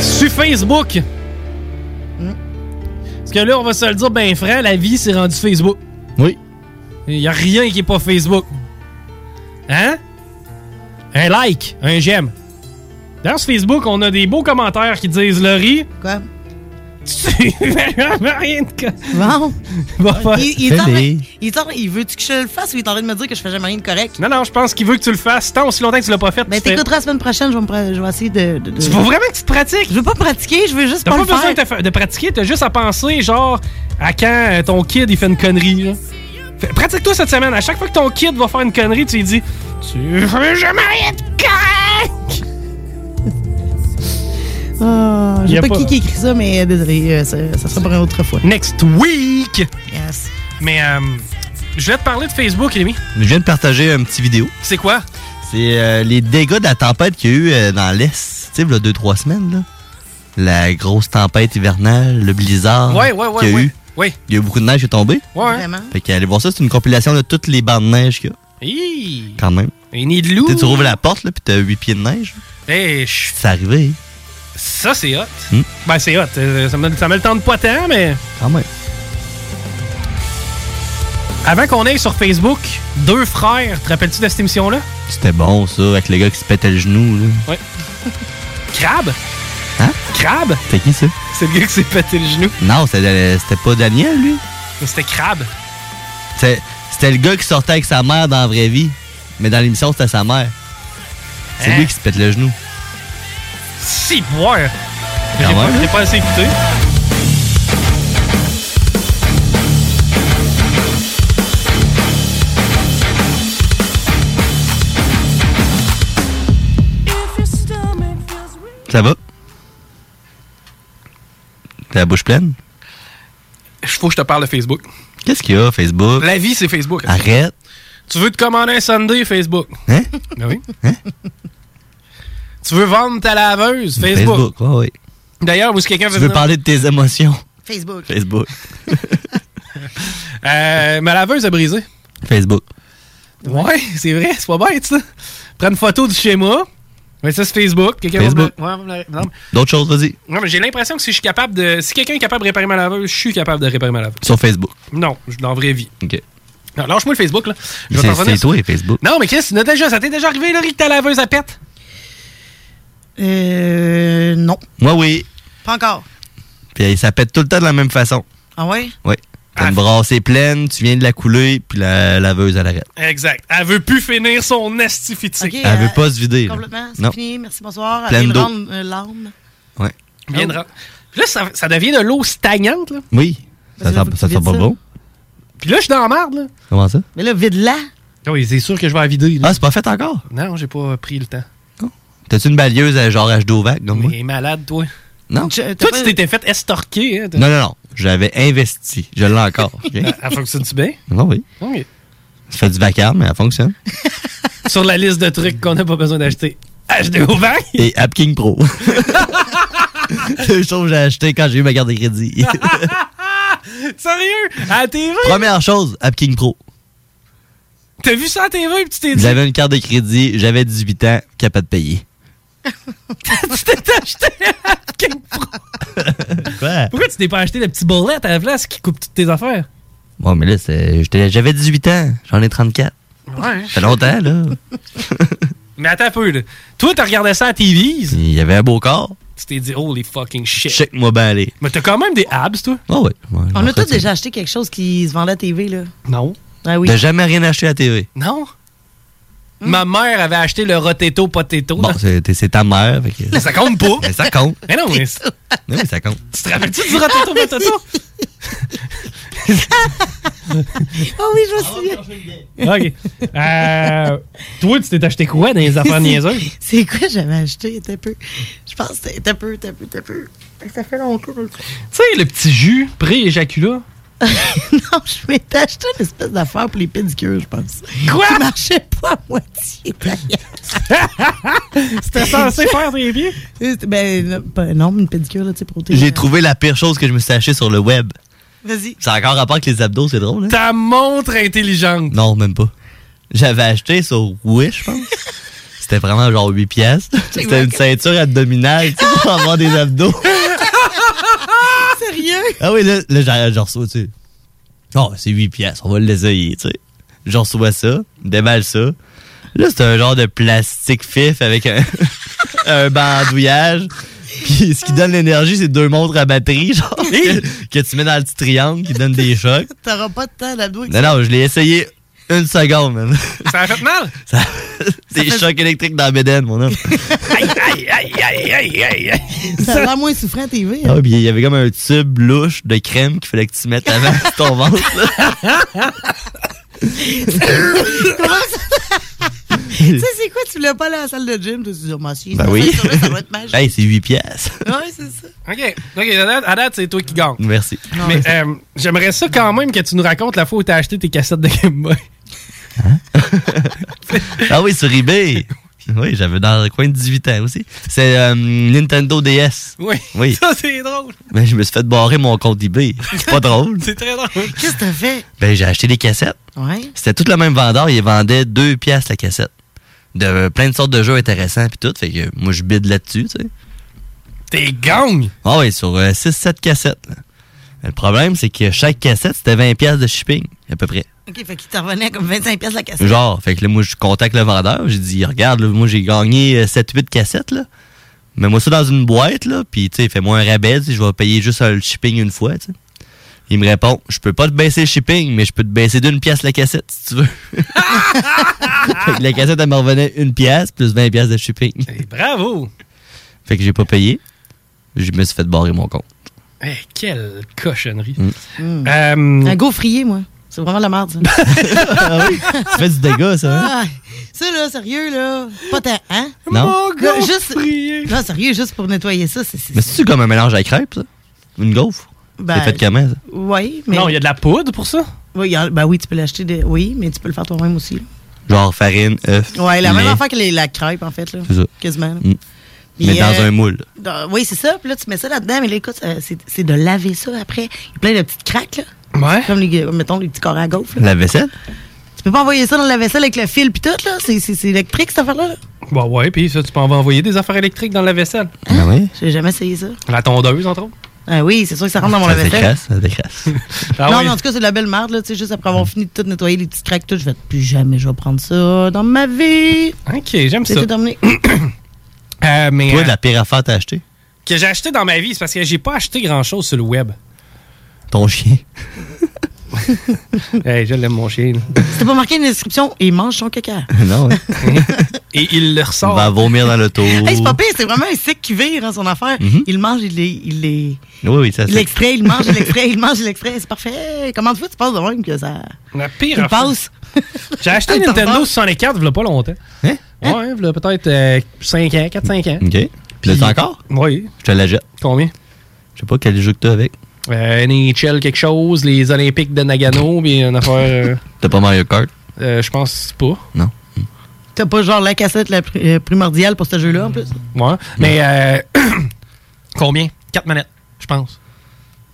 Speaker 8: Sur Facebook.
Speaker 10: Hmm.
Speaker 8: Parce que là, on va se le dire ben frère, la vie s'est rendue Facebook.
Speaker 1: Oui.
Speaker 8: Il y a rien qui est pas Facebook. Hein? Un like, un j'aime. D'ailleurs, sur Facebook, on a des beaux commentaires qui disent Laurie.
Speaker 10: Quoi?
Speaker 8: Tu fais vraiment rien de... co-
Speaker 10: Bon.
Speaker 8: Va pas-
Speaker 10: Il, il est en train- il est en train- il veut-tu que je le fasse ou il est en train de me dire que je fais jamais rien de correct?
Speaker 8: Non, non, je pense qu'il veut que tu le fasses tant aussi longtemps que tu l'as pas fait.
Speaker 10: Ben,
Speaker 8: tu fais-
Speaker 10: t'écouteras la semaine prochaine, je vais, me pra- je vais essayer de. de, de-
Speaker 8: Tu veux vraiment que tu te pratiques?
Speaker 10: Je veux pas pratiquer, je veux juste
Speaker 8: T'as
Speaker 10: pas
Speaker 8: pas
Speaker 10: le
Speaker 8: besoin
Speaker 10: faire.
Speaker 8: de, te fa- de pratiquer, t'as juste à penser, genre, à quand euh, ton kid il fait une connerie. là. Fait- Pratique-toi cette semaine. À chaque fois que ton kid va faire une connerie, tu lui dis Tu veux jamais rien de correct!
Speaker 10: Ah, je
Speaker 8: Y
Speaker 10: sais
Speaker 8: a
Speaker 10: pas,
Speaker 8: pas-
Speaker 10: qui qui écrit ça, mais euh, désolé, euh, ça, ça sera pour une autre fois.
Speaker 8: Next week!
Speaker 10: Yes.
Speaker 8: Mais, euh, je voulais te parler de Facebook, Rémi.
Speaker 1: Je viens de partager un petit vidéo.
Speaker 8: C'est quoi?
Speaker 1: C'est euh, les dégâts de la tempête qu'il y a eu euh, dans l'Est, tu sais, il y a deux, trois semaines, là. La grosse tempête hivernale, le blizzard
Speaker 8: Ouais, ouais, ouais,
Speaker 1: qu'il y a
Speaker 8: ouais.
Speaker 1: eu.
Speaker 8: Oui.
Speaker 1: Il y a eu beaucoup de neige qui est tombée.
Speaker 8: Ouais.
Speaker 1: Fait qu'allez voir ça, c'est une compilation de toutes les bandes de neige qu'il y a,
Speaker 8: Hi!
Speaker 1: quand même.
Speaker 8: Un nid de loup.
Speaker 1: Tu sais, tu rouvres la porte, là, puis t'as 8 pieds de neige.
Speaker 8: Hey, ch-
Speaker 1: C'est arrivé.
Speaker 8: ça, c'est hot.
Speaker 1: Hmm.
Speaker 8: Ben, c'est hot. Euh, Ça me, ça me le temps de pas tant, mais.
Speaker 10: Ah
Speaker 1: Quand même.
Speaker 8: Avant qu'on aille sur Facebook, deux frères, te rappelles-tu de cette émission-là?
Speaker 1: C'était bon, ça, avec le gars qui se pétait le genou, là.
Speaker 8: Ouais. Crabe?
Speaker 1: Hein?
Speaker 8: Crabe?
Speaker 1: C'est qui ça?
Speaker 8: C'est le gars qui s'est pété le genou.
Speaker 1: Non, c'était c'était pas Daniel, lui.
Speaker 8: Mais c'était Crabe.
Speaker 1: C'est- C'était le gars qui sortait avec sa mère dans la vraie vie. Mais dans l'émission, c'était sa mère. C'est
Speaker 43: Hein?
Speaker 1: lui qui se pète le genou.
Speaker 43: Si, ouais. J'ai
Speaker 1: Ah
Speaker 43: pas,
Speaker 1: ouais?
Speaker 43: j'ai pas assez écouté.
Speaker 1: Ça va? T'as la bouche pleine?
Speaker 8: Faut que je te parle de Facebook.
Speaker 1: Qu'est-ce qu'il y a, Facebook?
Speaker 8: La vie, c'est Facebook.
Speaker 1: Arrête.
Speaker 8: Tu veux te commander un Sunday, Facebook.
Speaker 1: Hein?
Speaker 8: Ah oui. Tu veux vendre ta laveuse, Facebook.
Speaker 1: Facebook, ouais, ouais.
Speaker 8: D'ailleurs, vous, si quelqu'un
Speaker 1: Tu
Speaker 8: veut
Speaker 1: veux
Speaker 8: venir-
Speaker 1: parler de tes émotions?
Speaker 10: Facebook.
Speaker 1: Facebook.
Speaker 8: Euh, ma laveuse a brisé.
Speaker 1: Facebook.
Speaker 8: Ouais, c'est vrai, c'est pas bête, ça. Prends une photo du schéma. Mais ça, c'est Facebook. Quelqu'un va me-
Speaker 1: Facebook.
Speaker 8: Ouais, va me la- non,
Speaker 1: D'autres choses, vas-y.
Speaker 8: mais- non, mais j'ai l'impression que si je suis capable de. Si quelqu'un est capable de réparer ma laveuse, je suis capable de réparer ma laveuse.
Speaker 1: Sur Facebook.
Speaker 8: Non, je- dans la vraie vie.
Speaker 1: OK.
Speaker 8: Non, Lâche-moi le Facebook, là. Je vais t'en
Speaker 1: C'est
Speaker 8: revenir
Speaker 1: c'est
Speaker 8: sur-
Speaker 1: toi, Facebook.
Speaker 8: Non, mais Chris, tu n'as déjà, ça t'est déjà arrivé, Laurie, que ta laveuse à pète?
Speaker 10: Euh. Non.
Speaker 1: Moi, oui.
Speaker 10: Pas encore.
Speaker 1: Puis ça pète tout le temps de la même façon.
Speaker 10: Ah ouais?
Speaker 1: Oui. T'as une brassée pleine, tu viens de la couler, puis la laveuse, elle arrête.
Speaker 8: Exact. Elle veut plus finir son astifitique.
Speaker 1: Elle
Speaker 10: euh,
Speaker 1: veut pas se vider. là.
Speaker 10: Complètement. C'est
Speaker 1: Non.
Speaker 10: fini. Merci, bonsoir.
Speaker 1: Pleine
Speaker 10: Allez,
Speaker 1: d'eau.
Speaker 10: rendre, euh, L'arme.
Speaker 1: Ouais.
Speaker 8: Viendra. Là, ça, ça devient de l'eau stagnante, là.
Speaker 1: Oui. Ça
Speaker 8: Vas-y,
Speaker 1: sent
Speaker 8: faut que
Speaker 1: ça
Speaker 8: tu
Speaker 1: sent
Speaker 8: vides
Speaker 1: pas
Speaker 8: ça.
Speaker 1: bon.
Speaker 8: Puis là, je suis dans la merde, là.
Speaker 1: Comment ça?
Speaker 10: Mais là, vide-la.
Speaker 8: Oui, c'est sûr que je vais la vider.
Speaker 1: Ah, c'est pas fait encore?
Speaker 8: Non, j'ai pas pris le temps.
Speaker 1: T'as-tu une balieuse à genre H2 vague comme moi?
Speaker 8: T'es malade, toi.
Speaker 1: Non.
Speaker 10: euh,
Speaker 8: Toi, tu t'étais fait estorquer. Hein, t'as- Ah,
Speaker 1: Non, non, non. J'avais investi. Je l'ai encore. OK?
Speaker 8: Elle- Elle fonctionne-tu bien?
Speaker 1: Non, oui.
Speaker 8: Oui.
Speaker 1: Ça fait du vacarme, mais elle fonctionne.
Speaker 8: Sur la liste de trucs qu'on n'a pas besoin d'acheter. H2O Bank?
Speaker 1: Et AppKing Pro. Deux choses que j'ai acheté quand j'ai eu ma carte de crédit.
Speaker 8: Sérieux? À la TV?
Speaker 1: Première chose, AppKing Pro.
Speaker 8: T'as vu ça à la TV puis tu t'es dit.
Speaker 1: J'avais une carte de crédit, j'avais 18 ans, capable de payer.
Speaker 8: tu t'es acheté un King Pro.
Speaker 1: Quoi?
Speaker 8: Pourquoi tu t'es pas acheté le petit bullet à la place qui coupe toutes tes affaires?
Speaker 1: Bon, mais là, c'est- j'étais- j'avais 18 ans, j'en ai 34.
Speaker 8: Ouais.
Speaker 1: Ça fait longtemps, là.
Speaker 8: Mais attends un peu, là. Toi, t'as regardé ça à la TV.
Speaker 1: Il y avait un beau corps.
Speaker 8: Tu t'es dit, holy fucking shit.
Speaker 1: Check-moi bien aller.
Speaker 8: Mais t'as quand même des abs, toi?
Speaker 1: Ah ouais. ouais,
Speaker 10: On a
Speaker 1: j'en
Speaker 10: tous
Speaker 1: sais.
Speaker 10: déjà acheté quelque chose qui se vendait à TV, là.
Speaker 8: Non.
Speaker 10: Ah oui.
Speaker 1: T'as Ben, jamais rien acheté à la TV.
Speaker 8: Non? Ma mère avait acheté le Roteto Potato.
Speaker 1: Bon, c'est c'est ta mère. fait que-
Speaker 8: Mais ça compte pas.
Speaker 1: Mais ça compte.
Speaker 8: Mais non, mais.
Speaker 1: Non, mais ça compte.
Speaker 8: Tu te rappelles-tu du Roteto Potato?
Speaker 10: Ah oui, je me souviens.
Speaker 8: ok. Euh, toi, tu t'es acheté quoi dans les affaires niaiseuses?
Speaker 10: C'est quoi j'avais acheté? T'as peu. Je pense que t'as peu, t'as peu, t'as peu. Ça fait longtemps.
Speaker 8: Tu sais, le petit jus pré-éjaculat.
Speaker 10: Non, je m'étais acheté une espèce d'affaire pour les pédicures, je pense.
Speaker 8: Quoi?
Speaker 10: Ça marchait pas à moitié, d'ailleurs.
Speaker 8: C'était censé faire des pieds?
Speaker 10: Euh, Ben, non, pas- non, une pédicure, là, tu sais, pour tes- euh,
Speaker 1: J'ai trouvé la pire chose que je me suis acheté sur le web.
Speaker 10: Vas-y.
Speaker 1: Ça a encore rapport avec les abdos, c'est drôle, hein?
Speaker 8: Ta montre intelligente.
Speaker 1: Non, même pas. J'avais acheté sur Wish, je pense. C'était vraiment genre 8 pièces. C'était une ceinture abdominale, tu sais, pour avoir des abdos.
Speaker 10: Sérieux?
Speaker 1: Ah oui, là, là j'en- j'en reçois, tu sais. Oh, c'est 8 pièces, on va l'essayer, tu sais. J'en reçois ça, déballe ça. Là, c'est un genre de plastique fif avec un, un bandouillage. Puis ce qui donne l'énergie, c'est deux montres à batterie, genre, que, que tu mets dans le petit triangle qui donne des chocs.
Speaker 10: T'auras pas de temps d'abdos. avec
Speaker 1: Non,
Speaker 10: ça.
Speaker 1: non, je l'ai essayé une seconde, man.
Speaker 8: Ça a fait mal?
Speaker 1: Des chocs électriques dans la bédaine, mon homme.
Speaker 8: Aïe, aïe, aïe, aïe, aïe, aïe.
Speaker 10: Ça a l'air moins souffrant à TV.
Speaker 1: Ah, puis il y avait comme un tube louche de crème qu'il fallait que tu mettes avant sur ton ventre. là.
Speaker 10: Comment ça? tu sais, c'est quoi? Tu voulais pas aller à la salle de gym? Tu te dis, oh, moi, si,
Speaker 1: Ben
Speaker 10: ça,
Speaker 1: oui.
Speaker 10: ça, ça doit être magique.
Speaker 1: hey, c'est 8 pièces.
Speaker 10: Ouais, c'est ça.
Speaker 8: OK. OK, à date- à date, c'est toi qui gagne.
Speaker 1: Merci.
Speaker 8: mais euh, j'aimerais ça quand même que tu nous racontes la fois où t'as acheté tes cassettes de Game Boy.
Speaker 1: Ah oui, sur eBay. Oui, j'avais dans le coin de 18 ans aussi. C'est euh, Nintendo DS.
Speaker 8: Oui.
Speaker 1: Oui.
Speaker 8: Ça, c'est drôle.
Speaker 1: Ben, je me suis fait barrer mon compte eBay. C'est pas drôle.
Speaker 8: C'est très drôle.
Speaker 10: Qu'est-ce que t'as fait?
Speaker 1: Ben, j'ai acheté des cassettes.
Speaker 10: Ouais.
Speaker 1: C'était tout le même vendeur. Il vendait 2 pièces la cassette. De euh, plein de sortes de jeux intéressants puis tout. Fait que moi, je bide là-dessus, tu sais.
Speaker 8: T'es gang!
Speaker 1: Ah oui, sur 6-7 cassettes. là. Le problème, c'est que chaque cassette, c'était 20 pièces de shipping, à peu près.
Speaker 10: OK, fait qu'il t'en revenait comme 25 pièces la cassette.
Speaker 1: Genre, fait que là, moi, je contacte le vendeur. J'ai dit, regarde, là, moi, j'ai gagné 7-8 euh, cassettes, là. Mais moi, ça dans une boîte, là, puis tu sais, fais-moi un rabais, tu sais, je vais payer juste euh, le shipping une fois, tu sais. Il me répond, je peux pas te baisser le shipping, mais je peux te baisser d'une pièce la cassette, si tu veux. Fait que la cassette, elle me revenait une pièce plus 20 pièces de shipping.
Speaker 10: Eh ben.
Speaker 8: Bravo!
Speaker 1: Fait que j'ai pas payé. Je me suis fait barrer mon compte.
Speaker 8: Eh, quelle cochonnerie.
Speaker 1: Mm.
Speaker 8: Euh,
Speaker 10: Un gaufrier, moi. C'est vraiment de la merde, ça.
Speaker 1: ah oui? Tu fais du dégât, ça, hein?
Speaker 10: Ah, ça, là, sérieux, là. Pas tant, hein?
Speaker 1: Non. Mon
Speaker 10: Non, juste, non, sérieux, juste pour nettoyer ça, c'est. c'est-
Speaker 1: Mais c'est-tu comme un mélange à crêpes, ça? Une gaufre?
Speaker 10: Ben,
Speaker 1: c'est fait comment, ça?
Speaker 10: Oui, mais.
Speaker 1: Non, il y a
Speaker 8: de la poudre pour ça?
Speaker 10: Oui, il y a- ben oui, tu peux l'acheter. De... Oui, mais tu peux le faire toi-même aussi. là.
Speaker 1: Genre farine, œuf,
Speaker 10: Ouais, la même
Speaker 1: lait.
Speaker 10: affaire que les, la crêpe, en fait, là.
Speaker 1: C'est ça.
Speaker 10: Quasiment. là.
Speaker 1: Mm.
Speaker 10: Puis,
Speaker 1: Mais dans
Speaker 10: euh,
Speaker 1: un moule.
Speaker 10: dans- oui, c'est ça. Puis là, tu mets ça là-dedans. Mais là, écoute, ça- c'est c'est de laver ça après. Il y a plein de petites craques, là.
Speaker 8: Ouais.
Speaker 10: Comme, les, mettons, les petits corps à gaufre. là.
Speaker 1: La vaisselle?
Speaker 10: Tu peux pas envoyer ça dans la vaisselle avec le fil puis tout, là. C'est- C'est c'est électrique, cette affaire-là. là.
Speaker 8: Bah ouais, puis ça, tu peux en envoyer des affaires électriques dans la vaisselle.
Speaker 1: Ah oui?
Speaker 10: J'ai jamais essayé ça.
Speaker 8: La tondeuse, entre autres.
Speaker 10: Ah oui, c'est sûr que ça rentre dans mon
Speaker 1: Ça se
Speaker 10: lave-vaisselle.
Speaker 1: décrasse, ça se décrasse.
Speaker 8: Ah
Speaker 10: non,
Speaker 8: oui.
Speaker 10: mais en tout cas, c'est de la belle merde, là. Tu sais, juste après avoir fini de tout nettoyer, les petites craques, tout, je vais plus jamais, je vais prendre ça dans ma vie.
Speaker 8: OK, j'aime ça.
Speaker 10: C'est terminé.
Speaker 8: Euh, mais,
Speaker 1: Toi,
Speaker 8: euh,
Speaker 1: de la pire affaire t'as acheté?
Speaker 8: que j'ai acheté dans ma vie, c'est parce que j'ai pas acheté grand-chose sur le web.
Speaker 1: Ton chien.
Speaker 8: hey, je l'aime, mon chien. là.
Speaker 10: C'était pas marqué une description, il mange son caca.
Speaker 1: non, hein?
Speaker 8: Et il le ressort.
Speaker 1: Va vomir dans l'auto.
Speaker 10: Hey, c'est pas pire, c'est vraiment un sec qui vire, hein, son affaire. Il le mange, il les- il les-
Speaker 1: Oui, oui, Mhm. ça
Speaker 10: il
Speaker 1: c'est-
Speaker 10: l'extrait, il le mange, il l'extrait, il le mange, il l'extrait. C'est parfait. Comment de fois tu penses de même que ça.
Speaker 8: La pire
Speaker 10: Il
Speaker 8: affaire.
Speaker 10: passe.
Speaker 8: J'ai acheté une Nintendo 64 il y a pas longtemps.
Speaker 1: Hein?
Speaker 8: Ouais, il y a peut-être 5 ans, 4-5 ans.
Speaker 1: OK. Puis l'as-tu encore?
Speaker 8: Oui.
Speaker 1: Je te la jette.
Speaker 8: Combien?
Speaker 1: Je sais pas quel jeu que t'as avec.
Speaker 8: Euh, NHL quelque chose, les Olympiques de Nagano, puis une affaire... euh,
Speaker 1: T'as pas Mario Kart?
Speaker 8: euh, je pense pas.
Speaker 10: T'as pas genre la cassette la pri- euh, primordiale pour ce jeu-là, en plus?
Speaker 8: Ouais. Mais euh, combien? 4 manettes, je pense.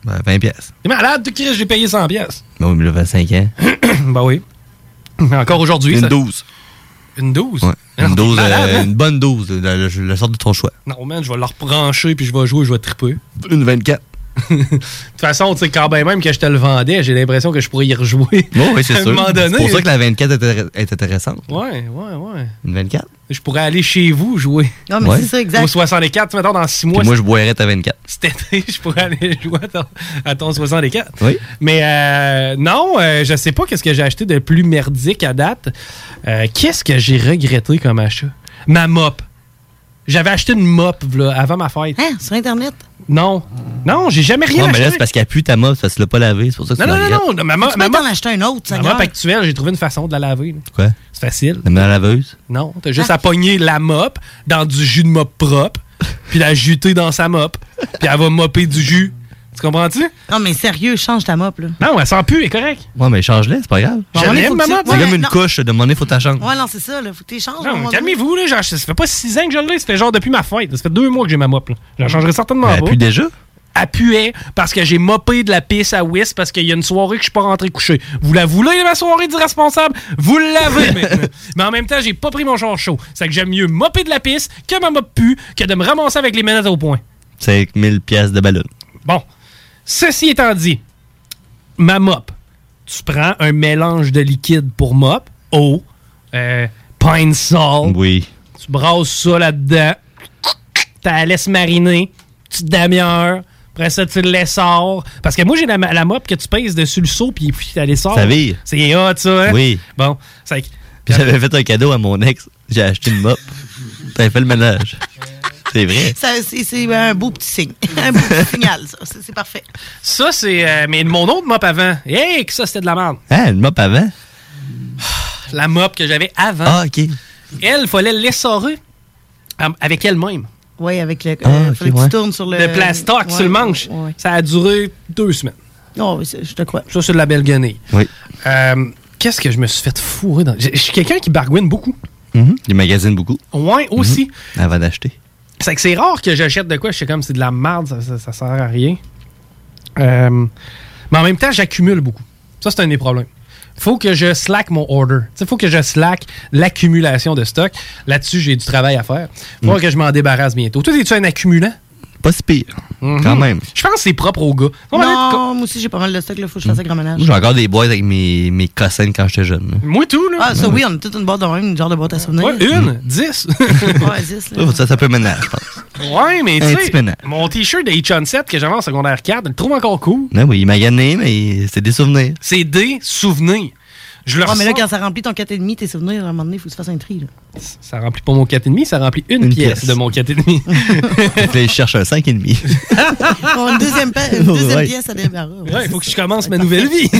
Speaker 1: Ben, 20 pièces.
Speaker 8: T'es malade, tu Chris, j'ai payé 100 pièces.
Speaker 1: Ben oui, mais là, 25 ans.
Speaker 8: ben oui. Encore aujourd'hui.
Speaker 1: Une
Speaker 8: ça-
Speaker 1: 12.
Speaker 8: Une 12?
Speaker 1: Ouais.
Speaker 8: Non,
Speaker 1: Une,
Speaker 8: t'es
Speaker 1: 12
Speaker 8: malade,
Speaker 1: euh,
Speaker 8: hein?
Speaker 1: une bonne 12, la, la- la sorte de ton choix.
Speaker 8: Non, man, je vais leur brancher puis je vais jouer, je vais triper.
Speaker 1: Une 24.
Speaker 8: de toute façon, tu sais, quand ben même que je te le vendais, j'ai l'impression que je pourrais y rejouer.
Speaker 1: Bon, oui, c'est
Speaker 8: À un
Speaker 1: sûr.
Speaker 8: moment
Speaker 1: C'est
Speaker 8: donné.
Speaker 1: pour ça que la 24 est, intér- est intéressante.
Speaker 8: Ouais, ouais, ouais.
Speaker 1: Une 24.
Speaker 8: Je pourrais aller chez vous jouer.
Speaker 10: Non,
Speaker 1: mais Ouais. c'est ça, exact.
Speaker 8: Au 64, mettons, dans 6
Speaker 1: Puis
Speaker 8: mois.
Speaker 1: moi, je boirais ta 24.
Speaker 8: Cet été, je pourrais aller jouer à ton, à ton 64.
Speaker 1: Oui.
Speaker 8: Mais euh, non, euh, je sais pas qu'est-ce que j'ai acheté de plus merdique à date. Euh, qu'est-ce que j'ai regretté comme achat? Ma mop. J'avais acheté une mop là, avant ma fête.
Speaker 10: Hein? Sur Internet?
Speaker 8: Non. Non, j'ai jamais rien
Speaker 1: non, mais
Speaker 8: acheté.
Speaker 1: là, c'est parce qu'elle pue ta mop, c'est parce que tu l'as pas lavé. C'est pour ça que
Speaker 8: non,
Speaker 1: tu
Speaker 8: non,
Speaker 1: la
Speaker 8: non,
Speaker 1: regrettes.
Speaker 8: non, non, ma mop,
Speaker 10: Tu
Speaker 8: ma
Speaker 10: peux
Speaker 8: mop,
Speaker 10: t'en acheter un autre,
Speaker 8: ma
Speaker 10: Seigneur.
Speaker 8: mop actuelle, j'ai trouvé une façon de la laver. là.
Speaker 1: Quoi?
Speaker 8: C'est facile.
Speaker 1: La mets dans la laveuse?
Speaker 8: Non, t'as
Speaker 10: Ah.
Speaker 8: juste à pogner la mop dans du jus de mop propre, puis la juter dans sa mop, puis elle va mopper du jus. Tu comprends-tu?
Speaker 10: Non, mais sérieux, change ta mop, là.
Speaker 8: Non, elle sent plus, elle est correcte.
Speaker 1: Ouais, mais change-la, c'est pas grave.
Speaker 8: Je l'aime,
Speaker 1: Faut que
Speaker 8: ma
Speaker 1: tu-
Speaker 8: mop.
Speaker 1: C'est
Speaker 8: Ouais,
Speaker 1: comme une
Speaker 8: non.
Speaker 1: couche, de monnaie, faut ta change.
Speaker 10: Ouais, non, c'est ça, là. Faut que t'échanges.
Speaker 8: Non, mais calmez-vous, là. genre, ça fait pas six ans que je l'ai. Ça fait genre depuis ma fête. Ça fait deux mois que j'ai ma mop. là. J'en changerai certainement
Speaker 1: Elle
Speaker 8: pas.
Speaker 1: pue déjà?
Speaker 8: Appuyez parce que j'ai mopé de la pisse à Wiss parce qu'il y a une soirée que je suis pas rentré coucher. Vous la voulez, ma soirée d'irresponsable? Vous l'avez maintenant. Mais en même temps, j'ai pas pris mon genre chaud. C'est que j'aime mieux mopper de la pisse que ma mop pue que de me ramasser avec les manettes au point.
Speaker 1: 5000 pièces de ballon.
Speaker 8: Bon. Ceci étant dit, ma mop, tu prends un mélange de liquide pour mop, eau, euh, pine salt.
Speaker 1: Oui.
Speaker 8: Tu brasses ça là-dedans. Tu la laisses mariner. Petite demi-heure. Après ça, tu l'essors. Parce que moi, j'ai la, la mop que tu pèses dessus le seau, puis puis tu l'essors.
Speaker 1: Ça vire.
Speaker 8: Oh, C'est hot, ça, hein?
Speaker 1: Oui.
Speaker 8: Bon, c'est que-
Speaker 1: Puis J'avais fait un cadeau à mon ex. J'ai acheté une mop. T'avais fait le ménage. C'est vrai.
Speaker 10: Ça, c'est- C'est un beau petit signe. un beau petit signal, ça. C'est c'est parfait.
Speaker 8: Ça, c'est... euh, mais mon autre mop avant. Hey, que ça, c'était de la merde.
Speaker 1: Ah, une mop avant?
Speaker 8: La mop que j'avais avant.
Speaker 1: Ah, OK.
Speaker 8: Elle, fallait l'essorer am- avec elle-même.
Speaker 10: Oui, avec le.
Speaker 8: Ah,
Speaker 10: euh,
Speaker 8: ok,
Speaker 10: fallait que
Speaker 8: ouais.
Speaker 10: tu tournes sur le.
Speaker 8: Le plastoc
Speaker 10: Ouais.
Speaker 8: sur le manche. Ça a duré deux semaines.
Speaker 10: Non, oui, c'est- je te crois.
Speaker 8: Ça, c'est de la belle guenille.
Speaker 1: Oui.
Speaker 8: Euh, Qu'est-ce que je me suis fait fourrer dans... Je je suis quelqu'un qui bargouine beaucoup. Mm-hmm.
Speaker 1: Il magasine beaucoup.
Speaker 8: Ouais, aussi.
Speaker 1: Avant d'acheter.
Speaker 8: C'est que c'est rare que j'achète de quoi. Je sais comme c'est de la merde, ça, ça- ça sert à rien. Euh, mais en même temps, j'accumule beaucoup. Ça, c'est un des problèmes. Faut que je slack mon order. Il faut que je slack l'accumulation de stock. Là-dessus, j'ai du travail à faire. Faut que je m'en débarrasse bientôt. Toi, es-tu un accumulant? Mhm.
Speaker 1: pas si pire. Quand même.
Speaker 8: Je pense que c'est propre au gars.
Speaker 10: Non, moi aussi, j'ai pas mal de stock, là. Faut que je fasse un grand ménage.
Speaker 1: Moi, J'ai encore des boîtes avec mes, mes cossins de quand j'étais jeune.
Speaker 8: Moi, tout, là.
Speaker 10: Ah, ça, oui, on a toute une boîte de même, une genre de boîte à souvenirs.
Speaker 8: Ouais, une, dix.
Speaker 10: ouais, dix, là.
Speaker 1: Là, ça, ça peut ménage, je pense.
Speaker 8: Ouais, mais
Speaker 1: Un
Speaker 8: tu
Speaker 1: petit peu,
Speaker 8: sais,
Speaker 1: non.
Speaker 8: mon t-shirt de Hitch 7 que j'avais en secondaire 4, je le trouve encore cool.
Speaker 1: Non, oui, il m'a gagné, mais c'est des souvenirs.
Speaker 8: C'est des souvenirs. Je le
Speaker 10: Ah, mais là,
Speaker 8: ressors-
Speaker 10: quand ça remplit ton 4,5, tes souvenirs, à un moment donné, il faut que tu fasses un tri, là.
Speaker 8: Ça remplit pas mon 4,5, ça remplit une,
Speaker 1: Une
Speaker 8: pièce,
Speaker 1: pièce.
Speaker 8: de mon 4,5.
Speaker 1: Là, je cherche un 5,5.
Speaker 10: Bon, une deuxième, pa- Euh, une deuxième
Speaker 1: Ouais.
Speaker 10: pièce à débarras.
Speaker 8: Ouais, il faut que je commence ma nouvelle vie.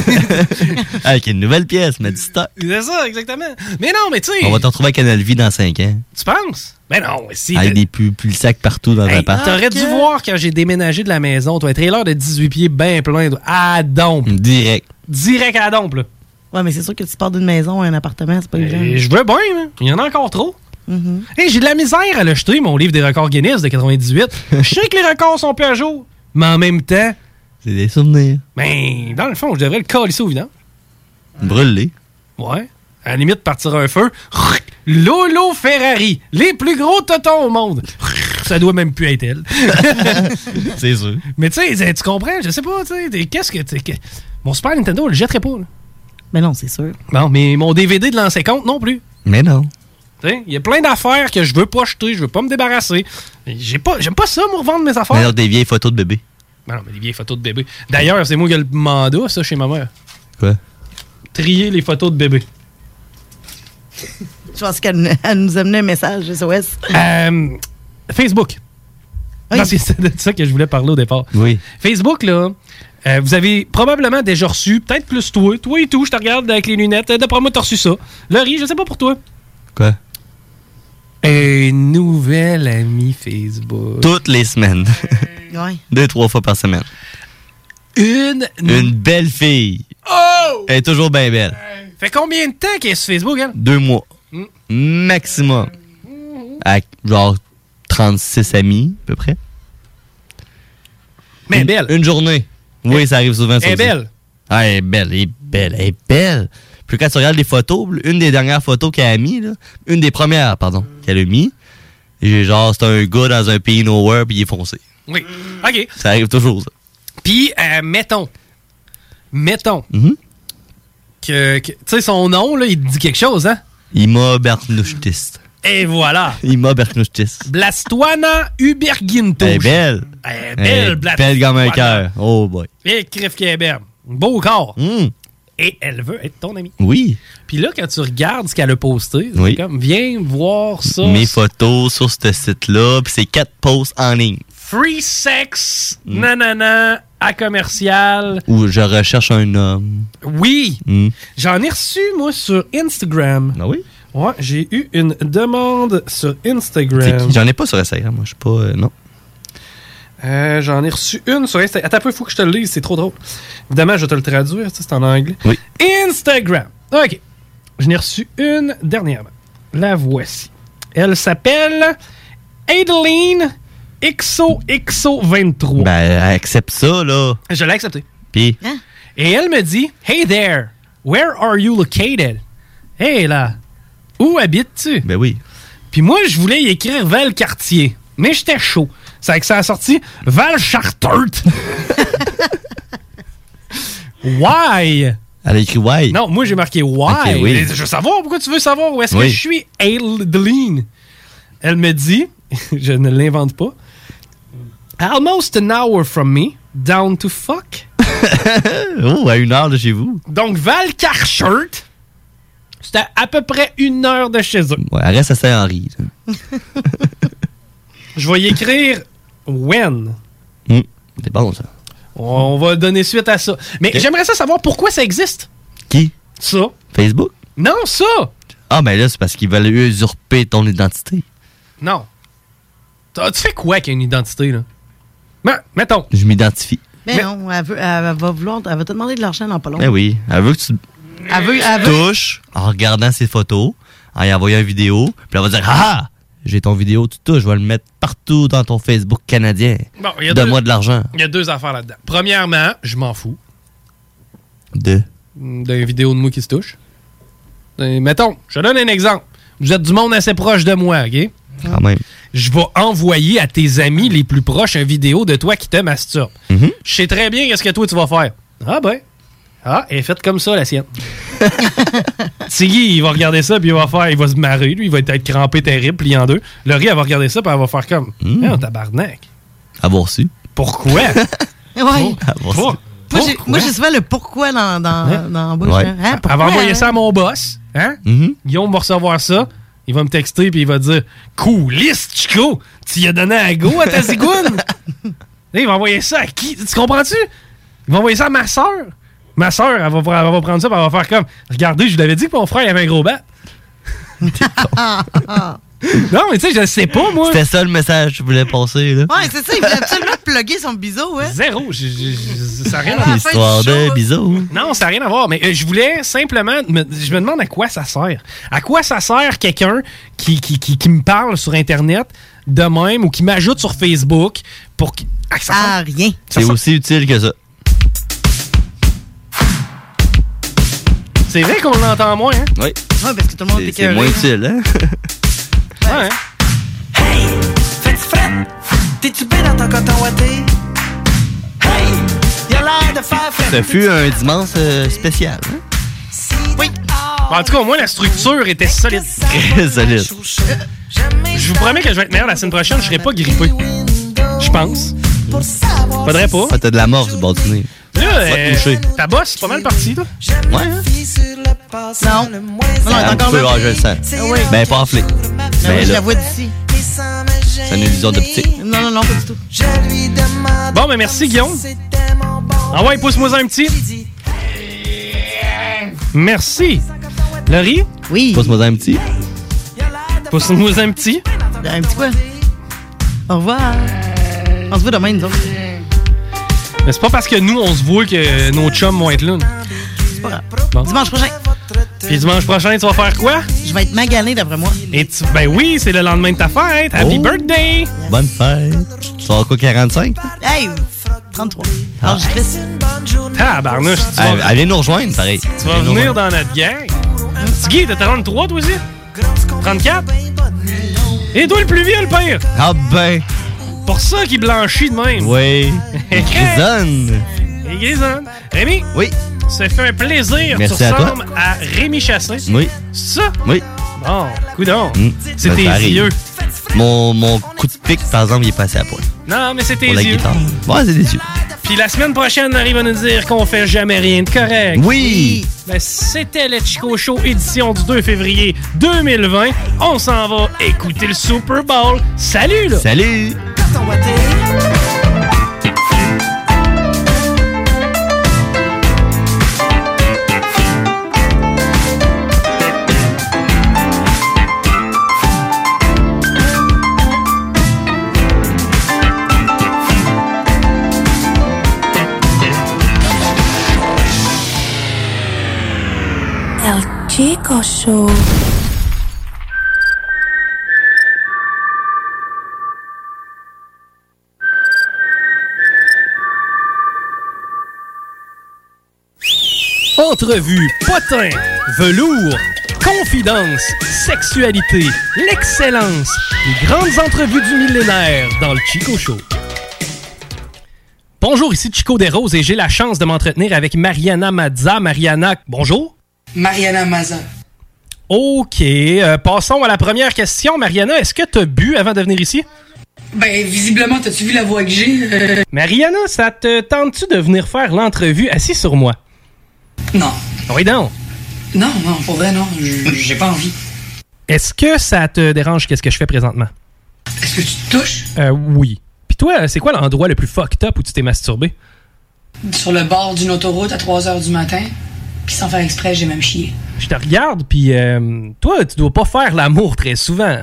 Speaker 1: avec une nouvelle pièce, mais du stock.
Speaker 8: C'est ça, exactement. Mais non, mais tu sais.
Speaker 1: On va te retrouver à Canal Vie dans 5 ans.
Speaker 8: Tu penses? Mais non, si.
Speaker 1: Avec des pubs, puis le sac partout dans
Speaker 8: Hey,
Speaker 1: la part.
Speaker 8: T'aurais dû voir quand j'ai déménagé de la maison. Toi, un trailer de 18 pieds bien plein. Ah, toi, À dompe.
Speaker 1: Direct.
Speaker 8: Direct à dompe, là. Ben,
Speaker 10: Ouais, mais c'est sûr que tu pars d'une maison à un appartement, c'est pas évident.
Speaker 8: Et je veux bien, là. Il y en a encore trop. Hey, j'ai de la misère à le jeter, mon livre des records Guinness de 98. je sais que les records sont plus à jour. Mais en même temps,
Speaker 1: C'est des souvenirs.
Speaker 8: ben, dans le fond, je devrais le colisser au vidange.
Speaker 1: Brûlés.
Speaker 8: Ouais. À la limite, partir un feu. Lolo Ferrari, les plus gros totons au monde. Ça doit même plus être elle.
Speaker 1: C'est sûr.
Speaker 8: Mais tu sais, tu comprends, je sais pas, tu sais, t'es- qu'est-ce que, t'es- que- Mon Super Nintendo, je le jetterai pas.
Speaker 10: Mais non, c'est sûr.
Speaker 8: Non, mais mon DVD de l'an 50 non plus.
Speaker 1: Mais non.
Speaker 8: Tu sais, Il y a plein d'affaires que je veux pas jeter, je veux pas me débarrasser. J'ai pas, j'aime pas ça, moi, revendre mes affaires.
Speaker 1: Mais alors, des vieilles photos de bébé.
Speaker 8: Ben non, mais les vieilles photos de bébé. D'ailleurs, c'est moi qui ai le mandat, ça, chez ma mère.
Speaker 1: Quoi?
Speaker 8: Trier les photos de bébé.
Speaker 10: Je pense qu'elle elle nous amenait un message SOS.
Speaker 8: Euh, Facebook. Parce que c'est de ça que je voulais parler au départ.
Speaker 1: Oui.
Speaker 8: Facebook, là, euh, vous avez probablement déjà reçu, peut-être plus toi, toi et tout, je te regarde avec les lunettes. Euh, D'après moi, t'as reçu ça. Laurie, je sais pas pour toi.
Speaker 1: Quoi?
Speaker 8: Un nouvel ami Facebook.
Speaker 1: Toutes les semaines.
Speaker 10: Ouais.
Speaker 1: Deux, trois fois par semaine.
Speaker 8: Une.
Speaker 1: Une belle fille.
Speaker 8: Oh!
Speaker 1: Elle est toujours bien belle.
Speaker 8: Fait combien de temps qu'elle est sur Facebook, elle?
Speaker 1: Deux mois.
Speaker 8: Mm.
Speaker 1: Maximum. À genre 36 amis, à peu près.
Speaker 8: Mais
Speaker 1: une,
Speaker 8: belle.
Speaker 1: Une journée. Oui, ça arrive souvent. ça
Speaker 8: Elle est
Speaker 1: aussi.
Speaker 8: belle.
Speaker 1: Ah, elle est belle, elle est belle, elle est belle. Puis quand tu regardes les photos, une des dernières photos qu'elle a mis, là, une des premières, pardon, qu'elle a mis, j'ai genre, c'est un gars dans un pays nowhere, puis il est foncé.
Speaker 8: Oui. OK.
Speaker 1: Ça arrive toujours, ça.
Speaker 8: Puis, euh, mettons. Mettons.
Speaker 1: Mhm.
Speaker 8: Que. que- tu sais, son nom, là, il te dit quelque chose, hein?
Speaker 1: Ima Berknuchtist.
Speaker 8: Et voilà.
Speaker 1: Ima Berknuchtist.
Speaker 8: Blastoana Uberginto.
Speaker 1: Elle est belle.
Speaker 8: Elle est
Speaker 1: Elle est
Speaker 8: belle, Blastoana.
Speaker 1: Belle comme un cœur. Oh boy.
Speaker 8: Et crif qu'elle est belle. Beau corps.
Speaker 1: Hmm.
Speaker 8: Et elle veut être ton amie.
Speaker 1: Oui.
Speaker 8: Puis là, quand tu regardes ce qu'elle a posté, c'est
Speaker 1: Oui.
Speaker 8: comme, viens voir ça.
Speaker 1: Mes photos sur ce site-là, puis c'est quatre posts en ligne.
Speaker 8: Free sex, nanana, à commercial.
Speaker 1: Où je recherche un homme.
Speaker 8: Oui,
Speaker 1: Hmm.
Speaker 8: j'en ai reçu, moi, sur Instagram.
Speaker 1: Ah oui?
Speaker 8: Ouais, j'ai eu une demande sur
Speaker 1: C'est qui?
Speaker 8: Instagram.
Speaker 1: J'en ai pas sur Instagram, moi. Je suis pas. euh, non.
Speaker 8: Euh, j'en ai reçu une sur Instagram. Attends un peu, faut que je te le lise, c'est trop drôle. Évidemment, je vais te le traduire, tu sais, c'est en anglais.
Speaker 1: Oui.
Speaker 8: Instagram. OK. Je n'ai reçu une dernièrement. La voici. Elle s'appelle Adeline XOXO23.
Speaker 1: Ben, elle accepte ça, là.
Speaker 8: Je l'ai acceptée.
Speaker 1: Puis.
Speaker 8: Et elle me dit Hey there, where are you located? Hey là, où habites-tu?
Speaker 1: Ben oui.
Speaker 8: Puis moi, je voulais y écrire Valcartier, mais j'étais chaud. C'est que ça a sorti Valchartert. Why?
Speaker 1: Elle a écrit Why.
Speaker 8: Non, moi j'ai marqué Why.
Speaker 1: Ok, oui.
Speaker 8: Mais Je veux savoir pourquoi tu veux savoir où est-ce que
Speaker 1: Oui.
Speaker 8: je suis, Adeline. Elle me dit, je ne l'invente pas, almost an hour from me, down to fuck.
Speaker 1: Oh, à une heure de chez vous.
Speaker 8: Donc, Valcarchert, c'était à peu près une heure de chez eux.
Speaker 1: Ouais, elle reste à Saint-Henri. là.
Speaker 8: Je vais y écrire when.
Speaker 1: Hmm. C'est bon, ça.
Speaker 8: On va donner suite à ça. Mais j'aimerais ça savoir pourquoi ça existe.
Speaker 1: Qui?
Speaker 8: Ça.
Speaker 1: Facebook?
Speaker 8: Non, ça!
Speaker 1: Ah, ben là, c'est parce qu'ils veulent usurper ton identité.
Speaker 8: Non. T'as- Tu fais quoi avec une identité, là? Ben, mettons.
Speaker 1: Je m'identifie.
Speaker 10: Mais, non, elle, veut, elle, va vouloir, elle va te demander de l'argent dans pas longtemps.
Speaker 1: Ben oui. Elle veut que tu
Speaker 10: Elle veut, elle veut.
Speaker 1: touches en regardant ses photos, en y envoyant une vidéo, puis elle va dire Ah! J'ai ton vidéo, tu touches, je vais le mettre partout dans ton Facebook canadien.
Speaker 8: Bon, il y a deux-
Speaker 1: Donne-moi de l'argent.
Speaker 8: Il y a deux affaires là-dedans. Premièrement, je m'en fous.
Speaker 1: De.
Speaker 8: d'une vidéo de moi qui se touche. Euh, mettons, je te donne un exemple. Vous êtes du monde assez proche de moi, OK?
Speaker 1: Quand même.
Speaker 8: je vais envoyer à tes amis les plus proches une vidéo de toi qui te masturbe.
Speaker 1: Mhm.
Speaker 8: Je sais très bien qu'est-ce que toi tu vas faire. Ah ben. Ah, elle est faite comme ça, la sienne. Tiggy, il va regarder ça, puis il va faire, il va se marrer, lui, il va être crampé terrible, plié en deux. Laurie, elle va regarder ça, puis elle va faire comme,
Speaker 1: Mm.
Speaker 8: Ah, tabarnak.
Speaker 1: À voir si.
Speaker 8: Pourquoi?
Speaker 10: Ouais.
Speaker 8: Pour-
Speaker 10: Moi, j'ai-
Speaker 8: pourquoi?
Speaker 10: moi, j'ai souvent le pourquoi dans, dans,
Speaker 8: Hein?
Speaker 10: dans la bouche. hein. Hein, pourquoi,
Speaker 8: Elle va envoyer
Speaker 10: hein?
Speaker 8: ça à mon boss. Hein? Guillaume va recevoir ça. Il va me texter puis il va dire Cooliste, Chico! Tu y as donné un go à ta zigoune! Là, il va envoyer ça à qui? Tu comprends-tu? Il va envoyer ça à ma soeur. Ma soeur, elle va, elle va prendre ça et elle va faire comme Regardez, je vous l'avais dit que mon frère il avait un gros bat.
Speaker 10: Ah,
Speaker 8: non, mais tu sais, je le sais pas, moi.
Speaker 1: C'était ça le message que je voulais passer, là.
Speaker 10: Ouais, c'est ça, il voulait absolument plugger son biseau, ouais.
Speaker 8: Zéro, j'ai- j'ai- j'ai- ça n'a rien à
Speaker 1: Ah, Histoire de bisous.
Speaker 8: Non, ça n'a rien à voir. Mais euh, je voulais simplement. me- je me demande à quoi ça sert. À quoi ça sert quelqu'un qui, qui, qui, qui me parle sur Internet de même ou qui m'ajoute sur Facebook pour. qu- Ah, ça sert-
Speaker 10: rien.
Speaker 1: C'est aussi utile que ça.
Speaker 8: C'est vrai qu'on l'entend moins, hein?
Speaker 1: Oui.
Speaker 10: Ouais, parce que tout le monde
Speaker 1: C'est-
Speaker 10: est
Speaker 1: C'est
Speaker 10: écœuré.
Speaker 1: moins utile, hein?
Speaker 8: Ouais. hein.
Speaker 6: Fais-tu frette? T'es-tu bien dans ton coton ouaté? Hey! Y'a l'air de faire frette.
Speaker 1: Ce fut un dimanche euh, spécial, hein?
Speaker 8: Oui. En tout cas, au moins, la structure était solide.
Speaker 1: Très solide.
Speaker 8: Je vous promets que je vais être meilleur la semaine prochaine. Je serai pas grippé. Je pense. Faudrait pas.
Speaker 1: Ah, t'as de la mort du bord du nez.
Speaker 8: Là,
Speaker 1: Va te
Speaker 8: euh,
Speaker 1: toucher.
Speaker 8: ta bosse, c'est pas mal parti, toi.
Speaker 1: Ouais, hein?
Speaker 10: Non. Non, non,
Speaker 1: Ah, un
Speaker 10: encore
Speaker 1: peu,
Speaker 10: là.
Speaker 1: ah, je le sens.
Speaker 10: Ah oui.
Speaker 1: Ben, pas enflé.
Speaker 10: Non,
Speaker 1: Ben,
Speaker 10: je la
Speaker 1: là,
Speaker 10: vois d'ici.
Speaker 1: c'est une illusion d'optique.
Speaker 10: Non, non, non, pas du tout.
Speaker 8: Bon, ben merci, Guillaume. Ah ouais, pousse-moi un petit. Merci. Laurie?
Speaker 10: Oui.
Speaker 1: Pousse-moi un petit.
Speaker 8: Pousse-moi un petit.
Speaker 10: Un petit quoi? Au revoir. On se voit demain, nous autres.
Speaker 8: Mais c'est pas parce que nous, on se voit que nos chums vont être là.
Speaker 10: C'est pas grave.
Speaker 8: Bon.
Speaker 10: Dimanche prochain.
Speaker 8: Puis dimanche prochain, tu vas faire quoi?
Speaker 10: Je vais être magané d'après moi.
Speaker 8: Et tu- Ben oui, c'est le lendemain de ta fête. Happy
Speaker 1: Oh.
Speaker 8: birthday!
Speaker 1: Bonne fête. Tu vas avoir quoi, 45?
Speaker 10: Hey! 33. Alors, je laisse.
Speaker 8: Tabarnouche, tu vas,
Speaker 1: Elle, elle vient nous rejoindre, pareil.
Speaker 8: tu vas venir dans notre gang. Petit Guy, t'as 33, toi aussi? 34? Et toi, le plus vieux, le pire!
Speaker 1: Ah ben,
Speaker 8: Pour ça qu'il blanchit de même.
Speaker 1: oui. Grisonne.
Speaker 8: Et Grison. Rémi?
Speaker 1: Oui.
Speaker 8: Ça fait un plaisir.
Speaker 1: Merci
Speaker 8: tu
Speaker 1: à toi.
Speaker 8: ressembles à, Rémi Chassé.
Speaker 1: Oui.
Speaker 8: C'est ça?
Speaker 1: Oui.
Speaker 8: Bon, coudon.
Speaker 1: Hmm,
Speaker 8: C'est
Speaker 1: ça
Speaker 8: tes
Speaker 1: arrive.
Speaker 8: yeux.
Speaker 1: Mon, mon coup de pique, par exemple, il est passé à poil.
Speaker 8: Non, mais c'est tes
Speaker 1: Pour la
Speaker 8: yeux.
Speaker 1: guitare. Ouais, c'est des yeux.
Speaker 8: Puis la semaine prochaine, Marie va nous dire qu'on fait jamais rien de correct.
Speaker 1: Oui.
Speaker 8: Ben, c'était le Chico Show édition du 2 février 2020. On s'en va écouter le Super Bowl. Salut, là.
Speaker 1: Salut.
Speaker 42: El Chico Show.
Speaker 8: Entrevue, potin, velours, confidence, sexualité, l'excellence, les grandes entrevues du millénaire dans le Chico Show. Bonjour, ici Chico Desroses et j'ai la chance de m'entretenir avec Mariana Mazza. Mariana, bonjour.
Speaker 26: Mariana Maza.
Speaker 8: OK, euh, passons à la première question. Mariana, est-ce que tu as bu avant de venir ici?
Speaker 26: Ben, visiblement, t'as-tu vu la voix que j'ai? Euh,
Speaker 8: Mariana, ça te tente-tu de venir faire l'entrevue assis sur moi?
Speaker 26: Non.
Speaker 8: Oui, donc.
Speaker 26: Non, non, pour vrai, non. J- J'ai pas envie.
Speaker 8: Est-ce que ça te dérange qu'est-ce que je fais présentement?
Speaker 26: Est-ce que tu te touches
Speaker 8: Euh, oui. Puis toi, euh, c'est quoi l'endroit le plus fucked up où tu t'es masturbé?
Speaker 26: sur le bord d'une autoroute à 3 h du matin? Puis sans faire exprès, j'ai même chié.
Speaker 8: Je te regarde, puis euh, toi, tu dois pas faire l'amour très souvent.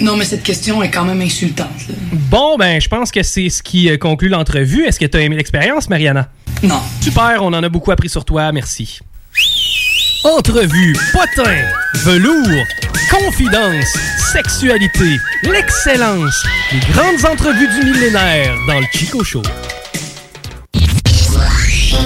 Speaker 26: Non, mais cette question est quand même insultante. là.
Speaker 8: Bon, ben, je pense que c'est ce qui euh, conclut l'entrevue. Est-ce que tu as aimé l'expérience, Mariana?
Speaker 26: Non.
Speaker 8: Super, on en a beaucoup appris sur toi, merci. Entrevue, potin, velours, confidence, sexualité, l'excellence, les grandes entrevues du millénaire dans le Chico Show.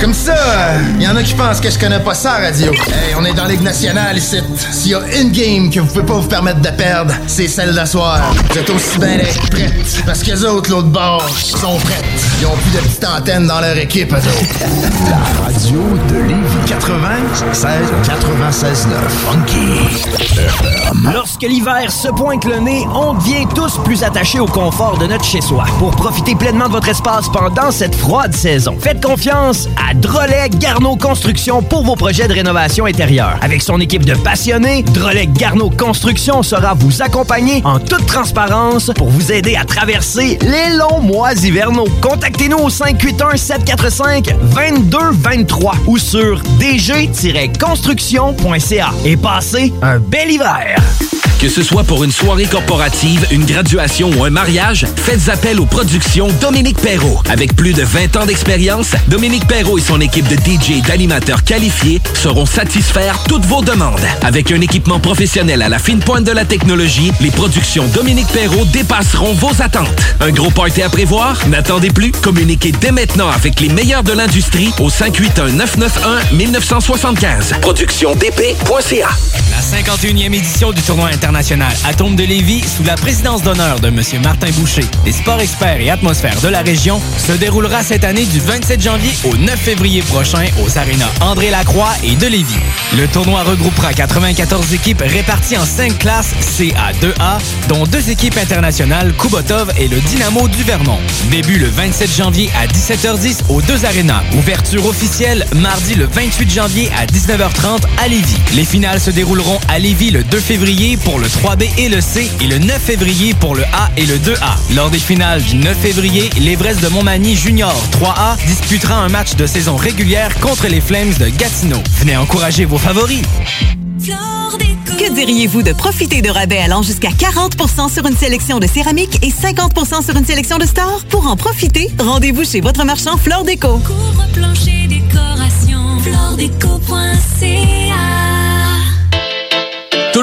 Speaker 18: Comme ça, il y en a qui pensent que je connais pas ça, radio. Hey, on est dans Ligue nationale ici. S'il y a une game que vous pouvez pas vous permettre de perdre, c'est celle d'asseoir. Vous êtes aussi bien d'être prêtes. Parce que les autres, l'autre bord, sont prêtes. Ils ont plus de petites antennes dans leur équipe, eux autres.
Speaker 7: La radio de Lévis. 96 96 9. Funky.
Speaker 17: Lorsque l'hiver se pointe le nez, on devient tous plus attachés au confort de notre chez-soi. Pour profiter pleinement de votre espace pendant cette froide saison, faites confiance à Drolet Garneau Construction pour vos projets de rénovation intérieure. Avec son équipe de passionnés, Drolet Garneau Construction sera vous accompagner en toute transparence pour vous aider à traverser les longs mois hivernaux. Contactez-nous au 581-745-2223 ou sur dg-construction.ca et passez un bel hiver.
Speaker 4: Que ce soit pour une soirée corporative, une graduation ou un mariage, faites appel aux productions Dominique Perrault. Avec plus de 20 ans d'expérience, Dominique Perrault et son équipe de DJ et d'animateurs qualifiés sauront satisfaire toutes vos demandes. Avec un équipement professionnel à la fine pointe de la technologie, les productions Dominique Perrault dépasseront vos attentes. Un gros party à prévoir? N'attendez plus. Communiquez dès maintenant avec les meilleurs de l'industrie au 581-991-1975. Productiondp.ca
Speaker 2: La 51e édition du tournoi international Atome de Lévis, sous la présidence d'honneur de M. Martin Boucher, des sports experts et atmosphères de la région, se déroulera cette année du 27 janvier au 9 février prochain aux arénas André Lacroix et de Lévis. Le tournoi regroupera 94 équipes réparties en 5 classes CA2A, dont deux équipes internationales Kubotov et le Dynamo du Vermont. Début le 27 janvier à 17h10 aux deux arénas. Ouverture officielle mardi le 28 janvier à 19h30 à Lévis. Les finales se dérouleront à Lévis le 2 février pour le 3B et le C et le 9 février pour le A et le 2A. Lors des finales du 9 février, l'Everest de Montmagny Junior 3A disputera un match de saison régulière contre les Flames de Gatineau. Venez encourager vos favoris.
Speaker 34: Que diriez-vous de profiter de rabais allant jusqu'à 40% sur une sélection de céramique et 50% sur une sélection de stores? Pour en profiter, rendez-vous chez votre marchand Fleur Déco.
Speaker 23: Couvre plancher décoration. Flordeco.ca
Speaker 4: Tout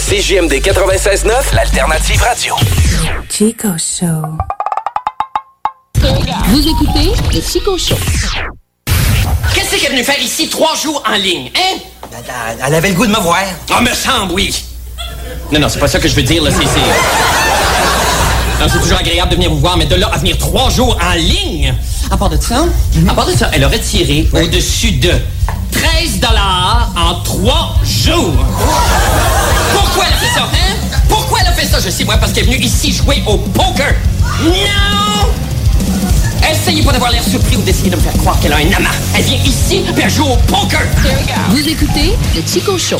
Speaker 4: CJMD 96.9, l'Alternative Radio.
Speaker 6: Chico Show. Vous écoutez le Chico Show.
Speaker 25: Qu'est-ce qu'elle est venue faire ici trois jours en ligne, hein? Elle avait le goût de me voir. Ah, me semble, oui. Non, non, c'est pas ça que je veux dire, là, c'est... c'est- Non, c'est toujours agréable de venir vous voir, mais de là à venir trois jours en ligne, à part de ça, à part de ça, elle aurait tiré au-dessus de 13 dollars en trois jours. Pourquoi elle a fait ça, hein? Pourquoi elle a fait ça, je sais, moi, parce qu'elle est venue ici jouer au poker. Non! Essayez pas d'avoir l'air surpris ou d'essayer de me faire croire qu'elle a un amas. Elle vient Eh ici, puis elle joue au poker.
Speaker 6: Vous écoutez le Chico Show.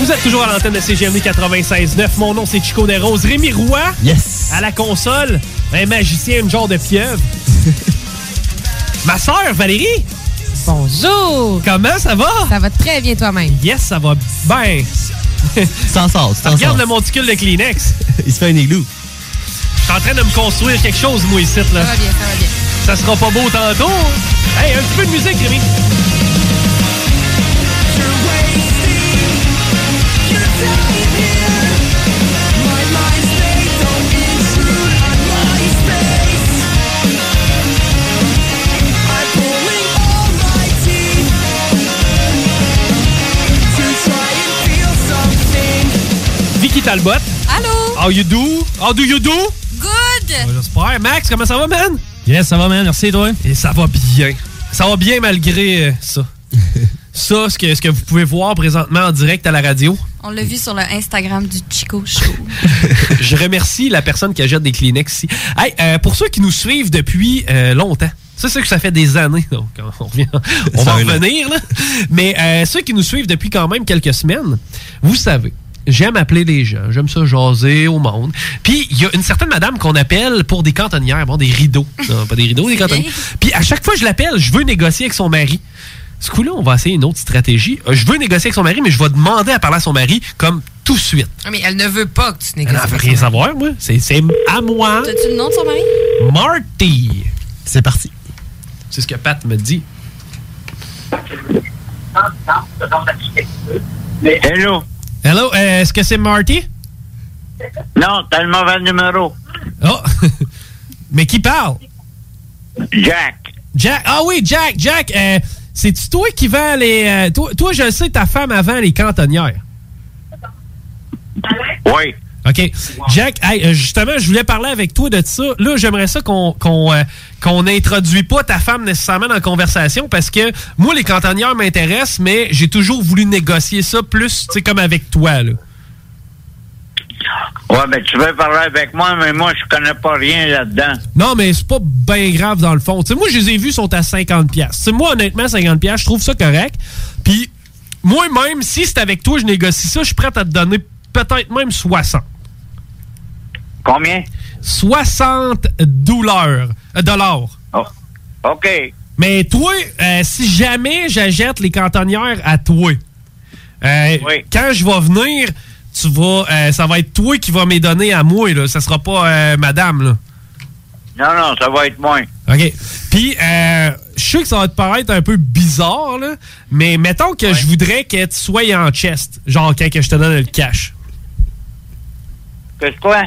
Speaker 8: Vous êtes toujours à l'antenne de CGMD 96.9. Mon nom, c'est Chico des Roses. Rémi Roy.
Speaker 3: Yes.
Speaker 8: À la console, un magicien, une genre de pieuvre. Ma sœur, Valérie. Bonjour. Comment ça va? Ça va très bien toi-même. Yes, ça va bien.
Speaker 3: Sans sens, sans
Speaker 8: Regarde
Speaker 3: sens.
Speaker 8: le monticule de Kleenex.
Speaker 3: Il se fait un igloo.
Speaker 8: Je suis en train de me construire quelque chose, moi, ici. Là. Ça va Ah, bien, ça va bien. Ça sera pas beau tantôt. Hey, un petit peu de musique, Rémi. Vicky Talbot.
Speaker 44: Allô?
Speaker 8: How you do? How do you do?
Speaker 44: Good!
Speaker 8: J'espère. Max, comment ça va, man? Yes, ça va, man. Merci, toi. Et ça va bien. Ça va bien malgré euh, ça. Ça, ce que, ce que vous pouvez voir présentement en direct à la radio.
Speaker 12: On l'a vu sur le Instagram du Chico Show.
Speaker 8: Je remercie la personne qui achète des Kleenex ici. Hey, euh, pour ceux qui nous suivent depuis euh, longtemps, ça c'est que ça fait des années, donc euh, on, revient- on va en
Speaker 22: Sorry, là.
Speaker 8: revenir. là. Mais euh, ceux qui nous suivent depuis quand même quelques semaines, vous savez, j'aime appeler les gens, j'aime ça jaser au monde. Puis il y a une certaine madame qu'on appelle pour des cantonnières, bon, des rideaux. Non, pas des rideaux, des cantonnières. Puis à chaque fois que je l'appelle, je veux négocier avec son mari. Ce coup-là, on va essayer une autre stratégie. Euh, Je veux négocier avec son mari, mais je vais demander à parler à son mari comme tout de suite.
Speaker 4: Ah, Mais elle ne veut pas que tu
Speaker 8: Elle
Speaker 4: négocies.
Speaker 8: n'en veut rien savoir, moi. C'est c'est à moi.
Speaker 12: T'as-tu le nom de son mari?
Speaker 8: Marty. C'est parti. C'est ce que Pat me dit.
Speaker 17: Hello.
Speaker 8: Hello, euh, est-ce que c'est Marty?
Speaker 17: Non, t'as le mauvais numéro.
Speaker 8: Oh! Mais qui parle?
Speaker 17: Jack.
Speaker 8: Jack. Ah oui, Jack, Jack. euh, C'est-tu toi qui vends les. euh, toi, toi, je le sais, ta femme avant les cantonnières.
Speaker 17: Oui.
Speaker 8: OK. Jack, hey, euh, justement, je voulais parler avec toi de ça. Là, j'aimerais ça qu'on qu'on euh, qu'on introduit pas ta femme nécessairement dans la conversation parce que moi, les cantonnières m'intéressent, mais j'ai toujours voulu négocier ça plus, tu sais, comme avec toi, là.
Speaker 17: Ouais, mais tu veux parler avec moi, mais moi, je connais pas rien là-dedans.
Speaker 8: Non, mais c'est pas bien grave dans le fond. Tu sais, moi, je les ai vus, sont à 50$. Tu sais, moi, honnêtement, 50$, je trouve ça correct. Puis, moi-même, si c'est avec toi, je négocie ça, je suis prêt à te donner peut-être même 60.
Speaker 17: Combien?
Speaker 8: 60 douleurs, euh, dollars.
Speaker 17: Oh. OK.
Speaker 8: Mais toi, euh, si jamais j'achète les cantonnières à toi, euh, quand je vais venir, tu vas, euh, ça va être toi qui vas me les donner à moi. Là. Ça sera pas euh, madame. Là.
Speaker 17: Non, non, ça va être moins.
Speaker 8: OK. Puis, euh, je sais que ça va te paraître un peu bizarre, là, mais mettons que je voudrais que tu sois en chest, genre quand que je te donne le cash.
Speaker 17: Qu'est-ce que quoi?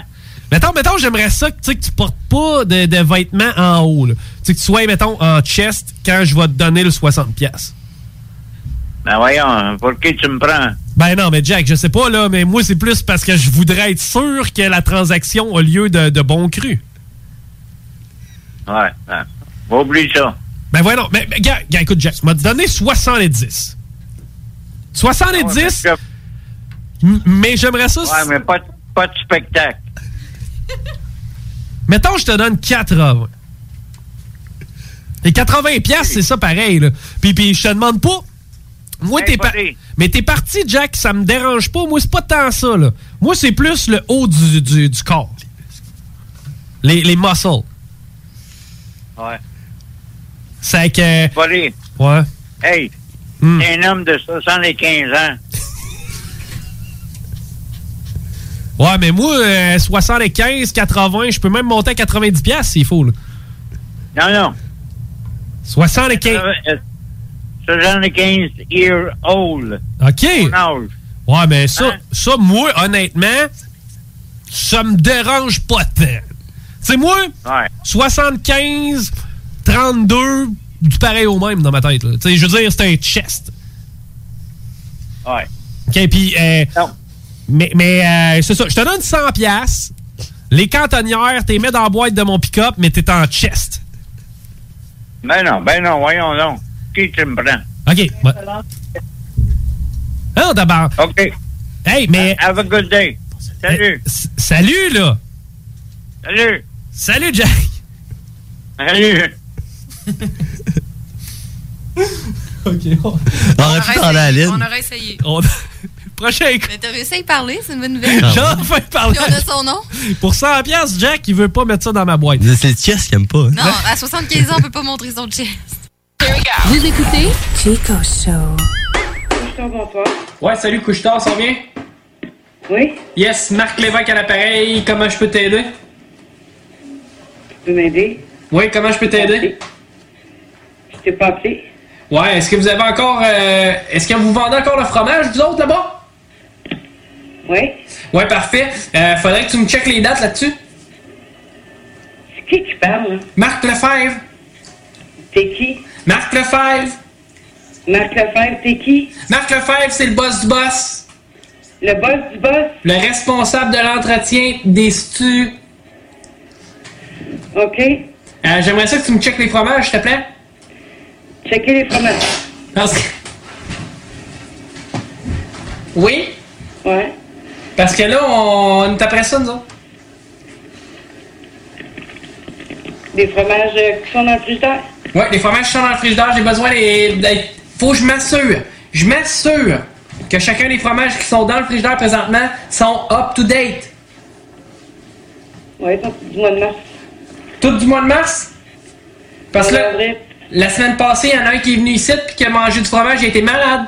Speaker 8: Mettons, mettons, j'aimerais ça que, tu sais, que tu portes pas de, de vêtements en haut. là. Tu sais, que tu sois, mettons, en chest quand je vais te donner le 60$. piastres.
Speaker 17: Ben voyons, pour qui tu me prends?
Speaker 8: Ben non, mais Jack, je sais pas, là, mais moi, c'est plus parce que je voudrais être sûr que la transaction a lieu de, de bon cru.
Speaker 17: Ouais, ben, oublie ça.
Speaker 8: Ben voilà, mais, mais gars, gars, écoute, Jack, tu m'as donné 70. 70? M- Mais j'aimerais ça. Ouais,
Speaker 17: Ah, mais pas, pas de spectacle.
Speaker 8: Mettons, je te donne 80. Et 80 pièces, c'est ça pareil, là. Puis, puis je te demande pas.
Speaker 17: Ben,
Speaker 8: Moi, t'es par- Mais t'es parti, Jack, ça me dérange pas. Moi, c'est pas tant ça, là. Moi, c'est plus le haut du, du, du corps. Les, les muscles.
Speaker 17: Ouais.
Speaker 8: C'est que.
Speaker 17: Pauline,
Speaker 8: Ouais.
Speaker 17: hey, t'es un homme de 75 ans.
Speaker 8: Ouais, mais moi, euh, 75, 80, je peux même monter à 90 pièces s'il faut, là.
Speaker 17: Non, non.
Speaker 8: 75.
Speaker 17: Euh, 75 year old.
Speaker 8: OK.
Speaker 17: Ton âge. Hein?
Speaker 8: Ouais, mais ça, ça moi, honnêtement, ça me dérange pas tant. Tu sais, moi, 75, 32, du pareil au même dans ma tête. là. Tu sais, je veux dire, c'est un chest.
Speaker 17: Ouais.
Speaker 8: OK, puis... euh, Mais, mais euh, c'est ça, je te donne 100 pièces. Les cantonnières, t'es mets dans la boîte de mon pick-up, mais t'es en chest.
Speaker 17: Ben non, ben non, voyons donc. Qui tu me prends?
Speaker 8: OK. ouais. Ah, d'abord.
Speaker 17: OK.
Speaker 8: Hey, mais... euh,
Speaker 17: Have a good day. Salut.
Speaker 8: Salut, là.
Speaker 17: Salut.
Speaker 8: Salut, Jack.
Speaker 17: Salut.
Speaker 8: OK.
Speaker 1: On aurait pu
Speaker 12: aurait
Speaker 1: t'en aller à
Speaker 12: essayé,
Speaker 1: Lynn.
Speaker 12: on aurait essayé.
Speaker 8: Prochain
Speaker 12: Mais t'as réussi à y parler, c'est une bonne nouvelle.
Speaker 8: J'ai enfin parlé.
Speaker 12: Puis on a son nom.
Speaker 8: Pour 100 pièces, Jack, il veut pas mettre ça dans ma boîte.
Speaker 1: C'est le chest qu'il aime pas. hein.
Speaker 12: Non, à 75 ans, on peut pas montrer son chest.
Speaker 42: Vous écoutez Chico Show.
Speaker 16: Ouais, salut Couche-Tard, ça va bien? Oui. Yes, Marc Lévesque à l'appareil, comment je peux t'aider?
Speaker 41: Tu peux m'aider?
Speaker 16: Oui, comment je peux t'aider?
Speaker 41: Je t'ai pas appelé.
Speaker 16: Ouais, est-ce que vous avez encore. euh, est-ce que vous vendez encore le fromage, vous autres, là-bas?
Speaker 41: Oui.
Speaker 16: Ouais, parfait. Euh, faudrait que tu me checkes les dates là-dessus.
Speaker 41: C'est qui qui parle?
Speaker 16: Marc Lefebvre.
Speaker 41: T'es qui?
Speaker 16: Marc Lefebvre.
Speaker 41: Marc Lefebvre, t'es qui?
Speaker 16: Marc Lefebvre, c'est le boss du boss.
Speaker 41: Le boss du boss?
Speaker 16: Le responsable de l'entretien des stews.
Speaker 41: OK.
Speaker 16: Euh, J'aimerais ça que tu me checkes les fromages, s'il te plaît.
Speaker 41: Checker les fromages.
Speaker 16: Parce que...
Speaker 8: Oui?
Speaker 20: Ouais.
Speaker 8: Parce que là, on, on est après ça, nous autres.
Speaker 20: Des fromages euh, qui sont dans le frigidaire.
Speaker 8: Ouais, les fromages qui sont dans le frigidaire, j'ai besoin des. des- Faut que je m'assure. Je m'assure que chacun des fromages qui sont dans le frigidaire présentement sont up to date.
Speaker 20: Ouais, donc, du mois de mars.
Speaker 8: Tout du mois de mars? Parce que
Speaker 20: On
Speaker 8: là,
Speaker 20: va ouvrir.
Speaker 8: la semaine passée, il y en a un qui est venu ici puis qui a mangé du fromage, il était malade.